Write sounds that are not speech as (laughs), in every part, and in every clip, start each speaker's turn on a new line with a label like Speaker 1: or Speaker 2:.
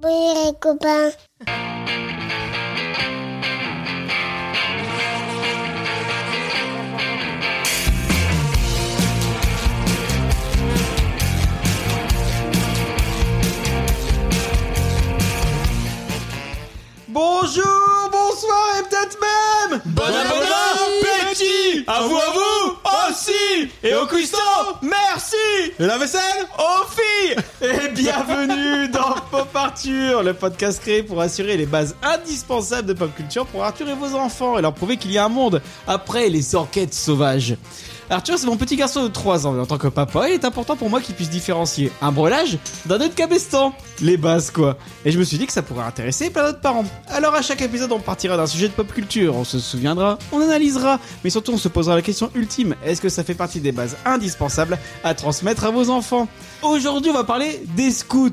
Speaker 1: Oui, les copains.
Speaker 2: Bonjour, bonsoir et peut-être même
Speaker 3: Bon appétit
Speaker 2: À vous, à vous aussi Et au cuisson, merci
Speaker 3: Et la vaisselle
Speaker 2: Aux filles Et bienvenue dans Pop Arthur, le podcast créé pour assurer les bases indispensables de pop culture pour Arthur et vos enfants et leur prouver qu'il y a un monde après les enquêtes sauvages. Arthur, c'est mon petit garçon de 3 ans, mais en tant que papa, il est important pour moi qu'il puisse différencier un brelage d'un autre cabestan. Les bases, quoi. Et je me suis dit que ça pourrait intéresser plein d'autres parents. Alors, à chaque épisode, on partira d'un sujet de pop culture, on se souviendra, on analysera, mais surtout, on se posera la question ultime est-ce que ça fait partie des bases indispensables à transmettre à vos enfants Aujourd'hui, on va parler des scouts.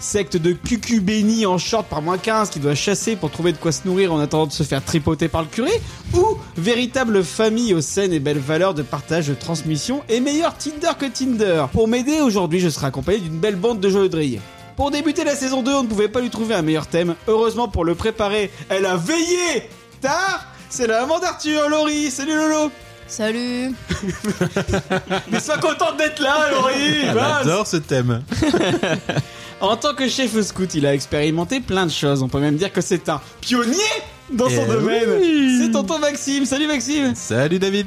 Speaker 2: Secte de cucu béni en short par moins 15 qui doit chasser pour trouver de quoi se nourrir en attendant de se faire tripoter par le curé Ou véritable famille aux saines et belles valeurs de partage, de transmission et meilleur Tinder que Tinder Pour m'aider aujourd'hui, je serai accompagné d'une belle bande de geôliers. Pour débuter la saison 2, on ne pouvait pas lui trouver un meilleur thème. Heureusement pour le préparer, elle a veillé Tard C'est la maman d'Arthur, Laurie Salut Lolo
Speaker 4: Salut
Speaker 2: Mais sois contente d'être là, Ah, Laurie
Speaker 3: (laughs) Elle
Speaker 2: Mince.
Speaker 3: adore ce thème.
Speaker 2: En tant que chef scout, il a expérimenté plein de choses. On peut même dire que c'est un pionnier dans son
Speaker 3: Eh
Speaker 2: domaine.
Speaker 3: oui.
Speaker 2: C'est tonton Maxime. Salut Maxime.
Speaker 3: Salut David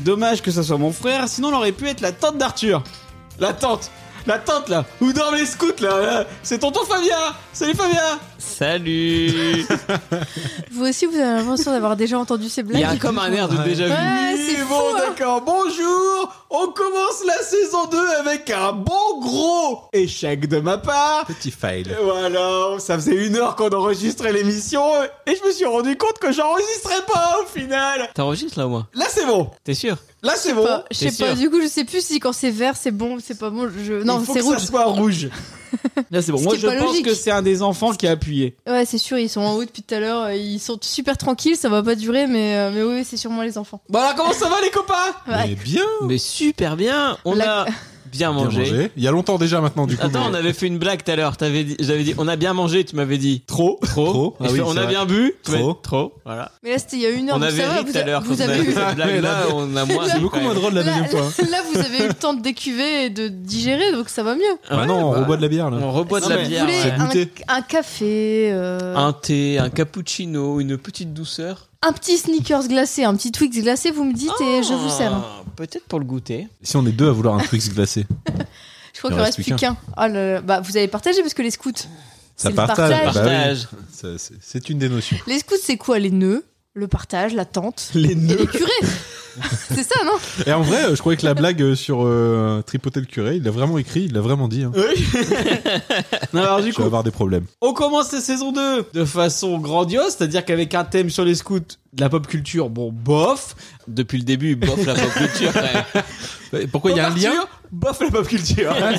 Speaker 2: Dommage que ça soit mon frère, sinon il aurait pu être la tante d'Arthur. La tante. La tante là. Où dorment les scouts là. là. C'est tonton Fabien. Salut Fabien.
Speaker 5: Salut
Speaker 4: Vous aussi, vous avez l'impression d'avoir déjà entendu ces
Speaker 5: Il
Speaker 4: blagues
Speaker 5: y a comme un air de
Speaker 3: Ouais.
Speaker 5: déjà vu.
Speaker 4: Ouais,
Speaker 2: Oui,
Speaker 4: c'est fou,
Speaker 2: bon,
Speaker 4: hein.
Speaker 2: oh, d'accord. Bonjour. On commence la saison 2 avec un bon gros échec de ma part.
Speaker 3: Petit fail.
Speaker 2: Et Voilà, ça faisait une heure qu'on enregistrait l'émission et je me suis rendu compte que j'enregistrais pas au final.
Speaker 5: T'enregistres là au moins
Speaker 2: Là c'est bon,
Speaker 5: T'es sûr
Speaker 2: là c'est bon.
Speaker 4: Pas- Je
Speaker 5: T'es
Speaker 4: sais pas,
Speaker 5: sûr
Speaker 4: du coup, je sais plus si quand c'est vert, c'est bon, c'est pas bon. Je... Non,
Speaker 2: Il faut
Speaker 4: c'est
Speaker 2: que
Speaker 4: rouge.
Speaker 2: ça
Speaker 4: (laughs)
Speaker 2: soit rouge. Là c'est bon.
Speaker 4: Ce
Speaker 2: Moi
Speaker 4: qui est
Speaker 2: je
Speaker 4: pas
Speaker 2: pense
Speaker 4: logique.
Speaker 2: que c'est un des enfants qui a appuyé.
Speaker 4: Ouais, c'est sûr, ils sont en haut depuis tout à l'heure. euh, Ils sont super tranquilles, ça va pas durer, mais, euh, mais oui, c'est sûrement les enfants.
Speaker 2: Voilà, comment ça va les copains
Speaker 4: Ouais.
Speaker 3: Mais bien
Speaker 5: Mais super bien On
Speaker 4: La-
Speaker 5: a bien
Speaker 3: Bien
Speaker 5: mangé.
Speaker 3: mangé. Il y a longtemps déjà maintenant du coup.
Speaker 5: Attends,
Speaker 3: mais-
Speaker 5: on avait fait une blague tout à l'heure. T'avais dit- J'avais dit on a bien mangé, tu m'avais dit
Speaker 2: Trop.
Speaker 5: trop.
Speaker 3: Trop.
Speaker 5: Et je
Speaker 3: Ah oui,
Speaker 5: fais, on
Speaker 3: c'est
Speaker 5: a
Speaker 3: vrai.
Speaker 5: bien bu. Tu m'as dit,
Speaker 3: Trop.
Speaker 5: Trop. Voilà.
Speaker 4: Mais là, c'était il y a une heure,
Speaker 5: on
Speaker 4: donc
Speaker 5: avait
Speaker 4: ça va,
Speaker 5: ri
Speaker 4: vous,
Speaker 5: tout à
Speaker 4: a-
Speaker 5: l'heure.
Speaker 4: vous
Speaker 5: quand on
Speaker 4: avez
Speaker 5: avait
Speaker 4: eu...
Speaker 5: fait cette blague-là,
Speaker 3: Là,
Speaker 5: on a moins.
Speaker 3: C'est beaucoup moins drôle la
Speaker 4: Là-
Speaker 3: deuxième fois.
Speaker 4: (laughs) Là, vous avez eu le temps de décuver et de digérer, donc ça va mieux.
Speaker 3: Ah non, on
Speaker 5: Ouais, bah,
Speaker 3: reboit de la bière là.
Speaker 5: On reboit de
Speaker 2: Non,
Speaker 5: la
Speaker 2: mais-
Speaker 4: Vous
Speaker 5: bière.
Speaker 4: voulez
Speaker 3: C'est
Speaker 5: ouais.
Speaker 4: un,
Speaker 3: goûter.
Speaker 4: un café, euh,
Speaker 5: Un thé, un cappuccino, une petite douceur.
Speaker 4: un petit sneakers glacé, un petit Twix glacé, vous me dites et je vous sers.
Speaker 5: Ah, Peut-être pour le goûter.
Speaker 3: Si on est deux à vouloir un Twix glacé,
Speaker 4: (laughs) Je crois
Speaker 3: Il
Speaker 4: qu'il
Speaker 3: en
Speaker 4: reste plus qu'un. Ah là là. Bah, vous avez partagé parce que les scouts.
Speaker 3: ça
Speaker 4: le
Speaker 3: partage.
Speaker 4: partage.
Speaker 3: bah oui.
Speaker 5: Partage.
Speaker 3: Ça, c'est- C'est une des notions.
Speaker 4: Les scouts, c'est quoi Les nœuds, le partage, la
Speaker 3: (laughs)
Speaker 4: tente
Speaker 2: Les
Speaker 4: et les
Speaker 2: nœuds.
Speaker 4: curés. c'est ça, non
Speaker 3: Et en vrai, euh, je croyais que la blague euh, sur euh, tripoter le curé, il l'a vraiment écrit, il l'a vraiment dit. hein. (laughs)
Speaker 2: Oui. Non, alors
Speaker 3: Tu
Speaker 2: du
Speaker 3: vas
Speaker 2: coup,
Speaker 3: avoir des problèmes.
Speaker 2: on commence la saison 2 de façon grandiose, c'est-à-dire qu'avec un thème sur les scouts, de la pop culture, bon bof.
Speaker 5: Depuis le début, bof la pop culture. quand même.
Speaker 3: Pourquoi
Speaker 2: Pop Arthur, Bof la pop culture.
Speaker 3: Ah,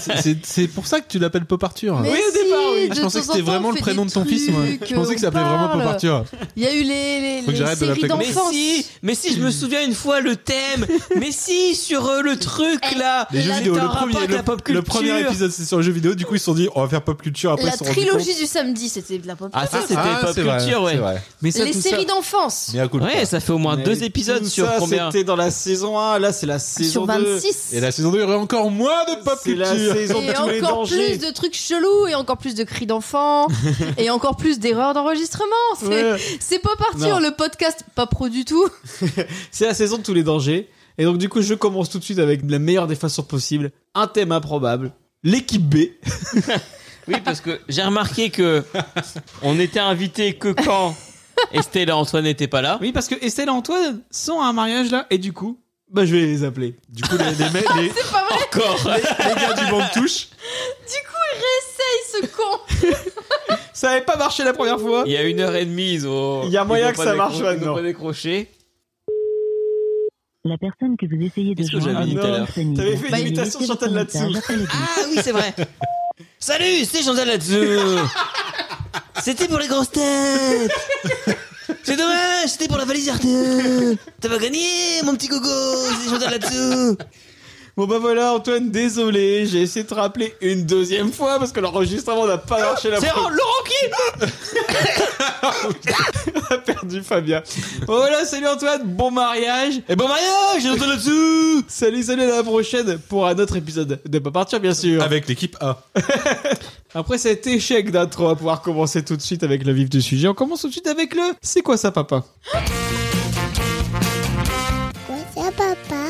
Speaker 3: C'est pour ça que tu l'appelles Pop Arthur.
Speaker 4: Mais
Speaker 2: Oui, au départ, oui.
Speaker 4: de
Speaker 3: Je pensais que
Speaker 4: temps en
Speaker 3: c'était
Speaker 4: temps, on
Speaker 3: vraiment le
Speaker 4: fait
Speaker 3: prénom
Speaker 4: des
Speaker 3: de ton fils, moi.
Speaker 4: trucs, euh,
Speaker 3: Je pensais que ça
Speaker 4: on
Speaker 3: s'appelait vraiment Pop
Speaker 4: parle.
Speaker 3: Arthur.
Speaker 4: Il y a eu les, les,
Speaker 3: Faut que
Speaker 4: les
Speaker 3: j'arrête de
Speaker 4: séries
Speaker 3: l'appeler comme
Speaker 5: Mais
Speaker 4: d'enfance.
Speaker 5: si, mais si, je me souviens une fois le (laughs) thème. Mais si, sur euh, le truc là.
Speaker 3: Les jeux
Speaker 5: Là,
Speaker 3: vidéo,
Speaker 5: t'as
Speaker 3: le
Speaker 5: un rapport
Speaker 3: premier,
Speaker 5: avec
Speaker 3: le,
Speaker 5: la pop
Speaker 3: le premier
Speaker 5: culture.
Speaker 3: épisode c'est sur le jeu vidéo, du coup ils se sont dit on va faire pop culture, après
Speaker 4: la
Speaker 3: ils se sont rendus compte.
Speaker 4: trilogie du samedi, c'était de la pop
Speaker 5: Ah, ça, c'était
Speaker 3: Ah,
Speaker 5: pop
Speaker 3: c'est vrai,
Speaker 5: culture,
Speaker 3: c'est
Speaker 5: ouais.
Speaker 3: vrai.
Speaker 5: Mais
Speaker 4: Les
Speaker 5: tout
Speaker 4: séries d'enfance.
Speaker 3: Mais à coup de
Speaker 5: Ouais,
Speaker 3: pas.
Speaker 5: ça fait au moins
Speaker 2: Mais
Speaker 5: deux épisodes
Speaker 2: tout
Speaker 5: sur
Speaker 2: ça,
Speaker 5: combien
Speaker 2: C'était dans la saison 1, là c'est la saison
Speaker 4: Sur
Speaker 2: 2.
Speaker 4: 26.
Speaker 3: Et la saison 2 il y aurait encore moins de pop
Speaker 2: C'est la
Speaker 3: culture.
Speaker 2: saison de
Speaker 4: Et
Speaker 2: tous les
Speaker 4: encore
Speaker 2: dangers.
Speaker 4: plus de trucs chelous, et encore plus de cris d'enfants, et encore plus d'erreurs d'enregistrement. C'est
Speaker 2: Ouais.
Speaker 4: c'est pas parti, hein,
Speaker 2: Non.
Speaker 4: le podcast pas pro du tout.
Speaker 2: C'est la saison de tous les dangers. Et donc, du coup, je commence tout de suite avec la meilleure des façons possibles. Un thème improbable. L'équipe B.
Speaker 5: (laughs) Oui, parce que j'ai remarqué que on était invité que quand Estelle et Antoine n'étaient pas là.
Speaker 2: Oui, parce que Estelle et Antoine sont à un mariage là, et du coup, bah, je vais les appeler.
Speaker 3: Du coup les, les, mecs-
Speaker 5: (laughs)
Speaker 3: les-
Speaker 4: C'est pas vrai,
Speaker 5: Encore.
Speaker 3: les gars du banc de touche,
Speaker 4: il se con.
Speaker 2: Ça avait pas marché la première fois.
Speaker 5: Il y a une heure et demie, ils ont.
Speaker 2: Il y a
Speaker 5: ils
Speaker 2: moyen
Speaker 5: ont
Speaker 2: que
Speaker 5: pas
Speaker 2: ça
Speaker 5: décro-
Speaker 2: marche
Speaker 5: ils ont
Speaker 2: maintenant.
Speaker 5: pas décroché.
Speaker 6: La personne que vous essayez de
Speaker 5: Qu'est-ce que
Speaker 6: joindre
Speaker 5: j'avais dit
Speaker 6: n'est
Speaker 5: tout à
Speaker 6: pas
Speaker 5: l'heure
Speaker 6: disponible.
Speaker 2: T'avais fait une
Speaker 4: Bah, il
Speaker 2: imitation de
Speaker 6: Laissez
Speaker 2: Chantal
Speaker 6: votre
Speaker 2: là-dessous.
Speaker 6: message après le bip.
Speaker 5: (laughs) Ah oui, c'est vrai. Salut, c'est Chantal là-dessous. C'était pour les grosses têtes. C'est dommage, c'était pour la valise RTE. T'as pas gagné, mon petit gogo. C'est Chantal là-dessous.
Speaker 2: Bon, bah voilà, Antoine, désolé. J'ai essayé de te rappeler une deuxième fois parce que l'enregistrement n'a pas marché la
Speaker 5: C'est
Speaker 2: première (laughs)
Speaker 5: Laurent qui
Speaker 2: On a perdu Fabien. Bon, voilà, salut Antoine, bon mariage.
Speaker 5: Et bon mariage, j'ai entendu là-dessous
Speaker 2: Salut, salut, à la prochaine pour un autre épisode de Pas Partir, bien sûr.
Speaker 3: Avec l'équipe A.
Speaker 2: (laughs) Après cet échec d'intro, on va pouvoir commencer tout de suite avec le vif du sujet. On commence tout de suite avec le C'est quoi ça, papa
Speaker 7: Quoi ça, papa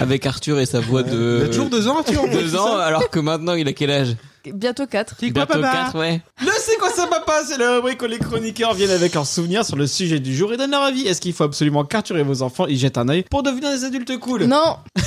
Speaker 5: Avec Arthur et sa voix de.
Speaker 3: Il a toujours deux ans, tu
Speaker 5: (laughs)
Speaker 3: vois.
Speaker 5: deux ans, alors que maintenant il a quel âge
Speaker 4: Bientôt 4.
Speaker 5: Bientôt 4, ouais.
Speaker 2: Le C'est quoi ça papa C'est la rubrique où les chroniqueurs viennent avec leurs souvenirs sur le sujet du jour et donnent leur avis. Est-ce qu'il faut absolument capturer vos enfants, y jettent un œil pour devenir des adultes cool
Speaker 4: Non,
Speaker 2: (laughs)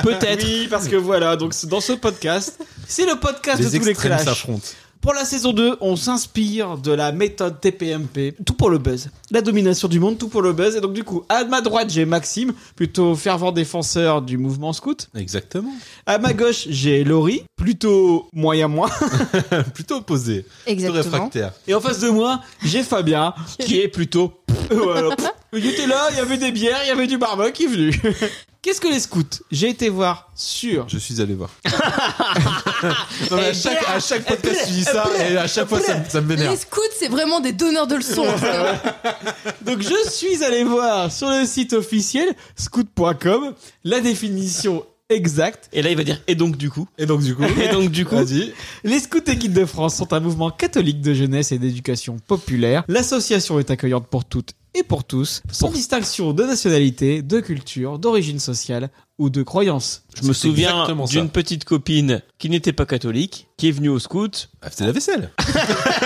Speaker 2: Peut-être. Oui, parce que voilà, donc c'est- dans ce podcast, c'est le podcast
Speaker 3: Les
Speaker 2: de tous les
Speaker 3: extrêmes
Speaker 2: clashs.
Speaker 3: s'affrontent.
Speaker 2: Pour la saison 2, on s'inspire de la méthode TPMP, tout pour le buzz. La domination du monde, tout pour le buzz. Et donc du coup, à ma droite, j'ai Maxime, plutôt fervent défenseur du mouvement scout.
Speaker 3: Exactement.
Speaker 2: À ma gauche, j'ai Laurie, plutôt moyen moi.
Speaker 3: (laughs) Plutôt opposé. Plutôt
Speaker 4: exactement.
Speaker 3: réfractaire.
Speaker 2: Et en face de moi, j'ai Fabien, qui est plutôt. (laughs) Voilà. Il était là, il y avait des bières, il y avait du barbecue qui est venu. (laughs) Qu'est-ce que les scouts J'ai été voir sur.
Speaker 3: Je suis allé voir. Non, mais à,
Speaker 2: Eh
Speaker 3: chaque,
Speaker 2: bien,
Speaker 3: à chaque podcast, tu dis ça et à chaque fois, ça, me- ça me
Speaker 4: Les
Speaker 3: vénère.
Speaker 4: scouts, c'est vraiment des donneurs de leçons. ça.
Speaker 2: Donc je suis allé voir sur le site officiel scout.com la définition exacte.
Speaker 5: Et là il va dire, et donc du coup
Speaker 3: Et donc, du coup,
Speaker 5: Et donc du coup
Speaker 3: vas-y.
Speaker 2: Les scouts et guides de France sont un mouvement catholique de jeunesse et d'éducation populaire. L'association est accueillante pour toutes et pour tous, sans distinction de nationalité, de culture, d'origine sociale ou de croyance.
Speaker 5: Je me
Speaker 3: C'est
Speaker 5: souviens
Speaker 3: exactement ça.
Speaker 5: d'une petite copine qui n'était pas catholique, qui est venue au scout.
Speaker 3: Ah, c'est la vaisselle.
Speaker 5: (laughs)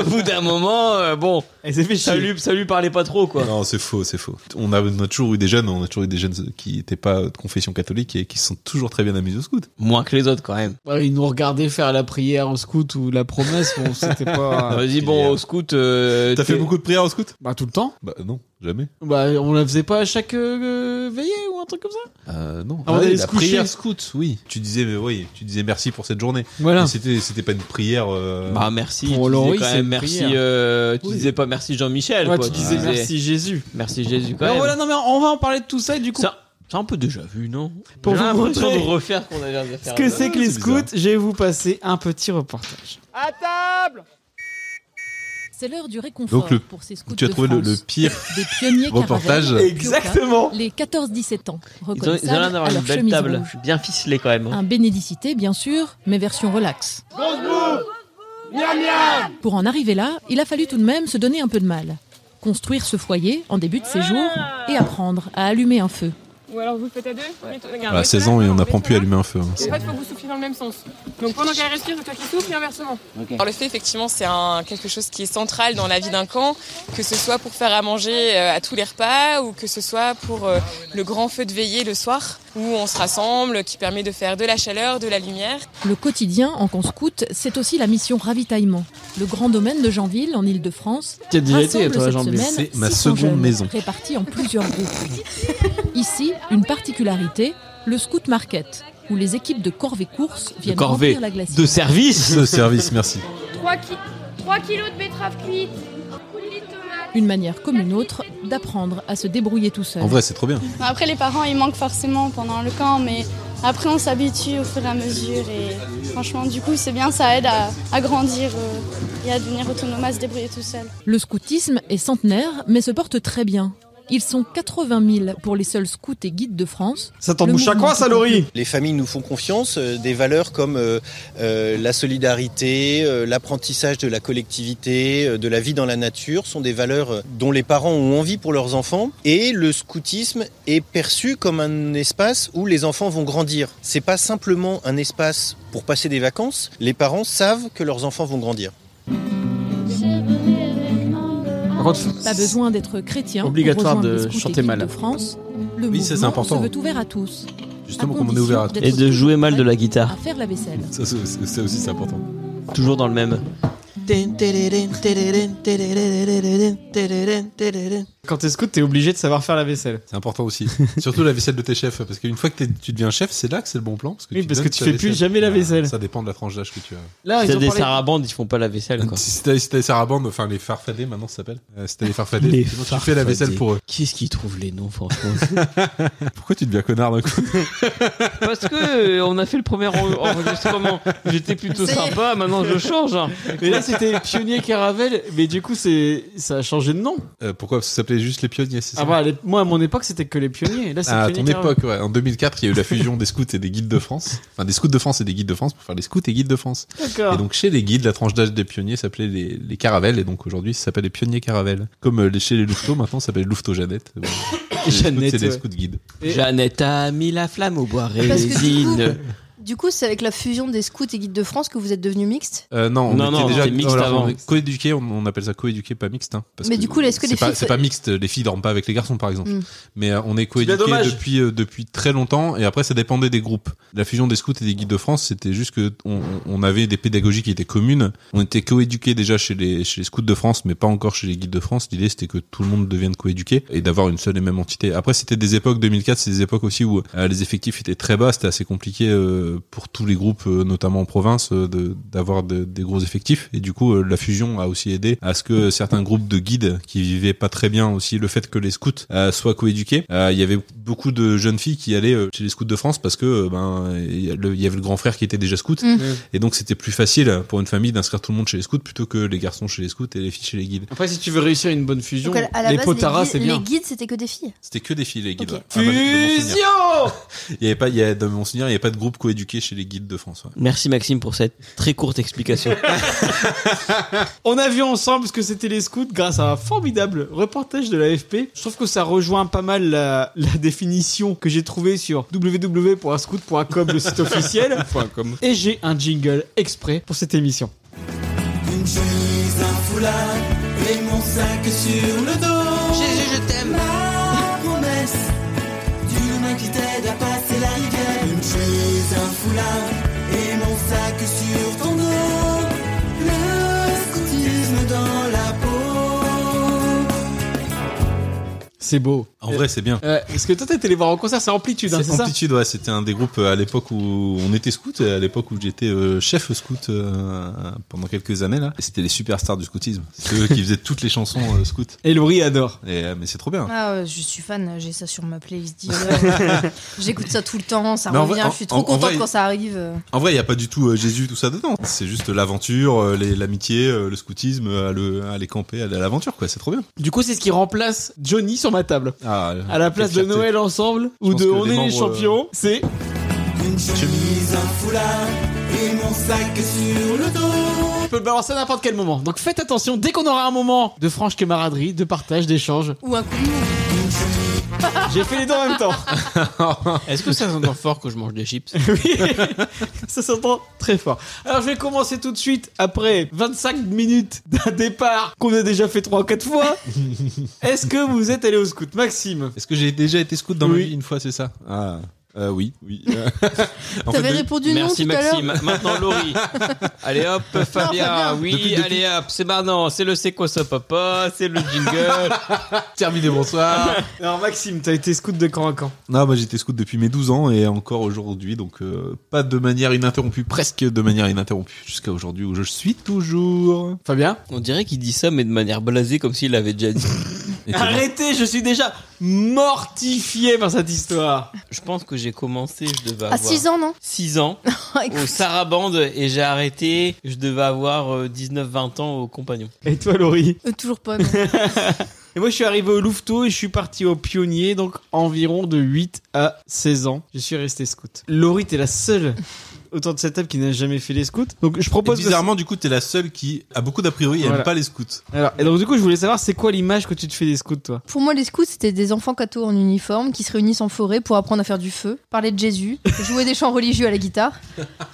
Speaker 5: Au bout d'un moment, euh, bon,
Speaker 2: Elle s'est fait
Speaker 5: ça
Speaker 2: chier.
Speaker 5: lui, ça lui parlait pas trop, quoi.
Speaker 3: Non, c'est faux, c'est faux. On a, on a toujours eu des jeunes, on a toujours eu des jeunes qui n'étaient pas de confession catholique et qui se sont toujours très bien amusés au scout.
Speaker 5: Moins que les autres, quand même.
Speaker 2: Ouais, ils nous regardaient faire la prière au scout ou la promesse, bon, c'était pas.
Speaker 5: (laughs) Vas-y,
Speaker 3: tu
Speaker 5: bon,
Speaker 3: dis,
Speaker 5: au scout... euh,
Speaker 3: T'as fait
Speaker 5: t'es-
Speaker 3: beaucoup de prières au scout
Speaker 2: Bah, tout le temps.
Speaker 3: Bah non, jamais.
Speaker 2: Bah, on la faisait pas à chaque euh, euh, veillée ou un truc comme ça.
Speaker 3: Euh, non.
Speaker 2: Avant d'aller
Speaker 3: oui,
Speaker 2: se
Speaker 3: la
Speaker 2: coucher.
Speaker 3: prière scout, oui. Tu disais, mais oui, tu disais merci pour cette journée.
Speaker 2: Voilà.
Speaker 3: Mais C'était, c'était pas une prière. euh,
Speaker 5: Bah merci,
Speaker 2: Pour
Speaker 5: tu
Speaker 2: Laurie,
Speaker 5: disais quand
Speaker 2: c'est
Speaker 5: même
Speaker 2: une
Speaker 5: merci,
Speaker 2: prière.
Speaker 5: euh, tu
Speaker 3: Oui.
Speaker 5: disais pas merci Jean-Michel,
Speaker 2: Ouais,
Speaker 5: quoi.
Speaker 2: tu disais merci Jésus.
Speaker 5: Merci Jésus, quand
Speaker 2: Non,
Speaker 5: même.
Speaker 2: voilà, Ah non, mais on va en parler de tout ça et du coup.
Speaker 5: Ça, ça, on peut déjà vu, non
Speaker 2: Pour
Speaker 5: J'ai
Speaker 2: vous
Speaker 5: l'impression
Speaker 2: montrer.
Speaker 5: de refaire ce qu'on a l'air de faire.
Speaker 2: Ce que
Speaker 5: là.
Speaker 2: c'est que les
Speaker 3: c'est bizarre.
Speaker 2: scouts, je vais vous passer un petit reportage.
Speaker 8: C'est l'heure du réconfort
Speaker 3: Donc le-
Speaker 8: pour ces scouts
Speaker 3: Tu as
Speaker 8: de
Speaker 3: trouvé le, le
Speaker 8: France.
Speaker 3: pire
Speaker 8: (laughs) Des pionniers
Speaker 3: reportage.
Speaker 8: caravelles,
Speaker 2: Exactement.
Speaker 8: Les 14-17 ans,
Speaker 5: Ils ont, ils ont
Speaker 8: reconnaissables
Speaker 5: l'air
Speaker 8: à
Speaker 5: d'avoir une
Speaker 8: leur
Speaker 5: belle
Speaker 8: chemise
Speaker 5: table,
Speaker 8: rouge.
Speaker 5: bien ficelée quand même. hein.
Speaker 8: Un bénédicité, bien sûr, mais version relax. Pour en arriver là, il a fallu tout de même se donner un peu de mal. Construire ce foyer en début de séjour et apprendre à allumer un feu.
Speaker 9: Ou alors vous le faites à deux Minute, regarde,
Speaker 3: à
Speaker 9: mettez
Speaker 3: 16
Speaker 9: la
Speaker 3: ans
Speaker 9: main
Speaker 3: et
Speaker 9: dans-
Speaker 3: on n'apprend plus à allumer un feu. hein.
Speaker 9: En fait, faut que vous souffliez dans le même sens. Donc pendant qu'elle respire, c'est toi qui souffles et inversement.
Speaker 10: Alors, le fait, effectivement, c'est un- quelque chose qui est central dans la vie d'un camp, que ce soit pour faire à manger euh, à tous les repas ou que ce soit pour euh, le grand feu de veillée le soir, où on se rassemble, qui permet de faire de la chaleur, de la lumière.
Speaker 8: Le quotidien en camp scout, c'est aussi la mission ravitaillement. Le grand domaine de Janville, en Ile-de-France,
Speaker 2: Tu as déjà été,
Speaker 8: rassemble
Speaker 2: toi,
Speaker 8: cette
Speaker 2: jean
Speaker 8: semaine
Speaker 3: C'est ma
Speaker 8: 600
Speaker 3: seconde
Speaker 8: jeunes,
Speaker 3: maison.
Speaker 8: répartis en plusieurs groupes. Ici, une particularité, le scout market, où les équipes de corvée course viennent
Speaker 5: corvée,
Speaker 8: remplir la glacière.
Speaker 5: De service
Speaker 3: Ce service, merci.
Speaker 9: 3, kilos de betteraves cuites, coulis de tomates.
Speaker 8: Une manière comme une autre d'apprendre à se débrouiller tout seul.
Speaker 3: En vrai, c'est trop bien.
Speaker 1: Après, les parents, ils manquent forcément pendant le camp, mais après, on s'habitue au fur et à mesure. Et franchement, du coup, c'est bien, ça aide à, à grandir euh, et à devenir autonome, à se débrouiller tout seul.
Speaker 8: Le scoutisme est centenaire, mais se porte très bien. Ils sont 80 000 pour les seuls scouts et guides de France.
Speaker 2: Ça t'en
Speaker 8: Le
Speaker 2: bouche à
Speaker 8: mouvement
Speaker 2: quoi, ça,
Speaker 8: tout
Speaker 2: Laurie
Speaker 11: Les familles nous font confiance, euh, des valeurs comme euh, euh, la solidarité, euh, l'apprentissage de la collectivité, euh, de la vie dans la nature sont des valeurs euh, dont les parents ont envie pour leurs enfants et le scoutisme est perçu comme un espace où les enfants vont grandir. C'est pas simplement un espace pour passer des vacances, les parents savent que leurs enfants vont grandir.
Speaker 2: Par contre,
Speaker 8: Pas besoin d'être chrétien pour
Speaker 2: Obligatoire
Speaker 8: rejoindre
Speaker 2: de
Speaker 8: les scouts et
Speaker 2: chanter
Speaker 8: guides
Speaker 2: mal.
Speaker 8: de France. Le
Speaker 3: Oui, ça, c'est
Speaker 8: mouvement
Speaker 3: important.
Speaker 8: se veut ouvert à tous.
Speaker 3: Justement,
Speaker 8: à
Speaker 3: comme on est ouvert à tout.
Speaker 8: condition
Speaker 5: Et de
Speaker 8: d'être
Speaker 5: jouer mal de la
Speaker 8: prêt
Speaker 5: guitare.
Speaker 8: À faire la vaisselle.
Speaker 3: Ça, c'est- c'est- ça aussi, c'est important.
Speaker 5: Toujours dans le même.
Speaker 2: Quand t'es scout, t'es obligé de savoir faire la vaisselle.
Speaker 3: C'est important aussi. Surtout la vaisselle de tes chefs, parce qu'une fois que t'es- tu deviens chef, c'est là que c'est le bon plan. Parce que
Speaker 2: Oui,
Speaker 3: tu
Speaker 2: parce
Speaker 3: donnes
Speaker 2: que tu
Speaker 3: ta
Speaker 2: fais plus jamais la
Speaker 3: Ah,
Speaker 2: vaisselle.
Speaker 3: Ça dépend de la tranche d'âge que tu as.
Speaker 2: Là, ils
Speaker 12: C'est
Speaker 2: ont
Speaker 12: des
Speaker 2: parlé-
Speaker 12: sarabandes, ils font pas la vaisselle quoi.
Speaker 3: Si t'as si t'as les sarabandes, enfin les farfadés maintenant ça s'appelle. Euh, si t'as les farfadés,
Speaker 12: Les
Speaker 3: effectivement, tu fais la vaisselle pour eux.
Speaker 12: Qui est-ce qui trouve les noms
Speaker 3: (laughs)
Speaker 12: franchement
Speaker 3: Pourquoi tu deviens connard d'un coup
Speaker 13: Parce que euh, on a fait le premier en- enregistrement. J'étais plutôt
Speaker 2: Ça y est.
Speaker 13: sympa, maintenant je change. hein.
Speaker 2: Mais là, c'était Pionnier Caravelle, mais du coup, c'est ça a changé de nom.
Speaker 3: Euh, Pourquoi Parce que ça s'appelait juste les pionniers, c'est ça
Speaker 2: Ah, bah, les- moi, à mon époque, c'était que les pionniers. Là, c'est
Speaker 3: Ah, à ton
Speaker 2: Pionnier Caravelle.
Speaker 3: époque, ouais. En 2004, il y a eu la fusion des scouts et des guides de France. Enfin, des scouts de France et des guides de France pour faire les scouts et guides de France.
Speaker 2: D'accord.
Speaker 3: Et donc, chez les guides, la tranche d'âge des pionniers s'appelait les, les caravelles. Et donc, aujourd'hui, ça s'appelle les pionniers caravelles. Comme euh, les- chez les louveteaux, maintenant, ça s'appelle louveteaux
Speaker 2: (laughs)
Speaker 3: Jeannette. Bon. Les scouts,
Speaker 12: Jeannette,
Speaker 3: C'est des
Speaker 12: ouais.
Speaker 3: scouts guides.
Speaker 2: Et-
Speaker 12: Jeannette a mis la flamme au bois
Speaker 4: Parce que du coup-
Speaker 12: résine.
Speaker 4: Du coup, c'est avec la fusion des scouts et guides de France que vous êtes devenus mixtes
Speaker 3: Euh, non, on
Speaker 12: Non,
Speaker 3: était
Speaker 12: non,
Speaker 3: déjà
Speaker 12: c'était mixte
Speaker 3: alors,
Speaker 12: avant.
Speaker 3: on est coéduqué, on, on appelle ça coéduqué, pas mixte. hein, parce
Speaker 4: Mais
Speaker 3: que
Speaker 4: du coup, est-ce que
Speaker 3: c'est
Speaker 4: les
Speaker 3: pas,
Speaker 4: filles-
Speaker 3: c'est pas mixte, les filles dorment pas avec les garçons, par exemple.
Speaker 4: Mm.
Speaker 3: Mais euh, on est
Speaker 2: bien
Speaker 3: coéduqué
Speaker 2: dommage.
Speaker 3: depuis euh, depuis très longtemps, et après ça dépendait des groupes. La fusion des scouts et des guides de France, c'était juste que on, on- on avait des pédagogies qui étaient communes. On était coéduqué déjà chez les chez les scouts de France, mais pas encore chez les guides de France. L'idée c'était que tout le monde devienne coéduqué et d'avoir une seule et même entité. Après, c'était des époques 2004, c'est des époques aussi où euh, les effectifs étaient très bas, c'était assez compliqué euh, pour tous les groupes, euh, notamment en province, euh, de- d'avoir de- des gros effectifs. Et du coup, euh, la fusion a aussi aidé à ce que certains groupes de guides qui vivaient pas très bien aussi le fait que les scouts euh, soient coéduqués. Euh, Il y avait beaucoup de jeunes filles qui allaient euh, chez les scouts de France parce que euh, ben il y a le- il y avait le grand frère qui était déjà scout.
Speaker 4: Mm.
Speaker 3: Et donc, c'était plus facile pour une famille d'inscrire tout le monde chez les scouts plutôt que les garçons chez les scouts et les filles chez les guides.
Speaker 2: Après, si tu veux réussir une bonne fusion,
Speaker 4: Donc à, à la
Speaker 2: les
Speaker 4: base,
Speaker 2: potaras,
Speaker 4: les
Speaker 2: c'est
Speaker 4: guides,
Speaker 2: bien.
Speaker 4: les guides, c'était que des filles.
Speaker 3: C'était que des filles les guides.
Speaker 4: Ok.
Speaker 3: ouais. Enfin, de- de mon souvenir.
Speaker 2: Fusion
Speaker 3: (laughs) Il y avait pas, il y a, dans mon souvenir, il y avait pas de groupe coéduqué chez les guides de France. ouais.
Speaker 12: Merci Maxime pour cette très courte explication.
Speaker 2: On a vu ensemble ce que c'était les scouts grâce à un formidable reportage de l'AFP. Je trouve que ça rejoint pas mal la, la définition que j'ai trouvée sur www.scout.com, le
Speaker 3: (laughs)
Speaker 2: site officiel. Et j'ai un jingle exprès pour cette émission.
Speaker 5: Une chemise, un foulard et mon sac sur le dos. Jésus, je t'aime. Ma promesse d'une main qui t'aide à passer la rivière. Une chemise, un foulard et mon sac sur ton dos. Le scoutisme dans la peau.
Speaker 2: (laughs) C'est beau.
Speaker 3: En vrai, c'est bien.
Speaker 2: Euh, parce que toi, t'étais les voir en concert, c'est Amplitude, hein,
Speaker 3: C'est
Speaker 2: c'est ça
Speaker 3: Amplitude, ouais, c'était un des groupes euh, à l'époque où on était scout, et à l'époque où j'étais euh, chef scout euh, pendant quelques années là. Et C'était les superstars du scoutisme, c'est eux qui faisaient toutes les chansons euh, scout. euh,
Speaker 2: Et Laurie adore.
Speaker 3: mais c'est trop bien.
Speaker 4: Ah, ouais, je suis fan, j'ai ça sur ma playlist.
Speaker 3: (laughs)
Speaker 4: Deezer. J'écoute ça tout le temps, ça
Speaker 3: Mais en
Speaker 4: revient,
Speaker 3: vrai-
Speaker 4: je suis
Speaker 3: en-
Speaker 4: trop
Speaker 3: en- en
Speaker 4: contente
Speaker 3: vrai,
Speaker 4: quand ça arrive.
Speaker 3: En vrai, il y a pas du tout euh, Jésus tout ça dedans. C'est juste l'aventure, euh, les- l'amitié, euh, le scoutisme, euh, à le- à aller camper, à l'aventure quoi. C'est trop
Speaker 2: (laughs)
Speaker 3: bien.
Speaker 2: Du coup, c'est ce qui remplace Johnny sur ma table.
Speaker 3: Ah, euh,
Speaker 2: À la place de
Speaker 3: quelle fierté.
Speaker 2: Noël ensemble ou
Speaker 3: pense
Speaker 2: de
Speaker 3: que
Speaker 2: On
Speaker 3: les
Speaker 2: est les
Speaker 3: membres, euh,
Speaker 2: champions, c'est
Speaker 5: Une chemise, un foulard et mon sac sur le dos.
Speaker 2: Tu peux le balancer à n'importe quel moment. Donc faites attention, dès qu'on aura un moment de franche camaraderie, de
Speaker 3: (laughs)
Speaker 2: partage, d'échange.
Speaker 4: Ou un coup de
Speaker 2: J'ai fait les deux en même temps.
Speaker 13: Est-ce que ça s'entend fort que je mange des chips
Speaker 2: (laughs) Oui, ça s'entend très fort. Alors je vais commencer tout de suite après 25 minutes d'un départ qu'on a déjà fait 3 ou 4
Speaker 3: (laughs)
Speaker 2: fois. Est-ce que vous êtes allé au scout, Maxime
Speaker 3: Est-ce que (laughs) j'ai déjà été scout dans ma
Speaker 2: Oui.
Speaker 3: vie une fois, c'est ça Ah, euh, (laughs) oui,
Speaker 4: (laughs)
Speaker 3: oui. En fait,
Speaker 4: T'avais
Speaker 3: de-
Speaker 4: répondu non tout à l'heure.
Speaker 13: Maintenant
Speaker 4: (laughs)
Speaker 13: Laurie. Allez hop, Fabien.
Speaker 4: Fabien.
Speaker 13: Oui,
Speaker 3: Depuis- depuis-
Speaker 13: allez hop, c'est maintenant. C'est le c'est quoi ça papa C'est le jingle.
Speaker 3: Terminé, bonsoir.
Speaker 2: Alors Maxime, t'as été scout de camp à camp.
Speaker 3: Non, moi j'étais scout depuis mes 12 ans et encore aujourd'hui, donc euh, pas de manière ininterrompue, presque de manière ininterrompue, jusqu'à aujourd'hui où je suis toujours.
Speaker 2: Fabien
Speaker 12: On dirait qu'il dit ça mais de manière blasée comme s'il l'avait déjà dit.
Speaker 3: (laughs) Et Clément
Speaker 2: Arrêtez, je suis déjà mortifié par cette histoire.
Speaker 13: Je pense que j'ai commencé, je devais
Speaker 4: À
Speaker 13: avoir
Speaker 4: 6 ans, non
Speaker 13: 6 ans au Sarabande et j'ai arrêté, je devais avoir euh, 19-20 ans au compagnon.
Speaker 2: Et toi, Laurie
Speaker 4: Euh, Toujours pas. non.
Speaker 2: (laughs) Et moi, je suis arrivé au Louveteau et je suis parti au Pionnier, donc environ de 8 à 16 ans. Je suis resté scout. Laurie, t'es la seule autour de cette table qui n'a jamais fait les scouts. Donc, je
Speaker 3: Et
Speaker 2: propose. que-
Speaker 3: bizarrement, du coup, t'es la seule qui a beaucoup d'a priori et
Speaker 2: Voilà.
Speaker 3: aime pas les scouts.
Speaker 2: Alors, et donc, du coup, je voulais savoir, c'est quoi l'image que tu te fais des scouts,
Speaker 3: (laughs)
Speaker 2: toi
Speaker 4: Pour moi, les scouts, c'était des enfants cathos en uniforme qui se réunissent en forêt pour apprendre à faire du feu, parler de Jésus, (laughs) jouer des chants religieux à la guitare.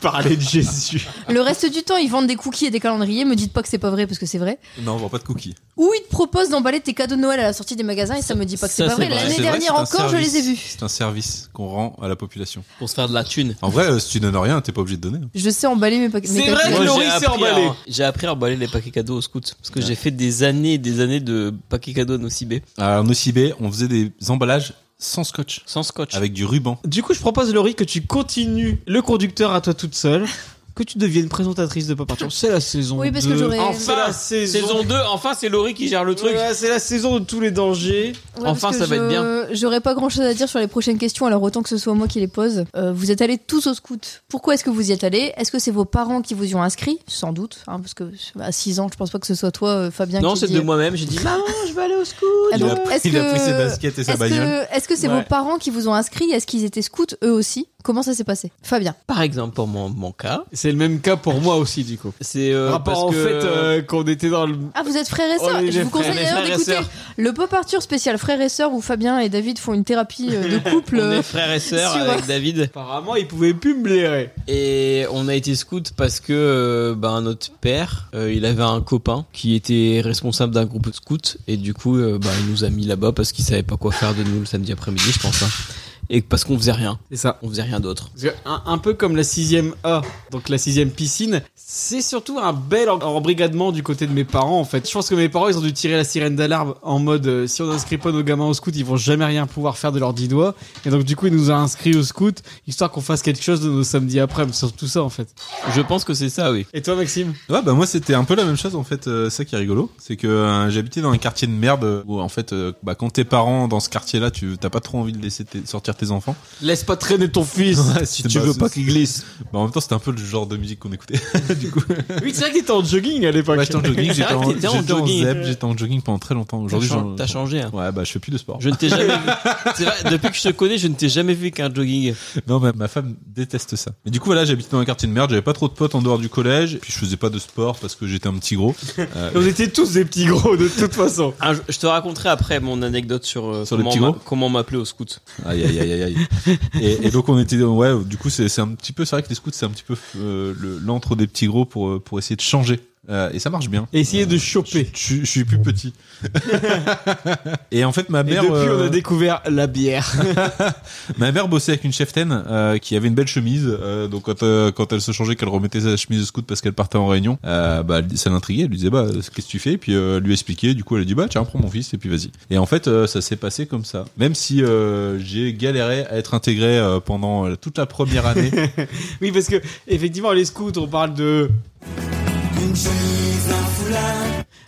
Speaker 2: Parler de Jésus.
Speaker 4: Le reste du temps, ils vendent des cookies et des calendriers. Me dites pas que c'est pas vrai parce que c'est vrai.
Speaker 3: Non, on vend pas de cookies.
Speaker 4: Ou ils te proposent d'emballer tes cadeaux de Noël à la sortie des magasins et ça me dit pas que c'est
Speaker 13: ça,
Speaker 4: pas vrai.
Speaker 13: c'est vrai.
Speaker 4: L'année
Speaker 3: C'est vrai,
Speaker 4: dernière
Speaker 3: c'est un
Speaker 4: encore, je
Speaker 3: service.
Speaker 4: les ai vus.
Speaker 3: C'est un service qu'on rend à la population.
Speaker 13: Pour se faire de la thune.
Speaker 3: En vrai, euh, si tu donnes rien, t'es pas obligé de donner.
Speaker 4: Je sais emballer mes paquets. mes paquets.
Speaker 14: Moi, j'ai appris à- J'ai appris à emballer les paquets cadeaux au scout. Parce que j'ai fait des années et des années de paquets cadeaux en OCB.
Speaker 3: Alors, Euh, en OCB, on faisait des emballages sans scotch.
Speaker 14: Sans scotch.
Speaker 3: Avec du ruban.
Speaker 2: Du coup, je propose, Laurie, que tu continues le conducteur à toi toute seule, que tu deviennes présentatrice de Pop Arthur. C'est la saison
Speaker 14: Oui, parce que
Speaker 2: 2.
Speaker 14: j'aurais-
Speaker 2: Enfin,
Speaker 14: Enfin,
Speaker 2: la saison...
Speaker 14: saison 2, enfin, c'est Laurie qui gère le truc.
Speaker 2: Ouais, c'est la saison de tous les dangers.
Speaker 4: Ouais, parce que je- J'aurais pas grand chose à dire sur les prochaines questions, alors autant que ce soit moi qui les pose. Euh, vous êtes allés tous au scout. Pourquoi est-ce que vous y êtes allés Est-ce que c'est vos parents qui vous y ont inscrit Sans doute, hein, parce que à 6 ans, je pense pas que ce soit toi, euh, Fabien.
Speaker 14: Non,
Speaker 4: qui
Speaker 14: c'est
Speaker 4: dit- Ah,
Speaker 14: de
Speaker 4: (laughs)
Speaker 14: moi-même, j'ai dit maman.
Speaker 4: je vais aller au scout.
Speaker 3: Il a pris- il a pris ses baskets et sa bagnole.
Speaker 4: Est-ce que c'est
Speaker 14: Ouais.
Speaker 4: vos parents qui vous ont inscrit Est-ce qu'ils étaient scouts eux aussi Comment ça s'est passé Fabien.
Speaker 14: Par exemple, pour mon, mon cas.
Speaker 2: C'est le même cas pour moi aussi, du coup.
Speaker 14: C'est euh,
Speaker 2: Rapport
Speaker 14: parce
Speaker 2: en
Speaker 14: que-
Speaker 2: fait euh, qu'on était dans le.
Speaker 4: Ah, vous êtes frères et
Speaker 2: On
Speaker 4: sœurs.
Speaker 2: est
Speaker 4: Je
Speaker 2: des
Speaker 4: vous
Speaker 2: frères.
Speaker 4: conseille
Speaker 2: On est
Speaker 4: d'ailleurs
Speaker 2: frères et
Speaker 4: d'écouter
Speaker 2: sœurs.
Speaker 4: le Pop Arthur spécial frères et sœurs où Fabien et David font une thérapie euh, de couple.
Speaker 14: On
Speaker 4: euh,
Speaker 14: est frères et sœurs
Speaker 4: sur-
Speaker 14: avec David.
Speaker 2: Apparemment, il pouvait plus me blairer.
Speaker 14: Et on a été scout parce que euh, ben, notre père, euh, il avait un copain qui était responsable d'un groupe scout. Et du coup, euh, ben, il nous a mis là-bas parce qu'il savait pas quoi faire de nous le samedi après-midi, je pense. hein. Et parce qu'on faisait rien.
Speaker 2: C'est ça.
Speaker 14: On faisait rien d'autre.
Speaker 2: Parce que un, un peu comme la sixième A, donc la sixième piscine, c'est surtout un bel en- embrigadement du côté de mes parents en fait. Je pense que mes parents ils ont dû tirer la sirène d'alarme en mode euh, si on inscrit pas nos gamins au scout, ils vont jamais rien pouvoir faire de leurs dix doigts. Et donc du coup ils nous ont inscrits au scout histoire qu'on fasse quelque chose de nos samedis après, mais surtout tout ça en fait.
Speaker 14: Je pense que c'est ça, oui.
Speaker 2: Et toi Maxime
Speaker 3: Ouais, bah moi c'était un peu la même chose en fait, euh, ça qui est rigolo, c'est que euh, j'habitais dans un quartier de merde euh, où en fait euh, bah quand tes parents dans ce quartier-là, tu t'as pas trop envie de laisser tes- sortir tes enfants.
Speaker 2: Laisse pas traîner
Speaker 3: (laughs)
Speaker 2: ton fils
Speaker 3: si tu veux pas qu'il glisse. Bah en même temps, c'était un peu le genre de musique qu'on écoutait.
Speaker 2: Oui, c'est vrai que t'étais en jogging à l'époque.
Speaker 3: J'étais en jogging,
Speaker 14: C'est
Speaker 3: j'étais
Speaker 14: vrai que
Speaker 3: en,
Speaker 14: t'étais en
Speaker 3: j'étais en
Speaker 14: jogging.
Speaker 3: zep, j'étais en jogging pendant très longtemps. Aujourd'hui,
Speaker 14: T'as chan-
Speaker 3: j'en-
Speaker 14: t'as changé, hein.
Speaker 3: Ouais, bah je fais plus de sport.
Speaker 14: Je ne t'ai jamais vu. C'est vrai, depuis que je te connais, je ne t'ai jamais vu qu'un jogging.
Speaker 3: Non, ma, ma femme déteste ça. Mais du coup, voilà, j'habitais dans un quartier de merde, j'avais pas trop de potes en dehors du collège, puis je faisais pas de sport parce que j'étais un petit gros. Euh,
Speaker 2: On était tous des petits gros de toute façon.
Speaker 14: Ah, je- je te raconterai après mon anecdote sur, euh,
Speaker 3: Sur les
Speaker 14: comment,
Speaker 3: petits
Speaker 14: m'a-
Speaker 3: gros
Speaker 14: comment m'appeler au scout.
Speaker 3: Aïe aïe aïe aïe aïe. Et, et donc on était ouais du coup c'est c'est un petit peu c'est vrai que les scouts c'est un petit peu euh, le- l'antre des petits gros pour euh, pour essayer de changer Euh, et ça marche bien.
Speaker 2: Essayer de choper.
Speaker 3: Je, je suis plus
Speaker 2: (laughs)
Speaker 3: petit. et en fait ma
Speaker 2: Et
Speaker 3: mère
Speaker 2: depuis
Speaker 3: euh,
Speaker 2: on a découvert
Speaker 3: (laughs)
Speaker 2: la bière.
Speaker 3: ma mère bossait avec une cheftaine euh, qui avait une belle chemise euh, donc quand euh, quand elle se changeait qu'elle remettait sa chemise de scout parce qu'elle partait en réunion euh, bah elle- ça l'intriguait elle lui disait bah qu'est-ce que tu fais puis euh, elle lui expliquait du coup elle a dit bah tiens prends mon fils et puis vas-y et en fait euh, ça s'est passé comme ça même si euh, j'ai galéré à être intégré euh, pendant euh, toute la première année
Speaker 2: (laughs) oui, parce que effectivement, les scouts, on parle de.
Speaker 5: Une chemise, un foulard.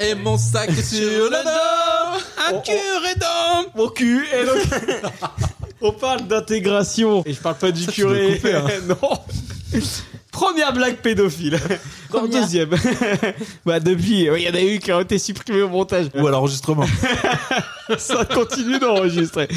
Speaker 3: Et mon sac sur le dos.
Speaker 5: Un curé d'homme.
Speaker 2: Mon cul. Et donc,
Speaker 3: (laughs)
Speaker 2: on parle d'intégration. Et je parle pas du
Speaker 5: Ça, tu
Speaker 2: curé.
Speaker 5: dois couper, hein.
Speaker 2: (laughs) non. Première blague pédophile. Non,
Speaker 5: Première.
Speaker 2: deuxième. (laughs) bah, depuis, il y en a eu qui ont été supprimés au montage.
Speaker 3: Ou à l'enregistrement.
Speaker 2: (laughs) Ça continue d'enregistrer.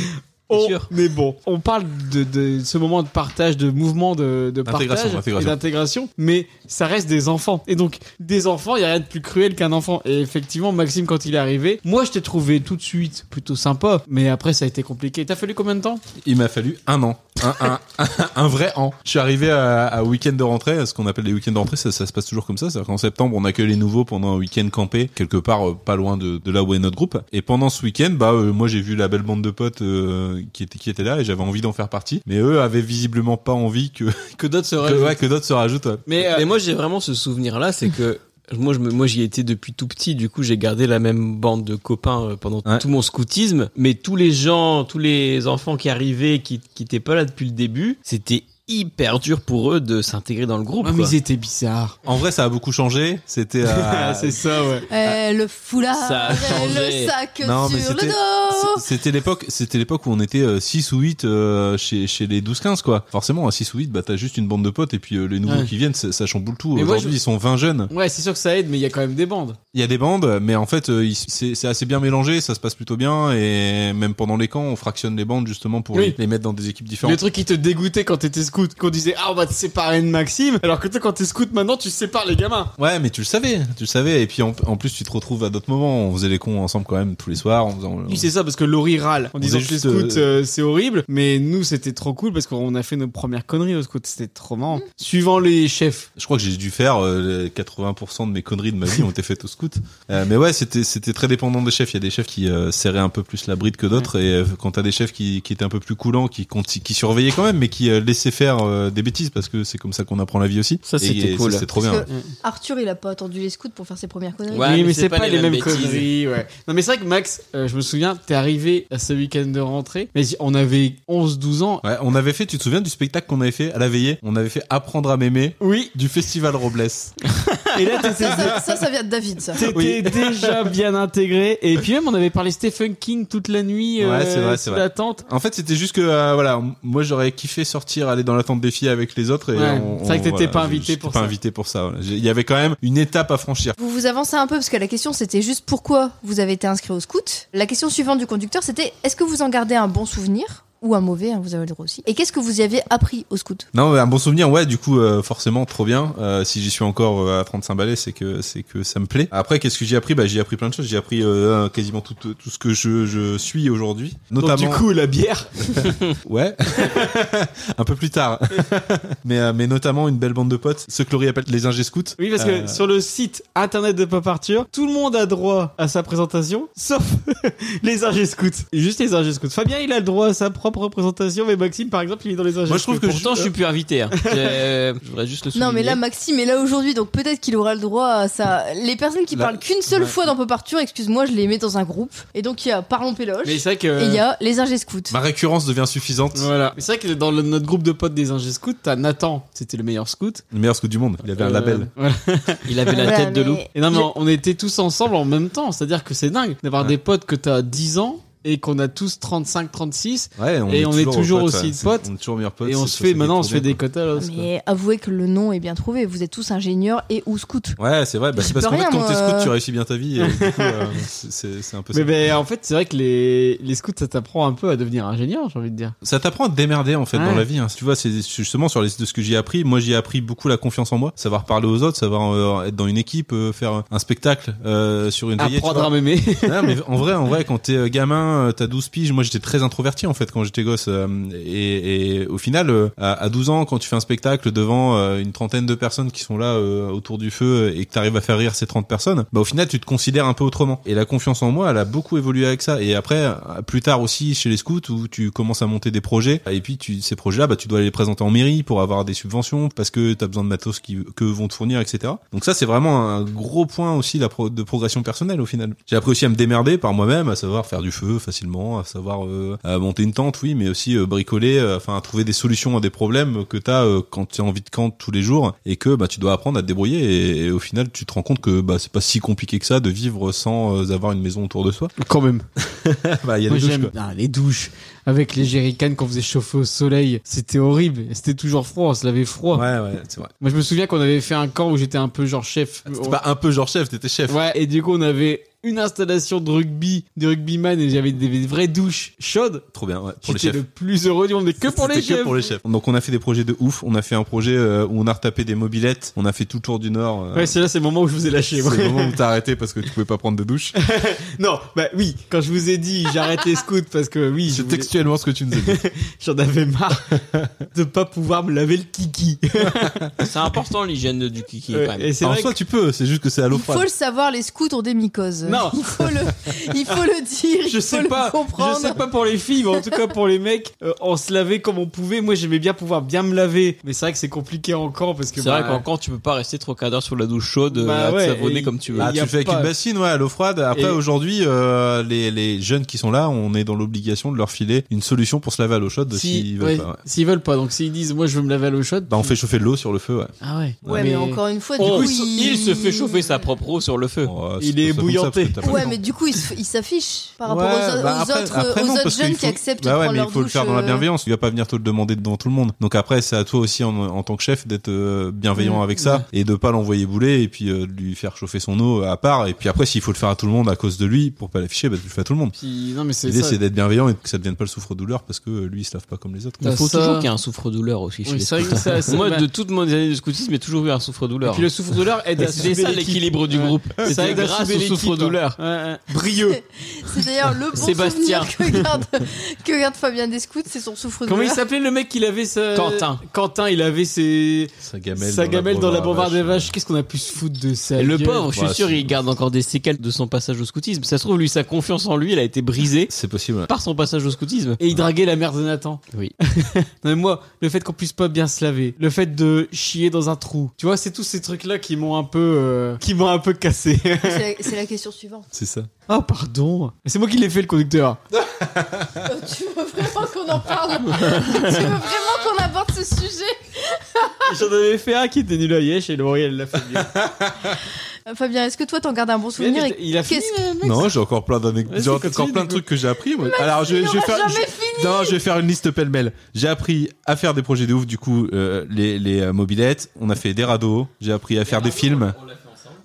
Speaker 2: On est bon. On parle de, de ce moment de partage, de mouvement, de, de
Speaker 3: D'intégration,
Speaker 2: partage et
Speaker 3: d'intégration.
Speaker 2: d'intégration, mais ça reste des enfants. Et donc, des enfants, il n'y a rien de plus cruel qu'un enfant. Et effectivement, Maxime, quand il est arrivé, moi, je t'ai trouvé tout de suite plutôt sympa, mais après, ça a été compliqué. T'as fallu combien de temps
Speaker 3: Il m'a fallu un an, un, un, un- un vrai an. Je suis arrivé à, à week-end de rentrée, ce qu'on appelle les week-ends de rentrée, ça, ça se passe toujours comme ça. C'est-à-dire qu'en septembre, on accueille les nouveaux pendant un week-end campé, quelque part euh, pas loin de, de là où est notre groupe. Et pendant ce week-end, bah euh, moi j'ai vu la belle bande de potes euh, qui était qui était là et j'avais envie d'en faire partie. Mais eux avaient visiblement pas envie que
Speaker 14: que d'autres se
Speaker 3: que, ouais, que d'autres se rajoutent. ouais.
Speaker 2: Mais,
Speaker 14: moi j'ai vraiment ce souvenir là, c'est que moi je me- moi j'y étais depuis tout petit, du coup j'ai gardé la même bande de copains euh, pendant tout mon scoutisme, mais tous les gens, tous les enfants qui arrivaient qui qui étaient pas là depuis le début, c'était hyper dur pour eux de s'intégrer dans le groupe.
Speaker 2: Ouais, mais
Speaker 14: quoi.
Speaker 2: ils étaient bizarres.
Speaker 3: En vrai, ça a beaucoup changé. C'était euh,
Speaker 2: C'est ça, ouais.
Speaker 4: Eh, le foulard,
Speaker 3: Ça a
Speaker 4: eh,
Speaker 3: changé.
Speaker 4: le sac
Speaker 3: Non, mais
Speaker 4: sur le
Speaker 3: c'était-
Speaker 4: dos.
Speaker 3: C'était l'époque, c'était l'époque où on était 6 ou 8 chez, chez les 12-15 quoi. Forcément, à 6 ou 8, bah t'as juste une bande de potes et puis euh, les nouveaux
Speaker 2: Ouais.
Speaker 3: qui viennent, ça, ça chamboule tout.
Speaker 2: Mais moi,
Speaker 3: Aujourd'hui,
Speaker 2: je-
Speaker 3: ils sont 20 jeunes.
Speaker 2: Ouais, c'est sûr que ça aide, mais il y a quand même des bandes.
Speaker 3: Il y a des bandes, mais en fait, euh, ils- c'est c'est assez bien mélangé, ça se passe plutôt bien et même pendant les camps, on fractionne les bandes justement pour
Speaker 2: Oui.
Speaker 3: les, les mettre dans des équipes différentes.
Speaker 2: Le truc qui te dégoûtait quand t'étais scout, qu'on disait ah on va te séparer de Maxime, alors que toi quand t'es scout maintenant tu sépares les gamins.
Speaker 3: Ouais, mais tu le savais, tu le savais. Et puis en, en plus, tu te retrouves à d'autres moments. On faisait les cons ensemble quand même tous les soirs. On faisait- on-
Speaker 2: Oui, c'est ça, parce que Laurie râle en
Speaker 3: On
Speaker 2: disant
Speaker 3: faisait
Speaker 2: que les
Speaker 3: juste, euh,
Speaker 2: scouts, euh, c'est horrible. Mais nous, c'était trop cool parce qu'on a fait nos premières conneries aux scouts. C'était trop marrant. Suivant les chefs.
Speaker 3: Je crois que j'ai dû faire euh, les 80% de mes conneries de ma vie ont été faites au scout. Euh, mais ouais, c'était c'était très dépendant des chefs. Il y a des chefs qui euh, serraient un peu plus la bride que d'autres. Et euh, quand t'as des chefs qui, qui étaient un peu plus coulants, qui conti- qui surveillaient quand même, mais qui euh, laissaient faire faire euh, des bêtises parce que c'est comme ça qu'on apprend la vie aussi.
Speaker 15: Ça,
Speaker 3: Et-
Speaker 15: c'était
Speaker 3: et
Speaker 15: cool.
Speaker 3: C'était trop
Speaker 4: Parce
Speaker 3: bien.
Speaker 4: que Arthur, il a pas attendu les scouts pour faire ses premières conneries.
Speaker 2: oui, mais c'est pas, les mêmes, conneries. Ouais. Non, mais c'est vrai que Max, euh, je me souviens, t'es arrivé à ce week-end de rentrée, mais on avait 11-12 ans.
Speaker 3: Ouais, on avait fait, tu te souviens du spectacle qu'on avait fait à la veillée On avait fait Apprendre à m'aimer
Speaker 2: oui.
Speaker 3: du festival Robles.
Speaker 2: Et là, t'étais
Speaker 4: Ça,
Speaker 2: (laughs)
Speaker 4: ça, ça, ça vient de David, ça.
Speaker 2: T'étais (laughs) déjà bien intégré. Et puis même, on avait parlé Stephen King toute la nuit.
Speaker 3: Ouais,
Speaker 2: euh,
Speaker 3: c'est vrai,
Speaker 2: sous
Speaker 3: c'est
Speaker 2: la
Speaker 3: vrai.
Speaker 2: (laughs) tente.
Speaker 3: En fait, c'était juste que, euh, voilà, m- moi j'aurais kiffé sortir, aller dans la tente des filles avec les autres. et
Speaker 2: Ouais,
Speaker 3: on-
Speaker 2: c'est vrai que
Speaker 3: on-
Speaker 2: t'étais
Speaker 3: voilà,
Speaker 2: pas
Speaker 3: je-
Speaker 2: invité
Speaker 3: j'étais
Speaker 2: pour
Speaker 3: pas
Speaker 2: ça.
Speaker 3: invité pour ça. voilà. J'ai- Il y avait quand même une étape à franchir.
Speaker 4: (laughs) Vous vous avancez un peu parce que la question c'était juste pourquoi vous avez été inscrit au scout. La question suivante du conducteur c'était est-ce que vous en gardez un bon souvenir ou un mauvais, hein, vous avez le droit aussi. Et qu'est-ce que vous y avez appris au scout
Speaker 3: Non, mais un bon souvenir, ouais, du coup, euh, forcément, trop bien. Euh, si j'y suis encore euh, à 35 balais, c'est que, c'est que ça me plaît. Après, qu'est-ce que j'ai appris Bah, j'ai appris plein de choses. J'ai appris euh, quasiment tout, tout ce que je, je suis aujourd'hui. Notamment.
Speaker 2: Donc, du coup, la bière.
Speaker 3: (laughs) ouais. (laughs) un peu plus tard. (laughs) mais, euh, mais notamment une belle bande de potes, ce que Laurie appelle les ingé scouts.
Speaker 2: Oui, parce que
Speaker 3: Euh,
Speaker 2: sur le site internet de Pop Arthur, tout le monde a droit à sa présentation, sauf (laughs) les ingé scouts. Juste les ingé scouts. Fabien, il a le droit à sa propre présentation, mais Maxime, par exemple, il est dans les ingé
Speaker 15: Moi, je trouve que pourtant, je suis plus invité.
Speaker 2: (laughs)
Speaker 15: hein. J'ai- euh, Je voudrais juste le souligner.
Speaker 4: Non mais là Maxime est là aujourd'hui donc peut-être qu'il aura le droit à ça. Les personnes qui
Speaker 15: La-
Speaker 4: parlent qu'une seule
Speaker 15: ouais.
Speaker 4: fois dans Pop Arthur, excuse-moi, je les mets dans un groupe. Et donc il y a Parlons Péloche
Speaker 2: Mais c'est vrai que.
Speaker 4: et il y a les ingés scouts.
Speaker 3: Ma récurrence devient suffisante.
Speaker 2: Voilà. Mais C'est vrai que dans le- notre groupe de potes des ingé scouts, t'as Nathan, c'était le meilleur scout.
Speaker 3: Le meilleur scout du monde. Il avait un
Speaker 2: Euh,
Speaker 3: label.
Speaker 2: (laughs) voilà.
Speaker 15: Il avait la Voilà, tête de mais- loup.
Speaker 2: Et non, mais on- on était tous ensemble en même temps. C'est-à-dire que c'est dingue d'avoir des potes que t'as 10 ans et qu'on a tous 35, 36.
Speaker 3: Ouais, on
Speaker 2: et
Speaker 3: est
Speaker 2: on est
Speaker 3: toujours
Speaker 2: toujours
Speaker 3: potes, ouais.
Speaker 2: aussi de
Speaker 3: C'est-
Speaker 2: potes.
Speaker 3: on est toujours meilleurs potes,
Speaker 2: Et on
Speaker 3: c'est-
Speaker 2: se
Speaker 3: ça
Speaker 2: fait,
Speaker 3: fait
Speaker 2: maintenant, on
Speaker 3: trop
Speaker 2: se fait
Speaker 3: bien,
Speaker 2: des
Speaker 3: quoi.
Speaker 2: quotas. là, c'est-
Speaker 4: Ah, Mais avouez que le nom est bien trouvé, vous êtes tous ingénieurs et ou scouts.
Speaker 3: Ouais, c'est vrai. Bah, c'est
Speaker 4: Je
Speaker 3: parce
Speaker 4: peux
Speaker 3: qu'en fait,
Speaker 4: rien,
Speaker 3: quand t'es
Speaker 4: moi.
Speaker 3: scout, tu réussis bien ta vie. Et du coup,
Speaker 4: (laughs)
Speaker 3: euh, c'est- c'est c'est un peu ça.
Speaker 2: Mais ben, en fait, c'est vrai que les, les scouts, ça t'apprend un peu à devenir ingénieur, j'ai envie de dire.
Speaker 3: Ça t'apprend à te démerder en fait
Speaker 2: Ouais.
Speaker 3: dans la vie. hein. Tu vois, c'est justement sur les, de ce que j'ai appris. Moi, j'ai appris beaucoup la confiance en moi, savoir parler aux autres, savoir euh, être dans une équipe, euh, faire un spectacle euh, sur une veillée. tu
Speaker 2: Apprendre
Speaker 3: vois.
Speaker 2: à m'aimer.
Speaker 3: Non, mais en vrai, en vrai, quand t'es euh, gamin, euh, t'as 12 piges. Moi, j'étais très introverti en fait quand j'étais gosse. euh, et, et au final, euh, à, à 12 ans, quand tu fais un spectacle devant euh, une trentaine de personnes qui sont là euh, autour du feu et que t'arrives à faire rire ces 30 personnes, bah au final, tu te considères un peu autrement. Et la confiance en moi, elle a beaucoup évolué avec ça. Et après, euh, plus tard aussi chez les scouts où tu commences à monter des projets et puis tu, ces projets-là, bah tu dois les présenter en mairie pour avoir des subventions parce que t'as besoin de matos qui que vont te fournir, etc. Donc ça, c'est vraiment un gros point aussi la pro- de progression personnelle au final. J'ai appris aussi à me démerder par moi-même, à savoir faire du feu facilement, à savoir euh, à monter une tente, oui, mais aussi euh, bricoler, euh, enfin à trouver des solutions à des problèmes que t'as euh, quand t'es envie de camp tous les jours et que bah tu dois apprendre à te débrouiller et, et au final tu te rends compte que bah c'est pas si compliqué que ça de vivre sans euh, avoir une maison autour de soi.
Speaker 2: Quand même.
Speaker 3: (laughs) bah il y a
Speaker 2: Moi,
Speaker 3: des douches,
Speaker 2: j'aime-
Speaker 3: quoi.
Speaker 2: Ah, les douches. Avec les jerrycans qu'on faisait chauffer au soleil, c'était horrible. C'était toujours froid, on se l'avait froid.
Speaker 3: Ouais, ouais, c'est vrai. Ah,
Speaker 2: Moi, je me souviens qu'on avait fait un camp où j'étais un peu genre chef.
Speaker 3: C'était pas un peu genre chef, t'étais chef.
Speaker 2: Ouais, et du coup, on avait une installation de rugby, de rugbyman, et j'avais des vraies douches chaudes.
Speaker 3: Trop bien, ouais, pour les
Speaker 2: J'étais
Speaker 3: chefs.
Speaker 2: le plus heureux du monde, mais que pour les
Speaker 3: C'était que
Speaker 2: chefs.
Speaker 3: pour les chefs. Donc on a fait des projets de ouf. On a fait un projet euh, où on a retapé des mobilettes. On a fait tout le tour du Nord. euh,
Speaker 2: Ouais, c'est là, c'est le moment où je vous ai lâché. moi.
Speaker 3: C'est le moment où t'as arrêté parce que tu pouvais pas prendre de douche.
Speaker 2: Non, bah oui, quand je vous ai dit j'arrête les scouts parce que oui, c'est
Speaker 3: textuellement ce que tu nous as dit.
Speaker 2: (laughs) J'en avais marre de pas pouvoir me laver le kiki.
Speaker 15: C'est important l'hygiène de- du kiki.
Speaker 2: (laughs) Ouais,
Speaker 15: quand même.
Speaker 2: et c'est En vrai soi, que-
Speaker 3: tu peux, c'est juste que c'est à l'eau
Speaker 4: Il faut le savoir, les scouts ont des mycoses. (laughs)
Speaker 2: Non.
Speaker 4: Il faut le, il faut le dire, il
Speaker 2: je
Speaker 4: faut
Speaker 2: sais
Speaker 4: le
Speaker 2: pas,
Speaker 4: comprendre.
Speaker 2: je sais pas pour les filles, mais en tout cas pour les mecs, euh, on se lavait comme on pouvait. Moi, j'aimais bien pouvoir bien me laver, mais c'est vrai que c'est compliqué en camp parce que
Speaker 15: C'est vrai
Speaker 2: bah,
Speaker 15: qu'en camp, tu peux pas rester trois quarts d'heure sous la douche chaude,
Speaker 2: Bah
Speaker 15: euh, à te
Speaker 2: ouais,
Speaker 15: savonner
Speaker 2: et-
Speaker 15: comme tu veux.
Speaker 2: et
Speaker 3: Ah,
Speaker 2: y
Speaker 3: tu
Speaker 2: a
Speaker 3: le fais avec
Speaker 2: pas-
Speaker 3: une bassine, ouais, à l'eau froide. Après,
Speaker 2: Et-
Speaker 3: aujourd'hui, euh, les, les jeunes qui sont là, on est dans l'obligation de leur filer une solution pour se laver à l'eau chaude
Speaker 2: si-
Speaker 3: s'ils
Speaker 2: ouais,
Speaker 3: veulent pas. ouais.
Speaker 2: s'ils veulent pas, donc s'ils disent moi je veux me laver à l'eau chaude,
Speaker 3: Bah, on fait chauffer de l'eau sur le feu, ouais.
Speaker 2: ah ouais.
Speaker 4: Ouais, mais, encore une fois, du
Speaker 15: Oh,
Speaker 4: coup,
Speaker 15: il, se-
Speaker 4: il-
Speaker 15: il se fait chauffer sa propre eau sur le feu.
Speaker 14: Oh,
Speaker 2: Il est bouillanté.
Speaker 4: Ouais, mais du coup, il se- il s'affiche par rapport
Speaker 3: Ouais,
Speaker 4: aux, o-
Speaker 3: bah
Speaker 4: aux
Speaker 3: après-
Speaker 4: autres,
Speaker 3: après,
Speaker 4: aux
Speaker 3: non,
Speaker 4: autres
Speaker 3: parce
Speaker 4: jeunes
Speaker 3: qu'il
Speaker 4: qui
Speaker 3: faut-
Speaker 4: acceptent
Speaker 3: bah
Speaker 4: de
Speaker 3: ouais,
Speaker 4: prendre
Speaker 3: mais
Speaker 4: leur
Speaker 3: il faut le faire dans la
Speaker 4: douche, euh,
Speaker 3: bienveillance. Tu vas pas venir te le demander devant tout le monde. Donc après, c'est à toi aussi en, en tant que chef d'être euh, bienveillant
Speaker 4: Mm.
Speaker 2: Mmh.
Speaker 3: avec ça et de pas l'envoyer bouler et puis euh, de lui faire chauffer son eau à part. Et puis après, s'il faut le faire à tout le monde à cause de lui pour pas l'afficher, bah tu le fais à tout le monde.
Speaker 2: Puis, non, mais c'est
Speaker 3: L'idée
Speaker 2: ça.
Speaker 3: c'est d'être bienveillant et que ça devienne pas le souffre-douleur parce que euh, lui il se lave pas comme les autres. quoi.
Speaker 15: Il faut toujours qu'il y ait un souffre-douleur aussi chez
Speaker 2: Oui,
Speaker 15: les
Speaker 2: ça,
Speaker 15: scouts.
Speaker 2: ça, ça,
Speaker 15: Moi,
Speaker 2: bah-
Speaker 15: de toutes mes années de scoutisme, j'ai toujours eu un souffre-douleur.
Speaker 14: (laughs)
Speaker 2: Et puis le souffre-douleur aide à
Speaker 15: C'est
Speaker 2: souder
Speaker 15: ça
Speaker 2: l'équipe.
Speaker 15: l'équilibre du
Speaker 2: Ouais.
Speaker 15: groupe.
Speaker 2: Ça
Speaker 15: C'est
Speaker 2: aide à
Speaker 15: grâce
Speaker 2: souder
Speaker 15: au
Speaker 14: hein.
Speaker 2: l'équipe, douleur.
Speaker 4: (laughs)
Speaker 16: Brieux.
Speaker 4: C'est d'ailleurs le bon
Speaker 2: Sébastien.
Speaker 4: souvenir que garde, que garde Fabien Descout, c'est son souffre-douleur.
Speaker 14: Comment il s'appelait le mec qu'il avait sa...
Speaker 2: Quentin.
Speaker 14: Quentin, il avait ses...
Speaker 3: sa gamelle,
Speaker 14: sa gamelle dans la bombarde des
Speaker 2: vache.
Speaker 14: vaches. Qu'est-ce qu'on a pu se foutre de ça
Speaker 2: Et le pauvre,
Speaker 3: Bah,
Speaker 2: je suis sûr, il garde encore des séquelles de son passage au scoutisme. Ça se trouve, lui, sa confiance en lui, elle a été brisée.
Speaker 3: C'est possible.
Speaker 2: Par son passage au scoutisme.
Speaker 14: Et il draguait la mère de Nathan.
Speaker 2: Oui.
Speaker 14: (laughs) Non, mais moi, le fait qu'on puisse pas bien se laver, le fait de chier dans un trou, tu vois, c'est tous ces trucs-là qui m'ont un peu, euh, qui m'ont un peu cassé. (laughs)
Speaker 4: C'est la, c'est la question suivante.
Speaker 3: C'est ça.
Speaker 14: Ah, pardon. C'est moi qui l'ai fait,
Speaker 4: (laughs)
Speaker 14: le conducteur.
Speaker 4: Euh, tu veux vraiment qu'on en parle Tu veux vraiment qu'on aborde ce sujet
Speaker 14: J'en avais fait un qui était nul à Yesh et Lauriel l'a fait mieux.
Speaker 4: Euh, Fabien, est-ce que toi t'en gardes un bon souvenir
Speaker 14: Mais il a fini,
Speaker 4: qu'est-ce-
Speaker 3: Non, j'ai encore plein d'anecdotes,
Speaker 14: Vas-y,
Speaker 3: j'ai encore
Speaker 14: continue,
Speaker 3: plein de
Speaker 14: du coup.
Speaker 3: trucs que j'ai appris. moi. Alors, je,
Speaker 4: il
Speaker 3: je vais
Speaker 4: aura
Speaker 3: faire,
Speaker 4: jamais
Speaker 3: je- non, je vais faire une liste pêle-mêle. J'ai appris à faire des projets de ouf, du coup, euh, les, les euh, mobilettes. On a fait des radeaux. J'ai appris à faire des films.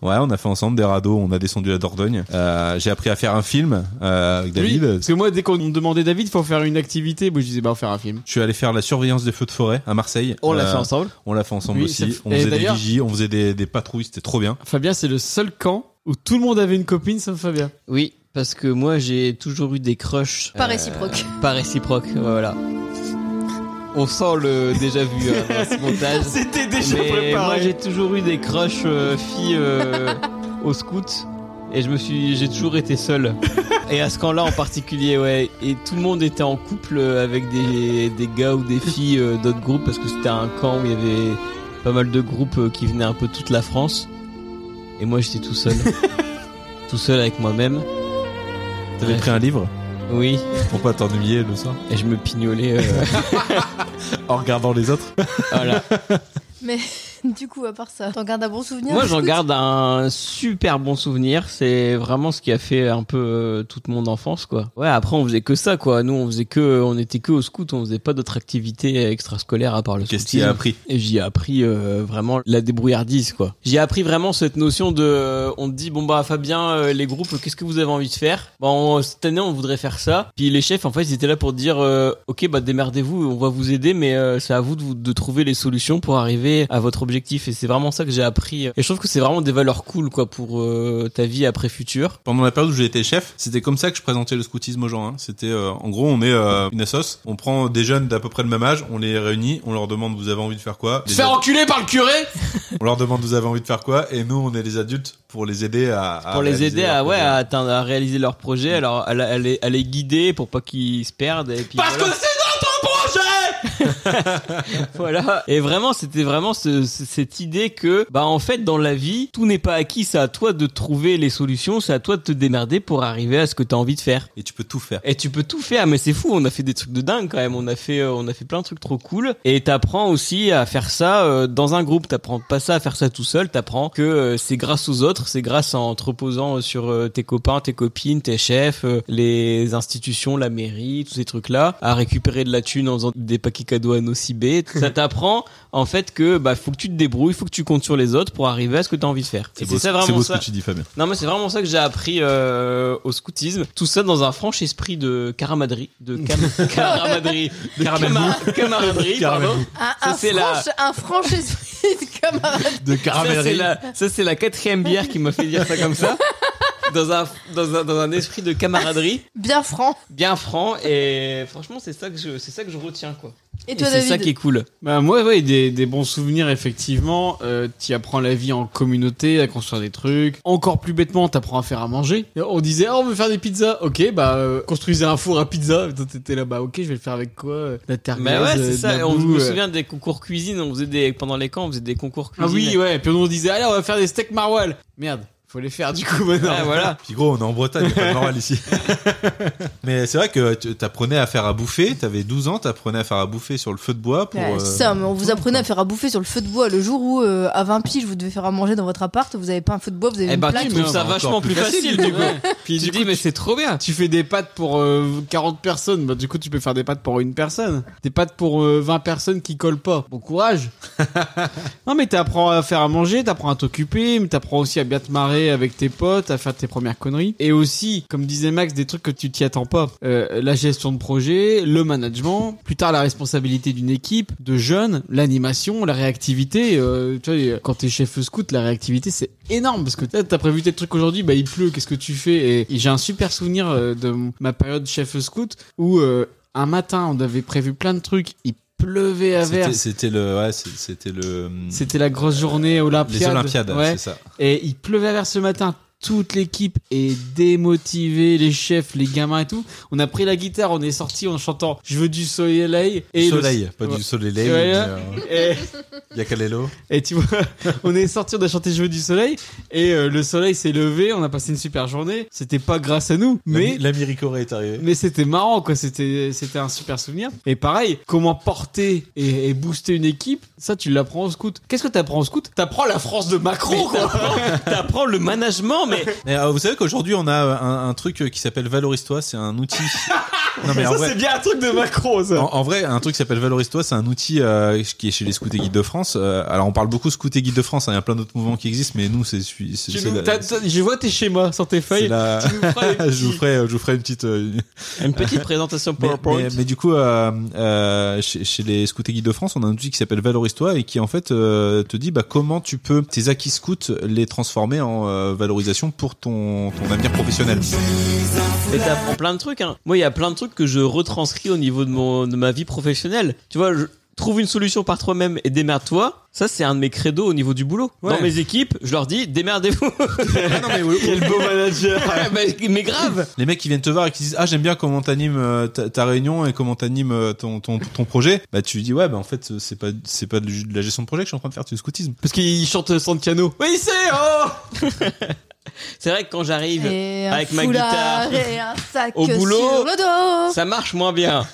Speaker 3: Ouais, on a fait ensemble des radeaux. On a descendu la Dordogne. Euh, j'ai appris à faire un film euh, avec
Speaker 14: Lui,
Speaker 3: David.
Speaker 14: parce que moi, dès qu'on me demandait David, faut faire une activité, moi je disais, bah, on va faire un film.
Speaker 3: Je suis allé faire la surveillance des feux de forêt à Marseille.
Speaker 14: On l'a
Speaker 3: Euh,
Speaker 14: fait ensemble.
Speaker 3: On l'a fait ensemble
Speaker 14: Oui, ça
Speaker 3: aussi.
Speaker 14: fait-
Speaker 3: On
Speaker 14: Et
Speaker 3: faisait des
Speaker 14: d'ailleurs-
Speaker 3: vigies, on faisait des, des patrouilles, c'était trop bien.
Speaker 14: Fabien, c'est le seul camp où tout le monde avait une copine sauf Fabien.
Speaker 2: Oui, parce que moi, j'ai toujours eu des crushs. euh,
Speaker 4: Pas réciproques.
Speaker 2: Pas réciproques, voilà. On sent le déjà vu euh, dans ce (laughs) montage.
Speaker 14: C'était déjà
Speaker 2: Mais
Speaker 14: préparé.
Speaker 2: Moi, j'ai toujours eu des crushs euh, filles euh, au scout. Et je me suis, j'ai toujours été seul. Et à ce camp-là en particulier, ouais. Et tout le monde était en couple euh, avec des, des gars ou des filles euh, d'autres groupes parce que c'était un camp où il y avait pas mal de groupes euh, qui venaient un peu de toute la France. Et moi, j'étais tout seul. tout seul avec moi-même.
Speaker 3: T'avais
Speaker 2: Ouais.
Speaker 3: pris un livre
Speaker 2: Oui.
Speaker 3: pour pas t'ennuyer le soir
Speaker 2: Et je me pignolais euh,
Speaker 3: (laughs) en regardant les autres.
Speaker 2: voilà.
Speaker 4: Mais (laughs) du coup, à part ça, t'en gardes un bon souvenir
Speaker 2: Moi,
Speaker 4: du
Speaker 2: j'en
Speaker 4: scout
Speaker 2: garde un super bon souvenir. C'est vraiment ce qui a fait un peu euh, toute mon enfance, quoi. Ouais, après, on faisait que ça, quoi. Nous, on faisait que, on était que au scout. On faisait pas d'autres activités extrascolaires à part le
Speaker 3: Qu'est-ce
Speaker 2: scoutisme.
Speaker 3: qu'il a appris
Speaker 2: Et j'y ai appris euh, vraiment la débrouillardise, quoi. J'y ai appris vraiment cette notion de, euh, on te dit, bon bah, Fabien, euh, les groupes, qu'est-ce que vous avez envie de faire? Bon, cette année, on voudrait faire ça. Puis les chefs, en fait, ils étaient là pour dire, euh, ok, bah, démerdez-vous, on va vous aider, mais euh, c'est à vous de, vous- de trouver les solutions pour arriver à votre objectif. Et c'est vraiment ça que j'ai appris. Et je trouve que c'est vraiment des valeurs cool, quoi, pour euh, ta vie après future.
Speaker 3: Pendant la période où j'ai été chef, c'était comme ça que je présentais le scoutisme aux gens. hein. C'était, euh, en gros, on est euh, une assoce, on prend des jeunes d'à peu près le même âge, on les réunit, on leur demande vous avez envie de faire quoi
Speaker 14: Se
Speaker 3: Les
Speaker 14: faire
Speaker 3: ad-
Speaker 14: enculer par le curé
Speaker 3: On leur demande vous avez envie de faire quoi Et nous, on est les adultes pour les aider à, à
Speaker 2: pour les
Speaker 3: réaliser
Speaker 2: aider
Speaker 3: leur
Speaker 2: à, ouais,
Speaker 3: projet.
Speaker 2: à, atteindre, à réaliser leur projet, alors à, la- à les, à les guider pour pas qu'ils se perdent. Et puis,
Speaker 14: Parce
Speaker 2: voilà.
Speaker 14: que c'est notre
Speaker 2: (laughs) Voilà. Et vraiment, c'était vraiment ce- ce- cette idée que, bah, en fait, dans la vie, tout n'est pas acquis. C'est à toi de trouver les solutions. C'est à toi de te démerder pour arriver à ce que t'as envie de faire.
Speaker 3: Et tu peux tout faire.
Speaker 2: Et tu peux tout faire, mais c'est fou. On a fait des trucs de dingue quand même. On a fait, euh, on a fait plein de trucs trop cool. Et t'apprends aussi à faire ça euh, dans un groupe. T'apprends pas ça à faire ça tout seul. T'apprends que euh, c'est grâce aux autres, c'est grâce en te reposant euh, sur euh, tes copains, tes copines, tes chefs, euh, les institutions, la mairie, tous ces trucs-là, à récupérer de la thune en faisant des paquets cadeaux à nos cibés.
Speaker 3: (laughs)
Speaker 2: Ça t'apprend en fait que bah faut que tu te débrouilles, faut que tu comptes sur les autres pour arriver à ce que t'as envie de faire. Et
Speaker 3: beau,
Speaker 2: c'est ça vraiment
Speaker 3: beau
Speaker 2: ça.
Speaker 3: ce que tu dis, Fabien.
Speaker 2: Non mais c'est vraiment ça que j'ai appris euh, au scoutisme. Tout ça dans un franche esprit de caramadrie,
Speaker 3: (laughs)
Speaker 2: de cam- caramadrie, de camar- camaraderie, pardon.
Speaker 4: Un,
Speaker 2: Ça,
Speaker 4: Ah, un
Speaker 2: c'est la-
Speaker 4: franche, un franche esprit de camarade.
Speaker 3: De
Speaker 2: Ça c'est la, ça, c'est la quatrième bière qui m'a fait dire ça comme ça. Dans un, dans, un, dans un esprit de camaraderie,
Speaker 4: Bien franc.
Speaker 2: bien franc, et franchement, c'est ça que je, c'est ça que je retiens, quoi.
Speaker 4: Et toi,
Speaker 2: c'est
Speaker 4: David
Speaker 2: ça qui est cool.
Speaker 14: Bah moi ouais des, des bons souvenirs effectivement, euh, tu apprends la vie en communauté, à construire des trucs. Encore plus bêtement, t'apprends à faire à manger. On disait ah on veut faire des pizzas, ok bah euh, construisez un four à pizza. Et Toi t'étais là bah ok je vais le faire avec quoi euh, De euh. La terre
Speaker 2: Mais Bah ouais, c'est ça. On me souvient des concours cuisine. On faisait des pendant les camps, on faisait des concours
Speaker 14: Ah
Speaker 2: cuisine.
Speaker 14: oui ouais. Puis on disait allez on va faire des steaks maroilles. Merde, faut les faire du coup maintenant.
Speaker 2: Ouais, voilà.
Speaker 3: Puis gros, on est en Bretagne, y a pas de morale
Speaker 2: (laughs)
Speaker 3: ici. Mais c'est vrai que tu- t'apprenais à faire à bouffer, t'avais 12 ans, t'apprenais à faire à bouffer sur le feu de bois pour...
Speaker 4: Ouais,
Speaker 3: euh,
Speaker 4: Ça, mais on vous apprenait à faire à bouffer sur le feu de bois le jour où, euh, à 20 piges, vous devez faire à manger dans votre appart, vous avez pas un feu de bois, vous avez
Speaker 2: Eh
Speaker 4: une
Speaker 2: ben,
Speaker 4: plaque.
Speaker 2: tu trouves
Speaker 14: mais
Speaker 2: ça
Speaker 14: encore
Speaker 2: vachement plus
Speaker 14: plus
Speaker 2: facile, du coup.
Speaker 14: Ouais.
Speaker 2: Puis (laughs) tu
Speaker 14: du
Speaker 2: dis,
Speaker 14: coup,
Speaker 2: mais c'est trop bien.
Speaker 14: Tu fais des pâtes pour euh, 40 personnes, bah du coup tu peux faire des pâtes pour une personne. Des pâtes pour euh, 20 personnes qui collent pas. Bon courage. non mais t'apprends à faire à manger, t'apprends à t'occuper, mais t'apprends aussi à bien te marrer
Speaker 2: soirées avec tes potes, à faire tes premières conneries. Et aussi, comme disait Max, des trucs que tu t'y attends pas. Euh, la gestion de projet, le management, plus tard la responsabilité d'une équipe, de jeunes, l'animation, la réactivité. Euh, tu vois, quand t'es chef scout, la réactivité c'est énorme parce que t'as t'as prévu tes trucs aujourd'hui, bah il pleut, qu'est-ce que tu fais Et j'ai un super souvenir euh, de m- ma période chef scout où euh, un matin on avait prévu plein de trucs, il pleuvait à verre.
Speaker 3: C'était- C'était le, ouais, c'est- c'était le.
Speaker 2: C'était la grosse journée olympiade.
Speaker 3: Les Olympiades,
Speaker 2: Ouais.
Speaker 3: c'est ça.
Speaker 2: Et il pleuvait à vers ce matin. Toute l'équipe est démotivée, les chefs, les gamins et tout. On a pris la guitare, on est sorti en chantant Je veux du soleil. Et le-
Speaker 3: soleil, pas
Speaker 2: Ouais.
Speaker 3: du soleil. mais,
Speaker 2: Ouais,
Speaker 3: euh,
Speaker 2: et-
Speaker 3: Yakalelo.
Speaker 2: et tu vois, (laughs) on est sorti, on a chanté Je veux du soleil. Et euh, le soleil s'est levé, on a passé une super journée. C'était pas grâce à nous, mais.
Speaker 3: La Miricorée est arrivée.
Speaker 2: Mais c'était marrant, quoi. C'était, c'était un super souvenir. Et pareil, comment porter et, et booster une équipe, ça, tu l'apprends au scout. Qu'est-ce que t'apprends au scout T'apprends la France de Macron, quoi.
Speaker 15: T'apprends le management, mais.
Speaker 3: Mais, euh, vous savez qu'aujourd'hui, on a euh, un, un truc euh, qui s'appelle Valorise-toi, c'est un
Speaker 2: (laughs)
Speaker 3: outil.
Speaker 2: Ça, c'est bien un truc de Macron, ça.
Speaker 3: En, en vrai, un truc qui s'appelle Valorise-toi, c'est un outil euh, qui est chez les Scouts et Guides de France. Euh, alors, on parle beaucoup Scouts et Guides de France, hein, il y a plein d'autres mouvements qui existent, mais nous, c'est. celui- c'est-
Speaker 2: Tu
Speaker 3: c'est
Speaker 2: nous-
Speaker 3: la-
Speaker 2: t'as- t'as- je vois tes schémas sur tes
Speaker 3: c'est
Speaker 2: feuilles.
Speaker 3: la-
Speaker 2: Tu nous feras les
Speaker 3: (laughs) je vous
Speaker 2: petits-
Speaker 3: ferai, je vous ferai une petite, euh,
Speaker 15: Une petite présentation
Speaker 3: (laughs) Mais-
Speaker 15: PowerPoint.
Speaker 3: Mais, mais du coup, euh, euh, chez, chez les scouts et guides de France, on a un outil qui s'appelle Valorise-toi et qui en fait euh, te dit bah, comment tu peux tes acquis scouts les transformer en euh, valorisation pour ton, ton avenir professionnel.
Speaker 15: Mais t'apprends plein de trucs. Hein. Moi, il y a plein de trucs que je retranscris au niveau de, mon, de ma vie professionnelle. Tu vois, je trouve une solution par toi-même et démerde-toi. Ça, c'est un de mes credos au niveau du boulot.
Speaker 2: Ouais.
Speaker 15: Dans mes équipes, je leur dis démerdez-vous.
Speaker 2: Quel beau manager.
Speaker 15: mais, mais grave.
Speaker 3: Les mecs qui viennent te voir et qui disent ah j'aime bien comment t'animes euh, ta, ta réunion et comment t'animes euh, ton, ton, ton projet, bah tu dis ouais bah en fait c'est pas c'est pas de la gestion de projet que je suis en train de faire, c'est du scoutisme.
Speaker 2: Parce qu'ils chantent sans piano. Oui, c'est oh
Speaker 15: (laughs) C'est vrai que quand j'arrive
Speaker 4: Et un
Speaker 15: avec ma
Speaker 4: foulard
Speaker 15: guitare
Speaker 4: et un sac
Speaker 15: au
Speaker 4: sur
Speaker 15: boulot,
Speaker 4: le dos.
Speaker 15: (laughs) ça marche moins
Speaker 4: (laughs)
Speaker 15: bien.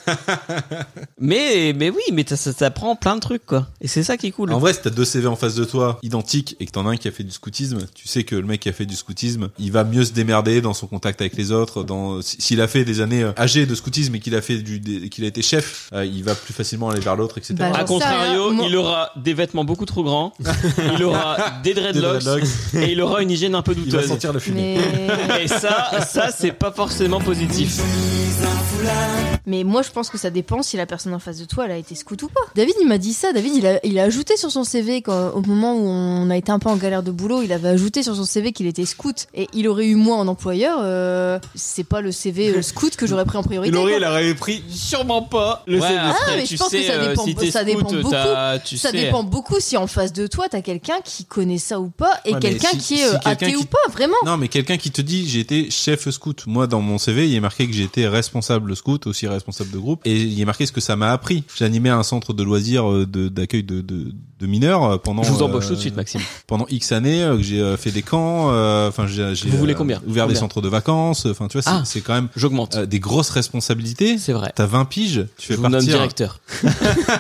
Speaker 15: mais, mais oui, mais ça, ça, ça prend plein de trucs, quoi. Et c'est ça qui est cool.
Speaker 3: En vrai, si t'as deux CV en face de toi, identiques, et que t'en as un qui a fait du scoutisme, tu sais que le mec qui a fait du scoutisme, il va mieux se démerder dans son contact avec les autres. Dans si- s'il a fait des années euh, âgées de scoutisme et qu'il a fait du des- qu'il a été chef, euh, il va plus facilement aller vers l'autre, etc.
Speaker 15: A contrario, il aura des vêtements beaucoup trop
Speaker 3: (laughs)
Speaker 15: grands, il aura des dreadlocks,
Speaker 3: Des dreadlocks.
Speaker 15: et il aura une hygiène un peu douteuse.
Speaker 3: va sentir le fumé.
Speaker 4: (laughs)
Speaker 15: Et ça, ça c'est pas forcément positif.
Speaker 4: Mais moi, je pense que ça dépend si la personne en face de toi, elle a été scout ou pas. David, il m'a dit ça. David, il a, il a ajouté sur son CV, quand, au moment où on a été un peu en galère de boulot, il avait ajouté sur son CV qu'il était scout. Et il aurait eu moi en employeur. euh, c'est pas le CV euh, scout que j'aurais pris en priorité.
Speaker 2: Laurie,
Speaker 4: quoi.
Speaker 2: il aurait pris sûrement pas le
Speaker 15: Ouais,
Speaker 2: CV.
Speaker 15: après,
Speaker 4: Ah, mais
Speaker 15: tu
Speaker 4: je pense que
Speaker 15: sais,
Speaker 4: ça
Speaker 15: euh,
Speaker 4: dépend,
Speaker 15: si t'es
Speaker 4: ça dépend
Speaker 15: scout,
Speaker 4: beaucoup.
Speaker 15: t'as- tu
Speaker 4: ça
Speaker 15: sais.
Speaker 4: dépend beaucoup si en face de toi, t'as quelqu'un qui connaît ça ou pas et
Speaker 3: Ouais, mais
Speaker 4: quelqu'un
Speaker 3: si-
Speaker 4: qui
Speaker 3: si
Speaker 4: est euh,
Speaker 3: quelqu'un
Speaker 4: athée
Speaker 3: qui-
Speaker 4: ou pas, vraiment.
Speaker 3: Non, mais quelqu'un qui te dit j'ai été chef scout. Moi, dans mon CV, il est marqué que j'étais responsable scout, aussi responsable de groupe, et il est marqué ce que ça m'a appris. J'animais un centre de loisirs euh, de- d'accueil de, de- de mineurs euh, pendant.
Speaker 15: Je vous embauche
Speaker 3: euh,
Speaker 15: tout de suite, Maxime.
Speaker 3: Pendant X années, euh, que j'ai euh, fait des camps. euh, Enfin, j'ai j'ai,
Speaker 15: Vous voulez
Speaker 3: euh,
Speaker 15: combien
Speaker 3: ouvert des
Speaker 15: Combien
Speaker 3: centres de vacances. euh, Enfin, tu vois, c'est
Speaker 15: Ah,
Speaker 3: c'est quand même. J'augmente. des grosses responsabilités. C'est
Speaker 15: vrai.
Speaker 3: T'as 20 piges. Tu fais
Speaker 15: Je vous
Speaker 3: partir.
Speaker 15: nomme directeur.
Speaker 3: (laughs)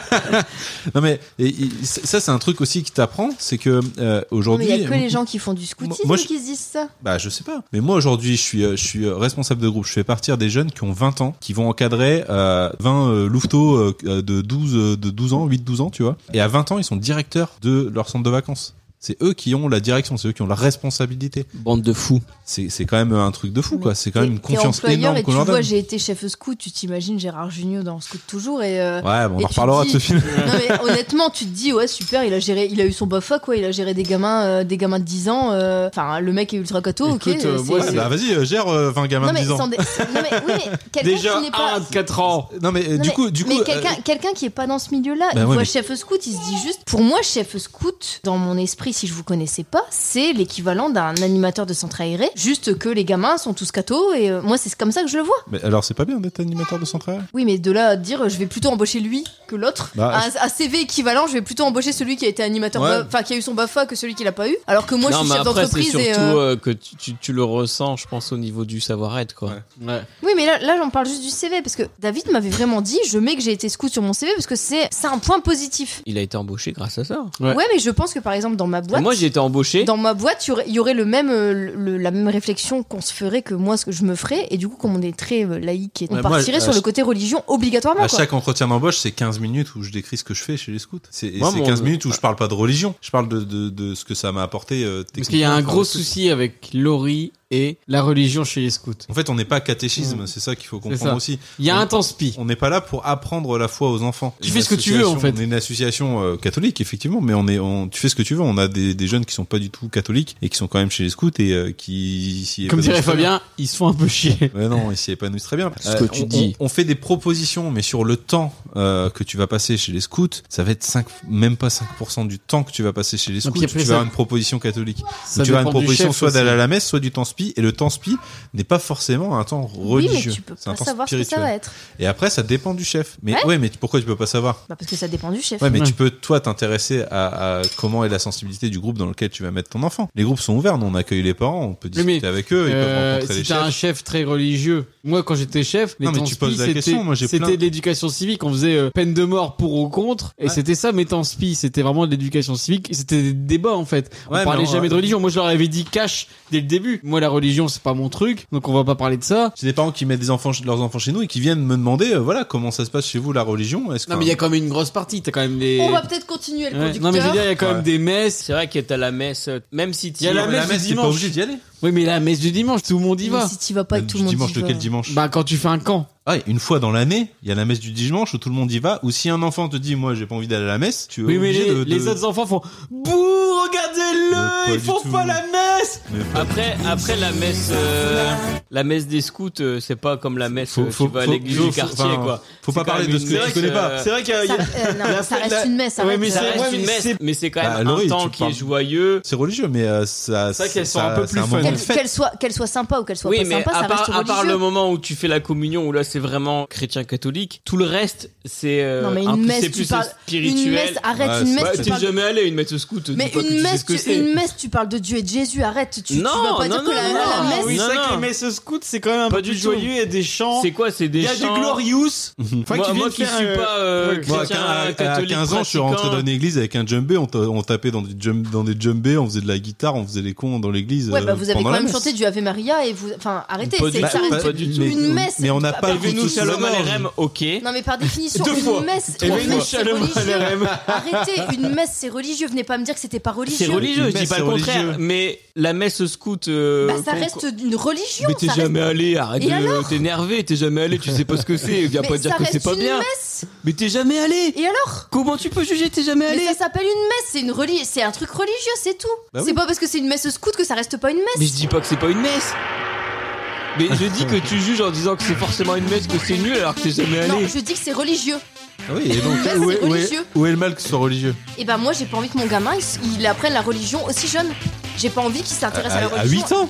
Speaker 3: Non mais et- et- ça, c'est un truc aussi qui t'apprend, c'est que euh,
Speaker 4: Mais
Speaker 3: aujourd'hui.
Speaker 4: il y a que les gens qui font du scoutisme
Speaker 3: moi, je-
Speaker 4: qui se disent ça.
Speaker 3: Bah, je sais pas. Mais moi, aujourd'hui, je suis, euh, je suis euh, responsable de groupe. Je fais partir des jeunes qui ont 20 ans, qui vont encadrer euh, 20 euh, louveteaux euh, euh, de 12, euh, de 12 ans, 8-12 ans, tu vois. Et à 20 ans, ils sont directeurs de leur centre de vacances. C'est eux qui ont la direction, c'est eux qui ont la responsabilité.
Speaker 15: Bande de fous.
Speaker 3: C'est c'est quand même un truc de fou, quoi. C'est quand même une
Speaker 4: T'es
Speaker 3: confiance
Speaker 4: employeur
Speaker 3: énorme
Speaker 4: et tu
Speaker 3: qu'on leur
Speaker 4: vois,
Speaker 3: donne.
Speaker 4: j'ai été chef scout, tu t'imagines Gérard Junior dans Scout toujours et. euh,
Speaker 3: Ouais, bon, on
Speaker 4: et
Speaker 3: en
Speaker 4: tu
Speaker 3: reparlera
Speaker 4: te
Speaker 3: de ce
Speaker 4: dis-
Speaker 3: film.
Speaker 4: (laughs) Non, mais honnêtement, tu te dis, ouais, super, il a géré, il a eu son bafa, quoi, il a géré des gamins, euh, des gamins de 10 ans, euh, enfin, le mec est ultra coto, ok.
Speaker 3: Écoute, euh,
Speaker 4: c'est-
Speaker 3: moi, bah, vas-y, euh, gère euh, 20 gamins
Speaker 4: non,
Speaker 3: de
Speaker 4: mais
Speaker 3: 10 ans.
Speaker 4: sans dé- non, mais oui,
Speaker 3: (laughs)
Speaker 4: mais quelqu'un qui n'est pas.
Speaker 2: 4 ans.
Speaker 3: Non mais euh,
Speaker 4: Non,
Speaker 3: du
Speaker 4: mais-
Speaker 3: coup, du
Speaker 4: mais
Speaker 3: coup,
Speaker 4: quelqu'un
Speaker 3: euh,
Speaker 4: quelqu'un qui est pas dans ce milieu-là,
Speaker 3: Bah
Speaker 4: il
Speaker 3: ouais,
Speaker 4: voit
Speaker 3: mais-
Speaker 4: chef scout, il se dit juste, pour moi, chef scout, dans mon esprit, si je vous connaissais pas, c'est l'équivalent d'un animateur de centre aéré, juste que les gamins sont tous cato et euh, moi, c'est comme ça que je le vois.
Speaker 3: mais alors c'est pas bien d'être animateur de centre aéré
Speaker 4: Oui, mais de là à dire je vais plutôt embaucher lui que l'autre,
Speaker 3: Bah,
Speaker 4: un, un CV équivalent, je vais plutôt embaucher celui qui a été animateur,
Speaker 15: Ouais.
Speaker 4: ba- enfin qui a eu son BAFA que celui qui l'a pas eu, alors que moi
Speaker 15: non,
Speaker 4: je suis
Speaker 15: mais
Speaker 4: chef
Speaker 15: après, c'est
Speaker 4: d'entreprise
Speaker 15: surtout
Speaker 4: et. euh,
Speaker 15: euh, que tu, tu- tu le ressens, je pense, au niveau du savoir-être, quoi.
Speaker 4: Oui, mais là, là j'en parle juste du CV parce que David m'avait vraiment dit je mets que j'ai été scout sur mon CV parce que c'est c'est un point positif.
Speaker 15: Il a été embauché grâce à ça.
Speaker 4: Ouais. mais je pense que par exemple dans ma ma boîte.
Speaker 15: Moi, j'ai été embauché.
Speaker 4: Dans ma boîte, il y aurait- il y aurait le même, euh, le- la même réflexion qu'on se ferait que moi, ce que je me ferais. Et du coup, comme on est très euh, laïque, et on
Speaker 3: Ouais, moi,
Speaker 4: partirait
Speaker 3: à
Speaker 4: sur le
Speaker 3: chaque-
Speaker 4: côté religion obligatoirement.
Speaker 3: À
Speaker 4: Ah, quoi.
Speaker 3: chaque entretien d'embauche, c'est 15 minutes où je décris ce que je fais chez les scouts. C'est et
Speaker 2: Moi,
Speaker 3: c'est
Speaker 2: mon-
Speaker 3: 15 minutes où je parle pas de religion. Je parle de, de, de ce que ça m'a apporté. euh,
Speaker 2: Parce qu'il y a
Speaker 3: techniquement,
Speaker 2: un
Speaker 3: enfin,
Speaker 2: gros
Speaker 3: de tout.
Speaker 2: souci avec Laurie et la religion chez les scouts. Hmm.
Speaker 3: En fait, on n'est pas catéchisme, c'est ça qu'il faut comprendre
Speaker 2: ça.
Speaker 3: aussi.
Speaker 2: Il y a
Speaker 3: On-
Speaker 2: un temps spi.
Speaker 3: On n'est pas là pour apprendre la foi aux enfants.
Speaker 2: Tu fais ce que tu veux, en
Speaker 3: fait. On est une association euh, catholique effectivement, mais on est, on, tu fais ce que tu veux. On a des, des jeunes qui sont pas du tout catholiques et qui sont quand même chez les scouts et euh, qui s'y
Speaker 2: Comme
Speaker 3: épanouissent
Speaker 2: dirait
Speaker 3: très
Speaker 2: Fabien, ils se font un peu chier. Euh,
Speaker 3: Ouais, non, ils s'y épanouissent très bien.
Speaker 2: Ce que tu
Speaker 3: Euh, on,
Speaker 2: dis.
Speaker 3: On, on fait des propositions, mais sur le temps euh, que tu vas passer chez les scouts, ça va être 5, même pas 5% du temps que tu vas passer chez les
Speaker 2: Non,
Speaker 3: scouts.
Speaker 2: puis
Speaker 3: Tu
Speaker 2: après,
Speaker 3: vas
Speaker 2: ça-
Speaker 3: avoir une proposition catholique.
Speaker 2: Ça
Speaker 3: Donc, tu vas avoir
Speaker 2: dépend
Speaker 3: une
Speaker 2: du
Speaker 3: proposition
Speaker 2: chef
Speaker 3: soit d'aller
Speaker 2: aussi.
Speaker 3: à la messe, soit du temps spi. Et le temps spi n'est pas forcément un temps
Speaker 4: Oui,
Speaker 3: religieux.
Speaker 4: mais tu peux
Speaker 3: C'est un
Speaker 4: pas
Speaker 3: temps
Speaker 4: savoir ce que ça
Speaker 3: spirituel.
Speaker 4: va être.
Speaker 3: Et après, ça dépend du chef. Mais
Speaker 4: Ouais.
Speaker 3: ouais, mais pourquoi tu peux pas savoir
Speaker 4: Bah, parce que ça dépend du chef.
Speaker 3: Ouais, mais tu peux, toi, t'intéresser à, à comment est la sensibilité du groupe dans lequel tu vas mettre ton enfant. Les groupes sont ouverts, nous, on accueille les parents, on peut
Speaker 2: Oui,
Speaker 3: discuter avec eux, ils peuvent
Speaker 2: euh,
Speaker 3: rencontrer les
Speaker 2: si
Speaker 3: chefs.
Speaker 2: t'as un chef très religieux, moi quand j'étais chef, les
Speaker 3: Non, mais
Speaker 2: temps
Speaker 3: tu poses
Speaker 2: spi,
Speaker 3: la
Speaker 2: c'était-
Speaker 3: question, moi, j'ai plein-
Speaker 2: c'était de l'éducation civique, on faisait euh, peine de mort pour ou contre, et
Speaker 3: Ouais.
Speaker 2: c'était ça mes temps spi, c'était vraiment de l'éducation civique, et c'était des débats en fait. On
Speaker 3: Ouais,
Speaker 2: parlait
Speaker 3: mais on-
Speaker 2: jamais de religion, moi je leur avais dit cash dès le début, moi la religion c'est pas mon truc, donc on va pas parler de ça.
Speaker 3: J'ai des parents qui mettent des enfants, leurs enfants chez nous et qui viennent me demander, euh, voilà, comment ça se passe chez vous la religion Est-ce que
Speaker 2: Non mais il y a quand même une grosse partie, t'as quand même des...
Speaker 4: On va peut-être continuer le conducteur.
Speaker 2: des messes.
Speaker 15: C'est vrai que t'as la messe, euh, même si
Speaker 2: Il y a la messe, du dimanche. Oui, mais la messe du dimanche, tout le monde y
Speaker 4: Mais
Speaker 2: va.
Speaker 4: si t'y vas pas, tout le monde
Speaker 3: dimanche
Speaker 4: y
Speaker 3: de
Speaker 4: va.
Speaker 3: quel dimanche
Speaker 2: Bah quand tu fais un camp.
Speaker 3: Ah, et une fois dans l'année, il y a la messe du dimanche où tout le monde y va. Ou si un enfant te dit, moi, j'ai pas envie d'aller à la messe, tu es
Speaker 2: Oui, mais
Speaker 3: obligé
Speaker 2: les,
Speaker 3: de,
Speaker 2: les
Speaker 3: de-
Speaker 2: autres enfants font Bouh, regardez-le,
Speaker 3: Mais pas
Speaker 2: ils
Speaker 3: du
Speaker 2: font
Speaker 3: tout.
Speaker 2: pas la messe
Speaker 15: Après, après la messe, euh, la messe des scouts, euh, c'est pas comme la messe
Speaker 3: Faut-
Speaker 15: euh,
Speaker 3: faut-
Speaker 15: tu vas à
Speaker 3: faut-
Speaker 15: l'église
Speaker 3: faut-
Speaker 15: du quartier,
Speaker 3: enfin,
Speaker 15: quoi.
Speaker 3: faut pas
Speaker 15: C'est quand
Speaker 3: parler
Speaker 15: même
Speaker 3: de ce
Speaker 15: une
Speaker 3: que tu
Speaker 15: messe,
Speaker 3: connais pas.
Speaker 15: euh,
Speaker 2: C'est vrai qu'il y a.
Speaker 4: Ça, euh, non, ça reste une messe.
Speaker 2: Ouais,
Speaker 4: arrête.
Speaker 2: mais
Speaker 15: ça
Speaker 2: c'est-
Speaker 15: reste
Speaker 2: ouais,
Speaker 15: une
Speaker 2: mais
Speaker 15: messe,
Speaker 2: c'est-
Speaker 15: mais c'est quand
Speaker 3: Bah,
Speaker 15: même
Speaker 3: Laurie,
Speaker 15: un
Speaker 3: tu
Speaker 15: temps qui
Speaker 3: parles-
Speaker 15: est joyeux.
Speaker 3: C'est religieux, mais euh, ça.
Speaker 2: C'est vrai qu'elles sont
Speaker 3: ça-
Speaker 2: un peu
Speaker 3: c'est
Speaker 2: plus
Speaker 3: moment
Speaker 2: fun.
Speaker 3: de
Speaker 4: Qu'elle
Speaker 3: fête.
Speaker 4: qu'elle soit, qu'elle soit sympa ou qu'elle soit
Speaker 15: Oui,
Speaker 4: pas
Speaker 15: mais
Speaker 4: sympa,
Speaker 15: à,
Speaker 4: ça
Speaker 15: part,
Speaker 4: reste
Speaker 15: à part le
Speaker 4: religieux.
Speaker 15: moment où tu fais la communion, où là c'est vraiment chrétien catholique, tout le reste c'est euh,
Speaker 4: Non, mais une
Speaker 15: un peu-
Speaker 4: messe,
Speaker 15: c'est
Speaker 4: tu
Speaker 15: plus
Speaker 4: parles-
Speaker 15: spirituel.
Speaker 4: une messe, arrête, Ouais, une messe,
Speaker 15: Bah,
Speaker 4: tu
Speaker 15: t'es
Speaker 4: parles-
Speaker 15: jamais allé à une messe scout. dis
Speaker 4: Mais
Speaker 15: pas que tu
Speaker 4: une
Speaker 15: sais
Speaker 4: messe,
Speaker 15: ce que
Speaker 4: tu,
Speaker 15: c'est.
Speaker 4: une messe, tu parles de Dieu et de Jésus. Arrête, tu, tu- tu
Speaker 15: Non,
Speaker 4: vas pas
Speaker 15: non,
Speaker 4: dire que
Speaker 15: non,
Speaker 4: la, la- la
Speaker 15: non,
Speaker 4: messe.
Speaker 2: Oui, c'est
Speaker 15: Non,
Speaker 2: vrai
Speaker 15: non.
Speaker 2: que les messes scouts, c'est quand même un
Speaker 15: Pas
Speaker 2: peu
Speaker 15: du
Speaker 2: plus
Speaker 15: tout.
Speaker 2: joyeux, il y a des chants.
Speaker 15: C'est quoi C'est des
Speaker 2: Il y a
Speaker 15: chants- Mhm.
Speaker 2: des glorious.
Speaker 15: Moi-
Speaker 2: Enfin, qui viennent
Speaker 15: moi qui
Speaker 2: faire,
Speaker 15: suis
Speaker 2: euh,
Speaker 15: pas, euh,
Speaker 2: ouais,
Speaker 15: chrétien,
Speaker 3: Moi, à quin- à, à
Speaker 15: catholique
Speaker 3: 15 ans, je suis rentré
Speaker 15: pratiquant.
Speaker 3: dans une église avec un djembé, on, ta- on tapait dans, du djembe- dans des djembés, on faisait de la guitare, on faisait les cons dans l'église.
Speaker 4: Ouais, bah
Speaker 3: euh,
Speaker 4: vous avez
Speaker 3: pendant
Speaker 4: quand
Speaker 3: la
Speaker 4: même
Speaker 3: messe.
Speaker 4: chanté du Ave Maria et vous. Enfin, arrêtez,
Speaker 3: Pas
Speaker 4: c'est
Speaker 3: du
Speaker 4: ça
Speaker 3: tout,
Speaker 4: reste
Speaker 3: pas du tout.
Speaker 4: une
Speaker 3: Mais-
Speaker 4: messe.
Speaker 3: mais on n'a
Speaker 4: Bah,
Speaker 3: pas
Speaker 4: bah,
Speaker 15: Et
Speaker 3: vu
Speaker 15: venu
Speaker 3: tout
Speaker 15: Shalom
Speaker 3: sonore.
Speaker 15: à l'RM, ok. (laughs)
Speaker 4: Non, mais par définition,
Speaker 15: Deux
Speaker 4: une
Speaker 15: fois.
Speaker 4: messe.
Speaker 15: Et
Speaker 4: une
Speaker 15: Vénus
Speaker 4: messe, c'est (laughs)
Speaker 15: Shalom à
Speaker 4: religieux.
Speaker 15: l'RM.
Speaker 4: Arrêtez, une messe, c'est religieux. Venez pas me dire que c'était pas religieux.
Speaker 15: (laughs) C'est religieux,
Speaker 3: Une
Speaker 15: je dis
Speaker 3: messe,
Speaker 15: pas le
Speaker 3: c'est
Speaker 15: contraire,
Speaker 3: religieux.
Speaker 15: mais la messe scout. euh,
Speaker 4: Bah, ça
Speaker 15: qu'on-
Speaker 4: reste une religion.
Speaker 15: Mais t'es
Speaker 4: ça reste-
Speaker 15: jamais allé, arrête
Speaker 4: Et
Speaker 15: de
Speaker 4: alors
Speaker 15: t'énerver, t'es jamais allé, tu sais pas ce que c'est, viens
Speaker 4: (laughs) Mais
Speaker 15: pas dire
Speaker 4: ça
Speaker 15: que
Speaker 4: reste
Speaker 15: c'est pas
Speaker 4: une
Speaker 15: bien.
Speaker 4: messe.
Speaker 15: Mais t'es jamais allé
Speaker 4: Et alors
Speaker 15: Comment tu peux juger t'es jamais allé
Speaker 4: Mais ça s'appelle une messe, c'est une religion, c'est un truc religieux, c'est tout.
Speaker 15: Bah
Speaker 4: c'est
Speaker 15: oui.
Speaker 4: pas parce que c'est une messe scout que ça reste pas une messe.
Speaker 15: Mais je dis pas que c'est pas une messe Mais je dis que tu juges en disant que c'est forcément une messe, que c'est nul alors que t'es jamais
Speaker 4: non,
Speaker 15: allé
Speaker 4: je dis que c'est religieux.
Speaker 3: Ah oui, et donc,
Speaker 4: Une messe,
Speaker 3: où, est,
Speaker 4: c'est
Speaker 3: où est-
Speaker 4: religieux.
Speaker 3: où est le mal que ce soit religieux
Speaker 4: Et ben moi j'ai pas envie que mon gamin il, il apprenne la religion aussi jeune. J'ai pas envie qu'il s'intéresse à, la
Speaker 3: à
Speaker 4: religion.
Speaker 3: 8 ans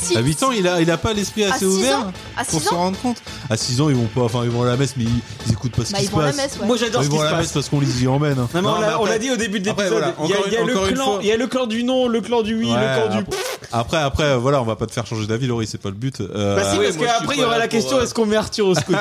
Speaker 4: Si-
Speaker 3: À 8 ans, il a, il a pas l'esprit
Speaker 4: À
Speaker 3: assez
Speaker 4: six
Speaker 3: ouvert
Speaker 4: ans À
Speaker 3: pour
Speaker 4: six
Speaker 3: se
Speaker 4: ans
Speaker 3: rendre compte. À 6 ans, ils vont pas, enfin, ils vont à la messe, mais ils, ils écoutent pas ce
Speaker 4: Bah,
Speaker 3: qui
Speaker 4: ils
Speaker 3: se
Speaker 4: vont à la
Speaker 3: passe.
Speaker 4: messe, ouais.
Speaker 2: Moi, j'adore
Speaker 3: Ils
Speaker 2: ce
Speaker 3: vont
Speaker 2: qui
Speaker 3: à
Speaker 2: se
Speaker 3: la
Speaker 2: passe.
Speaker 3: messe parce qu'on les y emmène. hein.
Speaker 2: Non, mais on
Speaker 3: Non, mais
Speaker 2: l'a- on
Speaker 3: après-
Speaker 2: l'a dit au début de
Speaker 3: après,
Speaker 2: l'épisode.
Speaker 3: voilà,
Speaker 2: il y a,
Speaker 3: encore
Speaker 2: il y a
Speaker 3: une-
Speaker 2: le
Speaker 3: encore une
Speaker 2: clan,
Speaker 3: fois.
Speaker 2: il y a le clan du non, le clan du oui,
Speaker 3: Ouais,
Speaker 2: le clan du.
Speaker 3: après- Après, après, voilà, on va pas te faire changer d'avis, Laurie, c'est pas le but. Euh,
Speaker 2: Bah, si,
Speaker 3: oui, moi,
Speaker 2: parce
Speaker 3: je suis
Speaker 2: qu'après, il
Speaker 3: pas
Speaker 2: y aura
Speaker 3: là
Speaker 2: la
Speaker 3: pour,
Speaker 2: question
Speaker 3: euh,
Speaker 2: est-ce qu'on met Arthur au scout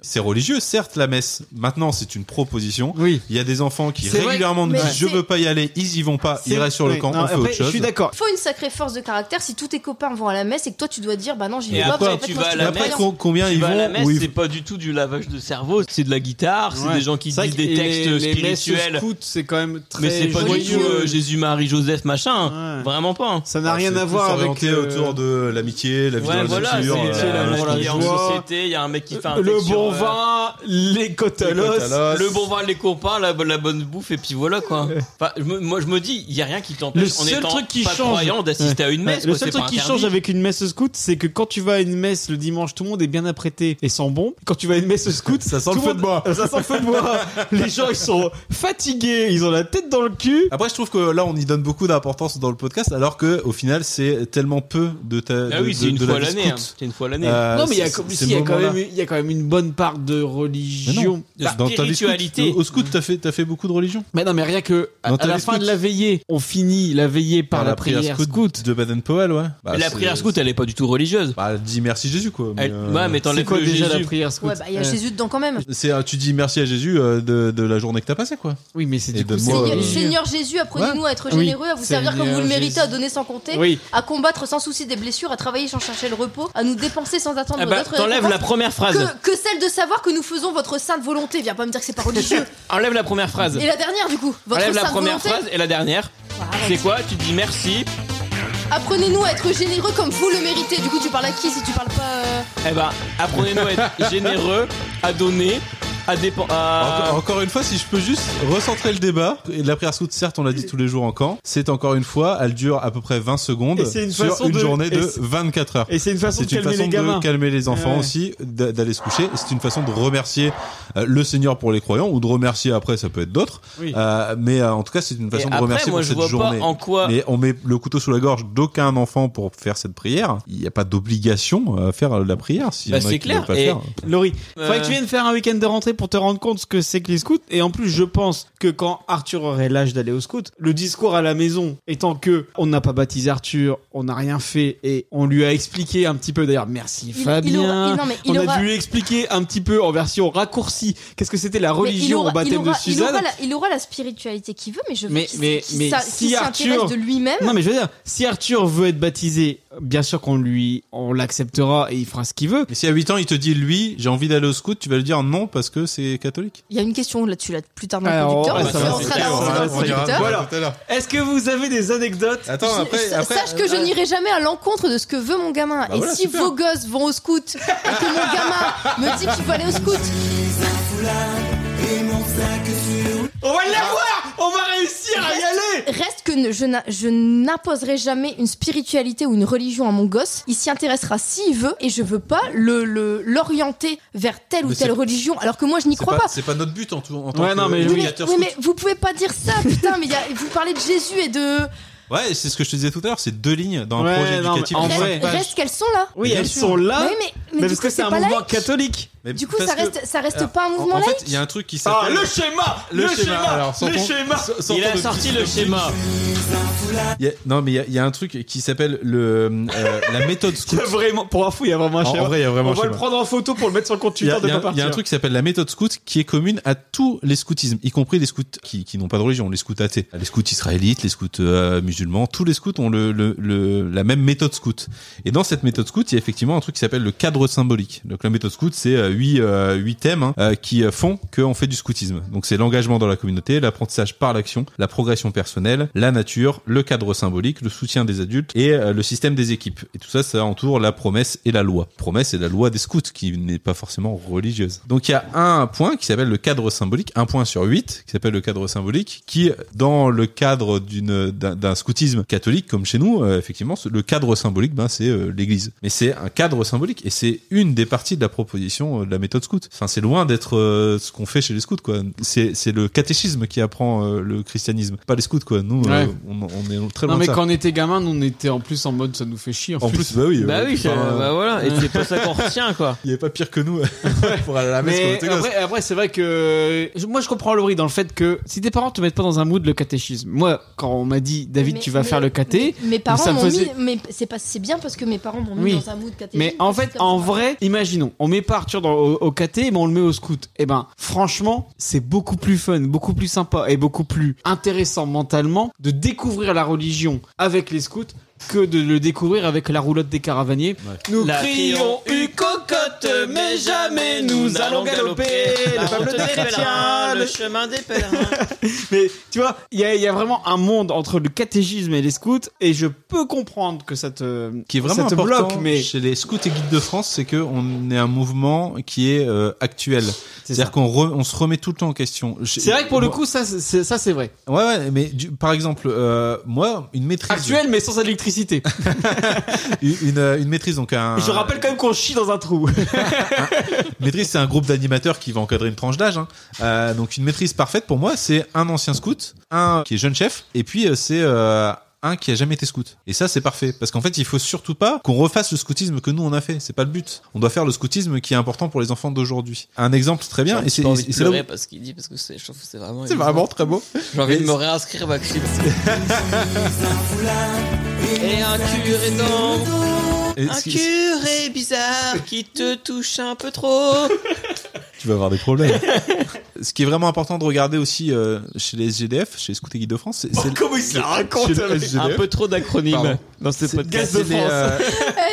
Speaker 3: c'est religieux, certes, la messe. Maintenant, c'est une proposition.
Speaker 2: Oui.
Speaker 3: Il y a des enfants qui
Speaker 2: C'est vrai,
Speaker 3: régulièrement nous
Speaker 4: mais
Speaker 3: disent je
Speaker 4: c'est-
Speaker 3: veux pas y aller, ils y vont pas, ils
Speaker 2: C'est-
Speaker 3: restent sur le
Speaker 2: oui,
Speaker 3: camp,
Speaker 2: non,
Speaker 3: on fait
Speaker 2: après,
Speaker 3: autre chose.
Speaker 2: Je suis d'accord.
Speaker 4: Faut une sacrée force de caractère si tous tes copains vont à la messe et que toi tu dois dire bah non j'y
Speaker 15: Et
Speaker 4: vais pas.
Speaker 15: après,
Speaker 4: parce qu'en
Speaker 15: tu
Speaker 4: fait,
Speaker 15: vas
Speaker 4: moi,
Speaker 15: à
Speaker 4: je
Speaker 15: la
Speaker 4: suis
Speaker 15: messe,
Speaker 4: croyant.
Speaker 3: Après, co- combien
Speaker 15: Tu
Speaker 3: ils
Speaker 15: vas à la
Speaker 3: vont
Speaker 15: messe,
Speaker 3: où ils-
Speaker 15: c'est pas du tout du lavage de cerveau, c'est de la guitare, c'est
Speaker 2: Ouais.
Speaker 15: des gens qui
Speaker 2: C'est vrai
Speaker 15: disent
Speaker 2: que
Speaker 15: des textes
Speaker 2: les- les messes
Speaker 15: spirituels.
Speaker 2: scouts, c'est quand même très
Speaker 15: Mais c'est pas du tout
Speaker 2: joyeux.
Speaker 15: euh, Jésus, Marie, Joseph, machin. hein.
Speaker 2: Ouais.
Speaker 15: Vraiment pas.
Speaker 2: Ça n'a
Speaker 3: Ah,
Speaker 2: rien
Speaker 3: c'est
Speaker 2: à
Speaker 3: plus
Speaker 2: voir avec
Speaker 3: orienté
Speaker 2: euh,
Speaker 3: autour de l'amitié, la vie
Speaker 15: Ouais,
Speaker 3: dans la
Speaker 15: voilà, c'est
Speaker 3: nature,
Speaker 15: la-
Speaker 3: euh,
Speaker 15: la-
Speaker 2: la-
Speaker 15: la-
Speaker 2: la-
Speaker 15: vie en
Speaker 2: joie.
Speaker 15: société, il y a un mec qui fait un
Speaker 2: le
Speaker 15: texte sur,
Speaker 2: bon
Speaker 15: euh,
Speaker 2: vin, les cotalos.
Speaker 3: Cotalos.
Speaker 15: Le bon vin, les copains, la, la bonne bouffe, et puis voilà quoi. Enfin, je me- moi je me dis, il y a rien qui
Speaker 2: Le
Speaker 15: t'empêche en
Speaker 2: seul
Speaker 15: étant
Speaker 2: truc qui
Speaker 15: pas
Speaker 2: change,
Speaker 15: croyant d'assister
Speaker 2: Ouais.
Speaker 15: à une messe.
Speaker 2: Ouais, le
Speaker 15: quoi,
Speaker 2: seul
Speaker 15: c'est
Speaker 2: truc
Speaker 15: pas
Speaker 2: qui
Speaker 15: interdit.
Speaker 2: change avec une messe scout, c'est que quand tu vas à une messe le dimanche, tout le monde est bien apprêté et sans bon. Quand tu vas à
Speaker 15: (laughs)
Speaker 2: une messe scout,
Speaker 3: Ça sent
Speaker 2: tout
Speaker 3: le feu
Speaker 2: monde-
Speaker 3: de bois.
Speaker 2: (laughs) Ça sent le feu de bois. Les gens ils sont fatigués, ils ont la tête dans le cul.
Speaker 3: Après, je trouve que là, on y donne beaucoup d'importance dans le podcast, alors que au final, final, c'est tellement peu de ta.
Speaker 15: Ah
Speaker 3: de-
Speaker 15: oui, c'est
Speaker 3: de-
Speaker 15: une
Speaker 3: de la
Speaker 15: fois
Speaker 3: vie
Speaker 15: l'année,
Speaker 3: scout.
Speaker 15: hein. C'est une fois l'année.
Speaker 3: Euh,
Speaker 2: non, mais il y a
Speaker 3: ces-
Speaker 2: comme-
Speaker 3: ces
Speaker 2: si, il y a quand
Speaker 3: moments-là.
Speaker 2: même eu- il y a quand même une bonne part de religion. Bah,
Speaker 3: Mais non. Bah, Dans
Speaker 15: Bah,
Speaker 3: ta vie scout, au- au scout, t'as fait, t'as fait beaucoup de religion.
Speaker 2: Mais non, mais rien que à,
Speaker 3: Dans
Speaker 2: à
Speaker 3: ta
Speaker 2: la
Speaker 3: vie
Speaker 2: fin
Speaker 3: scout.
Speaker 2: de la veillée, on finit la veillée par, la, prière, scout.
Speaker 3: de Baden Powell, ouais.
Speaker 15: Mais la prière scout, elle est pas du tout religieuse.
Speaker 3: Bah, dis merci Jésus, quoi. euh,
Speaker 15: Elle- ouais, mais t'enlèves
Speaker 3: c'est quoi
Speaker 15: le
Speaker 3: déjà
Speaker 15: Jésus.
Speaker 3: la prière scout
Speaker 4: Ouais, bah, il y a Jésus dedans quand même.
Speaker 3: C'est, euh, tu dis merci à Jésus euh, de, de la journée que t'as passée, quoi.
Speaker 2: Oui, mais c'est
Speaker 3: du coup,
Speaker 4: Seigneur, Seigneur Jésus, apprenez-nous à être
Speaker 3: Oui.
Speaker 4: généreux, à vous servir comme vous le
Speaker 3: Seigneur
Speaker 4: méritez, à donner sans compter,
Speaker 15: Oui.
Speaker 4: à combattre sans souci des blessures, à travailler sans chercher le repos, à nous dépenser sans attendre
Speaker 15: Ah bah,
Speaker 4: d'autres
Speaker 15: t'enlèves
Speaker 4: récompenses
Speaker 15: la première phrase.
Speaker 4: Que, que celle de savoir que nous faisons votre sainte volonté. Viens pas me dire que c'est
Speaker 15: (laughs)
Speaker 4: pas religieux.
Speaker 15: Enlève la première phrase.
Speaker 4: et la dernière, du coup, votre
Speaker 15: Enlève
Speaker 4: sainte
Speaker 15: la première
Speaker 4: volonté.
Speaker 15: phrase et la dernière. C'est quoi Tu dis merci.
Speaker 4: Apprenez-nous à être généreux comme vous le méritez. Du coup, tu parles à qui si tu parles pas euh,
Speaker 15: Eh ben, apprenez-nous à
Speaker 3: (laughs)
Speaker 15: être généreux, à donner, à dépenser.
Speaker 3: Encore, encore une fois, si je peux juste recentrer le débat, et la prière scout, certes, on l'a dit tous les jours en camp, c'est encore une fois, elle dure à peu près 20 secondes
Speaker 17: Et c'est une
Speaker 3: sur
Speaker 17: façon
Speaker 3: une
Speaker 17: de-
Speaker 3: journée
Speaker 17: et
Speaker 3: de
Speaker 17: c'est-
Speaker 3: 24 heures.
Speaker 17: et c'est une façon de
Speaker 3: une
Speaker 17: calmer
Speaker 3: façon
Speaker 17: les gamins.
Speaker 3: de calmer les enfants
Speaker 17: Ouais.
Speaker 3: aussi, d'a- d'aller se coucher. C'est une façon de remercier euh, le Seigneur pour les croyants ou de remercier après, ça peut être d'autres.
Speaker 15: Oui.
Speaker 3: Euh, mais euh, en tout cas, c'est une façon de
Speaker 15: après,
Speaker 3: remercier
Speaker 15: moi,
Speaker 3: pour
Speaker 15: je
Speaker 3: cette
Speaker 15: vois pas
Speaker 3: journée.
Speaker 15: en quoi-
Speaker 3: Mais on met le couteau sous la gorge d'aucun enfant pour faire cette prière. Il n'y a pas d'obligation à faire la prière. Si
Speaker 15: Bah, c'est clair. Et-
Speaker 2: Laurie, faudrait
Speaker 15: Euh.
Speaker 2: que tu viennes faire un week-end de rentrée pour te rendre compte ce que c'est que les scouts. Et en plus, je pense que quand Arthur aurait l'âge d'aller au scout, le discours à la maison étant que on n'a pas baptisé Arthur, on n'a rien fait et on lui a expliqué un petit peu. D'ailleurs, merci
Speaker 4: il
Speaker 2: Fabien.
Speaker 4: aura- non, mais il
Speaker 2: on
Speaker 4: aura-
Speaker 2: a dû lui expliquer un petit peu en version raccourcie qu'est-ce que c'était la
Speaker 4: Mais il
Speaker 2: religion
Speaker 4: aura-
Speaker 2: au baptême
Speaker 4: il aura-
Speaker 2: de Suzanne.
Speaker 4: Il aura, la, il aura la spiritualité qu'il veut, mais je veux
Speaker 2: Mais,
Speaker 4: qu'il
Speaker 2: mais,
Speaker 4: qu'il
Speaker 2: mais
Speaker 4: s'a- qu'il
Speaker 2: si
Speaker 4: s'intéresse
Speaker 2: Arthur.
Speaker 4: de lui-même.
Speaker 2: Non, mais je veux dire, si Arthur veut être baptisé, bien sûr qu'on lui, on l'acceptera et il fera ce qu'il veut.
Speaker 3: Mais si à 8 ans, il te dit, lui, j'ai envie d'aller au scout, tu vas lui dire non parce que c'est catholique.
Speaker 4: Il y a une question là-dessus, là, plus tard dans le
Speaker 3: Alors,
Speaker 4: conducteur.
Speaker 3: ouais,
Speaker 4: parce
Speaker 3: ça
Speaker 4: que
Speaker 3: va,
Speaker 4: on
Speaker 3: c'est
Speaker 4: sera
Speaker 3: clair,
Speaker 4: dans-
Speaker 3: on
Speaker 4: on sera
Speaker 3: va-
Speaker 4: dans
Speaker 3: on
Speaker 4: le
Speaker 3: dira
Speaker 4: conducteur.
Speaker 3: tout à l'heure.
Speaker 2: Est-ce que vous avez des anecdotes
Speaker 3: Attends, après,
Speaker 4: Sa-
Speaker 3: après,
Speaker 4: Sache que je
Speaker 3: euh,
Speaker 4: n'irai jamais à l'encontre de ce que veut mon gamin.
Speaker 3: Bah
Speaker 4: et
Speaker 3: voilà,
Speaker 4: si
Speaker 3: super.
Speaker 4: vos gosses vont au scout et que mon gamin me dit qu'il faut aller au scout,
Speaker 2: On va
Speaker 4: Ah.
Speaker 2: l'avoir On va réussir à y aller
Speaker 4: reste que ne- je n'a- je n'imposerai jamais une spiritualité ou une religion à mon gosse. Il s'y intéressera s'il veut et je veux pas le- le l'orienter vers telle ou
Speaker 3: Mais
Speaker 4: telle
Speaker 3: c'est-
Speaker 4: religion alors que moi je n'y
Speaker 3: C'est
Speaker 4: crois pas.
Speaker 3: C'est pas notre but en, tout, en tant
Speaker 2: Ouais,
Speaker 3: que
Speaker 2: non, mais oui.
Speaker 4: Oui, mais,
Speaker 3: éducateur
Speaker 4: oui,
Speaker 3: scout.
Speaker 4: mais vous pouvez pas dire ça, putain, mais il y a- vous parlez de Jésus et de.
Speaker 3: Ouais, c'est ce que je te disais tout à l'heure, c'est deux lignes dans
Speaker 2: Ouais,
Speaker 3: un projet
Speaker 2: non, mais
Speaker 3: éducatif.
Speaker 2: en
Speaker 3: de
Speaker 2: vrai-
Speaker 3: cinq pages.
Speaker 4: Reste qu'elles sont là.
Speaker 2: Oui,
Speaker 3: Bien
Speaker 2: elles
Speaker 3: sûr.
Speaker 2: sont là. Bah,
Speaker 4: Mais, mais, mais du
Speaker 2: parce
Speaker 4: coup,
Speaker 2: que c'est un
Speaker 4: pas
Speaker 2: mouvement
Speaker 4: laïque.
Speaker 2: catholique.
Speaker 3: Mais
Speaker 4: Du coup,
Speaker 3: parce
Speaker 4: ça
Speaker 3: que-
Speaker 4: reste, ça reste
Speaker 3: Alors,
Speaker 4: pas un
Speaker 3: en-
Speaker 4: mouvement
Speaker 3: En fait,
Speaker 4: laïque.
Speaker 3: il y a un truc qui
Speaker 2: Ah,
Speaker 3: s'appelle
Speaker 2: le schéma
Speaker 3: Le schéma, alors, sans
Speaker 2: Le
Speaker 3: ton-
Speaker 2: schéma
Speaker 3: sans- sans
Speaker 15: Il
Speaker 3: ton
Speaker 15: a sorti
Speaker 3: petit-
Speaker 15: le schéma.
Speaker 3: Il y a- non, mais il y a- il y, a un truc qui s'appelle le euh, la méthode
Speaker 2: (laughs) Il
Speaker 3: scout.
Speaker 2: y a vraiment, pour info, il y a vraiment un
Speaker 3: En- en
Speaker 2: schéma.
Speaker 3: vrai, il y a vraiment
Speaker 2: On
Speaker 3: un
Speaker 2: va le
Speaker 3: schéma.
Speaker 2: prendre en photo pour le mettre sur le compte
Speaker 3: Il y, a,
Speaker 2: Twitter de
Speaker 3: il y a-
Speaker 2: pas
Speaker 3: il y a un
Speaker 2: partir.
Speaker 3: truc qui s'appelle la méthode scout qui est commune à tous les scoutismes, y compris les scouts qui, qui n'ont pas de religion, les scouts athées, les scouts israélites, les scouts euh, musulmans, tous les scouts ont le, le- le- la même méthode scout. Et dans cette méthode scout, il y a effectivement un truc qui s'appelle le cadre symbolique. Donc la méthode scout, c'est euh, huit, euh, huit thèmes hein, euh, qui euh, font qu'on fait du scoutisme. Donc c'est l'engagement dans la communauté, l'apprentissage par l'action, la progression personnelle, la nature, le cadre symbolique, le soutien des adultes et euh, le système des équipes. Et tout ça, ça entoure la promesse et la loi. Promesse et la loi des scouts qui n'est pas forcément religieuse. Donc il y a un point qui s'appelle le cadre symbolique, un point sur huit qui s'appelle le cadre symbolique, qui dans le cadre d'une d'un d'un scoutisme catholique comme chez nous, euh, effectivement, ce- le cadre symbolique, ben c'est euh, l'Église. Mais c'est un cadre symbolique et c'est une des parties de la proposition euh, de la méthode scout. Enfin, c'est loin d'être euh, ce qu'on fait chez les scouts, quoi. C'est c'est le catéchisme qui apprend euh, le christianisme, pas les scouts, quoi. Nous, euh,
Speaker 2: Ouais.
Speaker 3: on, on est très loin
Speaker 2: Non,
Speaker 3: de
Speaker 2: mais
Speaker 3: ça.
Speaker 2: quand on était gamin, nous, on était en plus en mode ça nous fait chier.
Speaker 3: En plus, bah oui.
Speaker 15: Bah
Speaker 3: euh,
Speaker 15: oui,
Speaker 3: enfin,
Speaker 15: euh, bah voilà. Et c'est pas
Speaker 3: (laughs)
Speaker 2: (laughs)
Speaker 15: ça qu'on retient, quoi.
Speaker 3: Il n'y avait pas pire que nous euh, (laughs) pour aller à la messe quand on
Speaker 2: Mais
Speaker 3: était gosse.
Speaker 2: après, après, c'est vrai que je- moi je comprends Laurie dans le fait que si tes parents te mettent pas dans un mood le catéchisme. Moi quand on m'a dit David
Speaker 4: Mais-
Speaker 2: tu vas
Speaker 4: mais-
Speaker 2: faire le caté,
Speaker 4: Mes parents
Speaker 2: ça me
Speaker 4: m'ont
Speaker 2: faisait-
Speaker 4: mis, mais c'est pas, c'est bien parce que mes parents m'ont mis
Speaker 2: Oui.
Speaker 4: dans un mood catégorie. (laughs)
Speaker 2: Mais en fait, en vrai, imaginons, on met pas Arthur dans, au, au KT, mais on le met au scout. Eh ben, franchement, c'est beaucoup plus fun, beaucoup plus sympa et beaucoup plus intéressant mentalement de découvrir la religion avec les scouts que de le découvrir avec la roulotte des caravaniers. Nous
Speaker 15: La
Speaker 2: crions
Speaker 15: crions,
Speaker 2: une cocotte, mais jamais nous allons galoper. Le peuple des chrétiens, le-
Speaker 15: chemin des pèlerins.
Speaker 2: (laughs) Mais tu vois, il y, a- il y a vraiment un monde entre le catéchisme et les scouts, et je peux comprendre que ça te,
Speaker 3: qui est vraiment
Speaker 2: ça te
Speaker 3: important
Speaker 2: bloque, mais
Speaker 3: chez les scouts et guides de France, c'est que on est un mouvement qui est euh, actuel.
Speaker 2: ça.
Speaker 3: C'est-à-dire qu'on re- on se remet tout le temps en question. J'ai-
Speaker 2: c'est vrai que pour le
Speaker 3: moi-
Speaker 2: coup, ça, c'est- ça c'est vrai.
Speaker 3: Ouais, ouais, mais du- par exemple, euh, moi, une maîtrise,
Speaker 2: Actuel, mais sans électricité.
Speaker 3: (laughs) une, une, euh, une maîtrise, donc un.
Speaker 2: Et Je rappelle quand même qu'on chie dans un trou.
Speaker 3: maîtrise, c'est un groupe d'animateurs qui va encadrer une tranche d'âge. hein. Euh, donc une maîtrise parfaite pour moi, c'est un ancien scout, un qui est jeune chef, et puis euh, c'est euh, un qui a jamais été scout. Et ça, c'est parfait. Parce qu'en fait, il faut surtout pas qu'on refasse le scoutisme que nous, on a fait. C'est pas le but. On doit faire le scoutisme qui est important pour les enfants d'aujourd'hui. Un exemple (laughs) très bien.
Speaker 15: J'ai un petit peu envie de
Speaker 3: et là où-
Speaker 15: pleurer bah. parce qu'il dit parce que c'est, je trouve que c'est vraiment.
Speaker 3: C'est vraiment très beau.
Speaker 15: J'ai envie de
Speaker 3: Et-
Speaker 15: me réinscrire ma clip. (laughs)
Speaker 5: Et un curé dans.
Speaker 3: Et
Speaker 15: un
Speaker 3: ce qui-
Speaker 15: curé bizarre qui te touche un peu trop.
Speaker 3: tu vas avoir
Speaker 15: (laughs)
Speaker 3: des problèmes. Ce qui est vraiment important de regarder aussi euh, chez les SGDF, chez Scout et Guide de France, c'est c'est-
Speaker 15: Oh, comment il se la raconte,
Speaker 3: chez les
Speaker 15: avec
Speaker 3: SGDF.
Speaker 15: un peu trop d'acronymes
Speaker 3: Pardon.
Speaker 15: dans ce
Speaker 3: C'est-
Speaker 15: podcast.
Speaker 3: c'est les, euh,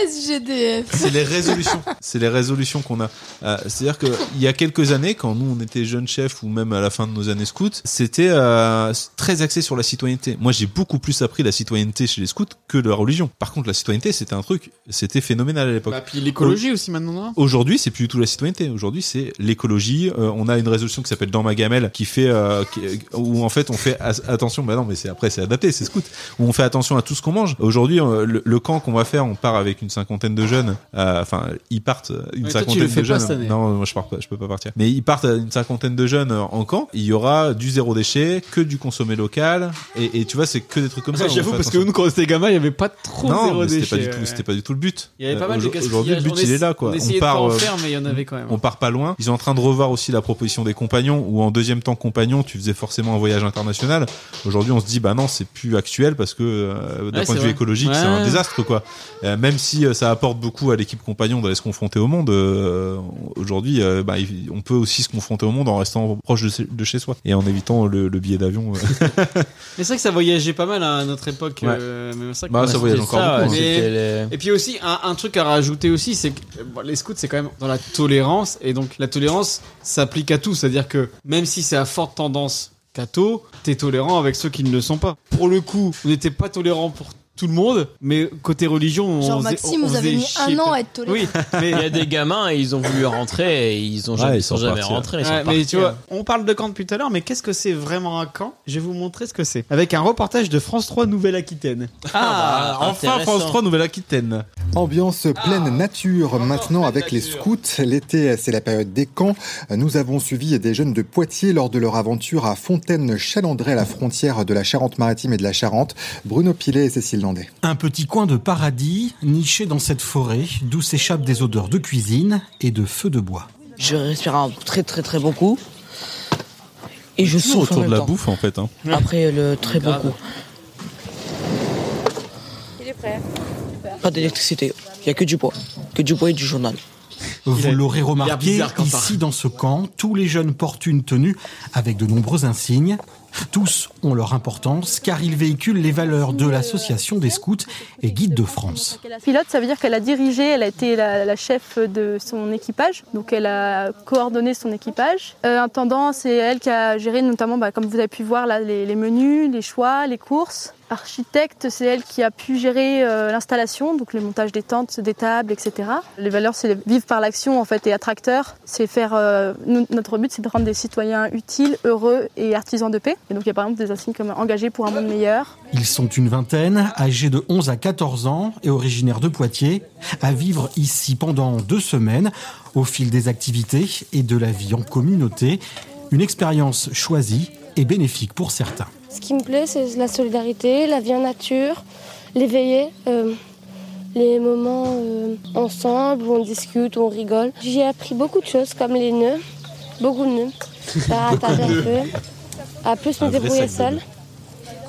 Speaker 4: SGDF.
Speaker 3: c'est les résolutions. C'est les résolutions qu'on a. Euh, C'est-à-dire que il y a quelques années, quand nous on était jeunes chefs ou même à la fin de nos années scouts, c'était euh, très axé sur la citoyenneté. Moi, j'ai beaucoup plus appris la citoyenneté chez les scouts que la religion. Par contre, la citoyenneté, c'était un truc, c'était phénoménal à l'époque.
Speaker 2: Bah, puis l'écologie aussi maintenant, non
Speaker 3: Aujourd'hui, c'est plus du tout la citoyenneté. Aujourd'hui, c'est l'écologie. Euh, on a une résolution qui s'appelle Dans ma gamelle, qui fait euh, qui- où en fait on fait as- attention. Bah non, mais c'est après c'est adapté, c'est scout. Où on fait attention à tout ce qu'on mange. Aujourd'hui, euh, le, le camp qu'on va faire, on part avec une cinquantaine de jeunes. Euh, Enfin, ils partent euh, une
Speaker 2: Mais toi,
Speaker 3: cinquantaine
Speaker 2: tu le
Speaker 3: de
Speaker 2: fais pas
Speaker 3: jeunes.
Speaker 2: cette année.
Speaker 3: Non, moi je pars pas, je peux pas partir. Mais ils partent une cinquantaine de jeunes euh, en camp. Il y aura du zéro déchet, que du consommé local. Et, et tu vois, c'est que des trucs comme ça.
Speaker 2: Ah, J'avoue,
Speaker 3: On fait
Speaker 2: parce que
Speaker 3: attention.
Speaker 2: nous, quand on était gamin, il n'y avait pas trop
Speaker 3: Non,
Speaker 2: zéro
Speaker 3: mais c'était
Speaker 2: déchet,
Speaker 3: pas du tout-
Speaker 2: ouais.
Speaker 3: c'était pas du tout le but. Euh,
Speaker 2: Il y avait pas mal de
Speaker 3: Aujourd'hui- Aujourd'hui, le
Speaker 2: gaspillage.
Speaker 3: but,
Speaker 2: On
Speaker 3: il est là,
Speaker 2: essa-
Speaker 3: quoi.
Speaker 2: on essayait de
Speaker 3: part,
Speaker 2: pas en
Speaker 3: euh,
Speaker 2: faire, mais il y en avait quand même. hein.
Speaker 3: On part pas loin. Ils sont en train de revoir aussi la proposition des compagnons, où en deuxième temps compagnon, tu faisais forcément un voyage international. Aujourd'hui, on se dit, bah non, c'est plus actuel parce que euh, d'un point de
Speaker 2: Ouais, c'est
Speaker 3: vue
Speaker 2: vrai.
Speaker 3: écologique, c'est un
Speaker 2: Ouais.
Speaker 3: désastre, quoi. Euh, même si euh, ça apporte beaucoup à l'équipe compagnon d'aller se confronter au monde, euh, aujourd'hui, euh, bah, il- on peut aussi se confronter au monde en restant proche de, chez- de chez soi et en évitant le, le billet d'avion.
Speaker 2: (laughs)
Speaker 3: euh.
Speaker 2: Mais c'est vrai que ça voyageait pas mal hein, à notre époque.
Speaker 3: Ouais.
Speaker 2: euh, mais c'est vrai que-
Speaker 3: Bah, ça voyage encore beaucoup, hein.
Speaker 2: mais-
Speaker 15: C'était
Speaker 2: Et puis aussi, un, un truc à rajouter aussi, c'est que euh, bon, les scouts, c'est quand même dans la tolérance. Et donc, la tolérance s'applique à tout. C'est-à-dire que même si c'est à forte tendance catho, t'es tolérant avec ceux qui ne le sont pas. Pour le coup, on n'était pas tolérant pour tout le monde, mais côté religion,
Speaker 4: (laughs)
Speaker 2: on
Speaker 4: Genre
Speaker 2: faisait-
Speaker 4: Maxime,
Speaker 2: on
Speaker 4: vous avez
Speaker 2: faisait
Speaker 4: mis
Speaker 2: chier,
Speaker 4: un an
Speaker 2: quoi.
Speaker 4: à être tolérant.
Speaker 2: Oui, mais
Speaker 15: Il y a des gamins et ils ont voulu rentrer et ils ont jamais,
Speaker 3: Ouais,
Speaker 15: ils
Speaker 3: ils
Speaker 15: sont
Speaker 3: sont
Speaker 15: jamais
Speaker 3: partis,
Speaker 15: rentrés.
Speaker 2: Ouais,
Speaker 15: ils sont
Speaker 2: mais
Speaker 15: partis,
Speaker 2: tu vois, on parle de camp depuis tout à l'heure, mais qu'est-ce que c'est vraiment un camp Je vais vous montrer ce que c'est. Avec un reportage de France 3 Nouvelle-Aquitaine.
Speaker 15: Ah,
Speaker 3: enfin, France 3 Nouvelle-Aquitaine.
Speaker 18: Ambiance
Speaker 3: Ah.
Speaker 18: pleine nature maintenant avec les scouts. L'été, c'est la période des camps. Nous avons suivi des jeunes de Poitiers lors de leur aventure à Fontaine-Chalandré, la frontière de la Charente-Maritime et de la Charente. Bruno Pilet et Cécile Landais.
Speaker 14: Un petit coin de paradis, niché dans cette forêt, d'où s'échappent des odeurs de cuisine et de feu de bois.
Speaker 19: Je respire un très très très bon coup. Et je
Speaker 3: Toujours
Speaker 19: souffle en
Speaker 3: autour de
Speaker 19: même
Speaker 3: la
Speaker 19: temps.
Speaker 3: bouffe, en fait. hein.
Speaker 19: Après le très bon
Speaker 3: Grave.
Speaker 19: coup.
Speaker 20: Il est prêt.
Speaker 19: Pas d'électricité. Il n'y a que du bois. Que du bois et du journal.
Speaker 14: Vous l'aurez remarqué,
Speaker 19: bizarre, Quentin.
Speaker 14: ici dans ce camp, tous les jeunes portent une tenue avec de nombreux insignes. Tous ont leur importance car ils véhiculent les valeurs de l'association des scouts et guides de France.
Speaker 21: La pilote, ça veut dire qu'elle a dirigé, elle a été la, la chef de son équipage, donc elle a coordonné son équipage. Euh, intendant, c'est elle qui a géré notamment, bah, comme vous avez pu voir, là, les, les menus, les choix, les courses. Architecte, c'est elle qui a pu gérer euh, l'installation, donc le montage des tentes, des tables, etc. Les valeurs, c'est vivre par l'action en fait et attracteur. C'est faire. euh, nous- notre but, c'est de rendre des citoyens utiles, heureux et artisans de paix. Et donc il y a par exemple des insignes comme engagés pour un monde meilleur,
Speaker 14: Ils sont une vingtaine, âgés de 11 à 14 ans et originaires de Poitiers, à vivre ici pendant deux semaines au fil des activités et de la vie en communauté, une expérience choisie et bénéfique pour certains.
Speaker 1: Ce qui me plaît, c'est la solidarité, la vie en nature, l'éveillé, euh, les moments euh, ensemble où on discute, où on rigole. J'ai appris beaucoup de choses, comme les nœuds, beaucoup de nœuds, à
Speaker 5: Beaucoup de
Speaker 1: taper un
Speaker 5: nœuds.
Speaker 1: peu, à plus
Speaker 14: Un
Speaker 1: me
Speaker 14: vrai
Speaker 1: débrouiller
Speaker 14: sac de
Speaker 1: seule,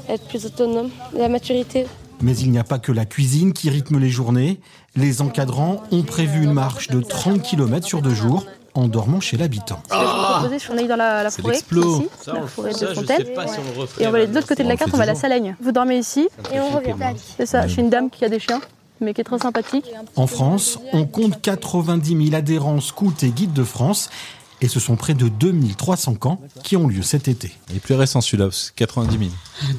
Speaker 1: être plus autonome, la maturité.
Speaker 14: Mais il n'y a pas que la cuisine qui rythme les journées. Les encadrants ont prévu une marche de 30 km sur deux jours en dormant chez l'habitant.
Speaker 21: Ce que je vous proposais, je suis allée dans la, la
Speaker 14: C'est
Speaker 21: forêt,
Speaker 14: l'explo.
Speaker 21: ici,
Speaker 14: Ça,
Speaker 21: la
Speaker 14: on-
Speaker 21: forêt
Speaker 14: ça,
Speaker 21: de
Speaker 14: je
Speaker 21: Fontaine.
Speaker 14: sais pas si on le referait,
Speaker 21: et on va aller de l'autre côté de la
Speaker 14: maintenant.
Speaker 21: carte, on
Speaker 14: On
Speaker 21: va à
Speaker 14: le
Speaker 21: la
Speaker 14: fait
Speaker 21: Salagne. Vous dormez ici
Speaker 14: Et on revient.
Speaker 21: C'est ça, je suis une dame qui a des chiens, mais qui est très sympathique.
Speaker 14: En France, on compte 90 000 adhérents scouts et guides de France. Et ce sont près de 2300 camps qui ont lieu cet été.
Speaker 3: Il est plus récent celui-là, c'est 90 000.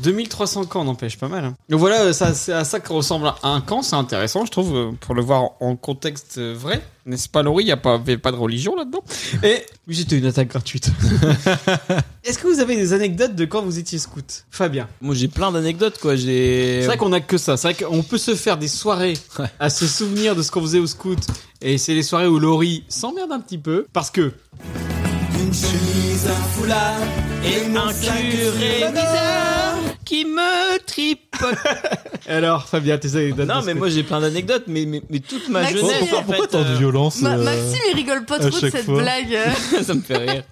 Speaker 2: 2300 camps, n'empêche pas mal. hein. Donc voilà, euh, ça, c'est à ça que ressemble un camp, c'est intéressant, je trouve, euh, pour le voir en contexte euh, vrai. N'est-ce pas, Laurie Il n'y avait pas de religion là-dedans. Et oui, c'était une attaque gratuite. Est-ce que vous avez des anecdotes de quand vous étiez scout Fabien
Speaker 15: Moi j'ai plein d'anecdotes quoi. J'ai.
Speaker 2: C'est vrai qu'on a que ça. C'est vrai qu'on peut se faire des (laughs) soirées à se souvenir de ce qu'on faisait au scout. Et c'est les soirées où Laurie s'emmerde un petit peu parce que (laughs)
Speaker 5: Une chemise, un foulard et mon
Speaker 15: Un
Speaker 5: sac
Speaker 15: curé
Speaker 5: de
Speaker 15: bizarre qui me tripe
Speaker 22: Alors, Fabien, tes anecdotes
Speaker 2: Non, mais moi j'ai plein d'anecdotes, mais, mais, mais toute ma
Speaker 4: Maxime,
Speaker 2: jeunesse. euh,
Speaker 4: Pourquoi- pourquoi
Speaker 2: tant de
Speaker 3: violence euh,
Speaker 4: Ma- Maxime, il rigole pas
Speaker 3: à
Speaker 4: trop de
Speaker 3: chaque
Speaker 4: cette
Speaker 3: fois.
Speaker 4: blague.
Speaker 2: (laughs) Ça me fait rire.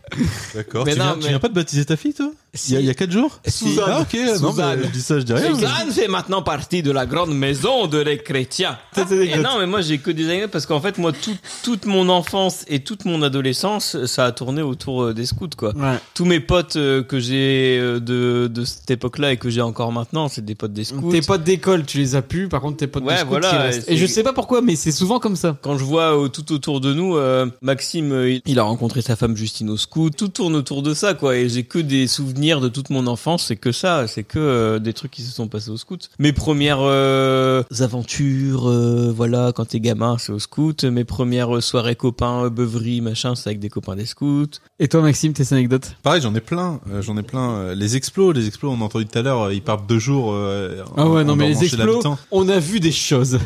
Speaker 3: D'accord.
Speaker 2: Mais
Speaker 3: Tu,
Speaker 2: non,
Speaker 3: viens-
Speaker 2: mais-
Speaker 3: tu viens pas de baptiser ta fille, toi Il y a- il y, a 4 jours
Speaker 2: Suzanne.
Speaker 3: Ah, ok. Non,
Speaker 2: Suzanne.
Speaker 3: mais je dis ça, je dis rien. mais-
Speaker 2: Suzanne fait maintenant partie de la grande maison de les
Speaker 5: (laughs)
Speaker 2: chrétiens. Et non, mais moi j'ai que des anecdotes parce qu'en fait, moi, tout- toute mon enfance et toute mon adolescence, ça a tourné autour euh, des scouts, quoi. Tous mes potes euh, que j'ai euh, de, de cette époque-là et que j'ai encore maintenant, c'est des potes des scouts.
Speaker 5: Tes potes d'école, tu les as pu, par contre tes potes
Speaker 2: Ouais,
Speaker 5: de scouts,
Speaker 2: voilà,
Speaker 5: ils restent.
Speaker 2: c'est-
Speaker 5: Et je sais pas pourquoi, mais c'est souvent comme ça.
Speaker 2: Quand je vois euh, tout autour de nous, euh, Maxime, euh, il- il a rencontré sa femme Justine au scout. Tout tourne autour de ça, quoi. Et j'ai que des souvenirs de toute mon enfance. C'est que ça, c'est que euh, des trucs qui se sont passés au scout. (laughs) Mes premières euh, aventures, euh, voilà, quand t'es gamin, c'est au scout. Mes premières euh, soirées copains, euh, beuveries, machin, c'est avec des copains des scouts.
Speaker 5: Et toi, Maxime, tes anecdotes
Speaker 3: Pareil, j'en ai plein. euh, j'en ai plein. euh, les explos, les explos, on a entendu tout à l'heure, euh, ils partent deux jours. euh,
Speaker 5: Ah ouais,
Speaker 3: en-
Speaker 5: non,
Speaker 3: en
Speaker 5: mais
Speaker 3: dormant
Speaker 5: les
Speaker 3: chez
Speaker 5: explos,
Speaker 3: l'habitant.
Speaker 5: on a vu des choses.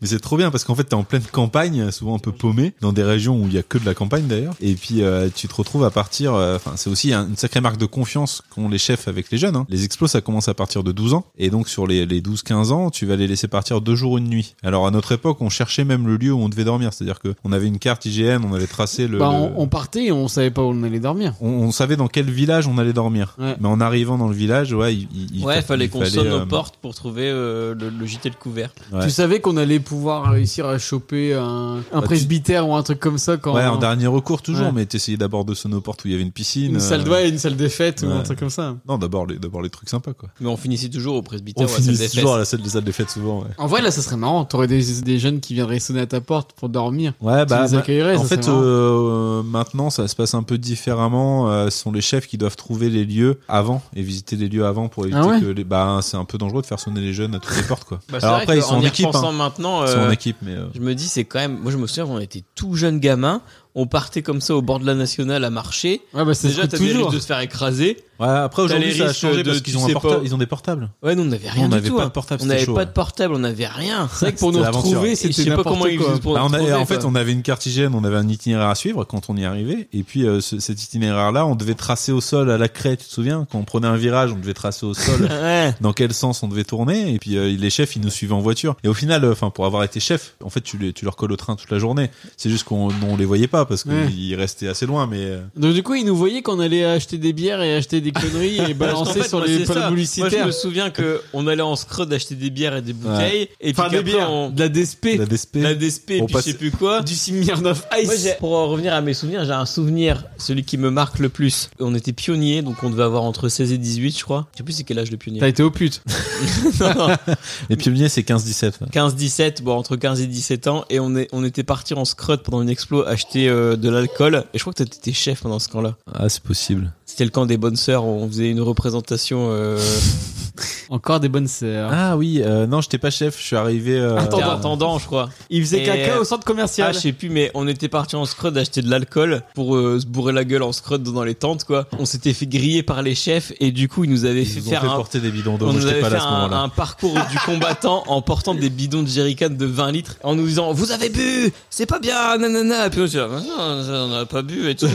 Speaker 3: Mais c'est trop bien parce qu'en fait t'es en pleine campagne, souvent un peu paumé, dans des régions où il y a que de la campagne d'ailleurs. Et puis euh, tu te retrouves à partir. euh, Enfin, c'est aussi un- une sacrée marque de confiance qu'ont les chefs avec les jeunes. hein. Les explos, ça commence à partir de 12 ans. Et donc sur les, les 12-15 ans, tu vas les laisser partir deux jours une nuit. Alors à notre époque, on cherchait même le lieu où on devait dormir. C'est-à-dire que on avait une carte IGN, on avait tracé le.
Speaker 5: Bah,
Speaker 3: le-
Speaker 5: on, on partait et on savait pas où on allait dormir.
Speaker 3: on, on savait dans quel village on allait dormir. Mais en arrivant dans le village, ouais, il, il- il-
Speaker 2: ouais, fallait
Speaker 3: il
Speaker 2: qu'on sonne
Speaker 3: euh,
Speaker 2: aux portes pour trouver euh, le, le gîte et le couvert.
Speaker 3: Ouais. Bah,
Speaker 5: Tu savais qu'on allait pouvoir réussir à choper un, un
Speaker 3: tu-
Speaker 5: presbytère ou un truc comme ça quand.
Speaker 3: Ouais, en dernier recours toujours,
Speaker 5: Ouais.
Speaker 3: mais t'essayais d'abord de sonner aux portes où il y avait une piscine.
Speaker 5: Une salle de
Speaker 3: euh,
Speaker 5: ouais, une salle des fêtes ou
Speaker 3: ouais.
Speaker 5: un truc comme ça.
Speaker 3: Non, d'abord les, d'abord les trucs sympas, quoi.
Speaker 2: Mais on finissait toujours au presbytère.
Speaker 3: On
Speaker 2: ou à la salle
Speaker 3: finit
Speaker 2: des
Speaker 3: toujours
Speaker 2: fesses.
Speaker 3: à la salle des salles des fêtes, souvent, ouais.
Speaker 5: En vrai, là, ça serait marrant. T'aurais des, des jeunes qui viendraient sonner à ta porte pour dormir.
Speaker 3: Ouais,
Speaker 5: Tu
Speaker 3: bah,
Speaker 5: les accueillerais.
Speaker 3: en
Speaker 5: ça serait
Speaker 3: fait,
Speaker 5: marrant.
Speaker 3: euh, maintenant, ça se passe un peu différemment. Euh, ce sont les chefs qui doivent trouver les lieux avant et visiter les lieux avant pour éviter
Speaker 5: Ah ouais
Speaker 3: que les. Bah, c'est un peu dangereux de faire sonner les jeunes à toutes les portes, quoi.
Speaker 2: Bah, c'est
Speaker 3: Alors
Speaker 2: vrai
Speaker 3: après,
Speaker 2: que
Speaker 3: ils sont
Speaker 2: en
Speaker 3: en
Speaker 2: y
Speaker 3: équipe.
Speaker 2: repensant
Speaker 3: hein.
Speaker 2: maintenant,
Speaker 3: Ils sont en
Speaker 2: euh,
Speaker 3: équipe, mais. euh,
Speaker 2: Je me dis, c'est quand même. Moi, je me souviens, on était tout jeune gamin. On partait comme ça au bord de la nationale à marcher.
Speaker 5: Ouais, bah, c'est
Speaker 2: Déjà,
Speaker 5: ce que
Speaker 2: t'avais le
Speaker 5: toujours.
Speaker 2: risque de te faire écraser.
Speaker 3: Ouais, après,
Speaker 2: T'as
Speaker 3: aujourd'hui,
Speaker 2: les
Speaker 3: ça a
Speaker 2: risques
Speaker 3: changé
Speaker 2: de-
Speaker 3: parce qu'ils
Speaker 2: tu
Speaker 3: ont, un
Speaker 2: sais
Speaker 3: porta-
Speaker 2: pas-
Speaker 3: ils ont des portables.
Speaker 2: Ouais, nous, on n'avait rien
Speaker 3: On
Speaker 2: du
Speaker 3: n'avait
Speaker 2: tout.
Speaker 3: pas
Speaker 2: hein.
Speaker 3: de portable,
Speaker 2: on
Speaker 3: c'était
Speaker 2: n'avait
Speaker 3: chaud,
Speaker 2: pas
Speaker 3: ouais.
Speaker 2: de portable, on n'avait rien.
Speaker 5: C'est vrai que pour nous
Speaker 3: C'était l'aventure.
Speaker 5: retrouver, c'était
Speaker 2: Je sais pas
Speaker 5: n'importe
Speaker 2: comment ils
Speaker 5: quoi.
Speaker 2: faisaient pour
Speaker 3: Bah,
Speaker 2: nous
Speaker 3: on a-
Speaker 2: retrouver.
Speaker 3: en fait,
Speaker 2: quoi.
Speaker 3: on avait une carte hygiène, on avait un itinéraire à suivre quand on y arrivait. Et puis, euh, ce- cet itinéraire-là, on devait tracer au sol à la craie, tu te souviens Quand on prenait un virage, on devait tracer au
Speaker 2: (laughs)
Speaker 3: sol dans quel sens on devait tourner. Et puis, euh, les chefs, ils nous suivaient en voiture. Et au final, euh, enfin, pour avoir été chef, en fait, tu, les- tu leur colles au train toute la journée. C'est juste qu'on on les voyait pas parce qu'ils
Speaker 5: Ouais.
Speaker 3: restaient assez loin. Mais euh,
Speaker 5: Donc, du coup, ils nous voyaient qu'on allait acheter des bières et acheter des conneries et
Speaker 2: (laughs) Parce qu'en
Speaker 5: balancer
Speaker 2: fait,
Speaker 5: sur
Speaker 2: moi,
Speaker 5: les
Speaker 2: c'est ça.
Speaker 5: panneaux
Speaker 2: Moi, je
Speaker 5: publicitaires.
Speaker 2: me souviens que on allait en scrud acheter des bières et des bouteilles.
Speaker 5: Ouais.
Speaker 2: Et
Speaker 5: Enfin,
Speaker 2: puis
Speaker 5: des
Speaker 2: qu'après,
Speaker 5: bières,
Speaker 2: on-
Speaker 5: de la DSP.
Speaker 3: la DSP.
Speaker 2: La DSP, et
Speaker 3: On
Speaker 2: puis
Speaker 3: passe-
Speaker 2: je sais plus quoi.
Speaker 5: Du Smirnoff Ice.
Speaker 2: Moi, j'ai- pour en revenir à mes souvenirs, j'ai un souvenir, celui qui me marque le plus. On était pionniers, donc on devait avoir entre 16 et 18, je crois. Je sais plus c'est quel âge le pionnier.
Speaker 5: T'as été au
Speaker 2: (laughs)
Speaker 5: pute.
Speaker 3: (laughs) les pionniers, c'est 15-17.
Speaker 2: 15-17, bon, entre 15 et 17 ans, et on, est, on était partis en scrut pendant une explo acheter euh, de l'alcool. Et je crois que t'étais chef pendant ce camp-là.
Speaker 3: Ah, c'est possible.
Speaker 2: C'était le camp des bonnes sœurs, on faisait une
Speaker 5: (laughs)
Speaker 2: représentation. euh,
Speaker 5: Encore des bonnes sœurs.
Speaker 3: Ah oui, euh, non, j'étais pas chef, je suis arrivé. euh,
Speaker 2: Attendant, attendant, je crois.
Speaker 5: Il faisait
Speaker 2: Et-
Speaker 5: caca au centre commercial.
Speaker 2: Ah, je sais plus, mais on était parti en scrud acheter de l'alcool pour euh, se bourrer la gueule en scrud dans les tentes, quoi. On s'était fait griller par les chefs et du coup, ils nous avaient fait
Speaker 3: nous ont
Speaker 2: faire
Speaker 3: fait
Speaker 2: un...
Speaker 3: porter des bidons d'eau.
Speaker 2: On
Speaker 3: Moi,
Speaker 2: nous
Speaker 3: j'étais
Speaker 2: avait
Speaker 3: pas
Speaker 2: fait
Speaker 3: là à ce
Speaker 2: un,
Speaker 3: moment-là.
Speaker 2: un parcours du combattant en portant des bidons de jerrycan de 20 litres en nous disant vous avez bu c'est pas bien nanana et puis on était là, non on n'a pas bu
Speaker 5: (laughs)
Speaker 2: et tout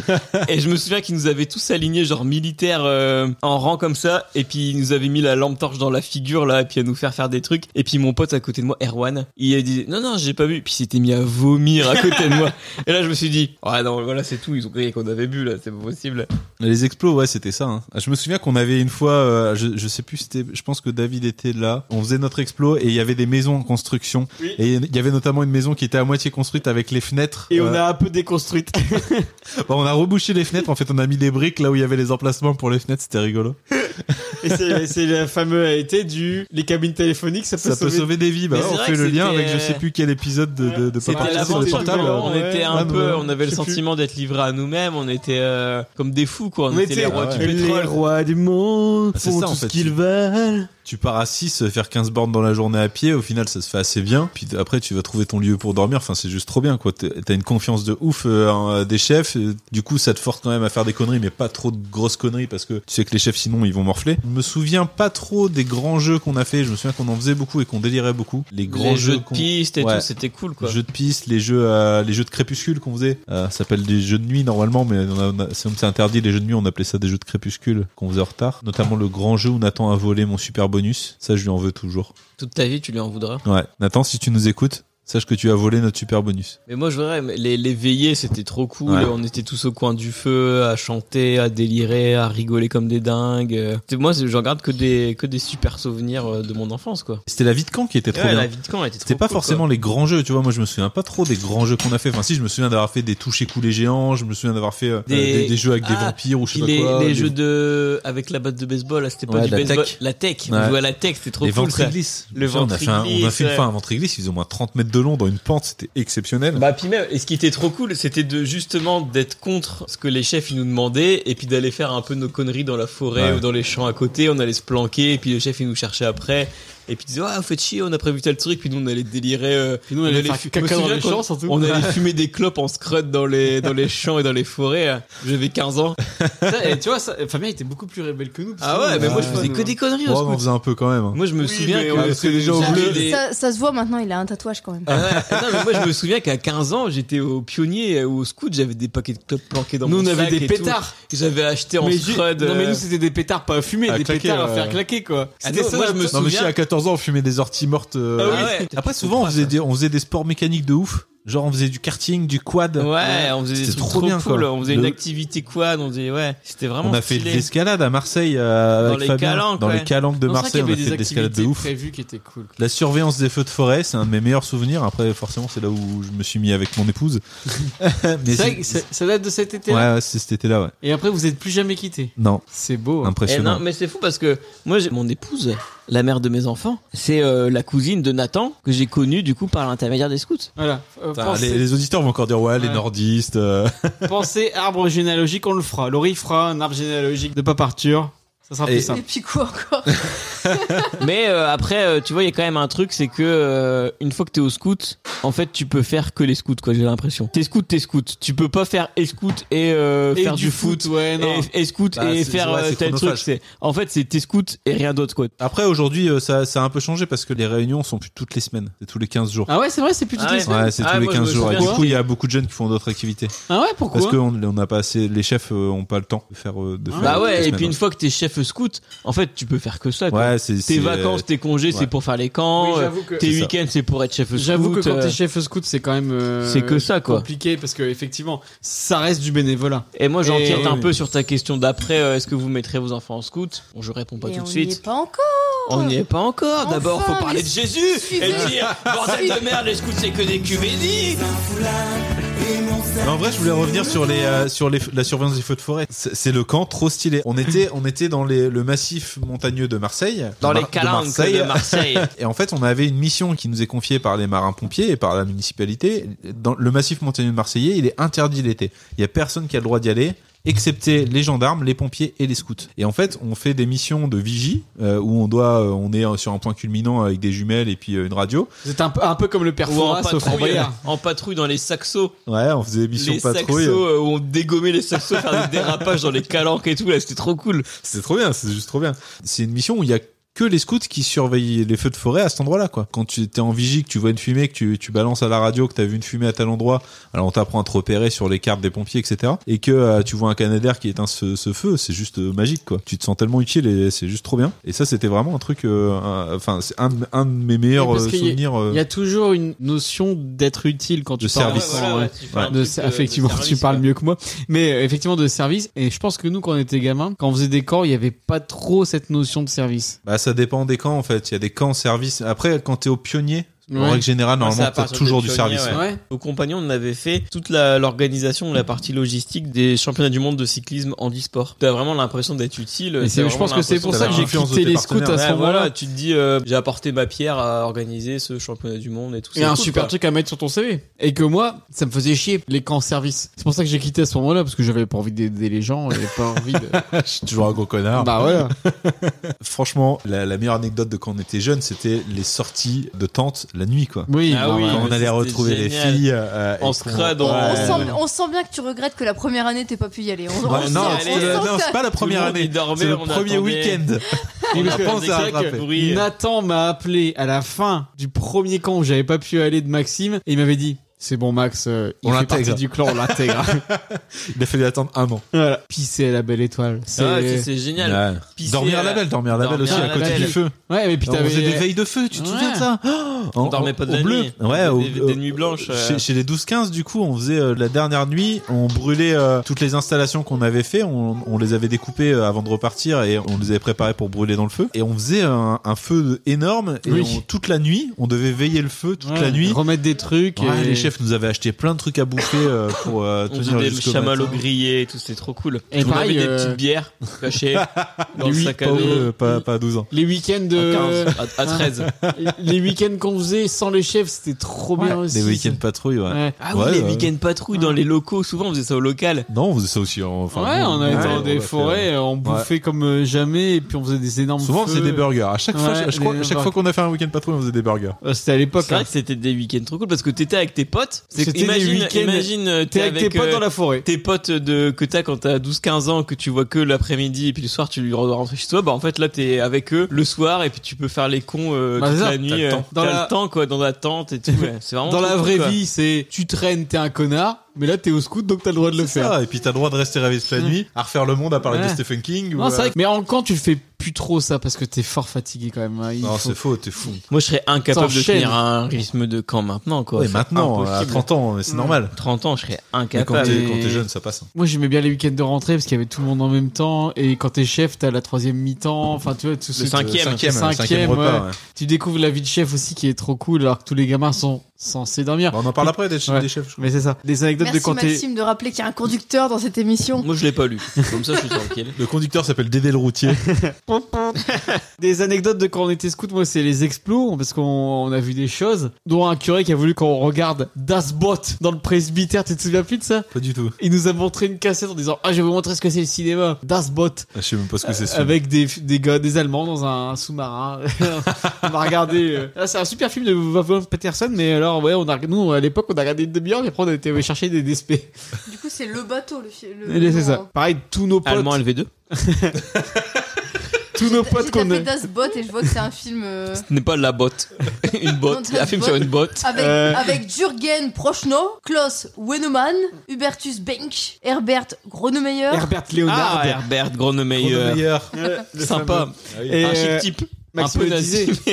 Speaker 2: et je me souviens qu'ils nous avaient tous alignés genre militaires euh, en rang comme ça et puis ils nous avaient mis la lampe torche dans la figure là et puis à nous faire faire des trucs et puis mon pote à côté de moi Erwan il a dit non non j'ai pas bu puis il s'était mis à vomir à côté de moi et là je me suis dit ah non voilà c'est tout ils ont crié qu'on avait bu là c'est pas possible
Speaker 3: Les explos, ouais, c'était ça. hein. Je me souviens qu'on avait une fois, euh, je, je sais plus, c'était, je pense que David était là. On faisait notre explo et il y avait des maisons en construction. Et il y avait notamment une maison qui était à moitié construite avec les fenêtres.
Speaker 5: Et on
Speaker 3: Euh,
Speaker 5: a un peu déconstruite.
Speaker 3: bon, on a rebouché les fenêtres. En fait, on a mis des briques là où il y avait les emplacements pour les fenêtres. C'était rigolo.
Speaker 5: Et c'est c'est la fameuse été du les cabines téléphoniques, ça peut,
Speaker 3: Ça peut sauver des vies. Bah,
Speaker 5: Mais
Speaker 3: ouais,
Speaker 5: c'est
Speaker 3: on
Speaker 5: vrai
Speaker 3: fait
Speaker 5: que
Speaker 3: le lien
Speaker 5: c'était-
Speaker 3: avec je sais plus quel épisode de, de, de pas
Speaker 2: C'était
Speaker 3: partir sur Ah, les
Speaker 2: l'aventure du
Speaker 3: portables.
Speaker 2: moment, On était un
Speaker 3: Ouais,
Speaker 2: peu,
Speaker 3: ouais.
Speaker 2: on avait le
Speaker 3: Je sais plus.
Speaker 2: sentiment d'être livré à nous-mêmes. On était euh, comme des fous, quoi. On, était les rois du pétrole.
Speaker 5: rois du monde
Speaker 3: Ah, C'est ça, en fait. Tu pars à 6, euh, faire 15 bornes dans la journée à pied, au final ça se fait assez bien. Puis t- après tu vas trouver ton lieu pour dormir, enfin c'est juste trop bien quoi. T'es- T'as une confiance de ouf euh, en, euh, des chefs, Euh, du coup ça te force quand même à faire des conneries, mais pas trop de grosses conneries parce que tu sais que les chefs sinon ils vont morfler. Je me souviens pas trop des grands jeux qu'on a fait, je me souviens qu'on en faisait beaucoup et qu'on délirait beaucoup. Les grands
Speaker 2: Les jeux de
Speaker 3: qu'on-
Speaker 2: piste et
Speaker 3: Ouais.
Speaker 2: tout, c'était cool, quoi.
Speaker 3: Les jeux de piste, les jeux, euh, les jeux de crépuscule qu'on faisait. Euh, ça s'appelle des jeux de nuit normalement, mais on a- on a- c'est c'est interdit les jeux de nuit, on appelait ça des jeux de crépuscule qu'on faisait en retard. Notamment le grand jeu où Nathan a volé mon super bonus. Ça, je lui en veux toujours.
Speaker 2: Toute ta vie, tu lui en voudras.
Speaker 3: Ouais. Nathan, si tu nous écoutes, sache que tu as volé notre super bonus.
Speaker 2: Mais moi, je voudrais, mais les, les veillées, c'était trop cool.
Speaker 3: Ouais.
Speaker 2: On était tous au coin du feu, à chanter, à délirer, à rigoler comme des dingues. Euh, c'est- Moi, c'est- j'en garde que des, que des super souvenirs euh, de mon enfance, quoi.
Speaker 3: C'était la vie de camp qui était trop
Speaker 2: Ouais,
Speaker 3: bien.
Speaker 2: la vie de camp était trop
Speaker 3: C'était pas
Speaker 2: cool,
Speaker 3: forcément
Speaker 2: quoi.
Speaker 3: les grands jeux, tu vois. Moi, je me souviens pas trop des grands jeux qu'on a fait. Enfin, si, je me souviens d'avoir fait des touches écoulées géants. Je me souviens d'avoir fait euh, des... des, jeux avec des
Speaker 2: Ah,
Speaker 3: vampires ou je sais
Speaker 2: les,
Speaker 3: pas quoi.
Speaker 2: Les
Speaker 3: des-
Speaker 2: jeux de. avec la batte de baseball, là, c'était pas
Speaker 3: Ouais,
Speaker 2: du
Speaker 3: la
Speaker 2: baseball.
Speaker 3: tech.
Speaker 2: La tech.
Speaker 3: Ouais.
Speaker 2: On jouait à la tech, c'était trop
Speaker 3: les
Speaker 2: cool. ça.
Speaker 3: ventriglissses.
Speaker 2: Le
Speaker 3: Ça, on a fait, un, on a fait une
Speaker 2: ventriglisse,
Speaker 3: fois un
Speaker 2: ouais.
Speaker 3: ventriglisse, ils ont au moins 30 mètres de long dans une pente, c'était exceptionnel.
Speaker 2: Bah puis même, et ce qui était trop cool, c'était de justement d'être contre ce que les chefs ils nous demandaient, et puis d'aller faire un peu nos conneries dans la forêt
Speaker 3: Ouais.
Speaker 2: ou dans les champs à côté. On allait se planquer, et puis le chef il nous cherchait après, et puis il disait ah vous faites chier, on a prévu tel truc, puis nous on allait délirer. euh,
Speaker 14: nous, on allait faire
Speaker 2: fu-
Speaker 14: caca
Speaker 2: Je me
Speaker 14: dans
Speaker 2: souviens
Speaker 14: les
Speaker 2: qu'on-
Speaker 14: champs, surtout.
Speaker 2: On
Speaker 14: (laughs)
Speaker 2: allait fumer des clopes en scrut dans les dans les champs et dans les forêts. J'avais 15 ans.
Speaker 14: Ça, et tu vois, ça, Fabien était beaucoup plus rebelle que nous. parce
Speaker 2: Ah
Speaker 14: que
Speaker 2: ouais,
Speaker 14: nous,
Speaker 2: mais
Speaker 14: on
Speaker 2: moi,
Speaker 14: faisait
Speaker 2: je faisais
Speaker 14: nous,
Speaker 2: que
Speaker 14: hein.
Speaker 2: des conneries
Speaker 3: Oh,
Speaker 2: au
Speaker 3: on en
Speaker 2: scout.
Speaker 3: faisait un peu quand même. hein.
Speaker 2: Moi je me souviens
Speaker 14: mais
Speaker 2: que
Speaker 14: on était déjà au
Speaker 2: j'avais
Speaker 14: bleu.
Speaker 2: des-
Speaker 4: Ça, ça se voit maintenant, il a un tatouage quand même.
Speaker 2: Ah ouais. Non, mais moi je me souviens qu'à 15 ans j'étais au pionnier ou au scout j'avais des paquets de clopes planqués dans
Speaker 14: Nous,
Speaker 2: mon
Speaker 14: on
Speaker 2: sac
Speaker 14: avait des
Speaker 2: et tout.
Speaker 14: pétards.
Speaker 2: que j'avais acheté en
Speaker 14: Mais ju-
Speaker 2: scrud
Speaker 14: Non, mais
Speaker 2: euh,
Speaker 14: nous, c'était des pétards pas à fumer,
Speaker 2: à
Speaker 14: des
Speaker 2: claquer,
Speaker 14: pétards à
Speaker 2: ouais.
Speaker 14: faire claquer, quoi.
Speaker 2: Ah
Speaker 14: C'était
Speaker 2: non,
Speaker 14: ça,
Speaker 2: moi, je me
Speaker 14: notre-
Speaker 3: Non mais si à 14 ans on fumait des orties mortes. euh,
Speaker 2: Ah oui.
Speaker 3: Après souvent on faisait, des, on faisait des sports mécaniques de ouf. Genre on faisait du karting, du quad.
Speaker 2: Ouais, on faisait des
Speaker 3: C'était
Speaker 2: trucs trop, cool.
Speaker 3: quoi.
Speaker 2: On faisait une
Speaker 3: Le-
Speaker 2: activité quad, on faisait ouais, c'était vraiment
Speaker 3: on a fait de
Speaker 2: stylé.
Speaker 3: l'escalade à Marseille euh,
Speaker 2: Dans
Speaker 3: avec
Speaker 2: les
Speaker 3: Fabien,
Speaker 2: calanques,
Speaker 3: dans
Speaker 2: ouais.
Speaker 3: les calanques de
Speaker 2: Non,
Speaker 3: Marseille,
Speaker 2: c'est vrai qu'il
Speaker 3: on
Speaker 2: y
Speaker 3: a
Speaker 2: avait
Speaker 3: fait de
Speaker 2: des
Speaker 3: l'escalade de
Speaker 2: activités
Speaker 3: ouf.
Speaker 14: prévues qui étaient cool.
Speaker 3: La surveillance des feux de forêt, c'est un de mes meilleurs souvenirs. Après forcément c'est là où je me suis mis avec mon épouse.
Speaker 14: C'est
Speaker 3: (laughs)
Speaker 14: vrai
Speaker 3: Mais c'est-
Speaker 14: que ça- ça date de cet été.
Speaker 3: ouais, ouais, c'est cet été-là, ouais.
Speaker 14: Et après, vous êtes plus jamais quittés.
Speaker 3: Non.
Speaker 14: C'est beau. hein.
Speaker 2: Eh non, mais c'est fou parce que moi, j'ai- mon épouse, la mère de mes enfants, c'est euh, la cousine de Nathan que j'ai connue du coup par l'intermédiaire des scouts.
Speaker 14: Voilà. Euh,
Speaker 3: Putain,
Speaker 14: pensez-
Speaker 3: les, les auditeurs vont encore dire ouais, les
Speaker 14: Ouais.
Speaker 3: nordistes. euh.
Speaker 14: (laughs) Pensez arbre généalogique, on le fera. Laurie fera un arbre généalogique de Paparture. Ça sera
Speaker 2: Et-
Speaker 14: plus simple.
Speaker 2: Et
Speaker 4: puis quoi encore
Speaker 14: Ah
Speaker 2: mais euh, après, euh, tu vois, il y a quand même un truc, c'est que euh, une fois que t'es au scout, en fait, tu peux faire que les scouts, quoi. J'ai l'impression. T'es scout, t'es scout. Tu peux pas faire et scout et, euh,
Speaker 14: Et
Speaker 2: faire
Speaker 14: du
Speaker 2: du, foot,
Speaker 14: foot, ouais, non.
Speaker 2: et, et scout
Speaker 3: Bah,
Speaker 2: et
Speaker 3: c'est-
Speaker 2: faire
Speaker 3: ouais,
Speaker 2: euh,
Speaker 3: c'est
Speaker 2: tel truc.
Speaker 3: chronophage.
Speaker 2: C'est en fait, c'est t'es scout et rien d'autre, quoi.
Speaker 3: Après aujourd'hui euh, ça, ça a un peu changé parce que les réunions sont plus toutes les semaines, c'est tous les 15 jours.
Speaker 14: Ah ouais, c'est vrai, c'est plus toutes
Speaker 2: Ah
Speaker 14: les
Speaker 2: ouais.
Speaker 14: semaines.
Speaker 3: Ouais, c'est
Speaker 2: Ah,
Speaker 3: tous les
Speaker 2: moi, je me
Speaker 3: 15 jours. Et du
Speaker 2: souviens.
Speaker 3: coup, il y a beaucoup de jeunes qui font d'autres activités.
Speaker 14: Ah ouais, pourquoi
Speaker 3: Parce qu'on on n'a pas assez. Les chefs euh, ont pas le temps de faire. euh,
Speaker 14: Hein
Speaker 3: De faire
Speaker 2: Bah
Speaker 3: toutes les
Speaker 2: ouais, et
Speaker 3: semaines,
Speaker 2: puis une fois que t'es chef scout, en fait, tu peux faire que ça.
Speaker 3: Ouais,
Speaker 2: Quoi.
Speaker 3: c'est- c'est-
Speaker 2: tes vacances, tes congés,
Speaker 3: ouais.
Speaker 2: c'est pour faire les camps.
Speaker 14: Oui,
Speaker 2: euh,
Speaker 14: j'avoue que-
Speaker 2: tes
Speaker 14: C'est ça.
Speaker 2: week-ends, c'est pour être chef scout.
Speaker 14: J'avoue que quand
Speaker 2: euh,
Speaker 14: t'es chef scout, c'est quand même euh,
Speaker 2: c'est que ça, quoi.
Speaker 14: compliqué parce que effectivement, ça reste du bénévolat.
Speaker 2: Et moi, j'empiète
Speaker 14: Et-
Speaker 2: un peu sur ta question d'après. euh, Est-ce que vous mettrez vos enfants en scout Bon, je réponds pas
Speaker 4: Et
Speaker 2: tout
Speaker 4: on
Speaker 2: de
Speaker 4: n'y
Speaker 2: suite.
Speaker 4: est pas encore.
Speaker 2: On n'y est pas encore. D'abord,
Speaker 4: Enfin,
Speaker 2: faut
Speaker 4: mais
Speaker 2: parler de Jésus
Speaker 4: suivez-
Speaker 2: et (laughs) dire bordel de merde, les scouts c'est que des cuméniques.
Speaker 3: Mais en vrai, je voulais revenir sur les euh, sur les la surveillance des feux de forêt. C'est c'est le camp trop stylé. On était on était dans les, le massif montagneux de Marseille,
Speaker 2: Dans
Speaker 3: De
Speaker 2: les
Speaker 3: Mar- de
Speaker 2: calanques de
Speaker 3: (laughs)
Speaker 2: Marseille.
Speaker 14: C'est
Speaker 3: euh, euh,
Speaker 14: un peu, un peu comme le père
Speaker 2: Ou en
Speaker 14: Fouras, sauf en
Speaker 2: patrouille,
Speaker 14: Bayard.
Speaker 2: en patrouille dans les saxos.
Speaker 3: Ouais, on faisait des missions
Speaker 2: les
Speaker 3: patrouille.
Speaker 2: saxos euh, où on dégommait les saxos, faire (laughs) des dérapages dans les calanques et tout. Là, c'était trop cool.
Speaker 3: C'est trop bien, c'est juste trop bien. C'est une mission où il y a que les scouts qui surveillent les feux de forêt à cet endroit-là, quoi. Quand tu t'es en vigie, que tu vois une fumée, que tu, tu balances à la radio, que t'as vu une fumée à tel endroit, alors on t'apprend à te repérer sur les cartes des pompiers, etc. Et que euh, tu vois un canadair qui éteint ce, ce feu, c'est juste euh, magique, quoi. Tu te sens tellement utile et c'est juste trop bien. Et ça, c'était vraiment un truc, euh, un- enfin, c'est un, de- un de mes meilleurs
Speaker 14: Oui,
Speaker 3: euh,
Speaker 14: parce qu'il y a-
Speaker 3: souvenirs. euh,
Speaker 14: Il y a toujours une notion d'être utile quand tu
Speaker 3: De
Speaker 14: parles.
Speaker 3: service. Ouais, ouais, ouais, tu fais un
Speaker 14: De-
Speaker 2: petit peu de
Speaker 14: effectivement, tu
Speaker 2: service,
Speaker 14: parles mieux que moi. Mais euh, effectivement, de service. Et je pense que nous, quand on était gamins, quand on faisait des corps, il n'y avait pas trop cette notion de service.
Speaker 3: Bah, ça dépend des camps, en fait. Il y a des camps en service. Après, quand t'es au pionnier,
Speaker 2: Ouais.
Speaker 3: Bah, en règle générale,
Speaker 2: Ah, c'est
Speaker 3: normalement,
Speaker 2: à
Speaker 3: t'as
Speaker 2: partir
Speaker 3: toujours
Speaker 2: des
Speaker 3: du
Speaker 2: pionniers,
Speaker 3: service.
Speaker 2: ouais. Aux compagnons, on avait fait toute la- l'organisation, la partie logistique des championnats du monde de cyclisme handisport. T'as vraiment l'impression d'être utile.
Speaker 14: Et
Speaker 2: t'as
Speaker 14: c'est- je
Speaker 2: vraiment
Speaker 14: pense que c'est pour
Speaker 2: l'impression
Speaker 14: ça que
Speaker 2: d'avoir
Speaker 14: j'ai
Speaker 2: un influence
Speaker 14: quitté
Speaker 2: de tes
Speaker 14: les scouts à ce
Speaker 2: partenaires. Ouais,
Speaker 14: moment-là.
Speaker 2: voilà, tu te dis, euh, j'ai apporté ma pierre à organiser ce championnat du monde et tout.
Speaker 14: Et
Speaker 2: c'est
Speaker 14: un
Speaker 2: cool,
Speaker 14: super
Speaker 2: quoi.
Speaker 14: truc à mettre sur ton CV. Et que moi, ça me faisait chier les camps service. C'est pour ça que j'ai quitté à ce moment-là, parce que j'avais pas envie d'aider les gens, j'avais pas envie de.
Speaker 3: (laughs) Je suis toujours un gros connard.
Speaker 14: Bah voilà.
Speaker 3: (laughs) Franchement, la, la meilleure anecdote de quand on était jeune, c'était les sorties de tente la nuit, quoi.
Speaker 14: Oui,
Speaker 2: Ah bah oui, ouais.
Speaker 3: quand on
Speaker 2: mais
Speaker 3: allait
Speaker 2: c'était
Speaker 3: retrouver
Speaker 2: génial.
Speaker 3: les filles. euh,
Speaker 2: En
Speaker 3: et qu'on-
Speaker 2: scrad, on-
Speaker 4: On
Speaker 3: Ouais.
Speaker 4: sent, on sent bien que tu regrettes que la première année t'aies pas pu y aller. On,
Speaker 2: Bah,
Speaker 4: on
Speaker 3: Ouais,
Speaker 4: sent-
Speaker 3: non,
Speaker 4: on
Speaker 3: c'était le-
Speaker 4: sent
Speaker 3: non,
Speaker 4: que-
Speaker 3: c'est pas la première
Speaker 2: Tout le monde,
Speaker 3: année.
Speaker 2: il dormait,
Speaker 3: C'est le
Speaker 2: on
Speaker 3: premier
Speaker 2: attendait.
Speaker 3: week-end.
Speaker 14: Et
Speaker 2: On
Speaker 14: parce que-
Speaker 3: pense à
Speaker 14: c'est vrai que
Speaker 3: rattraper.
Speaker 2: bruit.
Speaker 14: Nathan m'a appelé à la fin du premier camp où j'avais pas pu aller de Maxime et il m'avait dit
Speaker 2: C'est bon, Max, euh,
Speaker 3: On
Speaker 2: il fait
Speaker 3: l'intègre.
Speaker 2: partie du clan, on l'intègre.
Speaker 3: Il a fallu attendre un an.
Speaker 2: voilà. Pisser à la belle étoile.
Speaker 15: Ah, c'est- c'est génial.
Speaker 3: Ouais.
Speaker 15: Pisser
Speaker 3: Dormir à
Speaker 15: à
Speaker 3: la
Speaker 15: la-
Speaker 3: belle, dormir à la belle
Speaker 15: Dormir
Speaker 3: aussi,
Speaker 15: à
Speaker 3: à
Speaker 15: la
Speaker 3: côté
Speaker 15: belle.
Speaker 3: du feu.
Speaker 2: Ouais, mais puis
Speaker 3: On
Speaker 2: t'avais-
Speaker 3: faisait des veilles de feu, tu te
Speaker 2: Ouais.
Speaker 3: souviens de ça
Speaker 15: On
Speaker 3: En-
Speaker 15: dormait pas de
Speaker 3: au
Speaker 15: la
Speaker 3: bleu.
Speaker 15: nuit.
Speaker 3: Ouais,
Speaker 15: Des-
Speaker 3: au-
Speaker 15: des-
Speaker 3: au-
Speaker 15: des nuits blanches, euh.
Speaker 3: Chez, chez les 12-15, du coup, on faisait euh, la dernière nuit, on brûlait euh, toutes les installations qu'on avait fait, on, on les avait découpées euh, avant de repartir et on les avait préparées pour brûler dans le feu. Et on faisait un, un feu énorme et
Speaker 2: Oui.
Speaker 3: on- toute la nuit, on devait veiller le feu toute
Speaker 2: Ouais,
Speaker 3: la nuit.
Speaker 2: Remettre des trucs.
Speaker 3: Ouais,
Speaker 2: et-
Speaker 3: Les chefs nous avaient aché plein de trucs à bouffer euh, pour
Speaker 2: (laughs)
Speaker 3: euh,
Speaker 15: On
Speaker 3: tenir
Speaker 15: faisait le
Speaker 3: jusqu'au
Speaker 15: chamallow
Speaker 3: matin.
Speaker 15: grillé et tout, c'était trop cool.
Speaker 2: Et
Speaker 15: on
Speaker 2: pareil,
Speaker 15: avait des
Speaker 2: euh,
Speaker 15: petites bières
Speaker 3: (laughs)
Speaker 15: cachées dans le
Speaker 2: Lui,
Speaker 15: sac à
Speaker 2: pas
Speaker 15: dos.
Speaker 3: Euh, pas, pas à 12 ans.
Speaker 2: Les week-ends de.
Speaker 15: À 15, à- à 13.
Speaker 2: les week-ends qu'on faisait sans les chefs, c'était trop bien
Speaker 3: Ouais,
Speaker 2: aussi.
Speaker 3: des
Speaker 2: ça.
Speaker 3: week-ends patrouilles, ouais.
Speaker 2: Ouais.
Speaker 15: Ah oui, les week-ends patrouilles dans les locaux, souvent on faisait ça au local.
Speaker 3: Non, on faisait ça aussi. hein, Enfin,
Speaker 2: ouais,
Speaker 3: nous,
Speaker 2: on allait
Speaker 3: ouais,
Speaker 2: dans
Speaker 3: on
Speaker 2: des
Speaker 3: l'a fait,
Speaker 2: forêts,
Speaker 3: ouais.
Speaker 2: on bouffait comme euh, jamais, et puis on faisait des énormes.
Speaker 3: Souvent, on faisait
Speaker 2: feux.
Speaker 3: des burgers. À chaque fois,
Speaker 2: Ouais,
Speaker 3: je- je crois-
Speaker 2: des
Speaker 3: à chaque fois qu'on a fait un week-end patrouille, on faisait des burgers.
Speaker 2: Euh, C'était à l'époque.
Speaker 15: C'est vrai que c'était des week-ends trop cool parce que t'étais avec tes potes. C'est-
Speaker 2: C'était des
Speaker 15: imagine,
Speaker 2: week-ends.
Speaker 15: imagine, euh,
Speaker 2: T'es avec tes potes
Speaker 15: euh,
Speaker 2: dans la forêt.
Speaker 15: Tes potes de, que t'as quand t'as 12-15 ans, que tu vois que l'après-midi et puis le soir tu lui dois rentrer chez toi. Bah en fait là t'es avec eux le soir et puis tu peux faire les cons euh,
Speaker 2: Bah,
Speaker 15: toute
Speaker 2: c'est ça,
Speaker 15: la nuit.
Speaker 2: t'as le
Speaker 15: euh,
Speaker 2: temps. Dans
Speaker 15: T'as
Speaker 2: la-
Speaker 15: le temps quoi, dans la tente et tout. ouais. C'est vraiment
Speaker 2: Dans
Speaker 15: trop
Speaker 2: la
Speaker 15: cool,
Speaker 2: vraie
Speaker 15: quoi.
Speaker 2: vie, c'est tu traînes, t'es un connard, mais là t'es au scout donc t'as le droit de le faire.
Speaker 3: et puis t'as le droit de rester réveillé toute la nuit, à refaire le monde, à parler
Speaker 2: Ouais.
Speaker 3: de Stephen King.
Speaker 2: Non,
Speaker 3: ou,
Speaker 2: c'est
Speaker 3: euh,
Speaker 2: vrai que- mais en camp tu le fais plus trop ça parce que t'es fort fatigué quand même. hein. Il
Speaker 3: Non,
Speaker 2: faut-
Speaker 3: c'est faux, t'es fou.
Speaker 15: Moi je serais incapable de
Speaker 2: T'enchaînes.
Speaker 15: tenir un rythme de camp maintenant quoi.
Speaker 3: Ouais,
Speaker 15: C'est
Speaker 3: maintenant, à
Speaker 15: impossible.
Speaker 3: 30 ans, c'est
Speaker 15: Mm.
Speaker 3: normal.
Speaker 15: 30 ans je serais
Speaker 3: Mais quand
Speaker 15: incapable.
Speaker 3: t'es quand t'es jeune, ça passe. hein.
Speaker 2: Moi j'aimais bien les week-ends de rentrée parce qu'il y avait tout le monde en même temps et quand t'es chef t'as la troisième mi-temps, enfin tu vois tout ce
Speaker 15: Le cinquième.
Speaker 2: le
Speaker 15: Cinquième,
Speaker 2: cinquième,
Speaker 15: cinquième repas,
Speaker 2: ouais.
Speaker 15: ouais.
Speaker 2: Tu découvres la vie de chef aussi qui est trop cool alors que tous les gamins sont censés dormir.
Speaker 3: Bah, on en parle après des, chefs.
Speaker 2: Mais c'est ça. Des anecdotes
Speaker 4: Merci
Speaker 2: de quand t'es
Speaker 4: Maxime de rappeler qu'il y a un conducteur dans cette émission.
Speaker 15: Moi je l'ai pas lu. Comme ça je suis tranquille.
Speaker 3: Le conducteur s'appelle Dédé le
Speaker 2: (laughs)
Speaker 3: routier.
Speaker 2: Des anecdotes de quand on était scout, moi c'est les explos, parce qu'on on a vu des choses, dont un curé qui a voulu qu'on regarde Das Boot dans le presbytère, tu te souviens plus de ça
Speaker 3: Pas du tout.
Speaker 2: Il nous a montré une cassette en disant Ah je vais vous montrer ce que c'est le cinéma, Das Boot.
Speaker 3: Je sais même pas ce que c'est. ce film.
Speaker 2: Euh, Avec des, des gars, des Allemands dans
Speaker 3: (laughs)
Speaker 2: un sous-marin. on a regardé. euh, ah, c'est un super film de Wolf Peterson, mais alors, ouais, on a, nous, à l'époque, on a regardé une demi-heure, et après, on a été chercher des DSP.
Speaker 4: Du coup, c'est le bateau, le film.
Speaker 2: Et C'est ça. Pareil, tous nos potes.
Speaker 15: Allemand LV2.
Speaker 2: (laughs) tous nos potes
Speaker 4: J'ai
Speaker 2: qu'on
Speaker 4: tapé
Speaker 2: a.
Speaker 4: Das Bot et je vois que c'est un film. euh,
Speaker 15: Ce n'est pas la botte. (laughs) une botte.
Speaker 4: Non,
Speaker 15: Un film sur une botte.
Speaker 4: Avec,
Speaker 2: Euh.
Speaker 4: avec Jürgen Prochnow, Klaus Wenoman, Hubertus Benck, Herbert Gronemeyer.
Speaker 2: Herbert Léonard.
Speaker 15: Ah, Herbert Gronemeyer.
Speaker 2: Gronemeyer. Le
Speaker 15: Sympa.
Speaker 2: fameux. Ah
Speaker 15: Et un
Speaker 2: Et, euh,
Speaker 15: chic type.
Speaker 2: Max
Speaker 15: un peu
Speaker 2: le
Speaker 15: nazi.
Speaker 2: (laughs)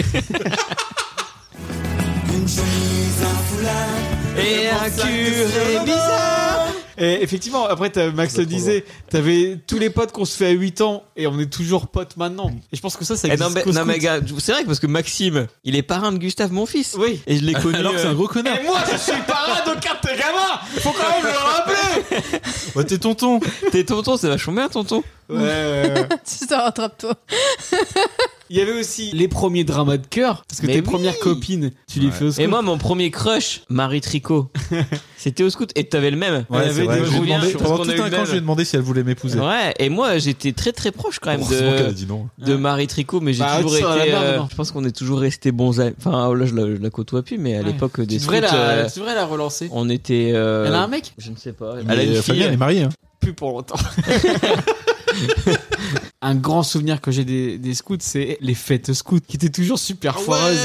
Speaker 2: disait.
Speaker 15: Et un curé bizarre.
Speaker 2: Et effectivement, après, t'as- Max le disait, t'avais tous les potes qu'on se fait à 8 ans et on est toujours potes maintenant. Et je pense que ça, ça
Speaker 15: Eh
Speaker 2: existe.
Speaker 15: non, mais,
Speaker 2: qu'au
Speaker 15: non, mais
Speaker 2: scout.
Speaker 15: gars, c'est vrai que parce que Maxime, il est parrain de Gustave, mon fils.
Speaker 2: Oui.
Speaker 15: Et je
Speaker 2: (laughs)
Speaker 15: l'ai connu. euh,
Speaker 3: Alors que c'est un gros
Speaker 15: connard.
Speaker 2: Et moi, je suis parrain de carte gamin Faut quand même le rappeler
Speaker 3: Ouais, t'es tonton.
Speaker 15: T'es tonton, c'est vachement bien, tonton.
Speaker 2: Ouais, ouais, ouais.
Speaker 4: (laughs) Tu te rattrapes toi.
Speaker 2: Il y avait aussi les premiers dramas de cœur, parce que
Speaker 15: Mais
Speaker 2: tes
Speaker 15: oui.
Speaker 2: premières copines, tu les fais au scout.
Speaker 15: Et moi, mon premier crush, Marie
Speaker 3: (laughs)
Speaker 15: Tricot, c'était au scout. Et t'avais le même.
Speaker 3: Ouais, c'est vrai. Je lui ai demandé- pendant tout un temps, je lui ai demandé si elle voulait m'épouser.
Speaker 15: Ouais, et moi j'étais très très proche quand même
Speaker 3: Heureusement qu'elle a
Speaker 15: de,
Speaker 3: dit non.
Speaker 15: de Marie Tricot, mais j'ai
Speaker 2: Bah,
Speaker 15: toujours
Speaker 2: tu seras
Speaker 15: été.
Speaker 2: la barbe,
Speaker 15: euh,
Speaker 2: non
Speaker 15: je pense qu'on est toujours resté bons amis. Enfin, oh, là je la, je la côtoie plus, mais à l'époque des
Speaker 2: tu, devrais
Speaker 15: scouts,
Speaker 2: la,
Speaker 15: euh,
Speaker 2: tu devrais la relancer.
Speaker 15: on était. euh,
Speaker 2: Elle a un mec
Speaker 15: Je ne sais pas.
Speaker 2: Mais,
Speaker 15: Elle a une
Speaker 2: euh,
Speaker 15: fille.
Speaker 2: Fabien, elle est
Speaker 3: mariée.
Speaker 2: Plus
Speaker 3: (laughs)
Speaker 2: pour longtemps. (laughs) un grand souvenir que j'ai des, des scouts, c'est les fêtes scouts qui étaient toujours super foireuses.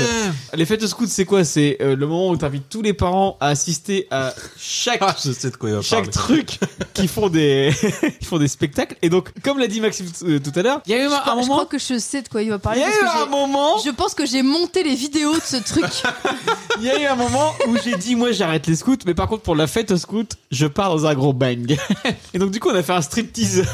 Speaker 2: Les fêtes scouts, c'est quoi C'est euh, le moment où t'invites tous les parents à assister à chaque
Speaker 3: Je sais de quoi il va
Speaker 2: chaque
Speaker 3: parler.
Speaker 2: truc qui font des (laughs) qui font des spectacles. Et donc, comme l'a dit Maxime euh, tout à l'heure, il y a eu
Speaker 4: Je,
Speaker 2: un,
Speaker 4: crois- je
Speaker 2: moment.
Speaker 4: crois que je sais de quoi il va parler.
Speaker 2: Il y a
Speaker 4: parce
Speaker 2: eu
Speaker 4: que
Speaker 2: un
Speaker 4: j'ai-
Speaker 2: moment-
Speaker 4: Je pense que j'ai monté les vidéos de ce
Speaker 2: (laughs)
Speaker 4: truc.
Speaker 2: Il y a eu un moment où j'ai dit moi j'arrête les scouts, mais par contre pour la fête aux scouts, je pars dans un gros bang. (laughs) Et donc du coup on a fait un striptease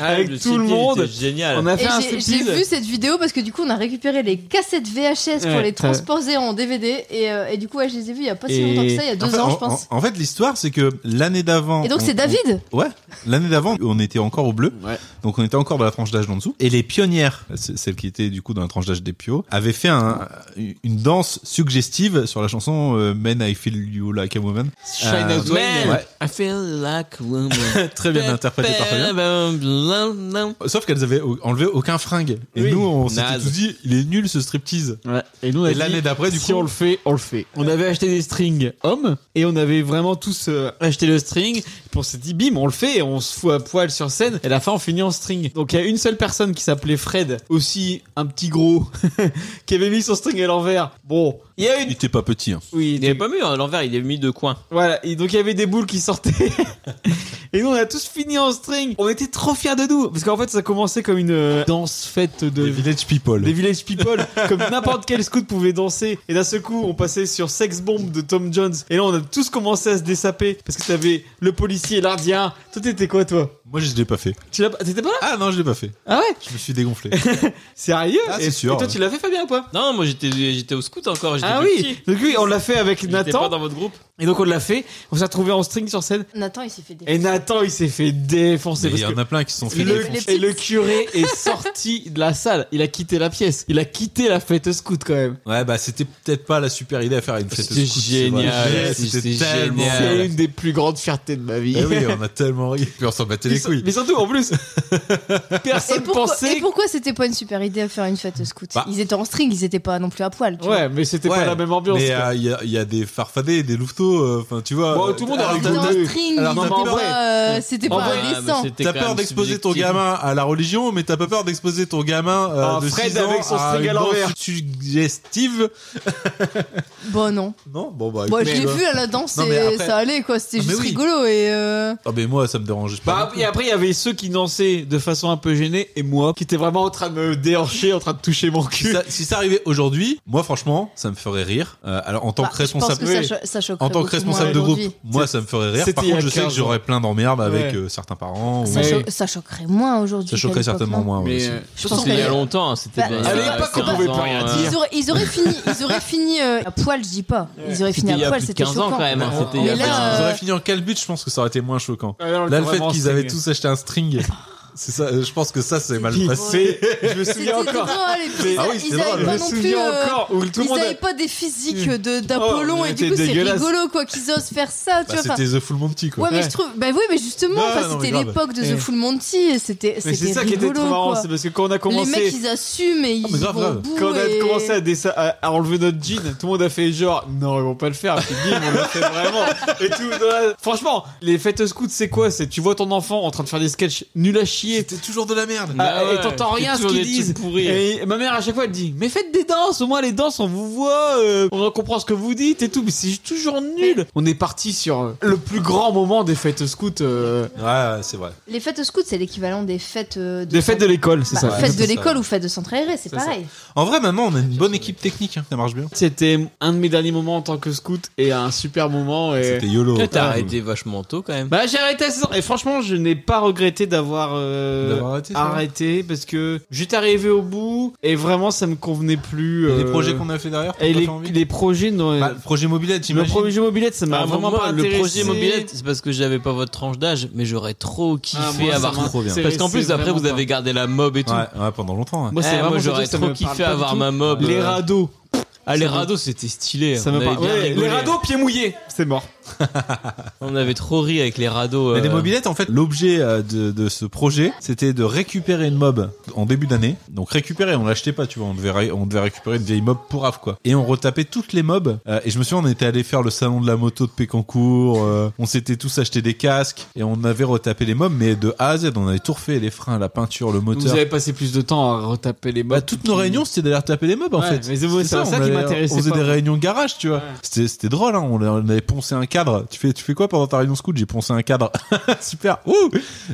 Speaker 15: Ah,
Speaker 2: avec
Speaker 15: le
Speaker 2: tout le
Speaker 15: striptease
Speaker 2: monde.
Speaker 15: était génial.
Speaker 2: On a
Speaker 4: Et
Speaker 2: fait un
Speaker 4: j'ai- j'ai
Speaker 2: striptease.
Speaker 4: vu cette vidéo parce que du coup on a récupéré les cassettes VHS pour
Speaker 3: Ouais,
Speaker 4: les
Speaker 3: t'as-
Speaker 4: transposer en DVD et, euh, et du coup ouais, je les ai vues il y a pas si longtemps que ça, il y a
Speaker 3: En
Speaker 4: deux
Speaker 3: fait,
Speaker 4: ans
Speaker 3: en-
Speaker 4: je pense.
Speaker 3: En, en fait, l'histoire, c'est que l'année d'avant.
Speaker 4: Et donc,
Speaker 3: on-
Speaker 4: c'est David
Speaker 3: on- Ouais. L'année d'avant, on était encore au bleu. Donc, on était encore dans la tranche d'âge d'en dessous. Et les pionnières, c- celles qui étaient du coup dans la tranche d'âge des pios, avaient fait un- une danse suggestive sur la chanson euh, Men I Feel You Like a Woman.
Speaker 15: Shine
Speaker 3: Euh,
Speaker 15: Out Wayne.
Speaker 3: ouais. (laughs)
Speaker 15: I feel like a woman.
Speaker 3: Très bien interprété par Fabien. sauf qu'elles avaient au- enlevé aucun fringue. Et nous, on s'était
Speaker 2: Naze.
Speaker 3: tous dit, il est nul ce striptease.
Speaker 2: Et nous, on a
Speaker 3: Et
Speaker 2: dit,
Speaker 3: l'année d'après, du
Speaker 2: si
Speaker 3: coup-
Speaker 2: on le fait, on le fait. On avait acheté des strings hommes et on avait vraiment tous euh, acheté le string. Puis on s'est dit, bim, on le fait et on se fout à poil sur scène. Et à la fin, on finit en string. Donc il y a une seule personne qui s'appelait Fred, aussi un petit gros, (laughs) qui avait mis son string à l'envers. Bon, il y a une. Il
Speaker 3: était pas petit. hein.
Speaker 2: Oui, il
Speaker 15: avait pas mis à l'envers, il avait mis deux coins.
Speaker 2: Voilà, et donc il y avait des boules
Speaker 15: (laughs)
Speaker 2: qui sortaient. et nous, on a tous fini en string. On était trop fiers de nous. Parce qu'en fait, ça commençait comme une euh, danse fête de. Des
Speaker 3: Village People.
Speaker 2: Des Village People. (laughs) comme n'importe quel scout pouvait danser. Et d'un seul coup, on passait sur Sex Bomb de Tom Jones. Et là, on a tous commencé à se dessaper. Parce que t'avais le policier, l'ardien. Toi, t'étais quoi, toi
Speaker 3: Moi, je l'ai pas fait.
Speaker 2: Tu l'as pas- T'étais pas là
Speaker 3: Ah non, je l'ai pas fait.
Speaker 2: Ah ouais
Speaker 3: Je me suis dégonflé.
Speaker 2: (laughs) Sérieux
Speaker 3: Ah, c'est
Speaker 2: et,
Speaker 3: sûr.
Speaker 2: et toi, tu l'as fait, Fabien, ou pas
Speaker 15: Non, moi j'étais j'étais au scout encore. j'étais
Speaker 2: Ah
Speaker 15: plus
Speaker 2: oui Donc oui, on l'a fait avec
Speaker 15: J'étais
Speaker 2: Nathan.
Speaker 15: pas dans votre groupe.
Speaker 2: Et donc, on l'a fait. On s'est retrouvé en string sur scène.
Speaker 4: Nathan, il s'est
Speaker 3: (laughs)
Speaker 4: fait des.
Speaker 2: Et Nathan, il s'est fait défoncer.
Speaker 3: Mais
Speaker 2: parce
Speaker 3: il y en
Speaker 2: que
Speaker 3: a plein qui se sont fait
Speaker 2: le,
Speaker 3: défoncer.
Speaker 2: Et
Speaker 15: (laughs)
Speaker 2: le curé est sorti de la salle. Il a quitté la pièce. Il a quitté la fête scout quand même.
Speaker 3: Ouais, bah c'était peut-être pas la super idée à faire à une fête
Speaker 2: C'était
Speaker 3: scout,
Speaker 2: génial,
Speaker 3: vrai.
Speaker 2: c'était
Speaker 3: C'était tellement
Speaker 2: génial. C'est une des plus grandes fiertés de ma vie.
Speaker 3: Eh oui, on
Speaker 2: (laughs)
Speaker 3: a tellement ri. Puis on s'en battait les
Speaker 2: Mais sur-
Speaker 3: couilles.
Speaker 2: Mais surtout, en plus, personne
Speaker 4: pourquoi,
Speaker 2: pensait.
Speaker 4: et pourquoi c'était pas une super idée à faire une fête scout
Speaker 3: Bah.
Speaker 4: Ils étaient en string, ils étaient pas non plus à poil. tu vois.
Speaker 2: mais c'était
Speaker 3: pas
Speaker 2: la même ambiance,
Speaker 3: Mais
Speaker 2: quoi.
Speaker 3: euh, il y, a- il y a des farfadets, des louveteaux, euh, enfin tu vois.
Speaker 2: Bon, tout le monde a
Speaker 3: Alors,
Speaker 2: rigolé.
Speaker 3: t'as-
Speaker 2: Dans un string,
Speaker 3: alors,
Speaker 2: ils
Speaker 3: t'as
Speaker 2: étaient
Speaker 3: peur-
Speaker 4: pas, euh, c'était
Speaker 3: En
Speaker 4: pas
Speaker 3: vrai,
Speaker 4: indécent.
Speaker 3: T'as peur d'exposer ton gamin à la religion, mais t'as pas peur d'exposer ton gamin euh,
Speaker 2: Ah,
Speaker 3: de
Speaker 2: Fred
Speaker 3: 6 ans
Speaker 2: avec son
Speaker 3: à
Speaker 2: string à
Speaker 3: une danse
Speaker 2: l'envers.
Speaker 3: suggestive.
Speaker 4: Bon, non.
Speaker 3: Non, bon bah.
Speaker 4: Moi,
Speaker 3: écoute,
Speaker 4: je l'ai
Speaker 3: tu vois.
Speaker 4: vu à la danse
Speaker 3: Non,
Speaker 4: et
Speaker 3: mais après-
Speaker 4: ça allait quoi, c'était
Speaker 3: Ah, mais
Speaker 4: juste
Speaker 3: oui.
Speaker 4: rigolo et. euh,
Speaker 3: Ah mais moi ça me dérangeait pas.
Speaker 2: Bah, et après, il y avait ceux qui dansaient de façon un peu gênée et moi qui étais vraiment en train de me déhancher, en train de toucher mon cul.
Speaker 3: Si ça, si ça arrivait aujourd'hui, moi franchement, ça me ferait rire. Euh, alors en tant
Speaker 4: Bah,
Speaker 3: que
Speaker 4: je pense
Speaker 3: responsable,
Speaker 4: que ça cho- ça choquerait
Speaker 3: en tant que
Speaker 4: beaucoup
Speaker 3: responsable
Speaker 4: moins
Speaker 3: de groupe,
Speaker 4: aujourd'hui.
Speaker 3: moi ça me ferait rire.
Speaker 4: C'était
Speaker 3: Par
Speaker 4: il y a
Speaker 3: contre, je sais que
Speaker 2: 15
Speaker 3: j'aurais
Speaker 2: ans.
Speaker 3: plein d'emmerdes avec
Speaker 2: Ouais.
Speaker 3: euh, certains parents.
Speaker 4: Ça,
Speaker 3: ou-
Speaker 4: cho- ça choquerait moins aujourd'hui.
Speaker 3: Ça choquerait
Speaker 4: qu'à l'époque,
Speaker 3: certainement
Speaker 4: non
Speaker 3: moins.
Speaker 15: Mais,
Speaker 3: aussi.
Speaker 15: euh,
Speaker 4: Je pense qu'il y a
Speaker 15: longtemps, hein, c'était
Speaker 4: Bah,
Speaker 15: bien.
Speaker 4: à l'époque, on pouvait
Speaker 2: pas rien dire.
Speaker 4: Ils auraient, ils auraient
Speaker 3: (laughs)
Speaker 4: fini, ils auraient fini euh, à poil, je dis pas. Ils auraient fini
Speaker 3: C'était il y
Speaker 4: à
Speaker 3: a
Speaker 4: poil,
Speaker 3: plus de
Speaker 4: c'était
Speaker 3: 15 ans,
Speaker 4: choquant.
Speaker 3: quand même, hein. C'était il y a
Speaker 4: Mais là,
Speaker 3: plus de 15 ans. Ils auraient
Speaker 4: euh,
Speaker 3: fini en calbut, je pense que ça aurait été moins choquant.
Speaker 2: Ah,
Speaker 3: Là,
Speaker 2: non,
Speaker 3: le fait
Speaker 2: vraiment
Speaker 3: qu'ils avaient
Speaker 2: string.
Speaker 3: tous acheté un string, c'est ça. euh, Je pense que ça, c'est mal passé.
Speaker 2: Je me souviens
Speaker 4: C'était
Speaker 2: encore.
Speaker 4: drôle, et puis
Speaker 3: Ah
Speaker 4: ils-
Speaker 3: oui, c'était
Speaker 4: ils avaient
Speaker 3: drôle.
Speaker 4: pas
Speaker 3: Je
Speaker 4: non
Speaker 3: me
Speaker 4: plus.
Speaker 3: souviens
Speaker 4: euh,
Speaker 3: encore où tout le
Speaker 4: Ils
Speaker 3: monde a-
Speaker 4: avaient pas des physiques de- d'Apollon
Speaker 3: Oh,
Speaker 4: et
Speaker 3: c'était
Speaker 4: du coup c'est
Speaker 3: dégueulasse.
Speaker 4: rigolo quoi qu'ils osent faire ça. Tu
Speaker 3: Bah,
Speaker 4: vois,
Speaker 3: c'était
Speaker 4: enfin-
Speaker 3: The Full Monty, quoi.
Speaker 4: Ouais, mais je trouve. Bah oui, mais justement,
Speaker 3: Non,
Speaker 4: enfin,
Speaker 3: non, mais
Speaker 4: c'était
Speaker 3: grave.
Speaker 4: l'époque de
Speaker 3: Eh.
Speaker 4: The Full Monty et c'était
Speaker 2: Mais c'est
Speaker 4: c'était
Speaker 2: ça qui était trop
Speaker 4: rigolo,
Speaker 2: marrant,
Speaker 4: quoi.
Speaker 2: c'est parce que quand on a commencé.
Speaker 4: Les mecs, ils assument et ils
Speaker 2: mais
Speaker 4: vont au bout
Speaker 2: Quand on a
Speaker 4: et-
Speaker 2: commencé à, dessa- à- à enlever notre jean, tout le monde a fait genre non, ils vont pas le faire. Puis bim, on l'a fait vraiment. Et tout. voilà. Franchement, les fêtes scouts, c'est quoi C'est tu vois ton enfant en train de faire des sketchs nuls à chier. Ah,
Speaker 3: C'était toujours de la merde.
Speaker 15: Bah ouais,
Speaker 2: et t'entends
Speaker 15: c'était
Speaker 2: rien ce
Speaker 15: toujours
Speaker 2: qu'ils
Speaker 15: des trucs
Speaker 2: disent.
Speaker 15: pourris.
Speaker 2: Et ma mère à chaque fois elle dit mais faites des danses. Au moins les danses, on vous voit, euh, on comprend ce que vous dites et tout. Mais c'est toujours nul. On est parti sur euh, le plus grand moment des fêtes euh. scouts.
Speaker 3: Ouais, c'est vrai.
Speaker 4: Les fêtes scouts, c'est l'équivalent des fêtes. euh, de-
Speaker 2: Des fêtes de l'école, c'est
Speaker 4: Bah,
Speaker 2: ça.
Speaker 4: Fêtes de
Speaker 2: C'est ça.
Speaker 4: l'école ou fêtes de centre aéré, c'est
Speaker 2: C'est ça.
Speaker 4: pareil.
Speaker 3: En vrai, maintenant, on a une bonne équipe technique, hein, ça marche bien.
Speaker 2: C'était un de mes derniers moments en tant que scout et un super moment. Et...
Speaker 3: C'était YOLO.
Speaker 15: Toi, T'as arrêté vachement tôt quand même.
Speaker 2: Bah j'ai arrêté à 16 ans et franchement je n'ai pas regretté d'avoir euh,
Speaker 15: D'avoir arrêté, ça va.
Speaker 2: arrêté parce que j'étais arrivé au bout et vraiment ça me convenait plus.
Speaker 3: Et les
Speaker 2: euh,
Speaker 3: projets qu'on a fait derrière t'as
Speaker 2: et
Speaker 3: pas
Speaker 2: les,
Speaker 3: fait envie
Speaker 2: les projets non,
Speaker 3: Bah, le projet mobilette,
Speaker 2: le
Speaker 3: j'imagine.
Speaker 2: projet mobilette ça m'a
Speaker 15: Ah,
Speaker 2: vraiment
Speaker 15: moi,
Speaker 2: pas
Speaker 15: le
Speaker 2: intéressé.
Speaker 15: projet mobilette, c'est parce que j'avais pas votre tranche d'âge, mais j'aurais trop kiffé
Speaker 2: Ah, moi, ça
Speaker 15: avoir.
Speaker 2: m'intéresse Trop bien.
Speaker 15: Parce qu'en plus, après,
Speaker 2: vraiment
Speaker 15: vous avez gardé la mob et tout.
Speaker 3: Ouais, ouais, pendant longtemps. hein.
Speaker 15: Eh, Moi,
Speaker 2: c'est vraiment
Speaker 15: j'aurais
Speaker 2: surtout que ça
Speaker 15: trop
Speaker 2: me parle
Speaker 15: kiffé
Speaker 2: pas du
Speaker 15: avoir
Speaker 2: tout.
Speaker 15: ma mob.
Speaker 2: Les
Speaker 15: euh.
Speaker 2: radeaux.
Speaker 15: Ah, les
Speaker 2: Ça me-
Speaker 15: radeaux, c'était
Speaker 3: hein.
Speaker 15: stylé.
Speaker 2: Ça
Speaker 15: On
Speaker 2: me
Speaker 15: avait
Speaker 2: parle-
Speaker 15: bien
Speaker 2: ouais,
Speaker 15: rigolé.
Speaker 2: les radeaux pieds mouillés c'est (laughs) mort.
Speaker 15: On avait trop ri avec les radeaux.
Speaker 3: Mais les
Speaker 15: euh.
Speaker 3: mobilettes, en fait, l'objet euh, de, de ce projet, c'était de récupérer une mob en début d'année. Donc récupérer, on l'achetait pas, tu vois, on devait, ré- on devait récupérer une vieille mob pour AF, quoi. Et on retapait toutes les mobs. Euh, et je me souviens, on était allé faire le salon de la moto de Pécancourt, euh, on s'était tous acheté des casques, et on avait retapé les mobs, mais de A à Z, on avait tout refait, les freins, la peinture, le
Speaker 2: Vous
Speaker 3: moteur.
Speaker 2: avez passé plus de temps à retaper les mobs.
Speaker 3: Bah, toutes nos réunions c'était d'aller retaper les mobs en
Speaker 2: Ouais, bah,
Speaker 3: fait.
Speaker 2: mais c'est vrai, c'est
Speaker 3: on
Speaker 2: ça qui
Speaker 3: allait-
Speaker 2: m'intéressait
Speaker 3: On faisait
Speaker 2: pas,
Speaker 3: des
Speaker 2: moi.
Speaker 3: réunions garage, tu vois. C'était c'était drôle, hein. on a- on avait poncé un cadre. Tu fais, tu fais quoi pendant ta réunion scout J'ai poncé un cadre. (laughs) Super. Ouh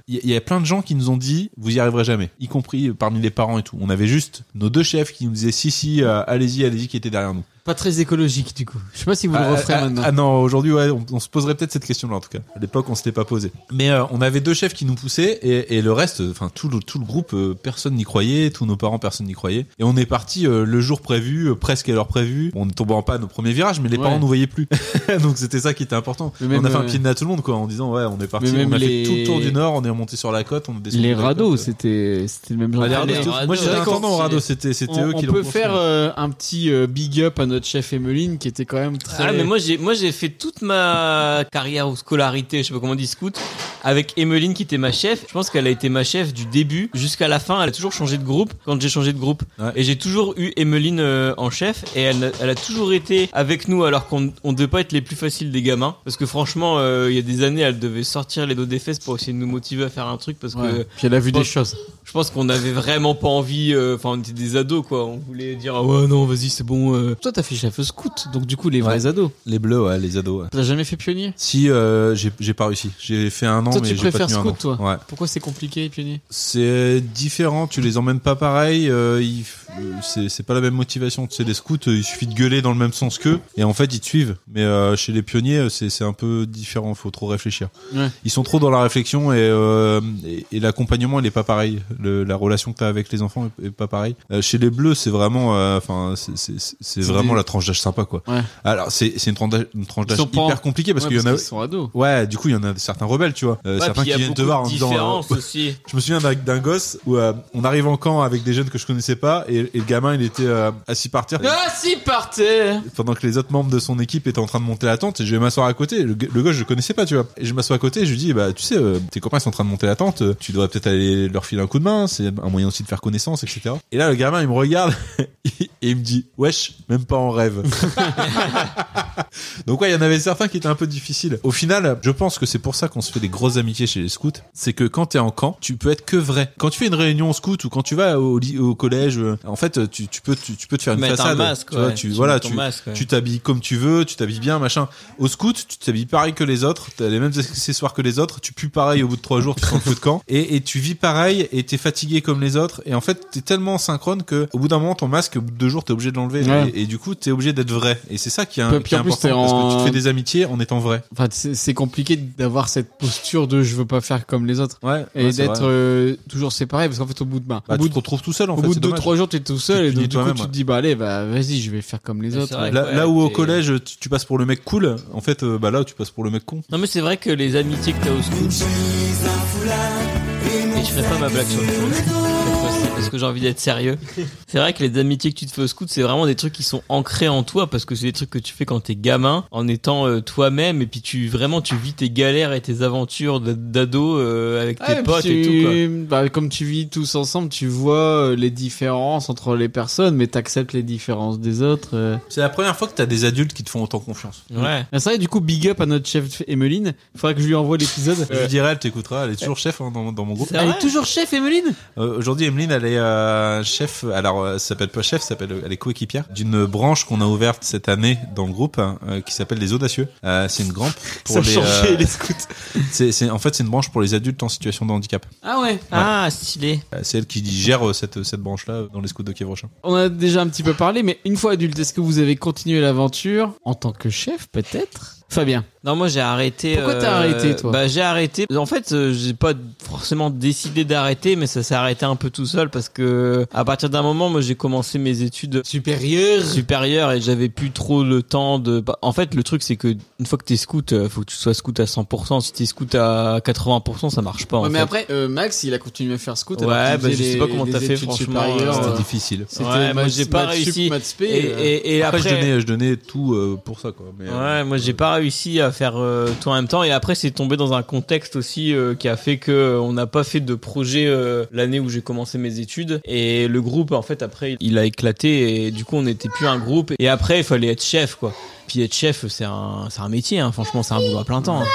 Speaker 3: Il y, a- il y a plein de gens qui nous ont dit, vous y arriverez jamais, y compris euh, parmi les parents et tout. On avait juste nos deux chefs qui nous disaient, si, si, euh, allez-y, allez-y, qui étaient derrière nous.
Speaker 2: Pas très écologique du coup. Je sais pas si vous
Speaker 3: Ah,
Speaker 2: le referez
Speaker 3: ah,
Speaker 2: maintenant.
Speaker 3: Ah non, aujourd'hui, ouais, on, on se poserait peut-être cette question-là, en tout cas. À l'époque, on se l'était pas posé. Mais euh, on avait deux chefs qui nous poussaient et, et le reste, enfin, tout le, tout le groupe, euh, personne n'y croyait, tous nos parents, personne n'y croyait. Et on est parti euh, le jour prévu, euh, presque à l'heure prévue. On ne tombait en panne au premier virage, mais les
Speaker 2: Ouais.
Speaker 3: parents nous voyaient plus. (laughs) Donc c'était ça qui était important.
Speaker 2: Mais même,
Speaker 3: on a fait un
Speaker 2: euh,
Speaker 3: pied de nez à tout le monde, quoi, en disant, ouais, on est parti,
Speaker 2: mais même
Speaker 3: on a
Speaker 2: les-
Speaker 3: fait tout le tour du nord, on est remonté sur la côte, on est descendu.
Speaker 2: Les
Speaker 3: de la
Speaker 2: radeaux,
Speaker 3: côte.
Speaker 2: c'était c'était le même genre.
Speaker 3: Bah, les
Speaker 2: de
Speaker 3: radeaux,
Speaker 2: truc.
Speaker 3: c'était- moi, j'étais
Speaker 2: C'est vrai
Speaker 3: intendant
Speaker 2: qu'on-
Speaker 3: aux radeaux, c'était- c'était
Speaker 2: on-
Speaker 3: eux qui l'ont
Speaker 2: On peut
Speaker 3: construit.
Speaker 2: faire euh, un petit euh, big up à
Speaker 5: notre chef Emmeline qui était quand même très.
Speaker 2: Ah, mais moi j'ai moi j'ai fait toute ma carrière ou scolarité, je sais pas comment on dit scout, avec Emmeline qui était ma chef. Je pense qu'elle a été ma chef du début jusqu'à la fin. Elle a toujours changé de groupe quand j'ai changé de groupe. Et j'ai toujours eu Emmeline euh, en chef et elle, elle a toujours été avec nous alors qu'on on devait pas être les plus faciles des gamins parce que franchement euh, il y a des années elle devait sortir les dos des fesses pour essayer de nous motiver à faire un truc parce que
Speaker 5: Ouais. Puis elle a vu
Speaker 2: je
Speaker 5: des
Speaker 2: pense-
Speaker 5: choses.
Speaker 2: Je pense qu'on avait vraiment pas envie euh, enfin on était des ados quoi, on voulait dire ah ouais non, vas-y c'est bon. euh.
Speaker 5: Toi t'as fait chef scout, donc du coup les vrais ados.
Speaker 3: Les bleus, ouais, les ados. ouais.
Speaker 5: T'as jamais fait pionnier
Speaker 3: Si, euh, j'ai j'ai pas réussi. J'ai fait un an,
Speaker 5: Toi
Speaker 3: mais
Speaker 5: tu
Speaker 3: j'ai pas
Speaker 5: préfères
Speaker 3: tenu un an.
Speaker 5: scout toi
Speaker 3: Ouais.
Speaker 5: Pourquoi c'est compliqué pionnier
Speaker 3: C'est différent, tu les emmènes pas pareil, euh, il f- euh, c'est c'est pas la même motivation. Tu sais, les scouts, euh, il suffit de gueuler dans le même sens qu'eux, et en fait, ils te suivent. Mais euh, chez les pionniers, euh, c'est c'est un peu différent, faut trop réfléchir.
Speaker 5: Ouais.
Speaker 3: Ils sont trop dans la réflexion, et, euh, et, et l'accompagnement, il est pas pareil. Le- la relation que t'as avec les enfants est, est pas pareil. Euh, chez les bleus, c'est vraiment, euh, enfin, c'est- c'est- c'est c'est
Speaker 5: C'est
Speaker 3: vraiment
Speaker 5: des-
Speaker 3: la tranche d'âge sympa, quoi.
Speaker 5: Ouais.
Speaker 3: Alors, c'est c'est une tranche d'âge une tranche
Speaker 5: Ils
Speaker 3: d'âge
Speaker 5: sont pas en-
Speaker 3: hyper compliquée parce
Speaker 5: Ouais,
Speaker 3: qu'il y en a.
Speaker 5: qu'ils sont ados.
Speaker 3: Ouais, du coup, il y en a certains rebelles, tu vois. Euh,
Speaker 2: Ouais,
Speaker 3: certains
Speaker 2: puis il y
Speaker 3: qui
Speaker 2: a
Speaker 3: viennent te
Speaker 2: beaucoup
Speaker 3: voir en
Speaker 2: de
Speaker 3: disant. euh, (laughs)
Speaker 2: différences aussi.
Speaker 3: je me souviens d'un- d'un gosse où euh, on arrive en camp avec des jeunes que je connaissais pas et, et le gamin il était euh, assis par terre
Speaker 5: Ah si partez
Speaker 3: pendant que les autres membres de son équipe étaient en train de monter la tente et je vais m'asseoir à côté. Le, g- le gosse je le connaissais pas tu vois. Et je m'assois à côté et je lui dis bah tu sais euh, tes copains ils sont en train de monter la tente, euh, tu devrais peut-être aller leur filer un coup de main, c'est un moyen aussi de faire connaissance etc. Et là le gamin il me regarde et il me dit wesh même pas en
Speaker 2: (laughs)
Speaker 3: rêve. Donc ouais, il y en avait certains qui étaient un peu difficiles. Au final, je pense que c'est pour ça qu'on se fait des grosses amitiés chez les scouts. C'est que quand t'es en camp, tu peux être que vrai. Quand tu fais une réunion scout ou quand tu vas au, ly- au collège, euh, en fait, tu, tu peux tu, tu peux te faire une
Speaker 2: Mettre un
Speaker 3: façade.
Speaker 2: masque,
Speaker 3: tu vois,
Speaker 2: ouais.
Speaker 3: tu,
Speaker 2: Tu
Speaker 3: voilà,
Speaker 2: mets ton
Speaker 3: tu
Speaker 2: masque, ouais.
Speaker 3: tu t'habilles comme tu veux, tu t'habilles bien, machin. Au scout, tu t'habilles pareil que les autres, t'as les mêmes accessoires que les autres, tu pues pareil au bout de trois jours, tu sens le feu de camp, et, et tu vis pareil, et t'es fatigué comme les autres, et en fait, t'es tellement synchrone que au bout d'un moment, ton masque, au bout de deux jours, t'es obligé de l'enlever,
Speaker 5: Ouais.
Speaker 3: et, et du coup, t'es obligé d'être vrai. Et c'est ça qui est, un-
Speaker 5: Puis
Speaker 3: qui est
Speaker 5: en plus,
Speaker 3: important,
Speaker 5: t'es
Speaker 3: parce
Speaker 5: en-
Speaker 3: que tu te fais des amitiés en étant vrai.
Speaker 5: Enfin, c'est c'est compliqué d'avoir cette posture de je veux pas faire comme les autres.
Speaker 3: Ouais,
Speaker 5: et
Speaker 3: ouais, c'est
Speaker 5: d'être
Speaker 3: vrai.
Speaker 5: euh, toujours séparé parce qu'en fait, au bout de bah,
Speaker 3: Bah,
Speaker 5: au bout
Speaker 3: tu te
Speaker 5: de-
Speaker 3: retrouves tout seul, en
Speaker 5: au
Speaker 3: fait,
Speaker 5: bout
Speaker 3: c'est
Speaker 5: de 2
Speaker 3: dommage.
Speaker 5: 3 jours, t'es tout
Speaker 3: Tu
Speaker 5: seul et
Speaker 3: punis
Speaker 5: donc du coup,
Speaker 3: toi-même,
Speaker 5: tu
Speaker 3: ouais.
Speaker 5: te dis bah allez, bah vas-y, je vais faire comme les autres.
Speaker 3: là, là où au collège, tu, tu passes pour le mec cool, en fait, euh, bah là, tu passes pour le mec con.
Speaker 2: Non mais c'est vrai que les amitiés que t'as au scout. Et je ferai pas ma blague sur le fond, cette fois-ci, parce que j'ai envie d'être sérieux. C'est vrai que les amitiés que tu te fais au scout, c'est vraiment des trucs qui sont ancrés en toi parce que c'est des trucs que tu fais quand t'es gamin, en étant euh, toi-même et puis tu vraiment tu vis tes galères et tes aventures d- d'ado euh, avec tes
Speaker 5: Ouais,
Speaker 2: potes
Speaker 5: puis
Speaker 2: et tout quoi.
Speaker 5: tu- bah, comme tu vis tous ensemble, tu vois euh, les différences entre les personnes, mais t'acceptes les différences des autres. euh.
Speaker 3: C'est la première fois que t'as des adultes qui te font autant confiance.
Speaker 5: Ah, C'est vrai, du coup, big up à notre chef Emeline. Faudra que je lui envoie l'épisode.
Speaker 3: Je lui dirai, elle t'écoutera, elle est toujours chef hein, dans, dans mon groupe.
Speaker 5: Elle est toujours chef, Emeline
Speaker 3: Euh, Aujourd'hui, Emeline, elle est euh, chef. Alors, euh, ça s'appelle pas chef, ça s'appelle elle est coéquipière d'une branche qu'on a ouverte cette année dans le groupe hein, euh, qui s'appelle les audacieux. Euh, c'est une grande pour
Speaker 2: Ça a
Speaker 3: les,
Speaker 2: changé, les
Speaker 3: scouts. (laughs) C'est c'est- en fait c'est une branche pour les adultes en situation de handicap.
Speaker 5: Ah ouais.
Speaker 2: Ah stylé.
Speaker 3: Euh, C'est elle qui gère euh, cette cette branche là dans les scouts de Kévrochin.
Speaker 5: On a déjà un petit peu parlé, mais une fois adulte, est-ce que vous avez continué l'aventure en tant que chef, peut-être Fabien.
Speaker 2: Non, moi j'ai arrêté.
Speaker 5: Pourquoi
Speaker 15: euh,
Speaker 5: t'as arrêté, toi
Speaker 2: Bah j'ai arrêté. En fait, euh, j'ai pas forcément décidé d'arrêter, mais ça s'est arrêté un peu tout seul parce que à partir d'un moment, moi j'ai commencé mes études
Speaker 5: supérieures,
Speaker 2: supérieures et j'avais plus trop le temps de. bah, En fait, le truc c'est que une fois que t'es scout, euh, faut que tu sois scout à 100%. Si t'es scout à 80%, ça marche pas. en
Speaker 5: Ouais, mais
Speaker 2: fait.
Speaker 5: après, euh, Max, il a continué à faire scout.
Speaker 2: Ouais,
Speaker 5: alors qu'il
Speaker 2: bah, je
Speaker 5: faisait
Speaker 2: sais
Speaker 5: les-
Speaker 2: pas comment
Speaker 5: les
Speaker 2: t'as fait,
Speaker 5: études
Speaker 2: franchement,
Speaker 5: supérieures,
Speaker 2: c'était
Speaker 5: euh,
Speaker 3: difficile.
Speaker 5: C'était
Speaker 2: Ouais, moi
Speaker 5: maths-
Speaker 2: j'ai pas
Speaker 5: maths sup,
Speaker 2: réussi.
Speaker 5: maths spé,
Speaker 2: et,
Speaker 5: euh.
Speaker 2: et, et après,
Speaker 3: je donnais je donnais tout euh, pour ça quoi. Mais, euh,
Speaker 2: ouais, moi j'ai pas réussi à faire euh, tout en même temps et après c'est tombé dans un contexte aussi euh, qui a fait que euh, on n'a pas fait de projet euh, l'année où j'ai commencé mes études et le groupe en fait après il a éclaté et du coup on n'était plus un groupe et après il fallait être chef quoi. Puis être chef c'est un c'est un métier hein. franchement c'est un boulot à plein temps. hein.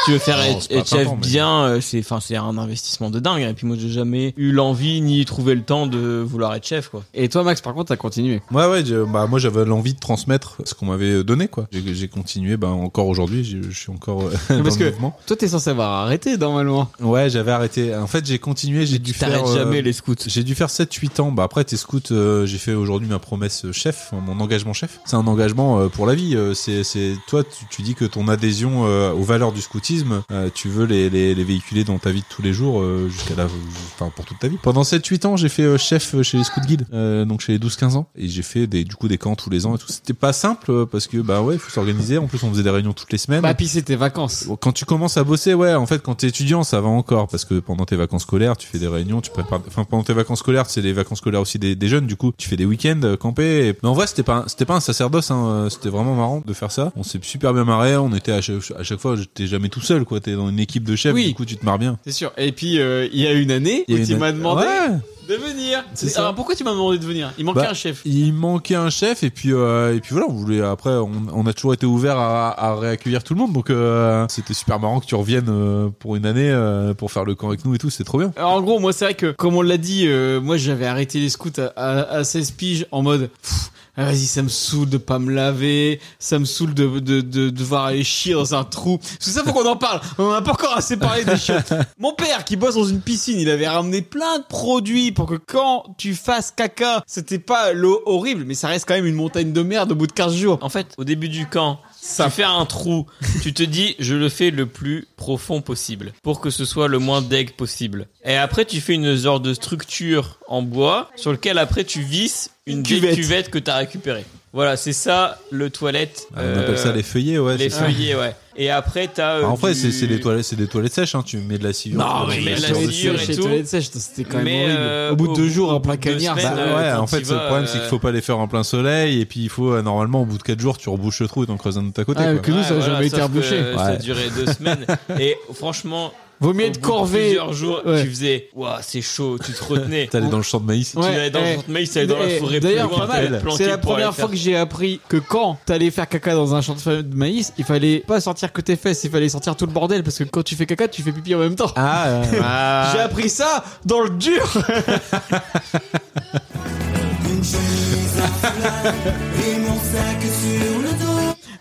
Speaker 2: Si tu veux faire
Speaker 5: Non,
Speaker 2: être,
Speaker 5: c'est pas à
Speaker 2: être
Speaker 5: plein
Speaker 2: chef
Speaker 5: temps, mais-
Speaker 2: bien euh, c'est enfin c'est un investissement de dingue hein. et puis moi j'ai jamais eu l'envie ni trouvé le temps de vouloir être chef quoi.
Speaker 5: Et toi Max par contre t'as continué.
Speaker 3: Ouais ouais, je- bah moi j'avais l'envie de transmettre ce qu'on m'avait donné quoi. J'ai j'ai continué, bah encore aujourd'hui, j'ai- je suis encore euh, dans
Speaker 5: Parce
Speaker 3: le
Speaker 5: que
Speaker 3: mouvement.
Speaker 5: toi t'es censé avoir arrêté normalement.
Speaker 3: Ouais, j'avais arrêté. En fait, j'ai continué, j'ai dû faire. euh,
Speaker 5: t'arrêtes jamais, les
Speaker 2: scouts.
Speaker 3: J'ai dû faire 7-8 hein, ans. Bah après, t'es scout, euh, j'ai fait aujourd'hui ma promesse chef, mon engagement chef. C'est un engagement euh, pour la vie. euh, euh, c'est, c'est toi, tu, tu dis que ton adhésion euh, aux valeurs du scoutisme, euh, tu veux les, les, les véhiculer dans ta vie de tous les jours euh, jusqu'à la, enfin pour toute ta vie. Pendant 7-8 ans, j'ai fait euh, chef chez les scouts guides, euh, donc chez les 12-15 ans, et j'ai fait des, du coup des camps tous les ans et tout. C'était pas simple euh, parce que bah ouais, faut s'organiser. En plus, on faisait des réunions toutes les semaines.
Speaker 2: Bah, puis c'était vacances.
Speaker 3: Quand tu commences à bosser, ouais, en fait, quand t'es étudiant, ça va encore parce que pendant tes vacances scolaires, tu fais des réunions, tu prépares. Enfin, pendant tes vacances scolaires, c'est les vacances scolaires aussi des, des jeunes. Du coup, tu fais des week-ends euh, camper. Et- Mais en vrai, c'était pas, un- c'était pas un sacerdoce. hein, euh, C'était vraiment marrant de faire ça. On s'est super bien marré. On était à chaque, à chaque fois, j'étais jamais tout seul, quoi. T'es dans une équipe de chefs.
Speaker 2: Oui.
Speaker 3: Du coup, tu te marres bien.
Speaker 2: C'est sûr. Et puis, euh, il y a une année
Speaker 3: Il y a
Speaker 2: où
Speaker 3: une
Speaker 2: tu m'as
Speaker 3: année-
Speaker 2: demandé
Speaker 3: Ouais.
Speaker 2: de venir.
Speaker 3: C'est ça.
Speaker 2: Alors, pourquoi tu m'as demandé de venir Il manquait
Speaker 3: Bah,
Speaker 2: un chef.
Speaker 3: Il manquait un chef et puis euh, et puis voilà, on voulait après on, on a toujours été ouvert à, à réaccueillir tout le monde donc euh, c'était super marrant que tu reviennes euh, pour une année euh, pour faire le camp avec nous et tout, c'est trop bien.
Speaker 2: Alors, en gros, moi, c'est vrai que, comme on l'a dit, euh, moi, j'avais arrêté les scouts à, à- à 16 piges en mode. pff, ah, Vas-y, ça me saoule de pas me laver, ça me saoule de, de, de devoir aller chier dans un trou. C'est ça, faut qu'on en parle. On en a pas encore assez parlé
Speaker 15: (laughs)
Speaker 2: des chiottes. Mon père, qui bosse dans une piscine, il avait ramené plein de produits pour que quand tu fasses caca, c'était pas l'eau horrible, mais ça reste quand même une montagne de merde au bout de 15 jours.
Speaker 15: En fait, au début du camp, ça fait un trou. tu te dis, je le fais le plus profond possible pour que ce soit le moins deg possible. Et après, tu fais une sorte de structure en bois sur lequel après tu visses une cuvette,
Speaker 3: Cuvette.
Speaker 15: cuvette que t'as récupérée. Voilà, c'est ça le toilette. euh,
Speaker 3: Ah, on appelle ça les feuillets, ouais,
Speaker 15: Les
Speaker 3: c'est ça.
Speaker 15: feuillets, ouais. Et après, t'as. euh,
Speaker 3: Bah, en fait,
Speaker 15: du-
Speaker 3: c'est c'est des toilettes, c'est des toilettes sèches hein, tu mets de la sciure.
Speaker 15: Non,
Speaker 3: tu
Speaker 15: mais
Speaker 3: mets
Speaker 15: la
Speaker 3: de
Speaker 15: sciure et
Speaker 3: sèche.
Speaker 15: tout.
Speaker 2: C'était quand même
Speaker 15: Mais,
Speaker 2: horrible.
Speaker 15: euh,
Speaker 2: au bout
Speaker 15: au-
Speaker 2: de deux jours,
Speaker 15: au
Speaker 2: en plein
Speaker 15: bout de deux
Speaker 2: cagnard,
Speaker 15: semaines,
Speaker 2: ça-
Speaker 15: euh,
Speaker 3: Bah, Ouais,
Speaker 15: quand
Speaker 3: en fait,
Speaker 15: il
Speaker 3: c'est-
Speaker 15: va,
Speaker 3: le problème, c'est
Speaker 15: euh,
Speaker 3: qu'il faut pas les faire en plein soleil, et puis il faut, euh, normalement, au bout de 4 jours, tu rebouches le trou et t'en creuses un de ta côté.
Speaker 2: Ah,
Speaker 3: quoi.
Speaker 2: que nous, ça a jamais été
Speaker 15: sauf que,
Speaker 2: rebouché.
Speaker 15: euh, Ça a
Speaker 3: Ouais.
Speaker 15: duré
Speaker 2: (laughs)
Speaker 15: deux
Speaker 3: (laughs)
Speaker 15: semaines. Et franchement.
Speaker 2: Vaut mieux
Speaker 15: au bout
Speaker 2: être
Speaker 15: de
Speaker 2: corvé.
Speaker 15: Plusieurs jours,
Speaker 2: Ouais.
Speaker 15: tu faisais, waouh, c'est chaud, tu te retenais.
Speaker 3: (laughs) T'allais dans le champ de maïs.
Speaker 15: Tu
Speaker 2: Ouais,
Speaker 15: allais dans le
Speaker 2: eh,
Speaker 15: champ de maïs, t'allais dans la
Speaker 2: eh,
Speaker 15: forêt. plus
Speaker 2: D'ailleurs,
Speaker 15: loin,
Speaker 2: pas
Speaker 15: t'allais
Speaker 2: mal.
Speaker 15: te planquer
Speaker 2: C'est la
Speaker 15: pour aller
Speaker 2: première fois
Speaker 15: faire
Speaker 2: que j'ai appris que quand t'allais faire caca dans un champ de de maïs, il fallait pas sortir que tes fesses, il fallait sortir tout le bordel parce que quand tu fais caca, tu fais pipi en même temps.
Speaker 3: Ah,
Speaker 5: ah.
Speaker 2: (laughs) j'ai appris ça dans le dur.
Speaker 5: Et mon sac sur le dos.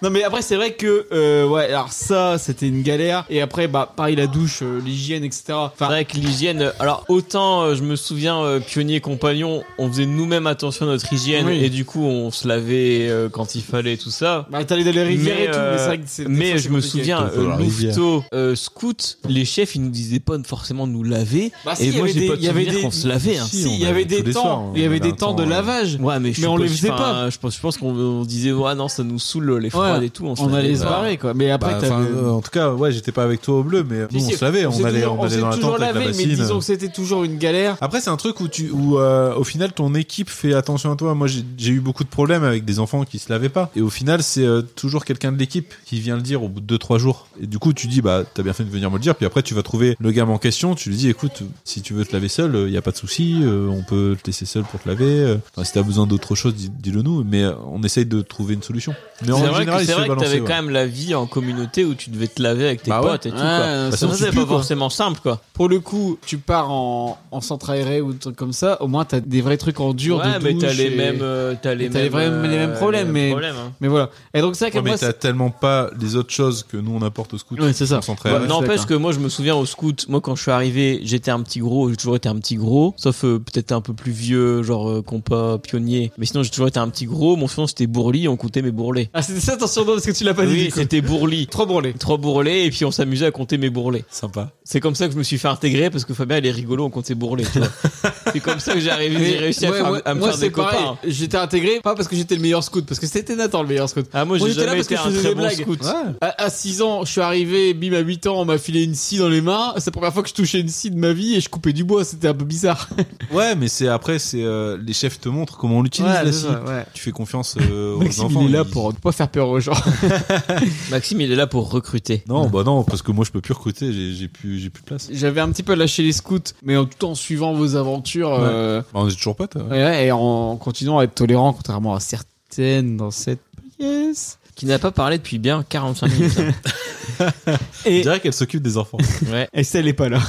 Speaker 2: Non mais après c'est vrai que euh, ouais alors ça c'était une galère et après bah pareil la douche euh, l'hygiène etc enfin
Speaker 15: avec l'hygiène euh, alors autant euh, je me souviens euh, pionnier compagnon on faisait nous-mêmes attention à notre hygiène
Speaker 2: Oui.
Speaker 15: et du coup on se lavait euh, quand il fallait tout ça
Speaker 2: bah t'allais dans les rivières
Speaker 15: mais, euh,
Speaker 2: et tout mais c'est vrai que c'est- des
Speaker 15: mais
Speaker 2: fois, c'est
Speaker 15: je me
Speaker 2: compliqué.
Speaker 15: souviens
Speaker 2: Faut
Speaker 15: euh,
Speaker 2: la rivière.
Speaker 15: Louveteau euh, scout les chefs ils nous disaient pas forcément de nous laver
Speaker 2: Bah, si,
Speaker 15: et
Speaker 2: il y
Speaker 15: moi
Speaker 2: avait
Speaker 15: j'ai
Speaker 2: des-
Speaker 15: pas
Speaker 2: il y avait
Speaker 15: de
Speaker 2: des-
Speaker 15: qu'on se lavait hein.
Speaker 2: si, il y avait des temps il y avait des temps de lavage
Speaker 15: ouais mais, je
Speaker 2: mais on
Speaker 15: suppose-
Speaker 2: les faisait
Speaker 15: enfin,
Speaker 2: pas
Speaker 15: je pense je pense qu'on on disait ouais non ça nous saoule les froides
Speaker 2: Ouais,
Speaker 15: et tout
Speaker 2: on
Speaker 15: on, se
Speaker 2: allait
Speaker 15: lavait
Speaker 2: se
Speaker 15: pas.
Speaker 2: barrer, quoi. Mais après,
Speaker 3: Bah,
Speaker 2: t'avais-
Speaker 3: enfin, euh, en tout cas, ouais, j'étais pas avec toi au bleu, mais nous,
Speaker 2: Si,
Speaker 3: on
Speaker 2: si,
Speaker 3: se lavait, on,
Speaker 2: s'est
Speaker 3: allait,
Speaker 2: toujours-
Speaker 3: on allait
Speaker 2: s'est
Speaker 3: dans la
Speaker 2: toujours
Speaker 3: tente avec la
Speaker 2: lavé,
Speaker 3: bassine.
Speaker 2: mais disons que c'était toujours une galère
Speaker 3: Après, c'est un truc où tu, où euh, au final, ton équipe fait attention à toi. Moi, j'ai j'ai eu beaucoup de problèmes avec des enfants qui se lavaient pas. Et au final, c'est euh, toujours quelqu'un de l'équipe qui vient le dire au bout de deux trois jours. Et du coup, tu dis, bah, t'as bien fait de venir me le dire. Puis après, tu vas trouver le gamin en question. Tu lui dis, écoute, si tu veux te laver seul, il y a pas de souci. euh, on peut te laisser seul pour te laver. euh. Enfin, si t'as besoin d'autre chose, dis- dis-le nous. Mais euh, on essaye de trouver une solution. Mais en
Speaker 15: c'est vrai
Speaker 3: général,
Speaker 15: que
Speaker 3: il
Speaker 15: c'est
Speaker 3: se
Speaker 15: vrai
Speaker 3: fait
Speaker 15: que
Speaker 3: balancer.
Speaker 15: t'avais
Speaker 3: ouais.
Speaker 15: quand même la vie en communauté où tu devais te laver avec tes
Speaker 3: Bah ouais.
Speaker 15: potes et tout.
Speaker 3: Ouais,
Speaker 15: quoi.
Speaker 3: ouais,
Speaker 15: Bah,
Speaker 3: sinon
Speaker 15: ça,
Speaker 3: tu
Speaker 15: c'est
Speaker 3: pues,
Speaker 15: pas
Speaker 3: quoi.
Speaker 15: forcément simple quoi.
Speaker 2: pour le coup tu pars en, en centre aéré ou des trucs comme ça au moins t'as des vrais trucs en dur
Speaker 15: Ouais,
Speaker 2: de
Speaker 15: mais
Speaker 2: douche
Speaker 15: t'as les
Speaker 2: et-
Speaker 15: mêmes, euh, t'as les
Speaker 2: et les
Speaker 15: mêmes,
Speaker 2: vrais-
Speaker 15: euh,
Speaker 2: les mêmes problèmes
Speaker 15: les mêmes
Speaker 2: mais
Speaker 15: problèmes, hein.
Speaker 2: mais voilà et donc c'est vrai que
Speaker 3: Ouais, mais
Speaker 2: moi
Speaker 3: t'as
Speaker 2: c'est-
Speaker 3: tellement pas les autres choses que nous on apporte au scout.
Speaker 2: Ouais, c'est ça.
Speaker 3: Concentré à-
Speaker 15: Bah, N'empêche que moi je me souviens au scout, moi quand je suis arrivé, j'étais un petit gros, j'ai toujours été un petit gros, sauf euh, peut-être un peu plus vieux, genre euh, compas, pionnier. Mais sinon j'ai toujours été un petit gros, mon surnom c'était Bourli, on comptait mes bourrelets.
Speaker 2: ah c'était ça attention non, parce que tu l'as pas dit
Speaker 15: oui,
Speaker 2: du coup.
Speaker 15: c'était
Speaker 2: (laughs)
Speaker 15: Bourli.
Speaker 2: Trois bourrelets.
Speaker 15: Trois bourrelets, et puis on s'amusait à compter mes bourrelets.
Speaker 3: Sympa.
Speaker 15: C'est comme ça que je me suis fait intégrer, parce que Fabien, il est rigolo, on compte ses bourrelets.
Speaker 2: (laughs)
Speaker 15: tu vois. c'est comme ça que j'ai arrivé, j'ai
Speaker 2: Mais-
Speaker 15: réussi à,
Speaker 2: ouais,
Speaker 15: faire-
Speaker 2: ouais,
Speaker 15: à me
Speaker 2: moi,
Speaker 15: faire des
Speaker 2: c'est pareil.
Speaker 15: copains.
Speaker 2: J'étais intégré pas parce que j'étais le meilleur scout, parce que c'était Nathan le meilleur scout.
Speaker 15: Ah, moi, j'ai
Speaker 2: j'étais là
Speaker 15: jamais
Speaker 2: parce que
Speaker 15: été
Speaker 2: je
Speaker 15: un
Speaker 2: faisais
Speaker 15: très
Speaker 2: des
Speaker 15: bon
Speaker 2: blagues.
Speaker 15: scout. Ouais.
Speaker 2: À, à 6 ans, je suis arrivé, bim, à 8 ans, on m'a filé une scie dans les mains. C'est la première fois que je touchais une scie de ma vie et je coupais du bois. C'était un peu bizarre.
Speaker 3: (laughs) Ouais, mais c'est après, c'est euh, les chefs te montrent comment on l'utilise
Speaker 2: Ouais,
Speaker 3: la
Speaker 2: c'est
Speaker 3: scie.
Speaker 2: ça, ouais.
Speaker 3: Tu fais confiance euh, aux
Speaker 2: Maxime,
Speaker 3: enfants.
Speaker 2: il est là
Speaker 3: ils-
Speaker 2: pour ne pas faire peur aux gens.
Speaker 15: Maxime, il est là pour recruter.
Speaker 3: Non, bah non, parce que moi je peux plus recruter, j'ai j'ai plus, j'ai plus de (laughs) place.
Speaker 2: J'avais un petit peu lâché les scouts, mais en tout en suivant vos aventures. euh,
Speaker 3: Bah, on est toujours potes. ouais.
Speaker 2: et ouais, et en continuant à être tolérant, contrairement à certaines dans cette Yes.
Speaker 15: Qui n'a pas parlé depuis bien 45 minutes.
Speaker 2: (laughs) Et...
Speaker 3: Je dirais qu'elle s'occupe des enfants.
Speaker 15: (laughs) ouais.
Speaker 2: Et ça, elle est pas là.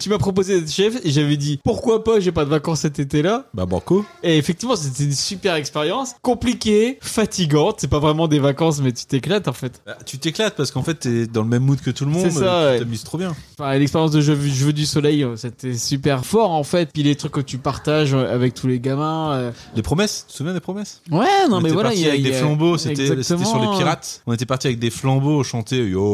Speaker 2: tu m'as proposé d'être chef et j'avais dit pourquoi pas, j'ai pas de vacances cet été-là.
Speaker 3: Bah, banco.
Speaker 2: Et effectivement, c'était une super expérience, compliquée, fatigante. C'est pas vraiment des vacances, mais tu t'éclates en fait.
Speaker 3: Bah, tu t'éclates parce qu'en fait t'es dans le même mood que tout le monde.
Speaker 2: C'est ça,
Speaker 3: euh,
Speaker 2: ouais.
Speaker 3: Tu t'amuses trop bien.
Speaker 2: Enfin, l'expérience de jeu, jeu du soleil, euh, c'était super fort en fait. Puis les trucs que tu partages euh, avec tous les gamins. euh.
Speaker 3: Les promesses, tu te souviens des promesses
Speaker 2: Ouais, Ah, non,
Speaker 3: On
Speaker 2: mais
Speaker 3: était
Speaker 2: voilà.
Speaker 3: partis
Speaker 2: il y a-
Speaker 3: avec
Speaker 2: il y
Speaker 3: des
Speaker 2: a-
Speaker 3: flambeaux, c'était c'était c'était sur les pirates. On était parti avec des flambeaux chanter yo.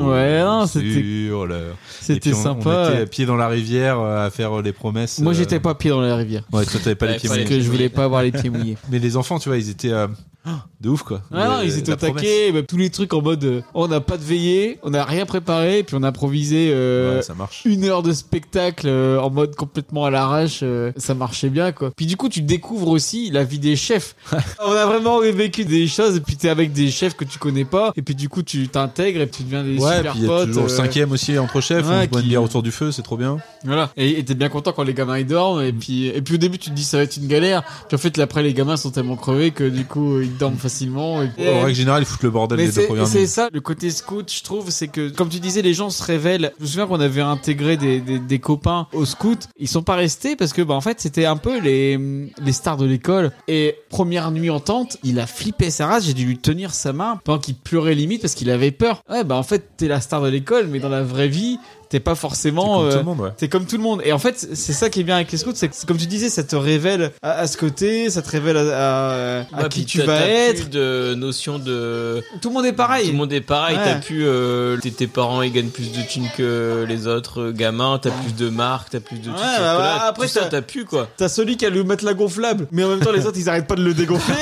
Speaker 2: Ouais, non,
Speaker 3: sur
Speaker 2: c'était-
Speaker 3: le-
Speaker 2: c'était
Speaker 3: Et puis on-
Speaker 2: sympa.
Speaker 3: On était pieds dans la rivière euh, à faire euh, les promesses.
Speaker 2: Moi,
Speaker 3: euh,
Speaker 2: j'étais pas pied dans la rivière.
Speaker 3: Ouais, toi t'avais pas
Speaker 2: Ouais,
Speaker 3: les pieds
Speaker 2: parce
Speaker 3: mouillés.
Speaker 2: que je voulais pas avoir les pieds mouillés.
Speaker 3: Mais les enfants, tu vois, ils étaient euh, de ouf quoi.
Speaker 2: Ah non,
Speaker 3: Le-
Speaker 2: ils étaient
Speaker 3: Euh, la promesse.
Speaker 2: attaqués, tous les trucs en mode euh, on n'a pas de veillée, on n'a rien préparé, puis on a improvisé euh,
Speaker 3: Ouais, ça marche.
Speaker 2: une heure de spectacle euh, en mode complètement à l'arrache, euh, ça marchait bien quoi. Puis du coup, tu découvres aussi la vie
Speaker 3: (laughs)
Speaker 2: des chefs. on a vraiment vécu des choses, et puis t'es avec des chefs que tu connais pas, et puis du coup, tu t'intègres et puis tu deviens des
Speaker 3: Ouais,
Speaker 2: super
Speaker 3: puis il y a
Speaker 2: potes.
Speaker 3: toujours le
Speaker 2: euh,
Speaker 3: cinquième aussi entre chefs.
Speaker 2: Ouais,
Speaker 3: on se boit une bière autour du feu, c'est trop bien.
Speaker 2: Voilà. Et et t'es bien content quand les gamins ils dorment. Et puis, et puis au début, tu te dis ça va être une galère. Puis en fait, après, les gamins sont tellement crevés que du coup, ils dorment facilement. Et...
Speaker 3: En règle générale, ils foutent le bordel
Speaker 2: Mais
Speaker 3: les deux
Speaker 2: c'est-
Speaker 3: premières
Speaker 2: C'est
Speaker 3: minutes.
Speaker 2: ça, le côté scout, je trouve, c'est que, comme tu disais, les gens se révèlent. Je me souviens qu'on avait intégré des, des, des copains au scout. Ils sont pas restés parce que, bah, en fait, c'était un peu les, les stars de l'école. Et première nuit en tente, il a flippé sa race. J'ai dû lui tenir sa main pendant qu'il pleurait limite parce qu'il avait peur. Ouais, bah, en fait, t'es la star de l'école, mais dans la vraie vie, t'es pas
Speaker 3: T'es comme
Speaker 2: forcément.
Speaker 3: tout
Speaker 2: euh,
Speaker 3: le monde, ouais.
Speaker 2: T'es comme tout le monde. Et en fait, c'est ça qui est bien avec les scouts, c'est que, c'est comme tu disais, ça te révèle à, à ce côté, ça te révèle à, à- à
Speaker 15: Ouais,
Speaker 2: qui
Speaker 15: puis
Speaker 2: tu
Speaker 15: t'as-
Speaker 2: vas
Speaker 15: t'as plus
Speaker 2: être.
Speaker 15: de notion de.
Speaker 2: Tout le monde est pareil.
Speaker 15: Tout le monde est pareil.
Speaker 2: Ouais.
Speaker 15: T'as plus. euh, tes- tes parents, ils gagnent plus de thunes que les autres euh, gamins. T'as plus de marques. T'as plus de.
Speaker 2: Ouais,
Speaker 15: trucs
Speaker 2: bah,
Speaker 15: chocolat,
Speaker 2: bah,
Speaker 15: tout
Speaker 2: après,
Speaker 15: ça,
Speaker 2: t'as-
Speaker 15: t'as plus quoi.
Speaker 2: T'as celui qui a le matelas gonflable, mais en même temps les autres ils arrêtent pas de
Speaker 14: (laughs)
Speaker 2: le dégonfler.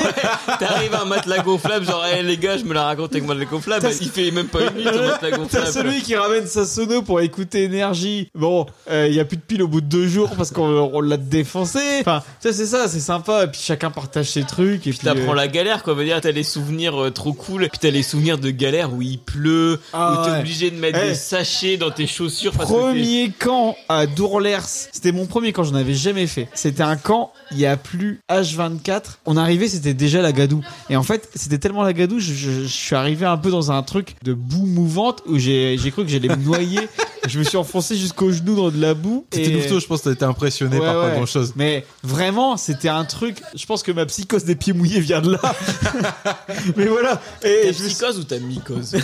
Speaker 15: T'arrives à un matelas gonflable, genre, Eh, les gars, je me la raconte avec mon matelas gonflable.
Speaker 2: (laughs) T'as-
Speaker 15: Il fait même pas une nuit ton matelas gonflable.
Speaker 2: T'as celui qui ramène sa sono pour écouter énergie. Bon, euh, il y a plus de pile au bout de deux jours parce qu'on on l'a défoncé. Enfin, tu sais, c'est ça, c'est sympa. Et puis chacun partage ses trucs. Et puis,
Speaker 15: T'apprends
Speaker 2: euh,
Speaker 15: la galère, quoi. Veut dire, t'as les souvenirs euh, trop cool, puis t'as les souvenirs de galère où il pleut,
Speaker 2: Ah
Speaker 15: où t'es
Speaker 2: ouais.
Speaker 15: obligé de mettre
Speaker 2: Eh.
Speaker 15: des sachets dans tes chaussures. Parce
Speaker 2: Premier camp à Dourlers, c'était mon premier camp, j'en avais jamais fait. C'était un camp, il y a plus H24. On arrivait, c'était déjà la gadoue. Et en fait, c'était tellement la gadoue, je, je- je suis arrivé un peu dans un truc de boue mouvante où j'ai j'ai cru que j'allais me
Speaker 3: (laughs)
Speaker 2: noyer. je me suis enfoncé jusqu'aux genoux dans de la boue.
Speaker 3: T'étais
Speaker 2: et-
Speaker 3: louveteau, je pense, t'as été impressionné par
Speaker 2: Ouais,
Speaker 3: pas
Speaker 2: ouais.
Speaker 3: grand chose.
Speaker 2: Mais vraiment, c'était un truc. Je pense que ma psychose des pieds mouillés vient de là. (laughs) Mais voilà.
Speaker 15: T'as
Speaker 2: Et je me suis-
Speaker 15: psychose ou t'as mycose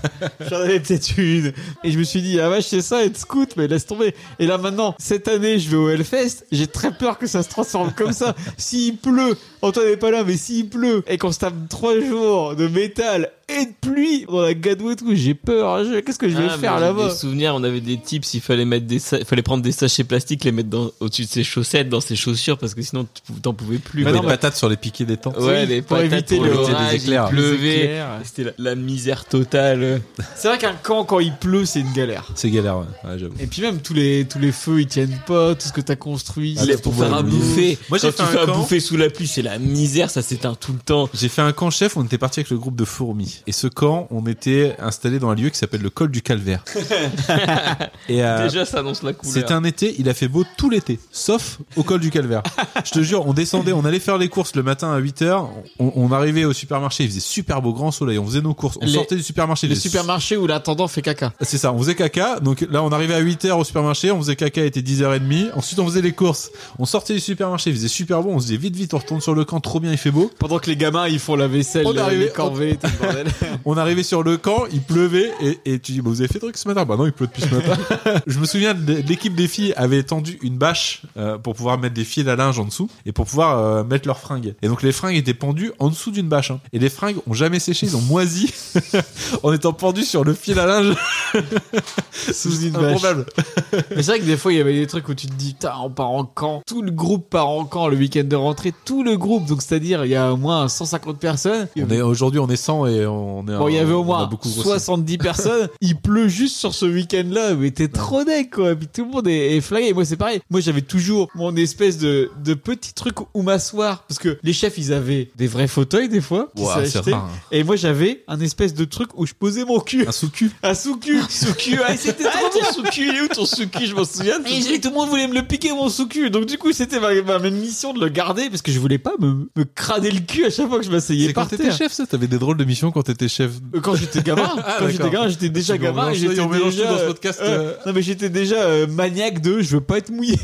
Speaker 2: (laughs) J'en avais peut-être une. Et je me suis dit, ah vache, c'est ça, être scout, mais laisse tomber. Et là maintenant, cette année, je vais au Hellfest. J'ai très peur que ça se transforme
Speaker 3: (laughs)
Speaker 2: comme ça. S'il pleut, Antoine n'est pas là, mais s'il pleut et qu'on se tape trois jours de métal et de pluie dans la gadoue et tout, j'ai peur. Je- Qu'est-ce que je vais
Speaker 15: Ah,
Speaker 2: faire
Speaker 15: mais j'ai (laughs)
Speaker 2: là-bas
Speaker 15: Des souvenirs, on avait des tips, il fallait mettre des, sa- il fallait prendre des sachets plastiques, les mettre dans, au-dessus de ses chaussettes, dans ses chaussures, parce que sinon tu pou- t'en pouvais plus.
Speaker 3: Les
Speaker 15: quoi.
Speaker 3: patates sur les piquets des tentes.
Speaker 15: Ouais, les
Speaker 3: pour
Speaker 15: patates
Speaker 3: éviter
Speaker 15: pour
Speaker 3: le-
Speaker 15: l'orage,
Speaker 3: les éclairs.
Speaker 15: Il
Speaker 2: Les
Speaker 15: pleuvait,
Speaker 2: éclairs.
Speaker 15: c'était la, la misère totale.
Speaker 2: C'est vrai qu'un camp, quand il pleut, c'est une galère.
Speaker 3: C'est galère, ouais, Ouais, j'avoue.
Speaker 2: Et puis même tous les tous les feux ils tiennent pas, tout ce que t'as construit.
Speaker 15: Il est Ah, pour faire à bouffer.
Speaker 3: Moi,
Speaker 15: Quand
Speaker 3: j'ai fait
Speaker 15: tu
Speaker 3: un
Speaker 15: fais à
Speaker 3: camp.
Speaker 15: bouffer sous la pluie, c'est la misère, ça s'éteint tout le temps.
Speaker 3: J'ai fait un camp chef, on était parti avec le groupe de fourmis. Et ce camp, on était installé dans un lieu qui s'appelle le col du
Speaker 15: (laughs)
Speaker 3: calvaire. Et, euh,
Speaker 15: Déjà, ça annonce la couleur.
Speaker 3: C'était un été, il a fait beau tout l'été, sauf au col du calvaire. Je te jure, on descendait, on allait faire les courses le matin à 8h, on, on arrivait au supermarché, il faisait super beau grand soleil, on faisait nos courses, on
Speaker 2: Les-
Speaker 3: sortait du supermarché.
Speaker 2: Le
Speaker 3: il faisait
Speaker 2: supermarché où l'attendant fait caca.
Speaker 3: c'est ça, on faisait caca. Donc là, on arrivait à 8h au supermarché, on faisait caca, il était 10h30. Ensuite, on faisait les courses. On sortait du supermarché, il faisait super beau. On se disait vite, vite, on retourne sur le camp, trop bien, il fait beau.
Speaker 2: Pendant que les gamins, ils font la vaisselle,
Speaker 3: on
Speaker 2: les-
Speaker 3: arrivait,
Speaker 2: les corvées, tout
Speaker 15: (laughs)
Speaker 2: le bordel.
Speaker 3: on arrivait sur le camp, il pleuvait et, et tu dis, bah, vous avez fait truc ce matin Bah non, il pleut depuis ce matin. (laughs) Je me souviens, de- l'équipe des filles avait tendu une bâche euh, pour pouvoir mettre des fils à linge en dessous et pour pouvoir euh, mettre leurs fringues. Et donc les fringues étaient pendues en dessous d'une bâche. hein. Et les fringues ont jamais séché, ils ont moisi (laughs) en étant pendues sur le fil à
Speaker 2: (laughs)
Speaker 3: linge. Sous une
Speaker 2: bâche.
Speaker 3: Improbable.
Speaker 2: Mais c'est vrai que des fois, il y avait des trucs où tu te dis, putain, on part en camp. Tout le groupe part en camp le week-end de rentrée. Tout le groupe, donc c'est-à-dire, il y a au moins 150 personnes.
Speaker 3: On est- Aujourd'hui, on est 100 et on est
Speaker 2: Bon, il y
Speaker 3: un-
Speaker 2: avait au
Speaker 3: on a
Speaker 2: moins
Speaker 3: beaucoup grossi. (laughs)
Speaker 2: 70 personnes. Il pleut juste sur ce week-end-là, mais t'es trop deck, quoi. Puis tout le monde est, est flyé. Et Moi, c'est pareil. Moi, j'avais toujours mon espèce de, de petit truc où m'asseoir. Parce que les chefs, ils avaient des vrais fauteuils, des fois. qu'ils
Speaker 3: Ouah,
Speaker 2: s'avaient
Speaker 3: c'est
Speaker 2: achetés.
Speaker 3: rare, hein.
Speaker 2: Et moi, j'avais un espèce de truc où je posais mon cul. Un
Speaker 3: sous-cul. (laughs)
Speaker 2: Un sous-cul. Sous-cul. Ah, c'était
Speaker 15: Ah,
Speaker 2: trop
Speaker 15: ton
Speaker 2: bien.
Speaker 15: sous-cul, il est où ton sous-cul Je m'en souviens.
Speaker 2: Et j'ai- tout le monde voulait me le piquer mon sous-cul. Donc du coup, c'était ma, ma, ma mission de le garder parce que je voulais pas me, me crader le cul à chaque fois que je m'asseyais
Speaker 3: C'est quand
Speaker 2: par
Speaker 3: t'étais
Speaker 2: terre.
Speaker 3: chef, ça T'avais des drôles de missions quand t'étais chef
Speaker 2: Euh, Quand j'étais gamin,
Speaker 3: (laughs) Ah,
Speaker 2: quand j'étais
Speaker 3: d'accord.
Speaker 2: gamin, j'étais déjà
Speaker 3: Tu
Speaker 2: gamin.
Speaker 3: mélanges
Speaker 2: et
Speaker 3: tout,
Speaker 2: J'étais
Speaker 3: on mélange tout
Speaker 2: déjà,
Speaker 3: dans ce
Speaker 2: euh,
Speaker 3: podcast,
Speaker 2: euh, non mais j'étais déjà euh, maniaque de je veux pas
Speaker 3: (laughs)
Speaker 2: être mouillé.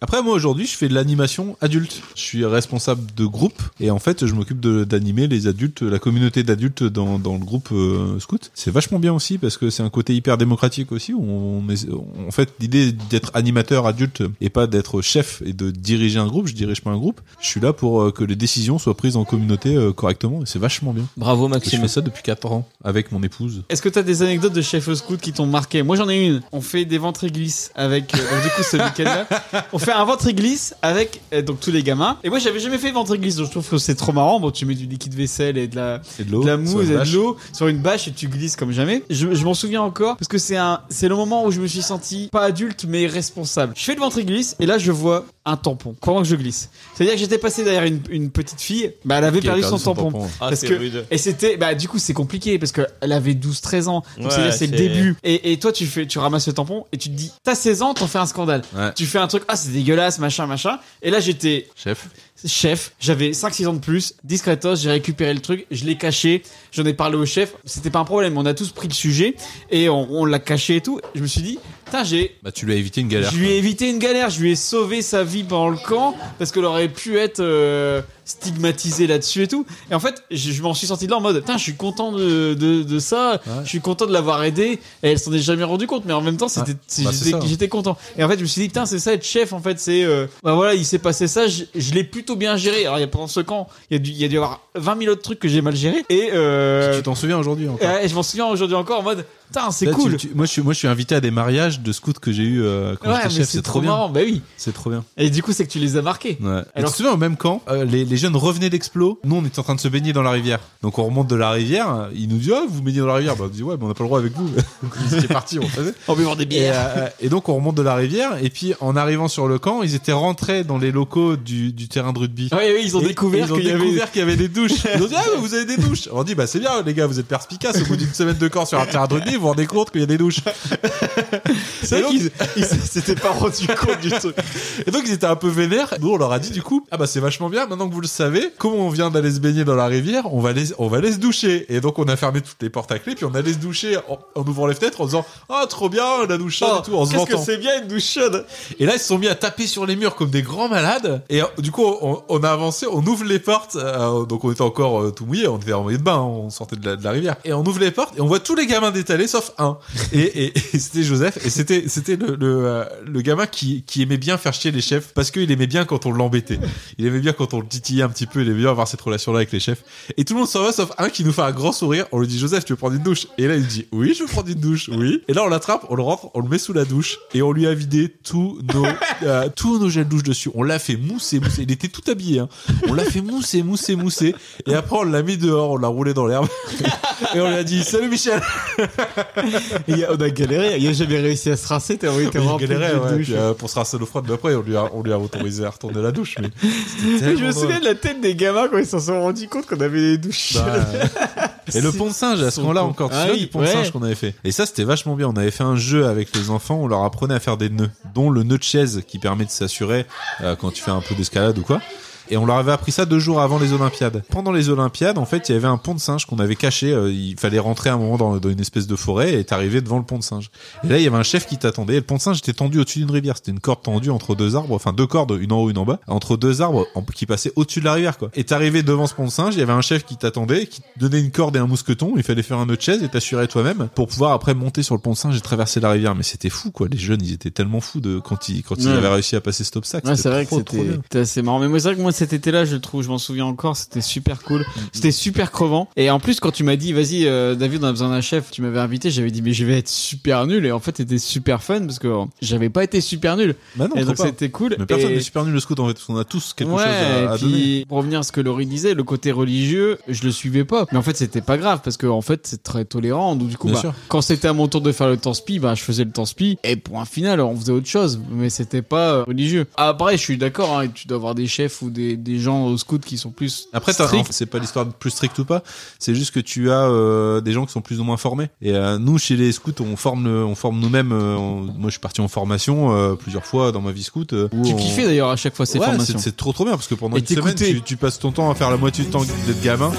Speaker 3: Après, moi aujourd'hui, je fais de l'animation adulte. Je suis responsable de groupe et en fait, je m'occupe de- d'animer les adultes, la communauté d'adultes dans, dans le groupe euh, scout. C'est vachement bien aussi parce que c'est un côté hyper démocratique aussi. où On, est- on- en fait, l'idée d'être animateur adulte et pas d'être chef et de diriger un groupe, je dirige pas un groupe. Je suis là pour euh, que les décisions soient prises en communauté euh, correctement et c'est vachement bien.
Speaker 15: Bravo
Speaker 3: Maxime. Je fais ça depuis 4 ans avec mon épouse.
Speaker 2: Est-ce que t'as des anecdotes de chef au scout qui t'ont marqué Moi j'en ai une. On fait des ventres glisse avec. euh, donc, du coup ce week-end-là, on fait un ventre glisse avec euh, donc tous les gamins. Et moi j'avais jamais fait ventre glisse, donc je trouve que c'est trop marrant. Bon tu mets du liquide vaisselle et de la
Speaker 3: de l'eau,
Speaker 2: de la
Speaker 3: sur
Speaker 2: mousse
Speaker 3: une
Speaker 2: et
Speaker 3: bâche.
Speaker 2: de l'eau sur une bâche et tu glisses comme jamais. Je, je m'en souviens encore parce que c'est un c'est le moment où je me suis senti pas adulte mais responsable. Je fais le ventre glisse et là je vois un tampon pendant que je glisse. C'est-à-dire que j'étais passé derrière une, une petite fille, bah elle avait
Speaker 15: Qui a
Speaker 2: perdu,
Speaker 15: perdu
Speaker 2: son,
Speaker 15: son
Speaker 2: tampon.
Speaker 15: tampon. Ah,
Speaker 2: Parce
Speaker 15: c'est
Speaker 2: que-
Speaker 15: rude.
Speaker 2: et c'était bah du coup c'est compliqué parce que elle avait 12 13 ans. Donc
Speaker 15: Ouais,
Speaker 2: c'est-à-dire c'est le
Speaker 15: c'est-
Speaker 2: début et, et toi tu fais tu ramasses le tampon et tu te dis t'as 16 ans, t'en fais un scandale. Tu fais un truc ah c'est dégueulasse machin machin et là j'étais
Speaker 3: chef
Speaker 2: chef, j'avais 5 6 ans de plus, discretos, j'ai récupéré le truc, je l'ai caché, j'en ai parlé au chef, c'était pas un problème, on a tous pris le sujet et on, on l'a caché et tout. Je me suis dit putain j'ai
Speaker 3: Bah, tu lui as évité une galère.
Speaker 2: je lui ai évité une galère, je lui ai sauvé sa vie pendant le camp parce qu'elle aurait pu être euh, stigmatisée là-dessus et tout. Et en fait, je, je m'en suis sorti de là en mode, putain, je suis content de, de, de ça, je suis content de l'avoir aidé. Et elle s'en est jamais rendue compte, mais en même temps, c'était, c'est-
Speaker 15: Bah, c'est
Speaker 2: j'étais,
Speaker 3: hein.
Speaker 15: ça.
Speaker 2: j'étais content. Et en fait, je me suis dit, putain, c'est ça être chef, en fait, c'est, euh, bah voilà, il s'est passé ça, je, je l'ai plutôt bien géré. Alors, il y a pendant ce camp, il y a dû, il y a dû y avoir 20 000 autres trucs que j'ai mal géré. Et, euh,
Speaker 3: Tu t'en souviens aujourd'hui encore
Speaker 2: ouais, je m'en souviens aujourd'hui encore en mode, putain, c'est
Speaker 3: Là, tu-
Speaker 2: cool.
Speaker 3: tu- moi, je suis, moi, je suis invité à des mariages de scouts que j'ai eu euh, quand
Speaker 2: Ouais,
Speaker 3: j'étais
Speaker 2: mais
Speaker 3: chef.
Speaker 2: c'est
Speaker 3: C'est
Speaker 2: trop
Speaker 3: trop bien.
Speaker 2: marrant, bah oui.
Speaker 3: C'est trop bien.
Speaker 2: Et du coup, c'est que tu les as marqués.
Speaker 3: Ouais.
Speaker 2: Alors-
Speaker 3: Alors, souvent, au même camp, euh, les, les jeunes revenaient d'explo. Nous, on était en train de se baigner dans la rivière. Donc, on remonte de la rivière. Ils nous disent, ah, vous vous baignez dans la rivière. Bah, on dit, ouais, mais on n'a pas le droit avec vous. (laughs) Donc, ils étaient partis, on faisait.
Speaker 2: En buvant des bières.
Speaker 3: Et, euh, et donc, on remonte de la rivière. Et puis, en arrivant sur le camp, ils étaient rentrés dans les locaux du, du terrain de rugby.
Speaker 14: Ah
Speaker 2: Ouais, ouais, ils ont
Speaker 3: Et-
Speaker 2: découvert
Speaker 3: et ils ont
Speaker 2: qu'il y avait-
Speaker 3: découvert qu'il y avait des
Speaker 2: (laughs)
Speaker 3: douches. Ils ont dit, ah, mais vous avez des (laughs) douches. On dit, bah, c'est bien, les gars, vous êtes perspicaces. Au bout d'une semaine de camp sur un terrain de rugby, vous vous rendez compte qu'il y a des douches. (laughs) C'est vrai qu'ils ils s'étaient pas rendu compte du truc. (laughs) Et donc ils étaient un peu vénères. Nous on leur a dit du coup, ah bah c'est vachement bien. Maintenant que vous le savez, comme on vient d'aller se baigner dans la rivière, on va les, on va aller se doucher. Et donc on a fermé toutes les portes à clé, puis on allait se doucher en, en ouvrant les fenêtres, en disant, ah trop bien la douche chaude et tout, en se
Speaker 2: Qu'est-ce que
Speaker 3: vantant.
Speaker 2: c'est bien une douche chaude
Speaker 3: Et là, ils se sont mis à taper sur les murs comme des grands malades. Et euh, du coup, on, on a avancé, on ouvre les portes. euh, donc, on était encore euh, tout mouillé, on était en maillot de bain, hein, on sortait de la, de la rivière. Et on ouvre les portes et on voit tous les gamins détalés sauf un. Et, et- et (laughs) c'était Joseph. Et c'était c'était le, le, euh, le gamin qui, qui aimait bien faire chier les chefs parce qu'il aimait bien quand on l'embêtait. Il aimait bien quand on le titillait un petit peu. Il aimait bien avoir cette relation-là avec les chefs. Et tout le monde s'en va sauf un qui nous fait un grand sourire. On lui dit Joseph, tu veux prendre une douche Et là, il dit Oui, je veux prendre une douche, oui. Et là, on l'attrape, on le rentre, on le met sous la douche et on lui a vidé tous
Speaker 2: (laughs)
Speaker 3: nos, euh, tous nos gels douche dessus. On l'a fait mousser, mousser. Il était tout habillé. Hein. On l'a fait mousser, mousser, mousser. Et après, on l'a mis dehors, on l'a roulé dans
Speaker 2: (laughs)
Speaker 3: l'herbe. Et on lui a dit Salut Michel
Speaker 2: Et on a galéré, il a jamais réussi à se rincer, t'as envoyé
Speaker 3: Il galérait, ouais. Puis, euh, pour se rincer l'eau froide, mais après, on lui a, on lui a autorisé à retourner la douche. Mais c'était
Speaker 2: Je me
Speaker 3: tellement drôle.
Speaker 2: souviens de la tête des gamins quand ils s'en sont rendus compte qu'on avait des douches
Speaker 3: Bah,
Speaker 2: chaudes.
Speaker 3: Et le pont de singe, à ce
Speaker 2: Son
Speaker 3: moment-là
Speaker 2: con.
Speaker 3: encore, tu
Speaker 2: Ah
Speaker 3: souviens
Speaker 2: oui,
Speaker 3: du pont de
Speaker 2: ouais.
Speaker 3: singe qu'on avait fait. Et ça, c'était vachement bien. On avait fait un jeu avec les enfants, on leur apprenait à faire des nœuds, dont le nœud de chaise qui permet de s'assurer euh, quand tu fais un peu d'escalade ou quoi. Et on leur avait appris ça deux jours avant les Olympiades. Pendant les Olympiades, en fait, il y avait un pont de singe qu'on avait caché. euh, Il fallait rentrer à un moment dans, dans une espèce de forêt et t'arrivais devant le pont de singe. Et là, il y avait un chef qui t'attendait. Et le pont de singe était tendu au-dessus d'une rivière. C'était une corde tendue entre deux arbres, enfin deux cordes, une en haut, une en bas, entre deux arbres en- qui passaient au-dessus de la rivière, quoi. Et t'arrivais devant ce pont de singe, il y avait un chef qui t'attendait, qui te donnait une corde et un mousqueton. Il fallait faire un nœud de chaise et t'assurer toi-même pour pouvoir après monter sur le pont de singe et traverser la rivière. Mais c'était fou, quoi. Les jeunes, ils étaient tellement fous de quand ils, quand ils
Speaker 2: Ouais.
Speaker 3: avaient réussi à passer cet obstacle.
Speaker 2: Ouais,
Speaker 3: C'était
Speaker 2: c'est vrai que
Speaker 3: trop, trop
Speaker 2: c'était
Speaker 3: bien.
Speaker 2: c'était assez marrant. Mais moi, c'est vrai que moi, cet été-là, je le trouve, je m'en souviens encore, c'était super cool. C'était super crevant. Et en plus, quand tu m'as dit, vas-y, euh, David, on a besoin d'un chef, tu m'avais invité, j'avais dit, mais je vais être super nul. Et en fait, c'était super fun parce que j'avais pas été super nul.
Speaker 3: Bah non,
Speaker 2: et
Speaker 3: trop
Speaker 2: donc,
Speaker 3: pas.
Speaker 2: c'était cool.
Speaker 3: Mais personne
Speaker 2: Et-
Speaker 3: n'est super nul au scout en fait, parce qu'on a tous quelque
Speaker 2: ouais,
Speaker 3: chose à, à
Speaker 2: et puis,
Speaker 3: donner.
Speaker 2: Pour revenir à ce que Laurie disait, le côté religieux, je le suivais pas. Mais en fait, c'était pas grave parce que en fait, c'est très tolérant. Donc du coup,
Speaker 3: Bien
Speaker 2: bah,
Speaker 3: sûr.
Speaker 2: quand c'était à mon tour de faire le temps spi, bah, je faisais le temps spi. Et pour un final, on faisait autre chose, mais c'était pas euh, religieux. Après, je suis d'accord. hein, tu dois avoir des chefs ou des des, des gens au scout qui sont plus
Speaker 3: Après, t'as-
Speaker 2: stricts.
Speaker 3: c'est pas l'histoire de plus stricte ou pas. C'est juste que tu as euh, des gens qui sont plus ou moins formés. Et euh, nous, chez les scouts, on forme, le- on forme nous-mêmes. euh, on- moi, je suis parti en formation euh, plusieurs fois dans ma vie scout. euh, où
Speaker 2: Tu
Speaker 3: on-
Speaker 2: kiffais d'ailleurs à chaque fois ces
Speaker 3: Ouais,
Speaker 2: formations.
Speaker 3: c'est- C'est trop trop bien parce que pendant
Speaker 2: Et
Speaker 3: une semaine,
Speaker 2: t'écoutais.
Speaker 3: tu, tu passes ton temps à faire la moitié du temps d'être
Speaker 2: (laughs)
Speaker 3: gamin.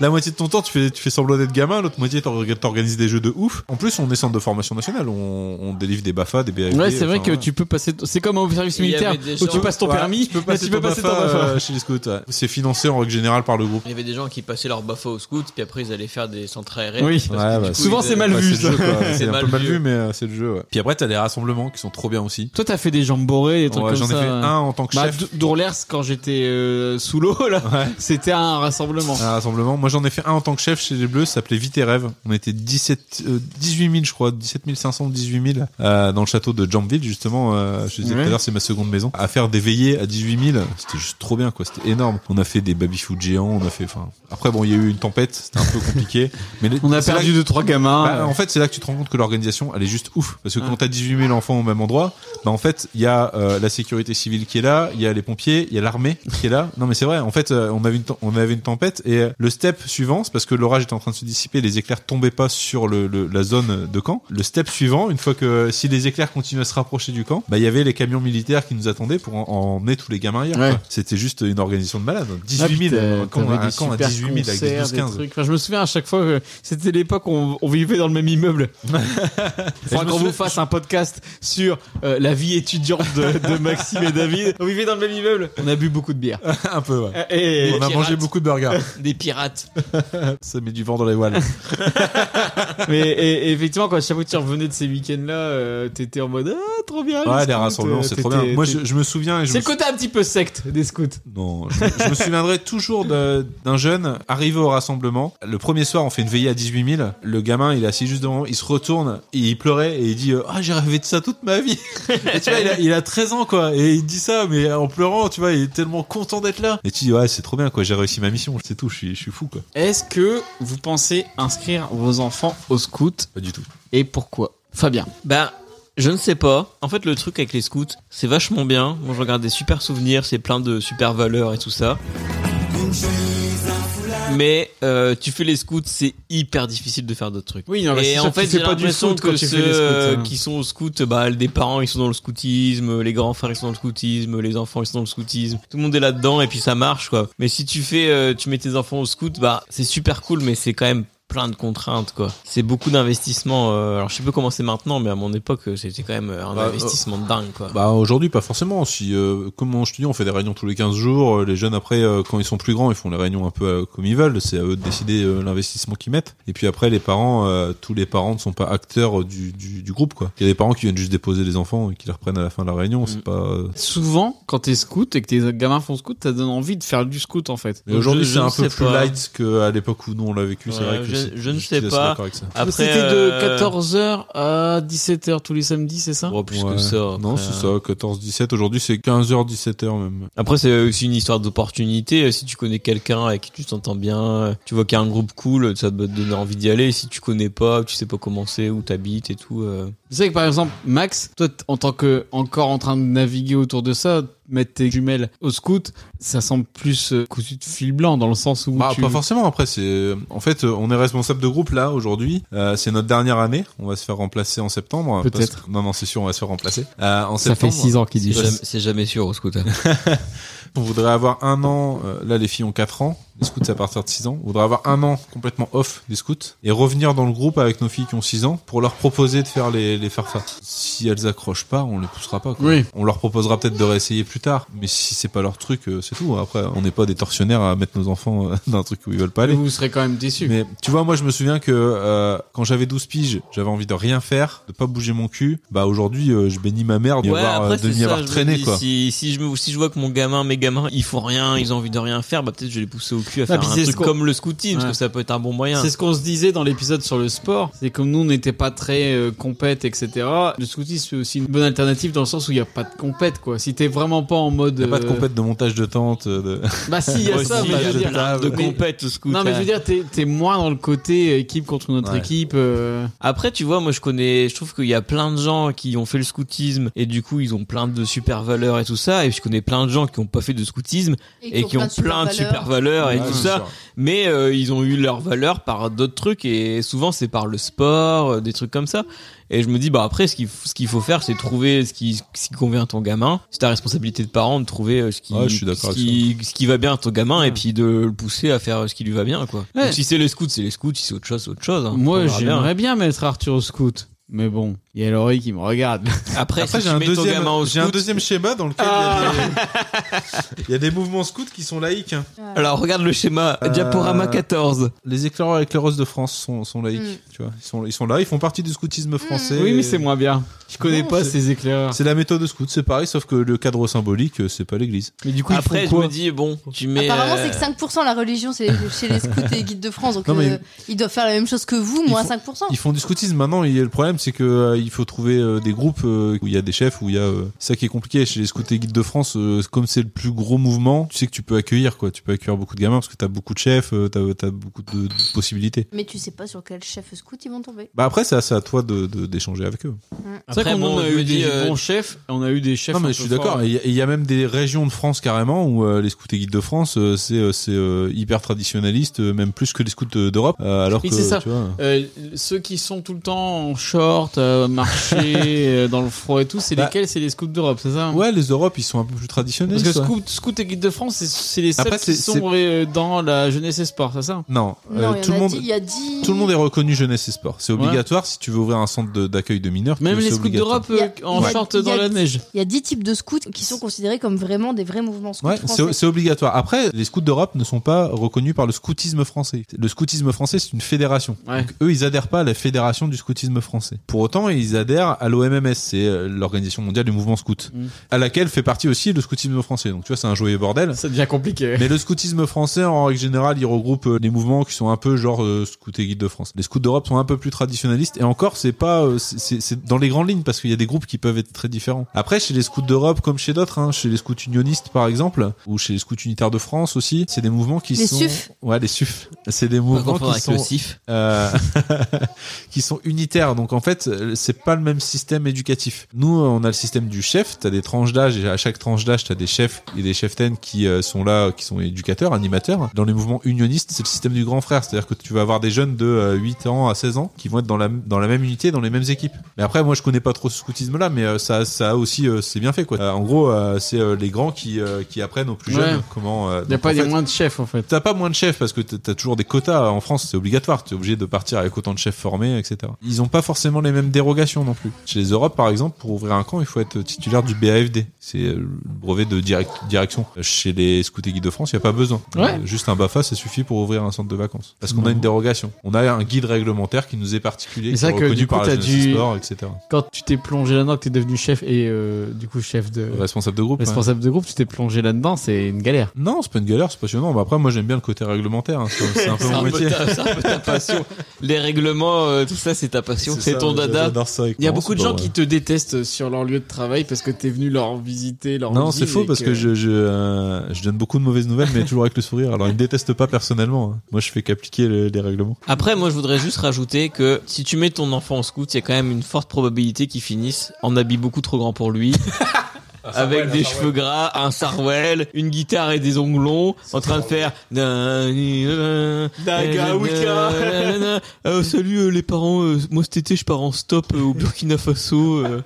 Speaker 3: la moitié de ton temps, tu fais, tu fais semblant d'être gamin, l'autre moitié, t'or- t'organises des jeux de ouf. En plus, on est centre de formation nationale, on, on délivre des BAFA, des BAFD.
Speaker 2: Ouais, c'est vrai
Speaker 3: enfin,
Speaker 2: que tu peux passer. C'est comme au service
Speaker 3: Il y
Speaker 2: militaire
Speaker 3: avait des
Speaker 2: où
Speaker 3: gens-
Speaker 2: tu passes ton
Speaker 3: Voilà,
Speaker 2: permis,
Speaker 3: tu peux
Speaker 2: mais
Speaker 3: passer
Speaker 2: tu
Speaker 3: ton
Speaker 2: peux passer ton
Speaker 3: BAFA,
Speaker 2: BAFA.
Speaker 3: euh, chez les scouts. ouais. C'est financé en règle générale par le groupe.
Speaker 15: Il y avait des gens qui passaient leur bafa au scout, puis après ils allaient faire des centres aérés.
Speaker 3: Oui.
Speaker 15: parce que
Speaker 3: Ouais,
Speaker 15: du
Speaker 3: bah,
Speaker 15: coup,
Speaker 3: souvent,
Speaker 15: ils-
Speaker 3: c'est mal
Speaker 15: bah,
Speaker 3: vu,
Speaker 15: le
Speaker 3: ça.
Speaker 15: jeu, quoi.
Speaker 3: C'est un peu mal vu, mais, euh, c'est le jeu. ouais. Puis après, t'as des rassemblements qui sont trop bien (laughs) aussi.
Speaker 2: Toi, t'as fait des jambes borées, des trucs
Speaker 3: Ouais,
Speaker 2: comme
Speaker 3: j'en ai
Speaker 2: ça.
Speaker 3: fait un en tant que
Speaker 2: bah,
Speaker 3: chef.
Speaker 2: D- Dourlers, quand j'étais euh, sous l'eau, là, c'était un rassemblement.
Speaker 3: Un rassemblement. Moi, j'en ai fait un en tant que chef chez les Bleus, ça s'appelait Vite et Rêve. On était 17, euh, 18 000, je crois, 17 500, 18 000, euh, dans le château de Jamville, justement. euh, je disais
Speaker 2: Ouais.
Speaker 3: tout à l'heure, c'est ma seconde maison. À faire des veillées à 18 000, c'était juste trop bien, quoi. C'était énorme. On a fait des baby-foot géants, on a fait, enfin. Après, bon, il y a eu une tempête, c'était un peu compliqué. Mais
Speaker 2: On a
Speaker 3: c'est là
Speaker 2: perdu
Speaker 3: que-
Speaker 2: deux, trois gamins. euh. Ah.
Speaker 3: Bah, en fait, c'est là que tu te rends compte que l'organisation, elle est juste ouf. Parce que
Speaker 2: Ouais.
Speaker 3: quand t'as 18 000 enfants au même endroit, bah, en fait, il y a euh, la sécurité civile qui est là, il y a les pompiers, il y a l'armée qui est là. Non, mais c'est vrai. En fait, euh, on avait une, tem- on avait une tempête et euh, le step suivant, c'est parce que l'orage était en train de se dissiper, les éclairs tombaient pas sur le, le- la zone de camp. Le step suivant, une fois que euh, si les éclairs continuaient à se rapprocher du camp, bah, il y avait les camions militaires qui nous attendaient pour en, en emmener tous les gamins hier.
Speaker 2: Ouais.
Speaker 3: quoi. C'était juste une organisation de malade.
Speaker 2: Ah,
Speaker 3: 18 000,
Speaker 2: puis
Speaker 3: euh,
Speaker 2: t'as-
Speaker 3: quand, on a-
Speaker 2: t'avais des
Speaker 3: quand on
Speaker 2: (laughs)
Speaker 3: a
Speaker 2: super
Speaker 3: 18 000 avec des
Speaker 2: concerts,
Speaker 3: 12, 15.
Speaker 2: trucs. Enfin, je me souviens à chaque fois, euh, c'était l'époque où on, on vivait dans le même immeuble. Il
Speaker 3: (laughs) Et je
Speaker 2: faudra
Speaker 3: me
Speaker 2: qu'on vous
Speaker 3: souviens-
Speaker 2: fasse un podcast sur euh, la vie étudiante de, de Maxime et David. On vivait dans le même immeuble. On a bu beaucoup de bière.
Speaker 3: (laughs) Un peu, ouais.
Speaker 2: Et,
Speaker 3: on a mangé beaucoup de
Speaker 2: (laughs)
Speaker 3: burgers.
Speaker 15: Des pirates.
Speaker 3: Ça met du vent dans les voiles.
Speaker 2: Mais et- et effectivement, quand chaque fois que tu revenais de ces week-ends-là, euh, t'étais en mode ah, trop bien.
Speaker 3: Ouais, les
Speaker 2: scouts,
Speaker 3: rassemblements,
Speaker 2: euh,
Speaker 3: c'est trop
Speaker 2: t'étais-
Speaker 3: bien. Moi,
Speaker 2: t'étais-
Speaker 3: je, je me souviens. et je
Speaker 2: C'est
Speaker 3: me
Speaker 2: le côté un petit peu secte des scouts.
Speaker 3: Non, je, je me souviendrai toujours de- d'un jeune arrivé au rassemblement. Le premier soir, on fait une veillée à 18 000. Le gamin, il est assis juste devant, moi, il se retourne, et il pleurait et il dit euh, Ah, j'ai rêvé de ça toute ma vie. Et tu vois, il a, il a 13 ans, quoi. Et il dit ça, mais en pleurant, tu vois, il est tellement content d'être là. Et tu dis Ouais, c'est trop bien, quoi. J'ai réussi ma mission, c'est tout, je suis, je suis fou, quoi.
Speaker 2: Est-ce que vous pensez inscrire vos enfants au scout
Speaker 3: Pas du tout.
Speaker 2: Et pourquoi Fabien.
Speaker 15: Ben, je ne sais pas. En fait, le truc avec les scouts, c'est vachement bien. Moi, je regarde des super souvenirs, c'est plein de super valeurs et tout ça. Mais euh, tu fais les scouts, c'est hyper difficile de faire d'autres trucs.
Speaker 2: Oui, non, bah, c'est
Speaker 15: et
Speaker 2: sûr
Speaker 15: en
Speaker 2: que tu
Speaker 15: fait,
Speaker 2: fais
Speaker 15: j'ai
Speaker 2: pas du
Speaker 15: l'impression
Speaker 2: scout quand
Speaker 15: que
Speaker 2: tu
Speaker 15: ceux
Speaker 2: fais les scouts,
Speaker 15: euh,
Speaker 2: hein.
Speaker 15: qui sont au scout, bah, les parents ils sont dans le scoutisme, les grands frères ils sont dans le scoutisme, les enfants ils sont dans le scoutisme. Tout le monde est là-dedans et puis ça marche quoi. Mais si tu fais, euh, tu mets tes enfants au scout, bah, c'est super cool, mais c'est quand même plein de contraintes quoi. C'est beaucoup d'investissement. euh, alors je sais pas comment c'est maintenant, mais à mon époque euh, c'était quand même euh, un
Speaker 3: Bah, euh,
Speaker 15: investissement de dingue quoi.
Speaker 3: Bah aujourd'hui pas forcément. Si euh, comme je te dis, on fait des réunions tous les 15 jours. Euh, Les jeunes après, euh, quand ils sont plus grands, ils font les réunions un peu euh, comme ils veulent. C'est à eux de décider euh, l'investissement qu'ils mettent. Et puis après, les parents, euh, tous les parents ne sont pas acteurs euh, du, du, du groupe quoi. Il y a des parents qui viennent juste déposer les enfants et qui les reprennent à la fin de la réunion.
Speaker 15: Mm.
Speaker 3: C'est pas. euh,
Speaker 2: Souvent, quand t'es scout et que tes gamins font scout, ça donne envie de faire du scout en fait.
Speaker 3: Et aujourd'hui,
Speaker 15: je- je
Speaker 3: c'est un
Speaker 15: ne
Speaker 3: peu
Speaker 15: sais
Speaker 3: plus
Speaker 15: pas.
Speaker 3: light qu'à l'époque où nous on l'a vécu. c'est
Speaker 15: Ouais,
Speaker 3: vrai que
Speaker 15: je,
Speaker 3: c'est-
Speaker 15: je ne
Speaker 3: suis
Speaker 15: sais
Speaker 3: assez
Speaker 15: pas.
Speaker 3: d'accord avec ça.
Speaker 15: Après,
Speaker 2: C'était
Speaker 15: euh,
Speaker 2: de 14h à 17h tous les samedis, c'est ça
Speaker 15: oh, plus
Speaker 3: Ouais.
Speaker 15: que ça.
Speaker 3: Non,
Speaker 15: après,
Speaker 3: c'est
Speaker 15: euh.
Speaker 3: ça, 14-17. Aujourd'hui, c'est 15h, 17h même.
Speaker 15: Après, c'est aussi une histoire d'opportunité. Euh, Si tu connais quelqu'un avec qui tu t'entends bien, euh, tu vois qu'il y a un groupe cool, ça doit te donner envie d'y aller. Si tu connais pas, tu sais pas comment c'est, où t'habites et tout. euh.
Speaker 2: Tu sais que par exemple, Max, toi, t- en tant que encore en train de naviguer autour de ça, mettre tes jumelles au scout, ça semble plus euh, cousu de fil blanc dans le sens où
Speaker 3: Bah,
Speaker 2: tu...
Speaker 3: pas forcément. Après, c'est en fait, euh, on est responsable de groupe là aujourd'hui. Euh, c'est notre dernière année. On va se faire remplacer en septembre. parce
Speaker 2: Peut-être.
Speaker 3: que- Non, non, c'est sûr, on va se faire remplacer. Euh, en
Speaker 2: Ça fait
Speaker 3: septembre,
Speaker 2: six ans qu'ils
Speaker 15: C'est
Speaker 2: disent
Speaker 15: jamais,
Speaker 2: ça.
Speaker 15: c'est jamais sûr au scout.
Speaker 3: (laughs) on voudrait avoir un an. euh, là, les filles ont 4 ans. Les scouts, c'est à partir de 6 ans. On voudrait avoir un an complètement off des scouts et revenir dans le groupe avec nos filles qui ont 6 ans pour leur proposer de faire les, les farfas. Si elles accrochent pas, on les poussera pas. quoi.
Speaker 2: Oui.
Speaker 3: On leur proposera peut-être de réessayer plus tard. Mais si c'est pas leur truc, euh, c'est tout. Après, on n'est pas des tortionnaires à mettre nos enfants euh, (laughs) dans un truc où ils veulent pas aller.
Speaker 2: Vous serez quand même déçus.
Speaker 3: Mais tu vois, moi je me souviens que euh, quand j'avais 12 piges, j'avais envie de rien faire, de pas bouger mon cul. Bah aujourd'hui, euh, je bénis ma mère de m'y avoir, euh, de
Speaker 15: c'est
Speaker 3: m'y
Speaker 15: ça,
Speaker 3: avoir
Speaker 15: je me
Speaker 3: traîné
Speaker 15: dis,
Speaker 3: quoi.
Speaker 15: Si, si je me, si je vois que mon gamin, mes gamins, ils font rien, ils ont envie de rien faire, bah peut-être je vais les pousser au cul à
Speaker 2: Ah,
Speaker 15: faire
Speaker 2: puis
Speaker 15: un
Speaker 2: c'est
Speaker 15: truc
Speaker 2: ce qu'on-
Speaker 15: comme le scouting, parce
Speaker 2: Ouais.
Speaker 15: que ça peut être un bon moyen.
Speaker 2: C'est ce qu'on se disait dans l'épisode sur le sport. C'est comme nous, on n'était pas très euh, compète, etc. Le scoutisme, c'est aussi une bonne alternative dans le sens où il n'y a pas de compète, quoi. Si t'es vraiment pas en mode.
Speaker 3: Il a pas de
Speaker 2: euh,
Speaker 3: compète de montage de tente. euh, De...
Speaker 2: (laughs) Bah si, il y a ça, mais je veux dire, mais- Non, mais je veux dire, t'es t'es moins dans le côté équipe contre notre
Speaker 15: Ouais.
Speaker 2: équipe. euh,
Speaker 15: Après, tu vois, moi je connais, je trouve qu'il y a plein de gens qui ont fait le scoutisme et du coup ils ont plein de super valeurs et tout ça. Et je connais plein de gens qui ont pas fait de scoutisme
Speaker 2: Et
Speaker 15: et,
Speaker 2: qui
Speaker 15: qui
Speaker 2: ont
Speaker 15: ont plein de super valeurs et
Speaker 2: Ouais,
Speaker 15: tout
Speaker 2: c'est
Speaker 15: ça.
Speaker 2: sûr.
Speaker 15: Mais euh, ils ont eu leurs valeurs par d'autres trucs et souvent c'est par le sport, euh, des trucs comme ça. Et je me dis, bah après, ce qu'il f- ce qu'il faut faire, c'est trouver ce qui, ce qui convient à ton gamin. C'est ta responsabilité de parent de trouver euh, ce qui,
Speaker 3: Ouais, je suis d'accord
Speaker 15: ce
Speaker 3: avec
Speaker 15: qui, ce qui va bien à ton gamin et puis de le pousser à faire euh, ce qui lui va bien, quoi.
Speaker 2: Ouais.
Speaker 15: Donc, si c'est les scouts, c'est les scouts. Si c'est autre chose, c'est autre chose. hein. On
Speaker 2: Moi,
Speaker 15: verra bien.
Speaker 2: j'aimerais bien mettre Arthur au scout. Mais bon, il y a Laurie qui me regarde.
Speaker 15: Après,
Speaker 3: Après, j'ai un, deuxième, j'ai un deuxième schéma dans lequel il y a des- il y, a des mouvements scouts qui sont laïques. hein.
Speaker 15: Alors regarde le
Speaker 2: Ah,
Speaker 15: schéma,
Speaker 3: Euh,
Speaker 15: diaporama 14.
Speaker 3: Les éclaireurs et éclaireuses de France sont, sont laïques.
Speaker 2: Hmm.
Speaker 3: Tu vois. Ils, sont, ils sont là, ils font partie du scoutisme français.
Speaker 2: Oui, mais c'est moins bien. Je connais
Speaker 3: Non,
Speaker 2: pas
Speaker 3: c'est-
Speaker 2: ces éclaireurs.
Speaker 3: C'est la méthode de scout, c'est pareil, sauf que le cadre symbolique, euh, c'est pas l'église.
Speaker 2: Mais du coup,
Speaker 15: ils Après, font je quoi me dis, bon, tu mets. euh,
Speaker 4: Apparemment, c'est que 5% la religion c'est chez les scouts et guides de France. Donc,
Speaker 3: Non, mais-
Speaker 4: euh, ils doivent faire la même chose que vous, moins 5%.
Speaker 3: Ils font du scoutisme maintenant. Il y a le problème, c'est que euh, il faut trouver euh, des groupes euh, où il y a des chefs, où il y a euh, c'est ça qui est compliqué chez les scouts et guides de France. euh, comme c'est le plus gros mouvement, tu sais que tu peux accueillir quoi. Tu peux accueillir beaucoup de gamins parce que t'as beaucoup de chefs, euh, t'as as beaucoup de, de possibilités.
Speaker 4: Mais tu sais pas sur quel chef scout ils vont tomber.
Speaker 3: Bah après, c'est à, c'est à toi de- de- d'échanger avec eux.
Speaker 2: C'est vrai qu'on
Speaker 15: bon,
Speaker 2: on a
Speaker 15: je me
Speaker 2: eu
Speaker 15: dis,
Speaker 2: des
Speaker 15: euh,
Speaker 2: bons chefs, on a eu des chefs.
Speaker 3: Non
Speaker 2: un
Speaker 3: mais je suis
Speaker 2: peu
Speaker 3: d'accord.
Speaker 2: forts.
Speaker 3: Et il y, a même des régions de France carrément où euh, les scouts et guides de France euh, c'est euh, c'est euh, hyper traditionnaliste, euh, même plus que les scouts euh, d'Europe. euh, alors
Speaker 2: Oui,
Speaker 3: que
Speaker 2: c'est ça.
Speaker 3: tu vois,
Speaker 2: Euh, ceux qui sont tout le temps en short,
Speaker 3: (laughs)
Speaker 2: euh, marché, euh, dans le froid et tout, c'est
Speaker 3: Bah,
Speaker 2: lesquels C'est les scouts d'Europe, c'est ça
Speaker 3: ouais, les Europes ils sont un peu plus traditionnels.
Speaker 2: Parce que
Speaker 3: ça.
Speaker 2: scout, scout et guide de France, c'est- c'est les seuls
Speaker 3: Après,
Speaker 2: qui
Speaker 3: c'est-
Speaker 2: sont euh, dans la jeunesse et sport, c'est ça
Speaker 3: Non,
Speaker 4: Non,
Speaker 3: euh,
Speaker 4: il y en
Speaker 3: tout,
Speaker 4: a
Speaker 3: le monde,
Speaker 4: dix, il y a dix.
Speaker 3: tout le monde est reconnu jeunesse et sport. C'est obligatoire si tu veux ouvrir un centre de- d'accueil de mineurs.
Speaker 2: Même
Speaker 3: c'est
Speaker 2: les scouts
Speaker 3: obligatoire.
Speaker 2: d'Europe, euh,
Speaker 4: Il y a- il y a- il y a dix-
Speaker 3: neige.
Speaker 4: Il y a 10 types de scouts qui sont considérés comme vraiment des vrais mouvements scouts
Speaker 3: Ouais,
Speaker 4: français.
Speaker 3: c'est c'est obligatoire. Après, les scouts d'Europe ne sont pas reconnus par le scoutisme français. Le scoutisme français, c'est une fédération. Donc, eux, ils adhèrent pas à la fédération du scoutisme français. Pour autant, ils adhèrent à l'OMMS, c'est euh, l'Organisation mondiale du mouvement scout,
Speaker 2: Mm.
Speaker 3: à laquelle fait partie aussi le scoutisme français. Donc, tu vois, c'est un joyeux bordel.
Speaker 2: Ça devient compliqué.
Speaker 3: Mais le scoutisme français, en règle générale, il regroupe euh, des mouvements qui sont un peu genre euh, scout et guide de France. Les scouts d'Europe sont un peu plus traditionnalistes. Et encore, c'est pas, euh, c'est- c'est c'est dans les grandes lignes parce qu'il y a des groupes qui peuvent être très différents. Après, chez les scouts d'Europe, comme chez d'autres, hein, chez les scouts unionistes par exemple, ou chez les scouts unitaires de France aussi, c'est des mouvements qui
Speaker 15: Les
Speaker 3: sont,
Speaker 15: SUF.
Speaker 3: ouais, les SUF. C'est des mouvements
Speaker 15: confondre
Speaker 3: qui
Speaker 15: avec le
Speaker 3: sont,
Speaker 15: SIF.
Speaker 3: euh, (laughs) qui sont unitaires. Donc en fait, euh, c'est pas le même système éducatif. Nous, euh, on a le système du chef. T'as des tranches d'âge et à chaque tranche d'âge, t'as des chefs et des cheftaines qui euh, sont là, qui sont éducateurs, animateurs. Dans les mouvements unionistes, c'est le système du grand frère. C'est-à-dire que tu vas avoir des jeunes de euh, 8 ans à 16 ans qui vont être dans la, dans la même unité, dans les mêmes équipes. Mais après, moi, je connais pas trop ce scoutisme là, mais euh, ça, ça a aussi, euh, c'est bien fait quoi. Euh, en gros, euh, c'est euh, les grands qui, euh, qui apprennent aux plus
Speaker 2: Ouais.
Speaker 3: jeunes comment. euh,
Speaker 2: Il n'y a
Speaker 3: donc,
Speaker 2: pas
Speaker 3: en
Speaker 2: des
Speaker 3: fait,
Speaker 2: moins de chefs, en fait.
Speaker 3: T'as pas moins de chefs parce que t'as t'as toujours des quotas en France, c'est obligatoire. T'es obligé de partir avec autant de chefs formés, etc. Ils ont pas forcément les mêmes dérogations non plus. Chez les Europes, par exemple, pour ouvrir un camp, il faut être titulaire du BAFD. C'est euh, le brevet de direct- direction. Chez les scouts et guides de France, il y a pas besoin.
Speaker 2: Ouais.
Speaker 3: Euh, Juste un BAFA, ça suffit pour ouvrir un centre de vacances. Parce qu'on a une dérogation. On a un guide réglementaire qui nous est particulier,
Speaker 2: Mais
Speaker 3: qui
Speaker 2: c'est
Speaker 3: est
Speaker 2: vrai que
Speaker 3: reconnu
Speaker 2: du coup,
Speaker 3: par la
Speaker 2: t'as
Speaker 3: jeunesse et
Speaker 2: dû.
Speaker 3: sport, etc.
Speaker 2: Quand tu t'es plongé là-dedans, que t'es devenu chef et euh, du coup chef de.
Speaker 3: Responsable de groupe. hein. ouais.
Speaker 2: Responsable de groupe, tu t'es plongé là-dedans, c'est une galère.
Speaker 3: Non, c'est pas une galère, c'est passionnant. Mais après, moi, j'aime bien le côté réglementaire. hein. C'est
Speaker 2: (laughs)
Speaker 3: c'est un peu
Speaker 15: C'est
Speaker 3: mon métier.
Speaker 15: ta- c'est un peu ta passion.
Speaker 3: (laughs)
Speaker 15: Les règlements, euh, tout ça, c'est ta passion.
Speaker 2: C'est
Speaker 15: C'est
Speaker 2: ça,
Speaker 15: ton dada.
Speaker 3: j'adore ça avec
Speaker 2: Il y a
Speaker 3: Laurent,
Speaker 2: beaucoup de
Speaker 3: c'est
Speaker 2: gens
Speaker 3: pas
Speaker 2: qui te détestent sur leur lieu de travail parce que t'es venu leur visiter leur
Speaker 3: Non,
Speaker 2: usine
Speaker 3: c'est faux
Speaker 2: et
Speaker 3: parce que, je, je, euh, je donne beaucoup de mauvaises nouvelles, mais toujours avec le sourire. Alors, ils ne détestent pas personnellement. hein. Moi, je fais qu'appliquer le- les règlements.
Speaker 15: Après, moi, je voudrais juste rajouter que si tu mets ton enfant en scout, il y a quand même une forte probabilité qu'il finisse en habit beaucoup trop grand pour lui. Avec des cheveux gras, un sarwell, une guitare et des ongles longs, en train de faire.
Speaker 2: Dagawika.
Speaker 15: Euh, (laughs) Salut euh, les parents, euh, moi cet été je pars en stop euh, au Burkina Faso. euh.